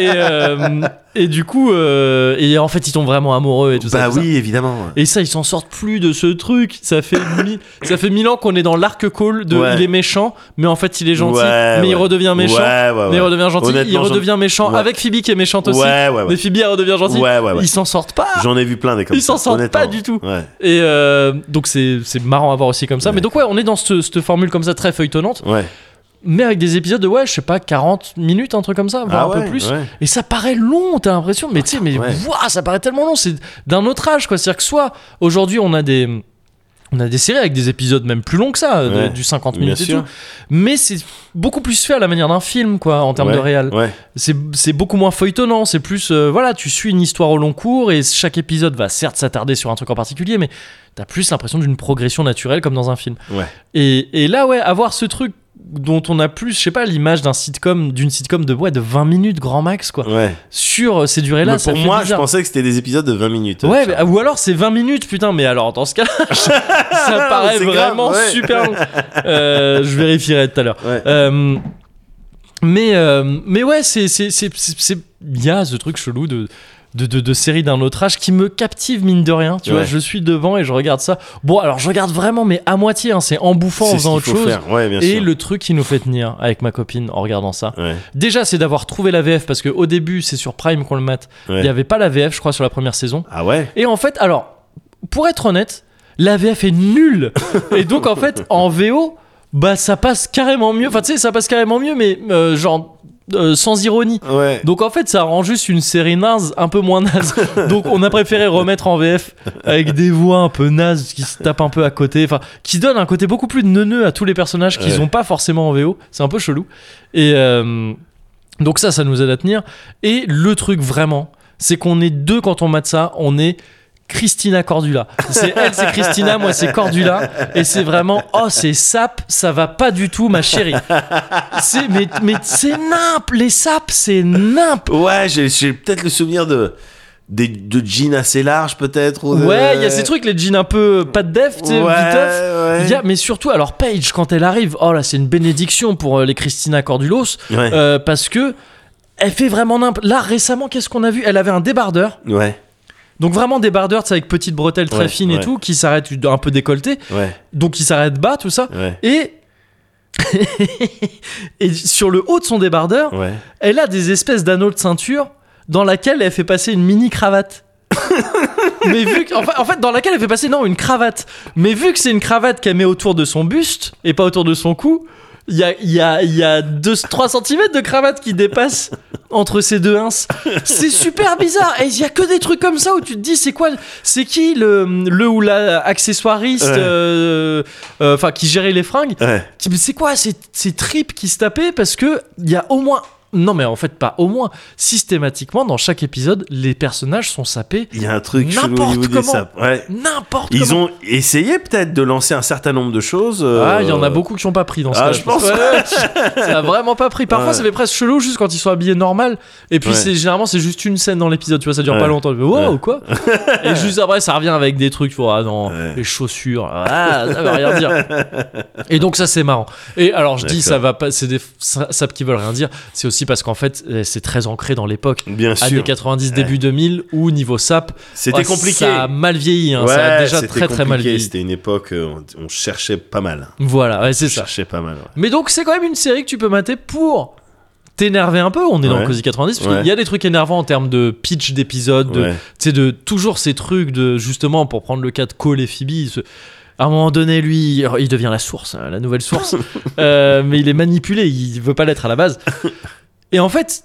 S1: et, euh, et du coup, euh, et en fait, ils tombent vraiment amoureux et tout ça.
S2: Bah
S1: tout ça.
S2: oui, évidemment.
S1: Et ça, ils s'en sortent plus de ce truc. Ça fait, mi- ça fait mille ans qu'on est dans l'arc call de
S2: Ouais.
S1: il est méchant, mais en fait il est gentil,
S2: Ouais,
S1: mais il
S2: ouais.
S1: redevient méchant.
S2: Ouais, ouais, ouais.
S1: Mais il redevient gentil, il
S2: Honnêtement, j'en-
S1: redevient méchant
S2: Ouais.
S1: avec Phoebe qui est méchante aussi.
S2: Ouais, ouais,
S1: Mais
S2: ouais.
S1: Phoebe elle redevient gentille.
S2: Ouais, ouais, ouais.
S1: Ils s'en sortent pas.
S2: J'en ai vu plein des comme
S1: Ils
S2: ça,
S1: s'en sortent
S2: honnêtement.
S1: pas du tout.
S2: Ouais.
S1: Et euh, donc c'est c'est marrant à voir aussi comme ça. Mais donc ouais, on est dans cette, cette formule comme ça très feuilletonnante,
S2: Ouais.
S1: mais avec des épisodes de ouais, je sais pas, 40 minutes, un truc comme ça, voire
S2: Ah
S1: un
S2: ouais,
S1: peu plus.
S2: ouais.
S1: Et ça paraît long, t'as l'impression, mais tu sais, mais
S2: Ouais.
S1: ouah, ça paraît tellement long, c'est d'un autre âge, quoi. C'est-à-dire que soit aujourd'hui on a des. On a des séries avec des épisodes même plus longs que ça, de-
S2: Ouais.
S1: du 50
S2: Bien
S1: minutes et
S2: sûr.
S1: tout. Mais c'est beaucoup plus fait à la manière d'un film, quoi, en termes
S2: Ouais,
S1: de réel.
S2: Ouais.
S1: C'est c'est beaucoup moins feuilletonnant, c'est plus, euh, voilà, tu suis une histoire au long cours et chaque épisode va certes s'attarder sur un truc en particulier, mais t'as plus l'impression d'une progression naturelle comme dans un film.
S2: Ouais.
S1: Et, et là, ouais, avoir ce truc dont on a plus, je sais pas, l'image d'un sitcom, d'une sitcom de, ouais, de 20 minutes grand max, quoi
S2: Ouais.
S1: sur euh, ces durées-là.
S2: Mais
S1: ça
S2: pour
S1: fait
S2: moi, je
S1: bizarre.
S2: pensais que c'était des épisodes de 20 minutes.
S1: Ouais,
S2: Ça.
S1: mais- ou alors c'est 20 minutes, putain, mais alors dans ce cas, ça paraît
S2: C'est grave,
S1: vraiment
S2: ouais.
S1: super long. Euh, je vérifierai tout à l'heure.
S2: Ouais.
S1: Euh, mais, euh, mais ouais, c'est. c'est- c'est- c'est- c'est- Il y a ce truc chelou de. De, de, de séries d'un autre âge qui me captive mine de rien tu vois
S2: Ouais.
S1: je suis devant et je regarde ça bon alors je regarde vraiment mais à moitié hein, c'est en bouffant en
S2: C'est ce
S1: faisant
S2: qu'il
S1: autre
S2: faut
S1: chose
S2: faire. Ouais, bien
S1: et
S2: sûr.
S1: le truc qui nous fait tenir avec ma copine en regardant ça
S2: Ouais.
S1: déjà c'est d'avoir trouvé la VF parce que au début c'est sur Prime qu'on le mate
S2: Ouais.
S1: il n'y avait pas la VF, je crois, sur la première saison.
S2: Ah ouais.
S1: Et en fait, alors, pour être honnête, la VF est nulle. Et donc, en fait, en VO, bah, ça passe carrément mieux. Enfin, tu sais, ça passe carrément mieux, mais euh, genre, euh, sans ironie.
S2: Ouais.
S1: Donc en fait ça rend juste une série naze un peu moins naze. Donc on a préféré remettre en VF avec des voix un peu nazes qui se tapent un peu à côté, enfin qui donnent un côté beaucoup plus neuneux à tous les personnages qu'ils
S2: Ouais.
S1: ont pas forcément en VO. C'est un peu chelou. Et euh, donc ça ça nous aide à tenir. Et le truc vraiment, c'est qu'on est deux quand on mate ça, on est Christina Cordula. C'est elle, c'est Christina, moi c'est Cordula. Et c'est vraiment, oh c'est sap, ça va pas du tout ma chérie. C'est, mais, mais c'est nimp, les sapes c'est nimp.
S2: Ouais, j'ai j'ai peut-être le souvenir de des, de jeans assez larges peut-être. ou de-
S1: Ouais, il y a ces trucs, les jeans un peu euh, pas de def, tu sais,
S2: Ouais,
S1: viteuf.
S2: ouais.
S1: Il y a- mais surtout, alors Paige, quand elle arrive, oh là, c'est une bénédiction pour euh, les Christina Cordulos,
S2: Ouais.
S1: euh, parce que elle fait vraiment nimp. Là, récemment, qu'est-ce qu'on a vu Elle avait un débardeur,
S2: ouais.
S1: donc vraiment débardeur, tu sais, avec petite bretelle très
S2: Ouais,
S1: fine et
S2: ouais.
S1: tout, qui s'arrête un peu décolleté,
S2: Ouais.
S1: donc qui s'arrête bas, tout ça.
S2: Ouais.
S1: Et. et sur le haut de son débardeur,
S2: Ouais.
S1: elle a des espèces d'anneaux de ceinture dans laquelle elle fait passer une mini cravate. mais vu que, en fa- en fait, dans laquelle elle fait passer non une cravate. Mais vu que c'est une cravate qu'elle met autour de son buste et pas autour de son cou, il y a, il y a, il y a 2, 3 cm de cravate qui dépasse entre ces deux ins. C'est super bizarre. Et il y a que des trucs comme ça où tu te dis c'est quoi, le- c'est qui le, le ou la accessoiriste,
S2: Ouais.
S1: euh, euh, enfin qui gérait les fringues,
S2: Ouais.
S1: qui- mais C'est quoi ces, ces tripes qui se tapaient Parce que il y a au moins. Non, mais en fait, pas au moins. Systématiquement, dans chaque épisode, les personnages sont sapés
S2: Il y a un truc chelou au
S1: N'importe
S2: niveau des
S1: comment.
S2: sapes. Ouais.
S1: n'importe
S2: Ils
S1: comment.
S2: ont essayé peut-être de lancer un certain nombre de choses. euh,
S1: Ah, il y en a beaucoup qui ont pas pris dans ce cas-là,
S2: Ah, je
S1: parce que-
S2: pense.
S1: Ouais, ouais, ça a vraiment pas pris. Parfois,
S2: Ouais.
S1: ça fait presque chelou juste quand ils sont habillés normal. Et puis,
S2: Ouais.
S1: c'est généralement, c'est juste une scène dans l'épisode, tu vois, ça dure
S2: Ouais.
S1: pas longtemps. Tu fais, Wow,
S2: Ouais.
S1: quoi Et juste après, ça revient avec des trucs, tu vois, ah non,
S2: Ouais.
S1: les chaussures, ah, ça veut rien dire. Et donc, ça, c'est marrant. Et alors, je dis,
S2: D'accord.
S1: ça va pas, c'est des sapes qui veulent rien dire. C'est aussi parce qu'en fait, euh, c'est très ancré dans l'époque.
S2: Bien
S1: Années
S2: sûr.
S1: 90, début 2000, où niveau sap,
S2: C'était
S1: Ah, ouais,
S2: compliqué.
S1: ah, Ça a mal vieilli, hein,
S2: Ouais,
S1: ça a déjà
S2: c'était
S1: très très mal
S2: compliqué.
S1: vieilli.
S2: C'était une époque, euh, on, on cherchait pas mal.
S1: Voilà, ouais,
S2: On
S1: c'est ça.
S2: cherchait pas mal. ouais.
S1: Mais donc c'est quand même une série que tu peux mater pour t'énerver un peu. On est dans
S2: Ouais.
S1: le Cosy 90. Parce
S2: Ouais.
S1: qu'il y a des trucs énervants en termes de pitch d'épisode, de,
S2: Ouais.
S1: tu sais, de toujours ces trucs de justement pour prendre le cas de Cole et Phoebe. il se- À un moment donné, lui, il devient la source, hein, la nouvelle source, Euh, mais il est manipulé, il veut pas l'être à la base. Et en fait,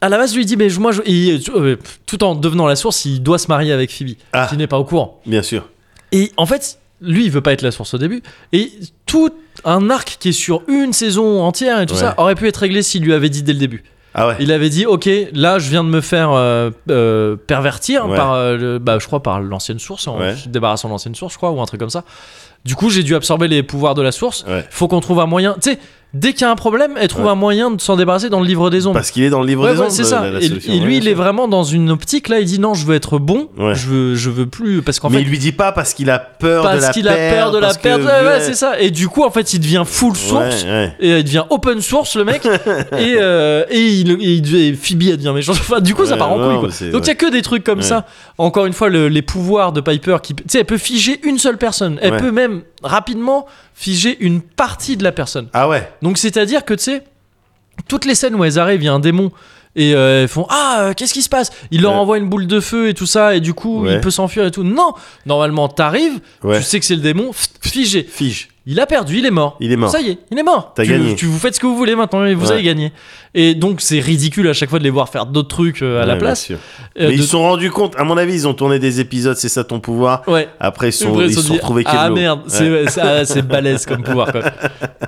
S1: à la base, je lui dis, mais je- moi, je- et, euh, tout en devenant la source, il doit se marier avec Phoebe,
S2: Ah.
S1: qui n'est pas au courant.
S2: Bien sûr.
S1: Et en fait, lui, il veut pas être la source au début. Et tout un arc qui est sur une saison entière et tout
S2: Ouais.
S1: ça aurait pu être réglé s'il lui avait dit dès le début.
S2: Ah ouais.
S1: Il avait dit, ok, là, je viens de me faire euh, euh, pervertir
S2: Ouais.
S1: par, euh, le- bah, je crois, par l'ancienne source, en
S2: Ouais.
S1: se débarrassant de l'ancienne source, je crois, ou un truc comme ça. Du coup, j'ai dû absorber les pouvoirs de la source.
S2: Ouais.
S1: Faut qu'on trouve un moyen. Tu sais, dès qu'il y a un problème, elle trouve
S2: Ouais.
S1: un moyen de s'en débarrasser dans le livre des ombres.
S2: Parce qu'il est dans le livre
S1: Ouais,
S2: des
S1: ouais,
S2: ondes,
S1: c'est
S2: la-
S1: ça.
S2: la
S1: et,
S2: solution.
S1: et lui,
S2: Ouais,
S1: il est vraiment dans une optique là. Il dit non, je veux être bon.
S2: Ouais.
S1: Je veux, je veux plus parce qu'en
S2: mais
S1: fait,
S2: il lui dit pas parce qu'il a peur de la
S1: parce qu'il a peur de la
S2: parce que-
S1: perte. Ouais, ouais, c'est ça. Et du coup, en fait, il devient full source.
S2: Ouais, ouais.
S1: Et il devient open source le mec et, euh, et, il, et il- et Phoebe elle devient méchante. Enfin, du coup ça
S2: Ouais,
S1: part en
S2: non,
S1: couille quoi.
S2: mais c'est-
S1: Donc il y a que des trucs comme
S2: Ouais.
S1: ça. Encore une fois le- les pouvoirs de Piper qui tu sais elle peut figer une seule personne. Elle
S2: Ouais.
S1: peut même rapidement figer une partie de la personne.
S2: Ah ouais.
S1: Donc c'est-à-dire que tu sais, toutes les scènes où elles arrivent, il y a un démon. Et euh, elles font Ah, euh, qu'est-ce qui se passe Il leur
S2: Ouais.
S1: envoie une boule de feu et tout ça, et du coup,
S2: Ouais.
S1: il peut s'enfuir et tout. Non Normalement, t'arrives,
S2: Ouais.
S1: tu sais que c'est le démon, pff, figé.
S2: Fige.
S1: Il a perdu, il est mort.
S2: Il est mort.
S1: Ça y est, il est mort.
S2: T'as
S1: tu,
S2: gagné.
S1: tu vous faites ce que vous voulez maintenant, et vous
S2: Ouais.
S1: avez gagné. Et donc, c'est ridicule à chaque fois de les voir faire d'autres trucs euh, à la
S2: Ouais,
S1: place.
S2: bien sûr.
S1: Euh,
S2: Mais ils
S1: de-
S2: se sont rendus compte, à mon avis, ils ont tourné des épisodes, c'est ça ton pouvoir.
S1: Ouais.
S2: Après, ils, sont,
S1: Après,
S2: ils se
S1: sont
S2: sont
S1: dit,
S2: retrouvés
S1: Ah
S2: Keblo.
S1: merde, c'est
S2: Ouais.
S1: ouais, c'est- ah, c'est balèze comme pouvoir quoi.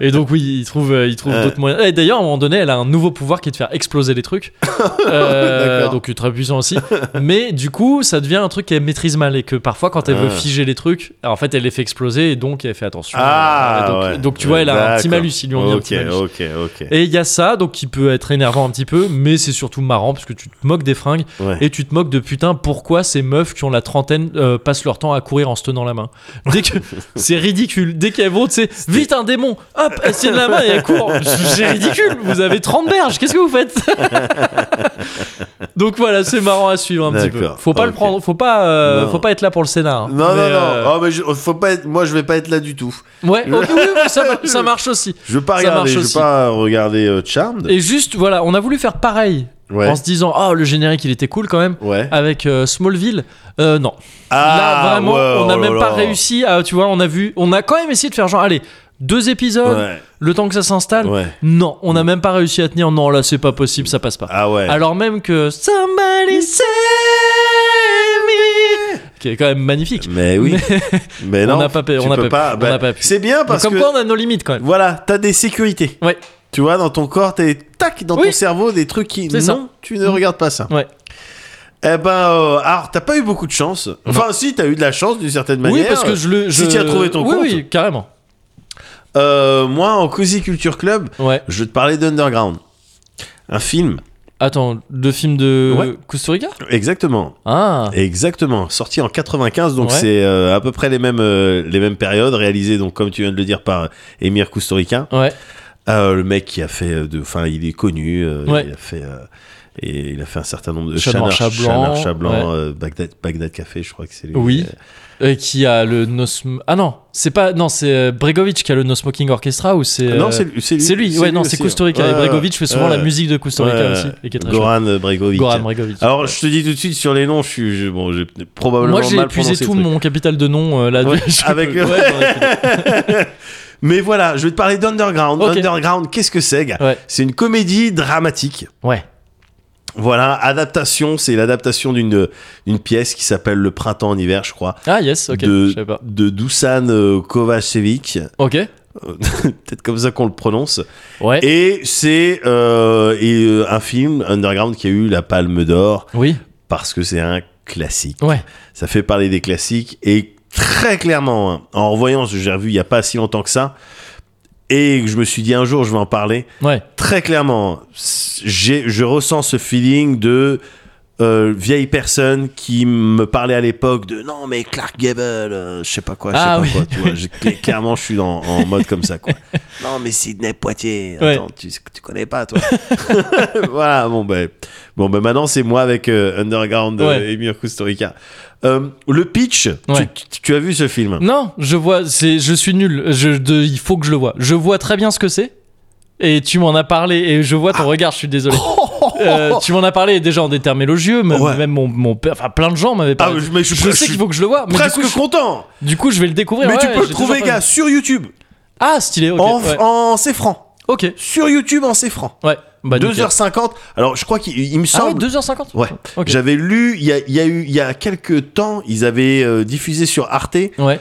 S1: Et donc oui, il trouve, euh, il trouve
S2: Ouais.
S1: d'autres moyens. Et d'ailleurs, à un moment donné, elle a un nouveau pouvoir qui est de faire exploser les trucs. Euh,
S2: D'accord.
S1: donc très puissant aussi. Mais du coup, ça devient un truc qu'elle maîtrise mal et que parfois, quand elle veut
S2: Ah.
S1: figer les trucs, en fait, elle les fait exploser et donc elle fait attention.
S2: Ah,
S1: Et donc,
S2: ouais.
S1: donc, tu vois, elle a un petit
S2: D'accord.
S1: malus, ils lui ont mis un
S2: Ok,
S1: petit malus.
S2: ok, ok.
S1: Et il y a ça, donc qui peut être énervant un petit peu, mais c'est surtout marrant parce que tu te moques des fringues
S2: Ouais.
S1: et tu te moques de putain pourquoi ces meufs qui ont la trentaine euh, passent leur temps à courir en se tenant la main. Dès que c'est ridicule, dès qu'elles vont, c'est vite un démon, hop, elle se tient de la main et elle court. C'est ridicule, vous avez 30 berges, qu'est-ce que vous faites Donc voilà, c'est marrant à suivre un petit peu.
S2: D'accord,
S1: Faut pas le
S2: ok.
S1: prendre, faut pas, euh,
S2: Non.
S1: faut pas être là pour le scénar. hein.
S2: Non, non, non.
S1: Mais, euh,
S2: Oh, mais je- faut pas être- moi, je vais pas être là du tout.
S1: Ouais, ok, oui, oui, ça, mar- ça marche aussi.
S2: Je veux pas
S1: Ça
S2: regarder,
S1: marche
S2: je veux
S1: aussi.
S2: pas regarder euh, Charmed.
S1: Et juste, voilà, on a voulu faire pareil
S2: Ouais.
S1: en se disant, oh, le générique, il était cool quand même.
S2: Ouais. Ah,
S1: avec euh, Smallville. Euh, non. Là, vraiment,
S2: ouais,
S1: on n'a
S2: oh
S1: même
S2: là
S1: pas
S2: là.
S1: réussi à. Tu vois, on a vu. On a quand même essayé de faire genre, allez, deux épisodes,
S2: Ouais.
S1: le temps que ça s'installe.
S2: Ouais.
S1: Non, on n'a même pas réussi à tenir. Non, là, c'est pas possible, ça passe pas.
S2: Ah ouais.
S1: Alors même que Somebody Save Me, qui est quand même magnifique.
S2: mais oui. Mais, non.
S1: on n'a pas pu-
S2: tu
S1: on n'a
S2: peux
S1: pas pu- on
S2: bah,
S1: n'a pas pu.
S2: C'est bien
S1: Donc,
S2: parce
S1: comme
S2: que
S1: quoi, on a nos limites quand même.
S2: voilà, t'as des sécurités.
S1: Ouais.
S2: Tu vois, dans ton corps, t'es tac dans ton
S1: Oui.
S2: cerveau des trucs qui non,
S1: C'est ça. Mm.
S2: tu ne regardes pas ça.
S1: Ouais.
S2: Eh ben, euh, alors t'as pas eu beaucoup de chance. Enfin, si t'as eu de la chance d'une certaine manière.
S1: oui, parce que je le.
S2: si
S1: je-
S2: tu as trouvé ton
S1: oui,
S2: compte.
S1: Oui, carrément.
S2: Euh, moi, en Cozy Culture Club,
S1: Ouais.
S2: je te parlais d'Underground, un film.
S1: Attends, le film de
S2: Ouais.
S1: Costa Rica
S2: Exactement.
S1: Ah.
S2: Exactement, sorti en 95, donc
S1: Ouais.
S2: c'est euh, à peu près les mêmes, euh, les mêmes périodes, réalisé donc comme tu viens de le dire par Emir Kusturica,
S1: Ouais.
S2: Euh, le mec qui a fait, euh, de, enfin il est connu, euh,
S1: Ouais.
S2: il a fait euh, et il a fait un certain nombre de
S1: Chat noir,
S2: Chat
S1: chat blanc,
S2: noir, chat blanc,
S1: ouais.
S2: euh, Bagdad, Bagdad Café, je crois que c'est lui.
S1: Oui.
S2: Euh,
S1: Euh, qui a le No Sm- Ah non, c'est pas non, c'est euh, Bregovic qui a le No Smoking Orchestra ou c'est euh,
S2: Ah Non, c'est lui. C'est lui,
S1: c'est lui. Ouais, non,
S2: aussi,
S1: c'est
S2: ouais.
S1: Kusturica
S2: Ouais,
S1: et Bregovic fait souvent
S2: ouais,
S1: la musique de Kusturica
S2: ouais,
S1: aussi et qui est très chouette.
S2: Goran Bregovic.
S1: Goran Bregovic.
S2: Alors je te dis tout de suite sur les noms, je suis je- bon, j'ai probablement
S1: Moi, j'ai
S2: mal
S1: épuisé
S2: prononcé
S1: tout
S2: oh, le truc.
S1: mon capital de nom euh, là.
S2: Ouais,
S1: je-
S2: avec le-
S1: Ouais, j'en ai épuisé.
S2: Mais voilà, je vais te parler d'Underground.
S1: Ok.
S2: Underground, qu'est-ce que c'est gars
S1: Ouais.
S2: C'est une comédie dramatique.
S1: Ouais.
S2: Voilà, adaptation, c'est l'adaptation d'une d'une pièce qui s'appelle Le Printemps en hiver, je crois,
S1: Ah yes, ok. Je
S2: de
S1: savais pas.
S2: de Dusan euh, Kovacevic,
S1: Ok.
S2: peut-être comme ça qu'on le prononce.
S1: Ouais.
S2: Et c'est euh, et, euh, un film Underground qui a eu la Palme d'Or
S1: Oui.
S2: parce que c'est un classique.
S1: Ouais.
S2: Ça fait parler des classiques et très clairement, hein, en revoyant, ce que j'ai revu il y a pas si longtemps que ça, et que je me suis dit un jour je vais en parler.
S1: Ouais.
S2: très clairement, j'ai- je ressens ce feeling de euh, vieille personne qui me parlait à l'époque de non mais Clark Gable, euh, je sais pas quoi, je sais
S1: Ah
S2: pas
S1: oui.
S2: quoi. tu vois, j'ai- cl- clairement, je suis dans- en mode comme ça quoi. non mais Sidney Poitier, attends,
S1: Ouais.
S2: tu, tu connais pas toi. voilà, bon ben bon ben maintenant c'est moi avec euh, Underground euh,
S1: Ouais.
S2: et Mir Kusturica. Euh, le pitch, tu-
S1: Ouais.
S2: tu, tu as vu ce film
S1: Non, je vois. C'est. Je suis nul. Je. de- il faut que je le vois. Je vois très bien ce que c'est. Et tu m'en as parlé, et je vois ton
S2: Ah.
S1: regard, je suis désolé. Euh, tu m'en as parlé déjà en des termes élogieux, même,
S2: Ouais.
S1: même mon, mon père, enfin plein de gens m'avaient
S2: Ah,
S1: parlé.
S2: mais je,
S1: je sais qu'il faut que je le vois, mais du
S2: presque
S1: coup, je,
S2: content.
S1: du coup, je vais le découvrir.
S2: Mais
S1: ouais,
S2: tu
S1: ouais,
S2: peux le
S1: j'ai
S2: trouver,
S1: toujours pas
S2: gars, sur YouTube.
S1: vu. Ah, stylé, ok.
S2: en,
S1: ouais.
S2: en c'est franc.
S1: Ok,
S2: Sur YouTube en c'est franc.
S1: ouais. Bah, nickel.
S2: 2h50. Alors, je crois qu'il il me
S1: Ah ouais,
S2: semble.
S1: 2h50
S2: Ouais.
S1: Ok.
S2: J'avais lu, il y a, il y a eu, il y a quelques temps, ils avaient euh, diffusé sur Arte
S1: Ouais,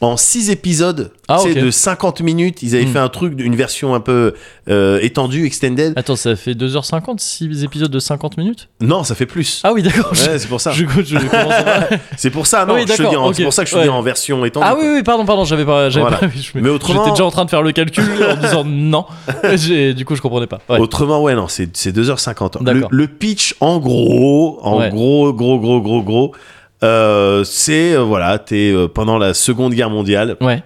S2: en 6 épisodes,
S1: Ah,
S2: c'est
S1: ok.
S2: de 50 minutes. Ils avaient
S1: Hmm.
S2: fait un truc, une version un peu euh, étendue, extended.
S1: attends, ça fait 2h50, 6 épisodes de 50 minutes
S2: Non, ça fait plus.
S1: Ah oui, d'accord. je-
S2: Ouais, c'est pour ça.
S1: Je, je commence à-
S2: C'est pour ça, non,
S1: Oui,
S2: je te
S1: d'accord,
S2: dis en-
S1: ok.
S2: C'est pour ça que je te
S1: Ouais.
S2: dis en version étendue.
S1: Ah oui, oui, pardon, pardon, j'avais pas. j'avais
S2: Voilà.
S1: pas- oui, je-
S2: Mais autrement-
S1: J'étais déjà en train de faire le calcul en disant non. J'ai- Du coup, je comprenais pas. Ouais.
S2: Autrement, ouais, non, c'est c'est 2h50. Le,
S1: D'accord.
S2: le pitch, en gros, en
S1: Ouais.
S2: gros, gros, gros, gros, gros, euh, c'est, euh, voilà, t'es euh, pendant la Seconde Guerre mondiale,
S1: Ouais,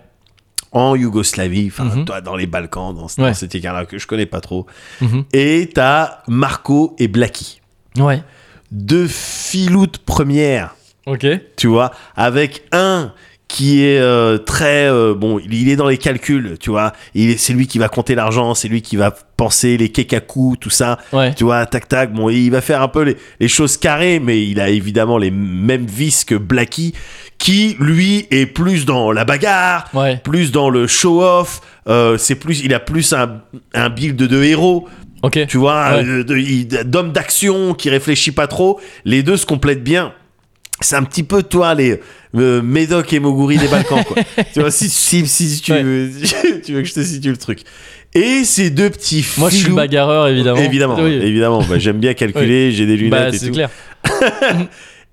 S2: en Yougoslavie, enfin,
S1: Mhm.
S2: toi, dans les Balkans, dans,
S1: Ouais.
S2: dans cet écart-là que je connais pas trop.
S1: Mhm.
S2: Et t'as Marco et Blacky.
S1: ouais.
S2: Deux filoutes premières,
S1: Ok.
S2: tu vois, avec un qui est euh, très euh, bon il il est dans les calculs tu vois il est- c'est lui qui va compter l'argent c'est lui qui va penser les kekaku tout ça
S1: Ouais.
S2: tu vois, tac tac, bon, il va faire un peu les, les choses carrées, mais il a évidemment les mêmes vices que Blackie, qui lui est plus dans la bagarre,
S1: Ouais.
S2: plus dans le show off. c'est plus, il a plus un, un build de héros,
S1: Ok.
S2: tu vois,
S1: Ouais.
S2: euh, de- il- d'homme d'action qui réfléchit pas trop. Les deux se complètent bien. C'est un petit peu toi les euh, Médoc et Moguri des Balkans quoi. tu vois si si, si tu,
S1: Ouais.
S2: veux, tu veux que je te situe le truc. Et ces deux petits
S1: Moi, je suis le
S2: filous-
S1: bagarreur, évidemment.
S2: Évidemment,
S1: Oui.
S2: évidemment. Bah, J'aime bien calculer, j'ai des
S1: Bah,
S2: lunettes et
S1: c'est
S2: tout.
S1: clair.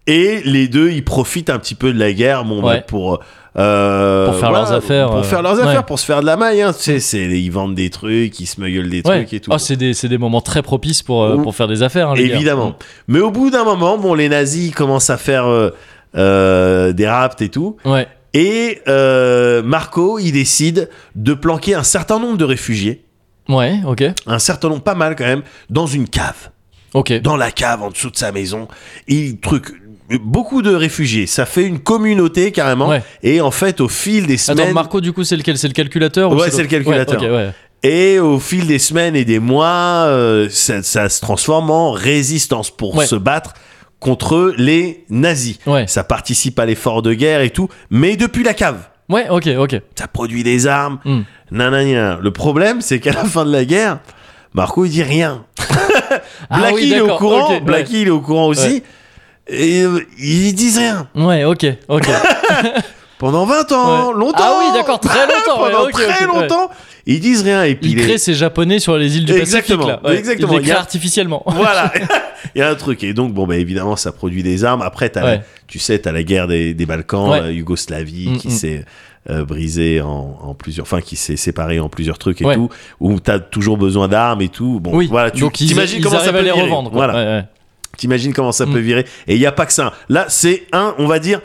S2: Et les deux, ils profitent un petit peu de la guerre bon, bah,
S1: Ouais.
S2: pour, euh,
S1: Pour faire leurs affaires,
S2: Pour
S1: euh,
S2: faire leurs affaires,
S1: ouais.
S2: pour se faire de la maille. Hein. Tu sais, c'est- ils vendent des trucs, ils se meuglent des
S1: Ouais.
S2: trucs et tout.
S1: Oh, c'est des, c'est des moments très propices pour, euh,
S2: Ouh.
S1: pour faire des affaires, hein, les gars.
S2: évidemment. Mais au bout d'un moment, bon, les nazis commencent à faire euh, euh, des rapts et tout.
S1: Ouais.
S2: Et euh, Marco, il décide de planquer un certain nombre de réfugiés,
S1: Ouais, ok.
S2: un certain nombre, pas mal quand même, dans une cave.
S1: Ok.
S2: dans la cave en dessous de sa maison. Il truc beaucoup de réfugiés, ça fait une communauté carrément.
S1: Ouais.
S2: Et en fait, au fil des semaines
S1: Attends, Marco, du coup, c'est lequel C'est le calculateur ou
S2: Ouais, c'est le
S1: l'autre
S2: calculateur.
S1: Ouais, ok, ouais.
S2: et au fil des semaines et des mois, euh, ça, ça se transforme en résistance pour
S1: Ouais.
S2: se battre contre les nazis.
S1: Ouais.
S2: Ça participe à l'effort de guerre et tout, mais depuis la cave.
S1: Ouais, ok, ok.
S2: Ça produit des armes.
S1: Hmm.
S2: nanani. Le problème, c'est qu'à la fin de la guerre, Marco il dit rien.
S1: Ah
S2: Blacky
S1: oui,
S2: il est au
S1: d'accord,
S2: courant,
S1: ok, ouais.
S2: Blacky il est au courant aussi. Et euh, ils disent rien.
S1: Ouais, ok, ok.
S2: Pendant 20 ans,
S1: Ouais.
S2: longtemps.
S1: Ah oui, d'accord, très longtemps, ouais,
S2: Pendant
S1: ok,
S2: très
S1: ok, ouais.
S2: longtemps, ils disent rien. Et puis
S1: Il
S2: les-
S1: crée ses japonais sur les îles du
S2: Exactement,
S1: Pacifique là. Ouais,
S2: exactement.
S1: Il les
S2: Il y
S1: crée
S2: a-
S1: artificiellement.
S2: Voilà, il y a un truc. Et donc, bon, bah, évidemment, ça produit des armes. Après, t'as la-
S1: Ouais.
S2: tu sais, tu as la guerre des, des Balkans,
S1: Ouais.
S2: la Yougoslavie,
S1: Mm,
S2: qui
S1: mm.
S2: s'est euh, brisée en, en plusieurs. Enfin, qui s'est séparée en plusieurs trucs et
S1: Ouais.
S2: tout, où tu as toujours besoin d'armes et tout. Bon,
S1: oui.
S2: voilà, tu
S1: Donc ils,
S2: t'imagines
S1: ils
S2: comment ça
S1: arrivent
S2: peut
S1: à les
S2: virer.
S1: revendre. quoi.
S2: Voilà.
S1: Ouais, ouais.
S2: T'imagines comment ça
S1: Mm.
S2: peut virer. Et il n'y a pas que ça. Là, c'est un, on va dire,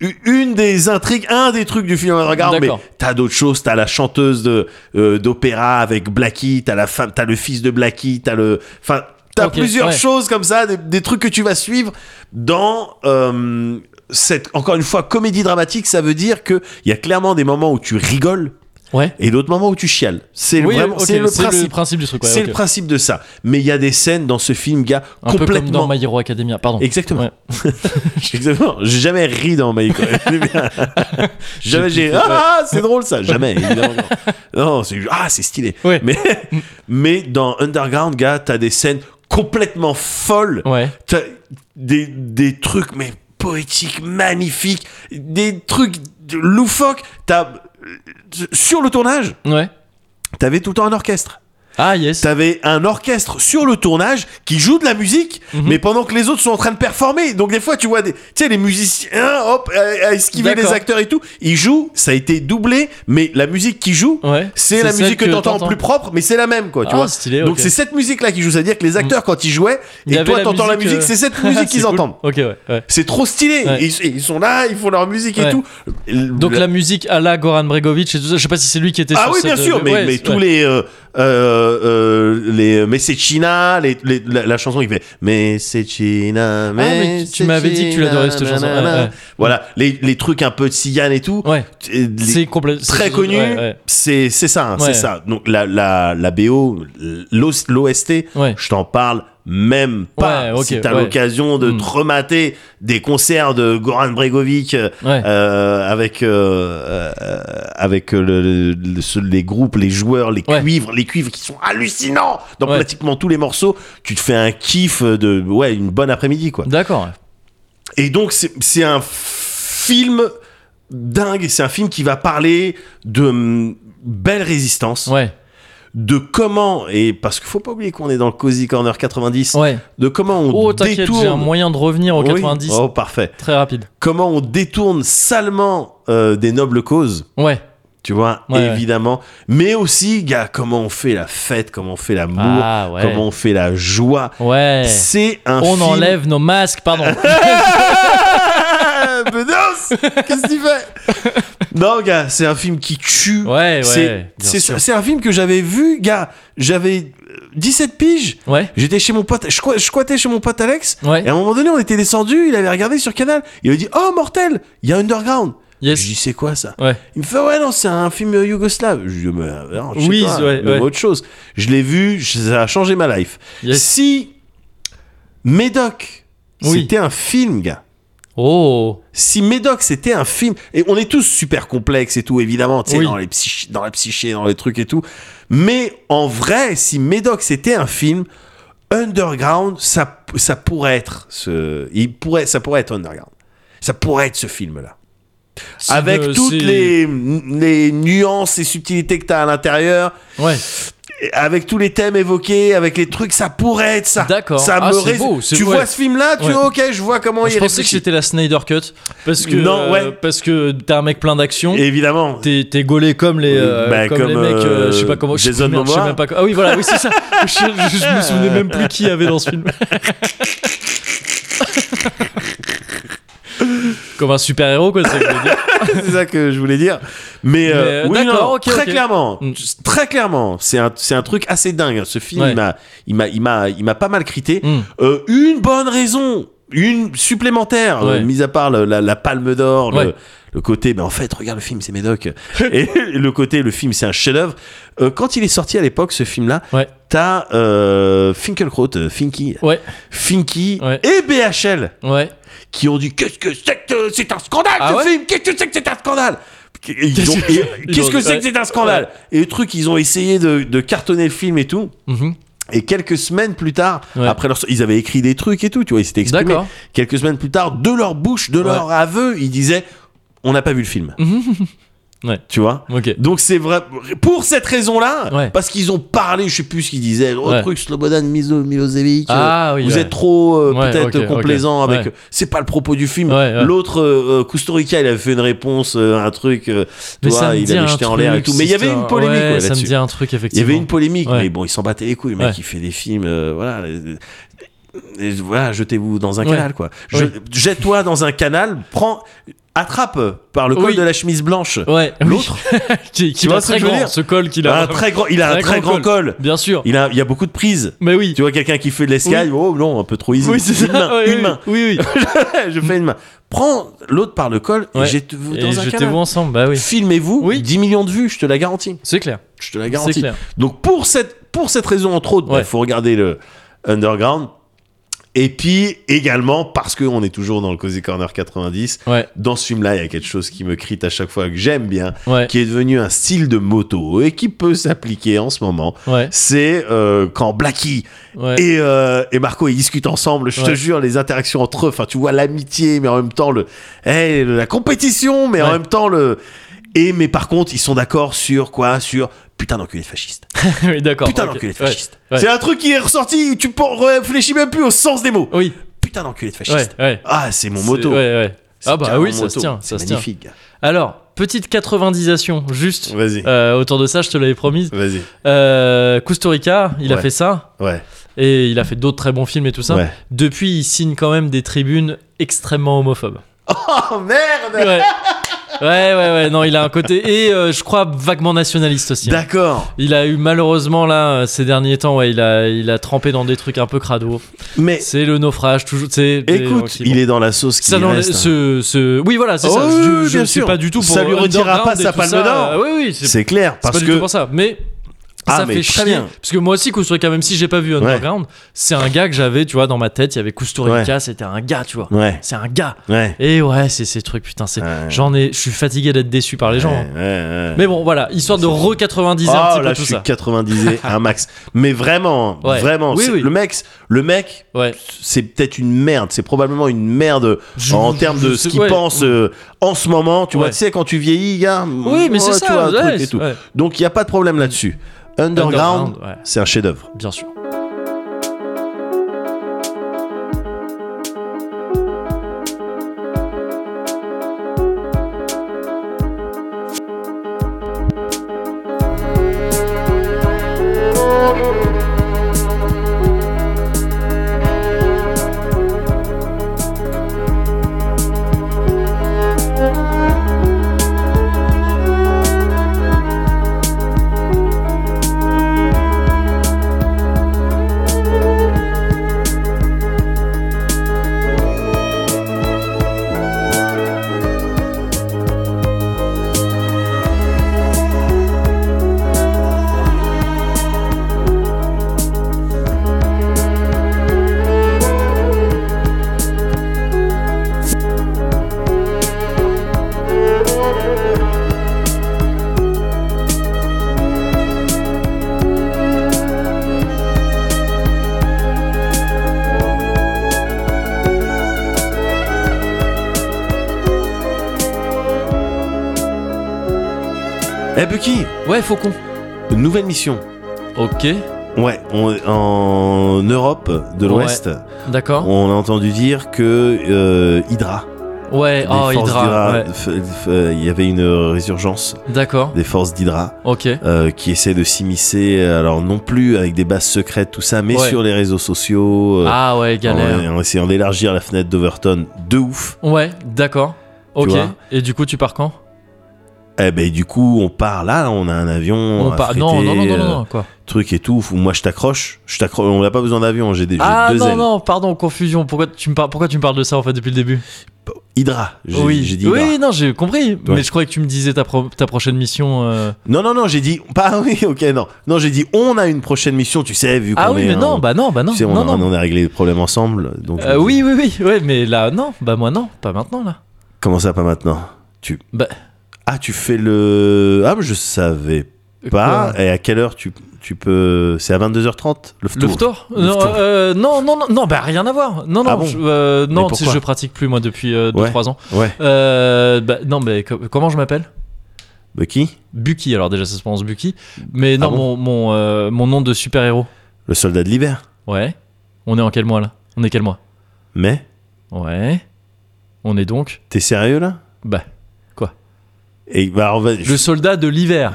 S2: u- une des intrigues, un des trucs du film. Regarde, mais
S1: D'accord.
S2: t'as d'autres choses. T'as la chanteuse de euh, d'opéra avec Blackie. T'as la femme, t'as le fils de Blackie. T'as le, enfin, t'as
S1: Ok,
S2: plusieurs
S1: ouais.
S2: choses comme ça, des, des trucs que tu vas suivre dans. euh, cette, encore une fois, comédie dramatique, ça veut dire qu'il y a clairement des moments où tu rigoles
S1: Ouais.
S2: et d'autres moments où tu chiales. C'est le-
S1: Oui,
S2: vraiment,
S1: ok,
S2: c'est le principe.
S1: du truc. ouais,
S2: c'est
S1: ok.
S2: le principe de ça. Mais il y a des scènes dans ce film, gars,
S1: Un peu comme
S2: complètement
S1: dans My Hero Academia. Pardon.
S2: Exactement.
S1: Ouais.
S2: Exactement. J'ai jamais ri dans My Hero Academia. jamais j'ai.
S1: kiffé,
S2: Ah, c'est drôle ça. Jamais. évidemment, non, Non, c'est ah, c'est stylé.
S1: Ouais.
S2: Mais mais dans Underground, gars, t'as des scènes complètement folles.
S1: Ouais.
S2: T'as des des trucs mais poétiques, magnifiques, des trucs de- loufoques. T'as euh, sur le tournage,
S1: Ouais.
S2: t'avais tout le temps un orchestre.
S1: Ah yes.
S2: T'avais un orchestre sur le tournage qui joue de la musique,
S1: Mhm.
S2: mais pendant que les autres sont en train de performer. Donc des fois, tu vois des, tu sais, les musiciens, hop, à, à esquiver les
S1: D'accord.
S2: acteurs et tout. Ils jouent, ça a été doublé, mais la musique qu'ils jouent,
S1: Ouais.
S2: c'est
S1: C'est
S2: la
S1: celle
S2: musique que
S1: que
S2: t'entends en
S1: t'entends.
S2: plus propre, mais c'est la même, quoi, tu
S1: Ah,
S2: vois.
S1: stylé,
S2: Donc
S1: ok.
S2: c'est cette musique-là qui joue, c'est-à-dire que les acteurs, quand ils jouaient,
S1: Il y
S2: et
S1: avait
S2: toi,
S1: la
S2: t'entends la
S1: musique,
S2: musique,
S1: euh,
S2: c'est cette musique qu'ils
S1: c'est cool.
S2: entendent.
S1: Ok ouais. ouais.
S2: C'est trop stylé.
S1: Ouais.
S2: Ils, ils sont là, ils font leur musique et
S1: Ouais.
S2: tout.
S1: Donc la musique à la Goran Bregovic et tout ça. Je sais pas si c'est lui qui était.
S2: Ah
S1: sur
S2: oui,
S1: cette- euh,
S2: bien sûr, mais,
S1: ouais,
S2: mais
S1: ouais.
S2: tous les euh, euh, euh, euh, les Messechina, les, les- la, la chanson qui fait Messechina,
S1: mais Ah tu- tu m'avais dit que tu l'adorais, cette
S2: Messechina,
S1: chanson. Ouais,
S2: nanana.
S1: ouais.
S2: Voilà, les, les trucs un peu de Cigane et tout.
S1: Ouais,
S2: Et les-
S1: c'est complètement
S2: Très connu,
S1: Ouais, ouais.
S2: c'est c'est ça, hein,
S1: Ouais.
S2: c'est ça. Donc la, la, la BO, l'os- l'OST,
S1: Ouais.
S2: je t'en parle même pas.
S1: Ouais, ok,
S2: si t'as
S1: ouais.
S2: l'occasion de
S1: Mm.
S2: te remater des concerts de Goran Bregovic euh,
S1: Ouais.
S2: euh, avec euh, euh, avec euh, le- le- ce- les groupes, les joueurs, les
S1: Ouais.
S2: cuivres, les cuivres qui sont hallucinants dans
S1: Ouais.
S2: pratiquement tous les morceaux, tu te fais un kiff de ouais une bonne après-midi quoi.
S1: D'accord.
S2: Et donc, c'est c'est un film dingue. C'est un film qui va parler de hum, belle résistance,
S1: Ouais,
S2: de comment, et parce qu'il faut pas oublier qu'on est dans le Cozy Corner 90,
S1: ouais.
S2: de comment on
S1: Oh, t'inquiète, j'ai un
S2: détourne.
S1: moyen de revenir au
S2: Oui.
S1: 90
S2: Oh, parfait.
S1: très rapide.
S2: Comment on détourne salement euh, des nobles causes,
S1: Ouais.
S2: tu vois,
S1: Ouais, ouais.
S2: évidemment. Mais aussi, gars, comment on fait la fête, comment on fait l'amour,
S1: Ah ouais.
S2: comment on fait la joie.
S1: Ouais.
S2: C'est un
S1: On
S2: film.
S1: enlève nos masques, pardon.
S2: Bedos Qu'est-ce que tu fais Non, gars, c'est un film qui tue.
S1: Ouais, ouais.
S2: C'est-
S1: bien
S2: C'est
S1: sûr.
S2: c'est un film que j'avais vu, gars. J'avais euh, 17 piges.
S1: Ouais.
S2: J'étais chez mon pote, je squa- je squattais chez mon pote Alex.
S1: Ouais.
S2: Et à un moment donné, on était descendu, il avait regardé sur Canal. Il avait dit Oh, mortel, il y a Underground.
S1: Yes.
S2: Je dis C'est quoi ça
S1: Ouais.
S2: Il me fait Ouais, non, c'est un film euh, yougoslave. Je dis Mais, euh, non, je sais
S1: Oui,
S2: pas,
S1: ouais,
S2: mais
S1: ouais.
S2: autre chose. Je l'ai vu, je- ça a changé ma life.
S1: Yes.
S2: Si Médoc,
S1: Oui.
S2: c'était un film, gars.
S1: Oh.
S2: Si Médoc c'était un film, et on est tous super complexes et tout, évidemment, tu sais,
S1: Oui.
S2: dans, les psychi- dans la psyché, dans les trucs et tout, mais en vrai, si Médoc c'était un film, Underground, ça, ça pourrait être ce, il pourrait, ça pourrait être Underground. Ça pourrait être ce film-là.
S1: C'est
S2: Avec
S1: de-
S2: toutes
S1: c'est-
S2: les, les nuances et subtilités que t'as à l'intérieur,
S1: Ouais.
S2: et avec tous les thèmes évoqués, avec les trucs, ça pourrait être ça.
S1: D'accord.
S2: Ça
S1: Ah,
S2: me
S1: c'est
S2: rés-
S1: beau, c'est-
S2: Tu
S1: ouais.
S2: vois ce film-là, tu
S1: Ouais.
S2: vois, ok, je vois comment il
S1: Je pensais que
S2: réfléchit.
S1: c'était la Snyder Cut parce que
S2: Non,
S1: euh,
S2: ouais.
S1: parce que t'es un mec plein d'action.
S2: Évidemment,
S1: T'es t'es gaulé comme les, euh,
S2: Bah,
S1: comme
S2: comme,
S1: les mecs, euh, je sais pas comment. je sais
S2: Jason
S1: plus, merde, je sais
S2: Momoa.
S1: même pas. co- Ah oui, voilà, oui, c'est ça. je, je- je me souvenais même plus qui y avait dans ce film. comme un super héros, quoi. c'est ça que je veux dire.
S2: c'est ça que je voulais dire. Mais,
S1: Mais,
S2: euh,
S1: euh,
S2: oui,
S1: d'accord,
S2: non,
S1: ok,
S2: très
S1: ok.
S2: clairement,
S1: Mm.
S2: très clairement, c'est un, c'est un truc assez dingue. hein. Ce film,
S1: Ouais.
S2: il m'a, il m'a, il m'a, il m'a pas mal crité.
S1: Mm.
S2: Euh, une bonne raison, une supplémentaire, euh,
S1: Ouais.
S2: mis à part le- la, la Palme d'Or, le,
S1: Ouais.
S2: le côté, mais en fait, regarde le film, c'est Médoc, et le côté, le film, c'est un chef-d'œuvre. Euh, quand il est sorti à l'époque, ce film-là,
S1: Ouais.
S2: t'as euh, Finkelkraut, euh, Finky,
S1: Ouais,
S2: Finky
S1: Ouais.
S2: et BHL
S1: ouais.
S2: qui ont dit qu'est-ce que c'est que c'est un scandale
S1: Ah
S2: ce
S1: ouais
S2: film qu'est-ce que c'est que c'est un scandale Et ils
S1: Qu'est-ce
S2: ont-
S1: que-
S2: et-
S1: ils
S2: qu'est-ce
S1: ont
S2: que
S1: dit,
S2: c'est
S1: ouais.
S2: que c'est un scandale et le truc ils ont essayé de, de cartonner le film et tout
S1: Mhm.
S2: et quelques semaines plus tard
S1: Ouais.
S2: après leur ils avaient écrit des trucs et tout tu vois ils s'étaient exprimés
S1: D'accord.
S2: quelques semaines plus tard de leur bouche de leur aveu ils disaient on n'a pas vu le film
S1: Ouais.
S2: tu vois
S1: Ok.
S2: donc c'est vrai pour cette raison-là,
S1: Ouais.
S2: parce qu'ils ont parlé, je sais plus ce qu'ils disaient, oh,
S1: Ouais.
S2: truc Slobodan Mizo- Milosevic, euh,
S1: Ah oui,
S2: vous
S1: ouais.
S2: êtes trop euh,
S1: Ouais,
S2: peut-être
S1: ok, ok.
S2: complaisant avec,
S1: Ouais.
S2: c'est pas le propos du film.
S1: Ouais, ouais.
S2: L'autre euh, euh, Kusturica, il avait fait une réponse, euh, un truc, euh, tu
S1: Mais
S2: vois,
S1: ça me
S2: il
S1: dit
S2: avait
S1: un
S2: jeté en l'air et
S1: truc,
S2: tout. Mais il y
S1: cette
S2: avait une
S1: histoire.
S2: polémique
S1: Ouais,
S2: ouais,
S1: ça me
S2: là-dessus.
S1: dit un truc
S2: Il y
S1: effectivement.
S2: avait une polémique,
S1: Ouais.
S2: mais bon, ils s'en battaient les couilles. Le mec,
S1: Ouais.
S2: il fait des films, euh, voilà. euh, et voilà, jetez-vous dans un
S1: Ouais.
S2: canal, quoi. Je-
S1: Ouais.
S2: Jette-toi dans un canal, prends, attrape par le col
S1: Oui.
S2: de la chemise blanche.
S1: Ouais. oui.
S2: L'autre
S1: qui, qui
S2: Tu
S1: a
S2: vois ce
S1: très
S2: que je veux
S1: grand,
S2: dire
S1: ce col qu'il
S2: Il
S1: a.
S2: a un très grand, il a un très grand, col.
S1: Bien sûr.
S2: Il a, il y a beaucoup de prises.
S1: Mais oui.
S2: Tu vois quelqu'un qui fait de l'escalade, oh non, un peu trop easy.
S1: Oui, c'est ça.
S2: une main,
S1: Ouais,
S2: une
S1: oui,
S2: main.
S1: Oui, oui.
S2: je fais une main. Prends l'autre par le col et
S1: Ouais.
S2: jette-vous
S1: Et
S2: dans un
S1: jetez-vous
S2: canal.
S1: ensemble. Bah oui.
S2: Filmez-vous,
S1: Oui.
S2: 10 millions de vues, je te la garantis.
S1: C'est clair.
S2: Je te la
S1: C'est
S2: garantis.
S1: clair.
S2: Donc pour cette, pour cette raison, entre autres, bah, il
S1: Ouais.
S2: faut regarder le Underground. Et puis également, parce qu'on est toujours dans le Cozy Corner 90,
S1: Ouais.
S2: dans ce film-là, il y a quelque chose qui me crite à chaque fois que j'aime bien,
S1: Ouais.
S2: qui est devenu un style de moto et qui peut s'appliquer en ce moment.
S1: Ouais.
S2: C'est euh, quand Blackie
S1: Ouais.
S2: et, euh, et Marco, ils discutent ensemble. Je te
S1: Ouais.
S2: jure, les interactions entre eux. Enfin, tu vois l'amitié, mais en même temps le, eh, la compétition, mais en
S1: Ouais.
S2: même temps le. Et mais par contre, ils sont d'accord sur quoi Sur putain d'enculé de fasciste.
S1: Oui, d'accord.
S2: Putain
S1: ok.
S2: d'enculé de
S1: Ouais,
S2: fasciste.
S1: ouais.
S2: C'est un truc qui est ressorti. Tu pen- réfléchis même plus au sens des mots.
S1: Oui.
S2: Putain d'enculé de
S1: Ouais.
S2: fasciste.
S1: Ouais.
S2: Ah, c'est mon
S1: C'est-
S2: moto.
S1: Ouais. Ouais.
S2: C'est
S1: Ah bah
S2: carrément
S1: oui, ça se
S2: moto.
S1: tient.
S2: C'est
S1: Ça se tient.
S2: magnifique. gars.
S1: Alors, petite 90isation, juste.
S2: Vas-y,
S1: euh, autour de ça, je te l'avais promise.
S2: vas-y.
S1: Euh, Kusturica, il a
S2: Ouais.
S1: fait ça.
S2: Ouais.
S1: Et il a fait d'autres très bons films et tout ça.
S2: Ouais.
S1: Depuis, il signe quand même des tribunes extrêmement homophobes.
S2: Oh merde.
S1: Ouais. Ouais, ouais, ouais, non, il a un côté. Et euh, je crois vaguement nationaliste aussi. hein.
S2: D'accord.
S1: Il a eu malheureusement là euh, ces derniers temps, ouais, il a, il a trempé dans des trucs un peu crado.
S2: Mais
S1: C'est le naufrage, toujours. c'est des-
S2: écoute,
S1: qui-
S2: il est dans la sauce qui
S1: Ça, non,
S2: reste. hein.
S1: ce, ce- oui, voilà, c'est
S2: Oh,
S1: ça.
S2: oui,
S1: Je,
S2: oui,
S1: je
S2: bien
S1: suis
S2: sûr.
S1: pas du tout pour.
S2: Ça lui retirera
S1: Underground
S2: pas
S1: et
S2: sa
S1: tout
S2: palme
S1: ça.
S2: d'or.
S1: Euh, Oui, oui, c'est
S2: C'est clair
S1: c'est pas
S2: parce
S1: du
S2: que
S1: tout pour ça. Mais
S2: Ah,
S1: ça
S2: mais
S1: fait
S2: chien.
S1: chier. Parce que moi aussi, Kusturica, même si j'ai pas vu Underground, c'est un gars que j'avais, tu vois, dans ma tête. Il y avait Kusturica, c'était un gars, tu vois.
S2: ouais,
S1: C'est un gars.
S2: ouais.
S1: Et ouais, c'est ces trucs, putain. c'est
S2: Ouais.
S1: J'en ai. Je suis fatigué d'être déçu par les gens. hein.
S2: Ouais, ouais, ouais.
S1: Mais bon, voilà, histoire de re-90
S2: Ah,
S1: un petit
S2: là,
S1: peu
S2: je
S1: tout
S2: suis
S1: ça.
S2: 90 un max. Mais vraiment,
S1: Ouais.
S2: vraiment.
S1: Oui,
S2: c'est-
S1: oui.
S2: Le mec, le mec,
S1: Ouais.
S2: c'est peut-être une merde. C'est probablement une merde
S1: Je-
S2: en
S1: je-
S2: termes
S1: je
S2: de
S1: sais-
S2: ce qu'il
S1: ouais.
S2: pense euh, en ce moment. Tu vois,
S1: Ouais.
S2: tu sais, quand tu vieillis, gars. mm,
S1: Oui, mais
S2: ouais,
S1: c'est
S2: tu
S1: ça.
S2: vois, un truc
S1: ouais,
S2: et tout.
S1: ouais.
S2: Donc, il n'y a pas de problème là-dessus. Underground,
S1: Underground, ouais.
S2: c'est un chef-d'œuvre.
S1: Bien sûr.
S2: Eh, Bucky,
S1: Ouais, Faucon.
S2: nouvelle mission.
S1: Ok,
S2: Ouais, on- en Europe de l'Ouest,
S1: d'accord.
S2: on a entendu dire que euh, Hydra,
S1: Ouais,
S2: les
S1: oh,
S2: forces
S1: Hydra.
S2: d'Hydra,
S1: ouais.
S2: f- f- il y avait une résurgence
S1: D'accord,
S2: des forces d'Hydra
S1: ok.
S2: euh, qui essaient de s'immiscer, euh, alors non plus avec des bases secrètes, tout ça, mais
S1: Ouais.
S2: sur les réseaux sociaux, euh,
S1: Ah ouais,
S2: en,
S1: galère.
S2: en essayant d'élargir la fenêtre d'Overton de ouf.
S1: Ouais, d'accord. Ok.
S2: vois
S1: Et du coup, tu pars quand
S2: Eh ben du coup, on part là, on a un avion,
S1: On part. Non,
S2: affrété,
S1: non, non, non, non,
S2: euh,
S1: non, quoi.
S2: truc et tout. Faut- Moi, je t'accroche, je t'accroche. On n'a pas besoin d'avion, j'ai des, j'ai
S1: Ah
S2: deux
S1: non,
S2: ailes.
S1: non, pardon, confusion. Pourquoi tu me parles Pourquoi tu me parles de ça en fait depuis le début
S2: Hydra, j'ai
S1: Oui,
S2: j'ai dit bah. Hydra.
S1: oui, non, j'ai compris.
S2: Ouais.
S1: Mais je croyais que tu me disais ta, pro- ta prochaine mission. euh,
S2: Non, non, non, j'ai dit. Pas, oui, ok, non. Non, j'ai dit, on a une prochaine mission, tu sais, vu qu'on
S1: Ah oui,
S2: est,
S1: mais non,
S2: hein,
S1: bah non, bah non,
S2: tu sais, on,
S1: non,
S2: a,
S1: non.
S2: on a réglé les problèmes ensemble. Donc,
S1: Euh, oui, oui, oui, ouais, mais là, non, bah moi non, pas maintenant là.
S2: Comment ça, pas maintenant tu...
S1: Bah.
S2: Ah, tu fais le. Ah, mais je savais pas. Et à quelle heure tu, tu peux. C'est à 22h30 le
S1: Le
S2: tour.
S1: ftor
S2: Le
S1: non,
S2: ftour.
S1: euh, non, non, non, non, bah rien à voir. Non, non,
S2: Ah bon
S1: je, euh, non, tu sais,
S2: pourquoi
S1: je pratique plus moi depuis 2-3
S2: Ouais.
S1: ans.
S2: Ouais.
S1: Euh, bah, non, mais co- comment je m'appelle
S2: Bucky
S1: Bucky, alors déjà ça se prononce Bucky, mais non,
S2: Ah
S1: mon,
S2: bon
S1: mon, euh, mon nom de super-héros.
S2: Le soldat de l'hiver
S1: Ouais. On est en quel mois là On est quel mois
S2: Mais
S1: Ouais. On est donc.
S2: T'es sérieux là
S1: Bah.
S2: Et bah, on va.
S1: Le soldat de l'hiver.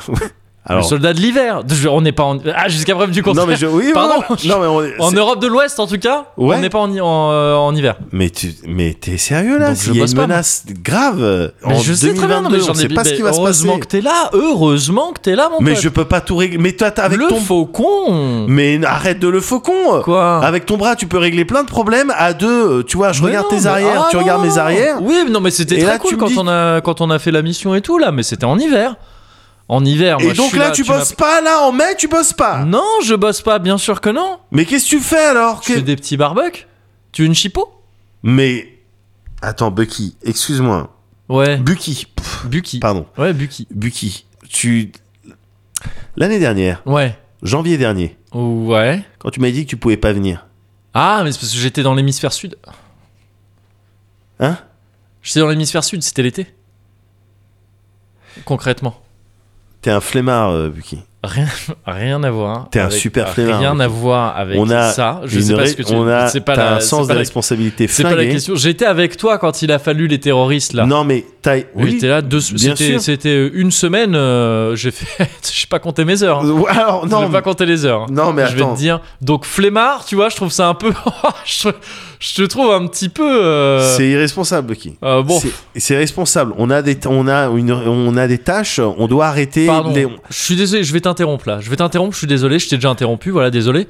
S1: Le
S2: Alors.
S1: soldat de l'hiver. Je- On n'est pas en. Ah, jusqu'à preuve du contraire.
S2: Non, mais je. Oui,
S1: Pardon.
S2: voilà. Non, mais on est-
S1: En
S2: c'est-
S1: Europe de l'Ouest, en tout cas,
S2: Ouais.
S1: on n'est pas en, hi- en, euh, en hiver.
S2: Mais tu mais t'es sérieux là
S1: Donc, je
S2: S'il y a
S1: bosse
S2: une
S1: pas, moi.
S2: menace grave
S1: Mais
S2: en
S1: je sais très bien, non,
S2: 2022,
S1: mais
S2: on
S1: j'en ai
S2: sait pas
S1: mais
S2: ce qui va se passer.
S1: Heureusement que t'es là, heureusement que t'es là, mon
S2: Mais
S1: pote.
S2: je peux pas tout régler. Mais toi, t'as avec
S1: le
S2: ton.
S1: faucon.
S2: Mais n- arrête de le faucon
S1: Quoi
S2: Avec ton bras, tu peux régler plein de problèmes à deux. euh, Tu vois, je
S1: Mais
S2: regarde
S1: non,
S2: tes
S1: mais-
S2: arrières,
S1: ah,
S2: tu
S1: non,
S2: regardes
S1: non,
S2: mes
S1: non.
S2: arrières.
S1: Oui, mais non, mais c'était
S2: Et
S1: très
S2: là, tu
S1: cool
S2: me
S1: quand
S2: dis-
S1: on a quand on a fait la mission et tout là, mais c'était en hiver. En hiver. moi,
S2: Et
S1: je
S2: donc
S1: suis
S2: là, tu
S1: m'as- Mm.
S2: bosses pas, là, en mai, tu bosses pas.
S1: Non, je bosse pas, bien sûr que non.
S2: Mais qu'est-ce que tu fais alors
S1: Tu
S2: que-
S1: fais des petits barbecues Tu veux une chipo
S2: Mais. Attends, Bucky, excuse-moi.
S1: Ouais,
S2: Bucky, pff,
S1: Buki.
S2: pardon.
S1: Ouais, Buki.
S2: Bucky, tu. L'année dernière,
S1: Ouais.
S2: janvier dernier,
S1: Ouais.
S2: quand tu m'as dit que tu pouvais pas venir.
S1: Ah, mais c'est parce que j'étais dans l'hémisphère sud.
S2: Hein
S1: J'étais dans l'hémisphère sud, c'était l'été. Concrètement.
S2: T'es un flemmard, euh, Bucky.
S1: Rien, rien à voir.
S2: T'es un
S1: avec-
S2: super flemmard.
S1: Rien à voir avec
S2: on a
S1: ça. Je
S2: une
S1: sais pas
S2: ré-
S1: ce que tu.
S2: on a
S1: c'est pas
S2: t'as
S1: la-
S2: un
S1: c'est
S2: sens
S1: pas
S2: de
S1: la-
S2: responsabilité
S1: C'est pas la
S2: flingué.
S1: question. J'étais avec toi quand il a fallu les terroristes là.
S2: Non mais t'as
S1: Oui,
S2: oui.
S1: t'es là. deux-
S2: bien
S1: C'était
S2: sûr.
S1: c'était une semaine. euh, J'ai fait. J'ai pas compté mes heures. hein.
S2: Ou Euh, Alors
S1: Non, je
S2: non.
S1: vais pas compter les heures. hein.
S2: Non, mais
S1: je vais
S2: attends.
S1: te dire. Donc flemmard, tu vois, je trouve ça un peu. je, je te trouve un petit peu. euh,
S2: C'est irresponsable, Bucky.
S1: euh, bon,
S2: C'est- C'est responsable. On a des, on a une, on a des tâches. On doit arrêter.
S1: pardon.
S2: les-
S1: Je suis désolé. Je vais t'interrompre là. Je vais t'interrompre. Je suis désolé. Je t'ai déjà interrompu. Voilà, désolé.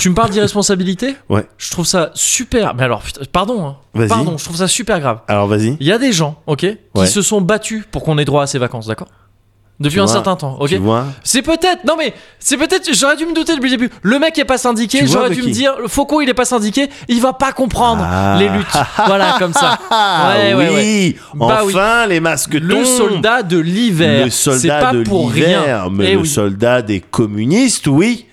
S1: Tu me parles d'irresponsabilité
S2: Ouais.
S1: Je trouve ça super. Mais alors, putain, pardon. hein.
S2: Vas-y.
S1: Pardon. Je trouve ça super grave.
S2: Alors vas-y.
S1: Il y a des gens, ok, qui
S2: Ouais.
S1: se sont battus pour qu'on ait droit à ces vacances, d'accord Depuis
S2: Tu
S1: un
S2: vois,
S1: certain temps, ok
S2: Tu vois.
S1: C'est peut-être, non mais, c'est peut-être, j'aurais dû me douter depuis le début. Le mec est pas syndiqué,
S2: Tu vois,
S1: j'aurais dû
S2: Becky
S1: me dire, Foucault il est pas syndiqué, il va pas comprendre
S2: Ah.
S1: les luttes. voilà, comme ça.
S2: Ah
S1: Ouais,
S2: oui.
S1: ouais, Bah oui.
S2: Enfin les masques
S1: Le
S2: tombent.
S1: soldat de l'hiver.
S2: Le
S1: c'est
S2: soldat
S1: pas
S2: de
S1: pour rien.
S2: l'hiver, mais
S1: Eh
S2: le
S1: oui.
S2: soldat des communistes, oui.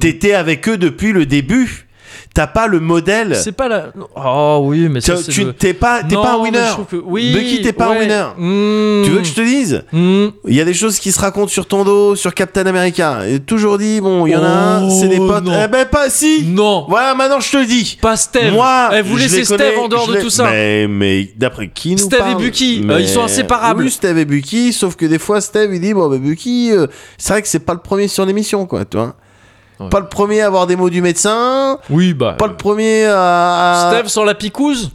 S2: T'étais avec eux depuis le début. T'as pas le modèle.
S1: C'est pas la. Oh oui, mais ça,
S2: Tu-
S1: c'est
S2: tu
S1: le-
S2: t'es pas, t'es
S1: Non,
S2: pas un
S1: mais je
S2: winner.
S1: trouve que- Oui.
S2: Bucky, t'es pas un
S1: ouais.
S2: winner.
S1: Mmh.
S2: Tu veux que je te dise
S1: Mmh.
S2: Il y a des choses qui se racontent sur ton dos, sur Captain America. Et toujours dit, bon, il y en a un, c'est des
S1: Oh,
S2: potes.
S1: non.
S2: Eh ben pas si.
S1: Non.
S2: Voilà, maintenant je te le dis.
S1: Pas Steve.
S2: Moi,
S1: Eh, vous
S2: je
S1: laissez
S2: les connais,
S1: Steve en dehors
S2: je
S1: de
S2: les-
S1: tout ça.
S2: Mais, mais d'après qui nous
S1: Steve et
S2: parle
S1: Bucky, euh, ils sont inséparables.
S2: Oui, Steve et Bucky, sauf que des fois, Steve, il dit Bon, bah, Bucky, euh, c'est vrai que c'est pas le premier sur l'émission, quoi, tu vois.
S1: Ouais.
S2: Pas le premier à avoir des mots du médecin,
S1: Oui, bah.
S2: pas le premier à.
S1: Steve sans la picouse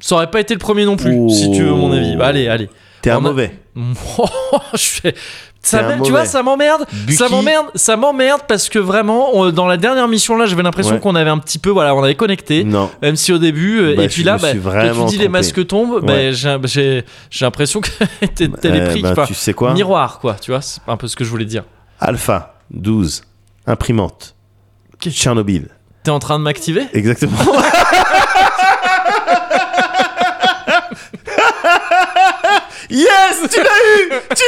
S1: Ça aurait pas été le premier non plus,
S2: Oh.
S1: si tu veux mon avis. Bah, allez, allez.
S2: T'es un
S1: On a-
S2: mauvais.
S1: je fais- Ça
S2: un
S1: m'emmerde, tu
S2: mauvais.
S1: vois, ça m'emmerde.
S2: Bucky.
S1: Ça m'emmerde, ça m'emmerde parce que vraiment, on- dans la dernière mission là, j'avais l'impression
S2: Ouais.
S1: qu'on avait un petit peu, voilà, on avait connecté.
S2: Non.
S1: Même si au début, euh,
S2: Bah,
S1: et puis
S2: je
S1: là,
S2: me
S1: bah,
S2: suis
S1: quand tu
S2: vraiment
S1: dis les
S2: trompé.
S1: masques tombent, bah,
S2: Ouais.
S1: j'ai, j'ai- j'ai l'impression que t'es, t'es les
S2: Euh,
S1: prix,
S2: bah,
S1: enfin,
S2: tu sais quoi
S1: miroir, quoi, tu vois, c'est un peu ce que je voulais dire.
S2: Alpha, 12, imprimante.
S1: Qu'est-ce-
S2: Tchernobyl.
S1: T'es en train de m'activer
S2: Exactement. yes, tu l'as eu, tu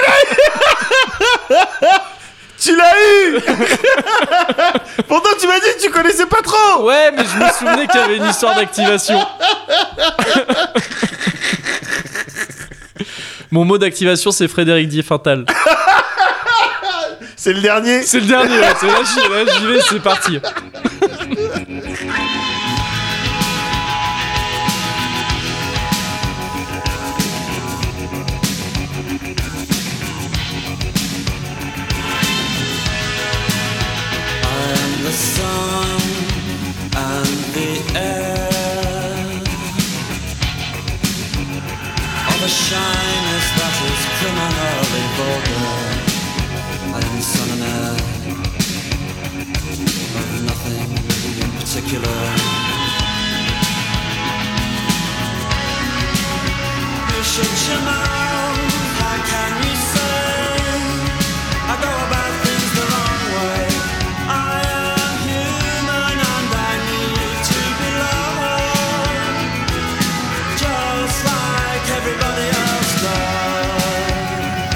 S2: l'as eu, tu l'as eu. Pourtant, tu m'as dit que tu connaissais pas trop.
S1: Ouais, mais je me souvenais qu'il y avait une histoire d'activation. Mon mot d'activation, c'est Frédéric Diefenthal.
S2: C'est le dernier.
S1: C'est le dernier, ouais, c'est là, j'y- là, j'y vais, c'est parti.
S7: I'm the sun and the air Of a shyness that is criminally vulgar I am sun and air Of nothing in particular You shut your mouth, how can you say I go about things the wrong way. I am human and I need to be loved, just like everybody else does.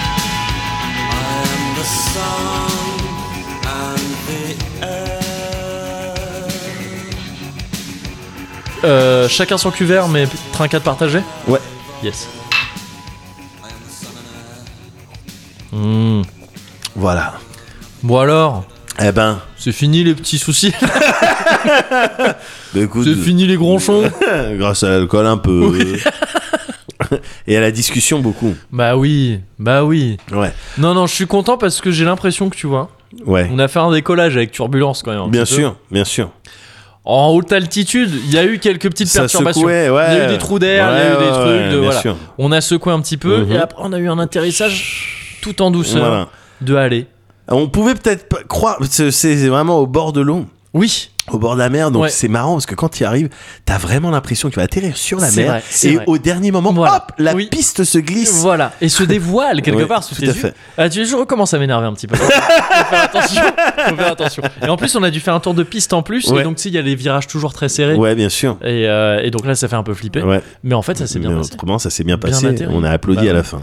S7: I am the sun and the air.
S1: Euh, chacun son cuvert, mais trincade partagée
S2: Ouais.
S1: Yes.
S7: I am the sun and air.
S2: Voilà.
S1: Bon alors,
S2: Eh ben,
S1: c'est fini les petits soucis,
S2: bah écoute,
S1: c'est fini les gronchons.
S2: grâce à l'alcool un peu. Et à la discussion beaucoup.
S1: Bah oui, bah oui.
S2: Ouais.
S1: Non, non, je suis content parce que j'ai l'impression que tu vois,
S2: Ouais.
S1: on a fait un décollage avec turbulence quand même. un
S2: Bien
S1: petit peu.
S2: sûr, bien sûr.
S1: En haute altitude, il y a eu quelques petites
S2: Ça
S1: perturbations.
S2: secouait, ouais.
S1: Il y a eu des trous d'air, il y a eu
S2: Ouais,
S1: des
S2: ouais,
S1: trucs.
S2: ouais,
S1: de,
S2: bien
S1: voilà.
S2: sûr.
S1: On a secoué un petit peu
S2: Mhm.
S1: et après on a eu un atterrissage tout en douceur
S2: Voilà.
S1: de aller.
S2: On pouvait peut-être pas croire, c'est- c'est vraiment au bord de l'eau.
S1: Oui.
S2: au bord de la mer. Donc
S1: Ouais.
S2: c'est marrant parce que quand tu y arrives, t'as vraiment l'impression que tu vas atterrir sur la
S1: C'est
S2: mer.
S1: vrai, c'est
S2: et
S1: vrai.
S2: au dernier moment,
S1: Voilà.
S2: hop, la
S1: Oui.
S2: piste se glisse.
S1: Voilà, et se dévoile quelque
S2: Oui,
S1: part sous
S2: tout
S1: tes
S2: à
S1: yeux.
S2: fait.
S1: Ah, tu, je recommence à m'énerver un petit peu. Faut faire attention. Faut faire attention. Et en plus, on a dû faire un tour de piste en plus,
S2: Ouais.
S1: et donc tu sais, il y a les virages toujours très serrés.
S2: Ouais, bien sûr.
S1: Et, euh, et donc là, ça fait un peu flipper.
S2: Ouais.
S1: Mais en fait, ça s'est bien
S2: Mais
S1: passé.
S2: Autrement, ça s'est bien
S1: Bien
S2: passé.
S1: atterri.
S2: On a applaudi
S1: Bah,
S2: à la fin.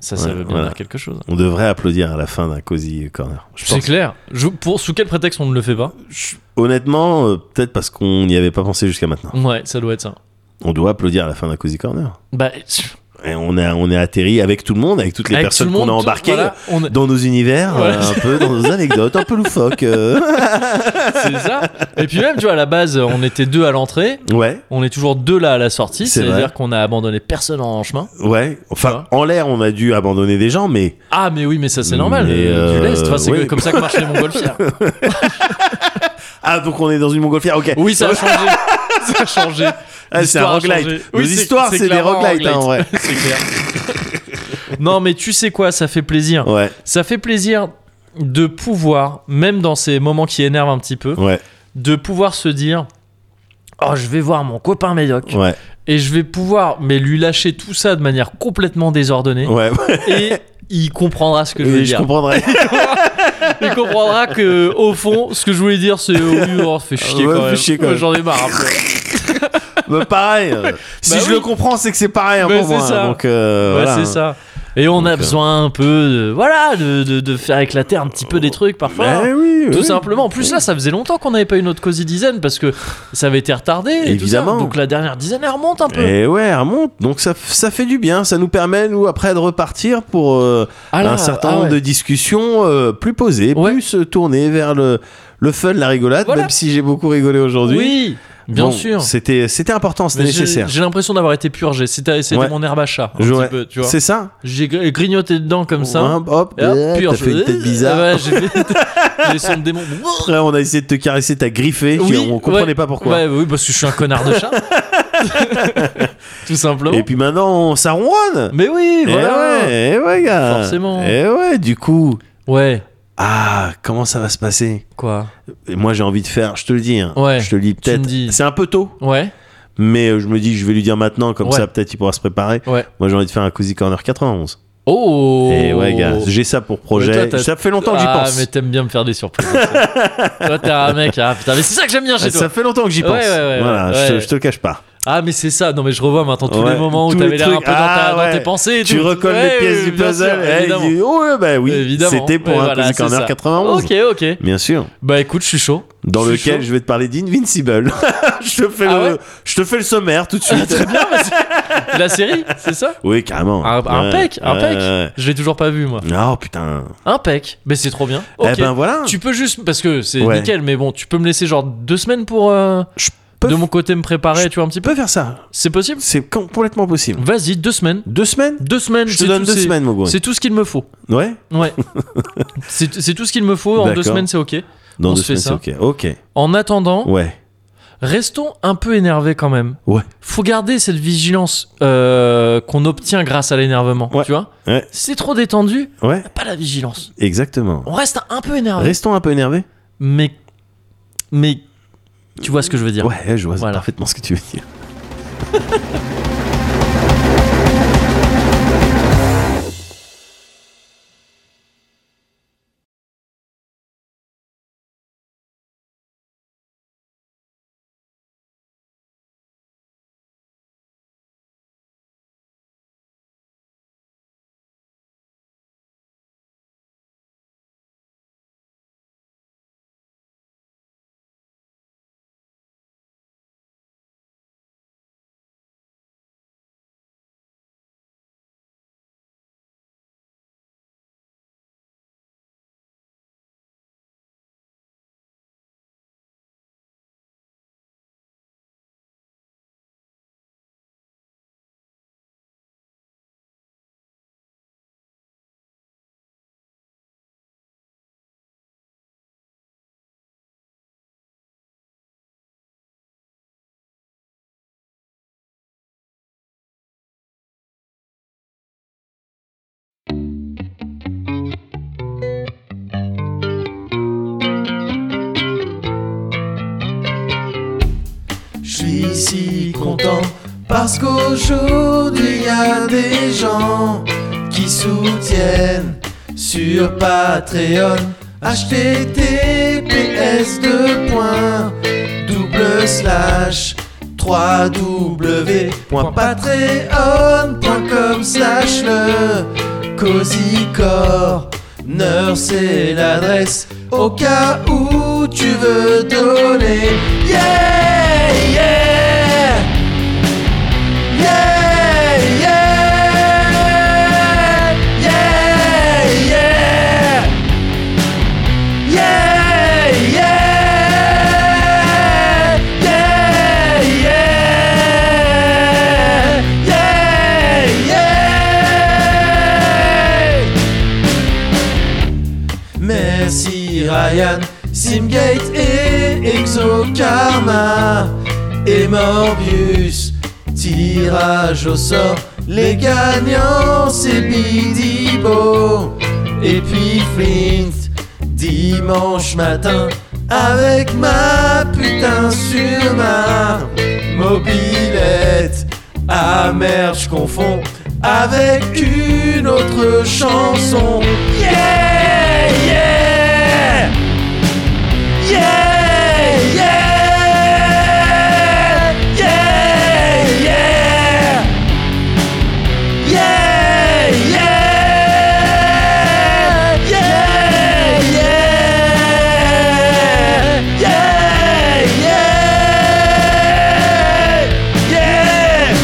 S1: Ça, ça
S2: Ouais,
S1: veut bien
S2: voilà.
S1: dire quelque chose.
S2: On devrait applaudir à la fin d'un cozy corner. Je
S1: C'est
S2: pense.
S1: clair. Je- pour, sous quel prétexte on ne le fait pas
S2: Je- Honnêtement, euh, peut-être parce qu'on n'y avait pas pensé jusqu'à maintenant.
S1: Ouais, ça doit être ça.
S2: On doit applaudir à la fin d'un cozy corner.
S1: Bah,
S2: Et on a on est atterri avec tout le monde, avec toutes les
S1: avec
S2: personnes
S1: tout le
S2: qu'on a
S1: monde,
S2: embarquées.
S1: voilà, on-
S2: Dans nos univers,
S1: Voilà.
S2: euh, un peu dans nos anecdotes, un peu loufoques. euh.
S1: c'est ça. Et puis même, tu vois, à la base, on était deux à l'entrée.
S2: Ouais,
S1: On est toujours deux là à la sortie.
S2: C'est vrai.
S1: C'est-à-dire qu'on a abandonné personne en chemin.
S2: ouais. Enfin, en l'air, on a dû abandonner des gens, mais
S1: Ah mais oui mais ça c'est normal
S2: Mais,
S1: euh,
S2: euh,
S1: du lest Enfin, c'est
S2: oui.
S1: comme ça que marchent les montgolfières
S2: ah donc on est dans une montgolfière. Ok.
S1: oui ça a changé ça a changé
S2: Ah, c'est un
S1: L'histoire a
S2: roguelite.
S1: changé.
S2: Nos
S1: Oui,
S2: histoires, c'est des
S1: clairement un
S2: roguelites, hein, en vrai.
S1: c'est clair non mais tu sais quoi ça fait plaisir
S2: Ouais,
S1: ça fait plaisir de pouvoir même dans ces moments qui énervent un petit peu
S2: ouais,
S1: de pouvoir se dire oh je vais voir mon copain médoc
S2: ouais,
S1: et je vais pouvoir mais lui lâcher tout ça de manière complètement désordonnée
S2: ouais. ouais.
S1: et il comprendra ce que je veux
S2: Oui, je
S1: dire
S2: comprendrais.
S1: Il comprendra que au fond, ce que je voulais dire, c'est oh, oui, oh, fait chier
S2: Ouais,
S1: quand
S2: fais
S1: même.
S2: chier quand même.
S1: Ouais, J'en ai marre. après.
S2: Mais pareil. euh, si
S1: Bah
S2: je
S1: oui.
S2: le comprends, c'est que c'est pareil hein,
S1: Bah,
S2: pour moi.
S1: c'est ça.
S2: hein, Donc euh,
S1: Ouais,
S2: voilà.
S1: c'est ça. Et on a
S2: Donc, euh,
S1: besoin un peu, de, voilà, de, de, de faire éclater un petit peu des trucs parfois.
S2: Ouais, Eh oui,
S1: Tout
S2: oui.
S1: simplement. En plus, là, ça faisait longtemps qu'on n'avait pas eu notre cosy dizaine parce que ça avait été retardé. et tout ça.
S2: Évidemment.
S1: Donc la dernière dizaine, elle remonte un peu.
S2: Et Eh ouais, elle remonte. Donc ça, ça fait du bien. Ça nous permet, nous, après, de repartir pour euh,
S1: Ah là,
S2: un certain
S1: ah
S2: nombre
S1: ouais.
S2: de discussions euh, plus posées,
S1: Ouais.
S2: plus euh, tournées vers le, le fun, la rigolade,
S1: Voilà.
S2: même si j'ai beaucoup rigolé aujourd'hui.
S1: Oui, bien
S2: Bon,
S1: sûr.
S2: C'était c'était important, c'était
S1: Mais J'ai
S2: nécessaire.
S1: j'ai l'impression d'avoir été purgé. C'était c'était
S2: Ouais.
S1: mon herbe à chat. Un
S2: Ouais.
S1: petit peu, tu vois.
S2: C'est ça
S1: J'ai gr- grignoté dedans comme ça.
S2: Hein, hop,
S1: Et hop,
S2: euh,
S1: purge.
S2: t'as fait une tête bizarre.
S1: Ouais, j'ai fait- j'ai son démon.
S2: Après, on a essayé de te caresser, t'as griffé,
S1: ben, Oui,
S2: qui- on comprenait
S1: ouais.
S2: pas pourquoi.
S1: Ouais, oui, parce que je suis un connard de chat. Tout simplement.
S2: Et puis maintenant, on- ça ronronne.
S1: Mais oui,
S2: Eh
S1: voilà.
S2: ouais, eh ouais, gars.
S1: Forcément.
S2: Et ouais, du coup.
S1: Ouais,
S2: Ah, comment ça va se passer
S1: quoi.
S2: Et Moi, j'ai envie de faire, je te le dis. hein,
S1: Ouais,
S2: je te le dis
S1: tu me
S2: peut-être.
S1: dis.
S2: C'est un peu tôt,
S1: Ouais,
S2: mais euh, je me dis, je vais lui dire maintenant, comme
S1: Ouais.
S2: ça, peut-être il pourra se préparer.
S1: ouais.
S2: Moi, j'ai envie de faire un Cozy Corner 91.
S1: Oh
S2: Et ouais, gars, j'ai ça pour projet.
S1: Mais toi, t'as-
S2: ça fait longtemps que j'y
S1: Ah,
S2: pense.
S1: mais t'aimes bien me faire des surprises. comme ça. toi, t'es un mec. Ah putain, mais c'est ça que j'aime bien chez
S2: Ça
S1: toi.
S2: fait longtemps que j'y
S1: Ouais,
S2: pense.
S1: ouais, ouais,
S2: voilà,
S1: ouais,
S2: je, te,
S1: ouais.
S2: je te le cache pas.
S1: Ah, mais c'est ça. Non, mais je revois maintenant tous
S2: Ouais,
S1: les moments
S2: tous
S1: où
S2: les
S1: t'avais l'air un
S2: trucs.
S1: peu dans, ta-
S2: Ah,
S1: dans
S2: ouais.
S1: tes pensées. et
S2: Tu
S1: tout.
S2: recolles
S1: Ouais,
S2: les pièces
S1: oui,
S2: du
S1: bien
S2: puzzle.
S1: sûr,
S2: eh,
S1: évidemment.
S2: il dit, ouais, bah oui,
S1: Évidemment.
S2: c'était pour
S1: Ouais,
S2: un
S1: voilà,
S2: Cozy
S1: c'est
S2: Corner
S1: ça.
S2: 91.
S1: Ok, ok.
S2: Bien sûr.
S1: Bah écoute, je suis chaud.
S2: Dans
S1: Je suis
S2: lequel
S1: chaud.
S2: je vais te parler d'Invincible. je, te fais
S1: Ah
S2: le,
S1: ouais Ah,
S2: je te fais le sommaire tout de suite.
S1: La série, c'est ça
S2: oui, carrément.
S1: Un, un
S2: Ouais,
S1: pec, un
S2: ouais,
S1: pec.
S2: ouais.
S1: Je l'ai toujours pas vu, moi.
S2: Oh putain.
S1: Un pec. Mais c'est trop bien.
S2: Eh
S1: Ok.
S2: ben voilà.
S1: Tu peux juste, parce que c'est
S2: Ouais.
S1: nickel, mais bon, tu peux me laisser genre deux semaines pour euh,
S2: Je peux,
S1: de mon côté me préparer,
S2: je
S1: tu vois, un petit
S2: je
S1: peu.
S2: peux faire ça.
S1: C'est possible
S2: C'est com- complètement possible.
S1: Vas-y, deux semaines.
S2: Deux semaines
S1: Deux semaines,
S2: Je te
S1: c'est
S2: donne
S1: tout,
S2: deux
S1: c'est-
S2: semaines, mon gars.
S1: C'est tout ce qu'il me faut.
S2: Ouais
S1: Ouais. c'est c'est tout ce qu'il me faut. En deux
S2: D'accord.
S1: semaines, c'est ok.
S2: Dans
S1: On
S2: deux
S1: se fait
S2: semaines, c'est ok.
S1: En attendant,
S2: Ok. Ouais.
S1: restons un peu énervés quand même.
S2: Ouais.
S1: Faut garder cette vigilance euh, qu'on obtient grâce à l'énervement,
S2: Ouais.
S1: tu vois.
S2: Ouais.
S1: Si c'est trop détendu,
S2: Ouais,
S1: pas la vigilance.
S2: exactement.
S1: On reste un peu énervé.
S2: Restons un peu énervés.
S1: Mais. Mais. Tu vois ce que je veux dire
S2: Ouais, je vois
S1: Voilà.
S2: parfaitement ce que tu veux dire.
S1: content parce qu'aujourd'hui il y a des gens qui soutiennent sur Patreon https de points double slash www.patreon.com slash le cosicorner c'est l'adresse au cas où tu veux donner yeah yeah Yeah, yeah, yeah, yeah, yeah, yeah, yeah, yeah, yeah, yeah. Merci Ryan, Simgate et Exokarma et Morbius. Tirage au sort, les gagnants c'est Bidibo et puis Flint. Dimanche matin avec ma putain sur ma mobilette. Ah merde, je confonds avec une autre chanson. Yeah, yeah! Yeah, yeah, yeah, yeah, yeah, yeah, yeah, yeah, yeah, yeah, yeah.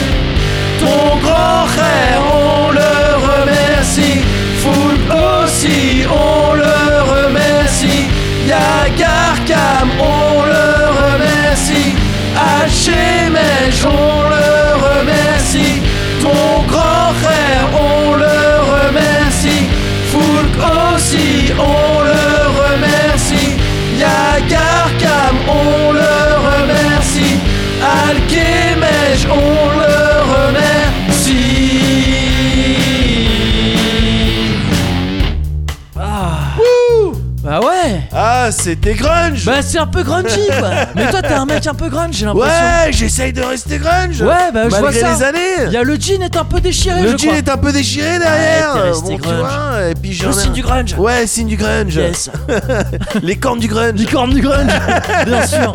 S1: Ton grand frère, on le remercie. Foul aussi, on le remercie. Yagar Cam, on le remercie. Hachemège, on le remercie. Ton grand frère, on le remercie. Foul aussi, on le remercie. Yagar Cam, on le remercie. Alkemège, on le remercie.
S2: Bah ouais
S1: Ah, c'était grunge
S2: Bah c'est un peu grungy quoi Mais toi t'es un mec un peu grunge j'ai l'impression.
S1: Ouais, j'essaye de rester grunge.
S2: Ouais, bah, je
S1: Malgré
S2: vois ça.
S1: les
S2: Il
S1: années.
S2: y a le jean est un peu déchiré je
S1: Le jean
S2: crois.
S1: est un peu déchiré derrière.
S2: t'es resté
S1: Bon, tu
S2: grunge.
S1: vois, et puis j'en ai
S2: signe
S1: un-
S2: du grunge.
S1: Ouais, signe du grunge.
S2: Yes.
S1: les cornes du grunge.
S2: Les cornes du grunge Bien sûr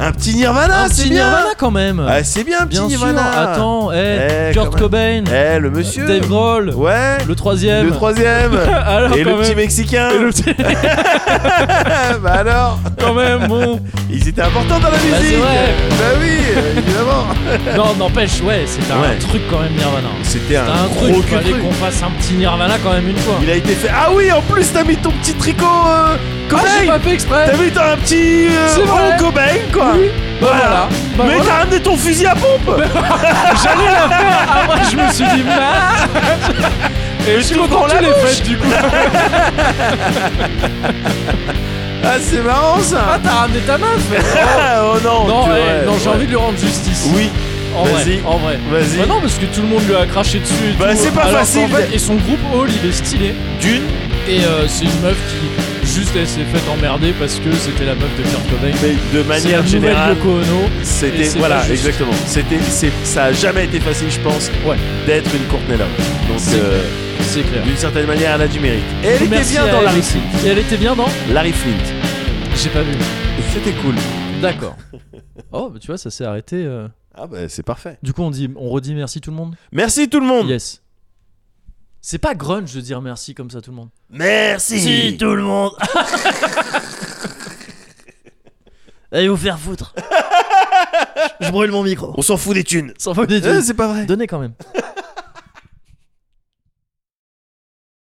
S1: Un petit Nirvana,
S2: Un
S1: c'est
S2: petit
S1: bien.
S2: Nirvana quand même
S1: Ah, c'est bien, un petit
S2: Bien sûr
S1: Nirvana.
S2: Attends, eh,
S1: Eh,
S2: Kurt
S1: quand même.
S2: Cobain,
S1: Eh, le monsieur.
S2: Dave Grohl,
S1: Ouais.
S2: le troisième.
S1: Le troisième.
S2: Alors,
S1: et
S2: quand
S1: le petit
S2: même.
S1: mexicain.
S2: Et le petit-
S1: bah alors,
S2: quand même, bon.
S1: ils étaient importants dans la musique.
S2: c'est vrai.
S1: Bah oui, évidemment.
S2: Non, n'empêche, ouais, c'est un
S1: Ouais.
S2: truc quand même Nirvana.
S1: C'était
S2: C'est
S1: un,
S2: un
S1: gros
S2: truc, il
S1: cul
S2: fallait
S1: truc.
S2: qu'on fasse un petit Nirvana quand même une fois.
S1: Il a été fait. Ah oui, en plus, t'as mis ton petit tricot. Euh,
S2: Ah,
S1: Cobain.
S2: j'ai pas fait exprès
S1: T'as vu, t'as un petit euh,
S2: C'est vrai.
S1: rôle Cobain, quoi
S2: Oui. Bah voilà. Bah
S1: Mais
S2: voilà.
S1: t'as ramené ton fusil à pompe
S2: J'allais la faire Ah, moi, je me suis dit, merde Et je suis content que tu l'aies faite, du coup
S1: Ah, c'est marrant,
S2: Ah,
S1: ça
S2: t'as ramené ta meuf
S1: Ah, Oh non
S2: Non,
S1: tu
S2: eh,
S1: vois,
S2: non j'ai
S1: ouais.
S2: envie de lui rendre justice.
S1: Oui,
S2: en vrai.
S1: vas-y.
S2: En vrai.
S1: Vas-y.
S2: Bah non, parce que tout le monde lui a craché dessus. et
S1: Bah,
S2: tout.
S1: c'est pas
S2: Alors
S1: facile.
S2: qu'en fait, et son groupe Hall, il est stylé.
S1: d'une,
S2: Et euh, c'est une meuf qui, juste, elle s'est faite emmerder parce que c'était la meuf de Kurt Cobain.
S1: mais de
S2: C'est la
S1: manière
S2: nouvelle
S1: générale,
S2: Yoko Ono. et
S1: c'était...
S2: c'est pas
S1: Voilà,
S2: juste.
S1: exactement. C'était, c'est, ça a jamais été facile, je pense,
S2: Ouais.
S1: d'être une Courtney Love. Donc,
S2: C'est
S1: euh,
S2: C'est clair.
S1: d'une certaine manière, elle a du mérite. Et elle
S2: Merci
S1: était
S2: à
S1: bien dans
S2: elle
S1: Larry
S2: aussi.
S1: Flint.
S2: Et elle était bien dans
S1: Larry Flint.
S2: J'ai pas vu.
S1: C'était cool.
S2: D'accord. Oh, bah tu vois, ça s'est arrêté. euh.
S1: Ah bah, c'est parfait.
S2: Du coup, on, dit, on redit merci tout le monde
S1: Merci tout le monde
S2: Yes. C'est pas grunge de dire merci comme ça tout le monde.
S1: Merci
S2: tout le monde Allez vous faire foutre Je brûle mon micro.
S1: On s'en fout des thunes.
S2: Sans faute des
S1: Euh,
S2: deux.
S1: c'est pas vrai.
S2: Donnez quand même.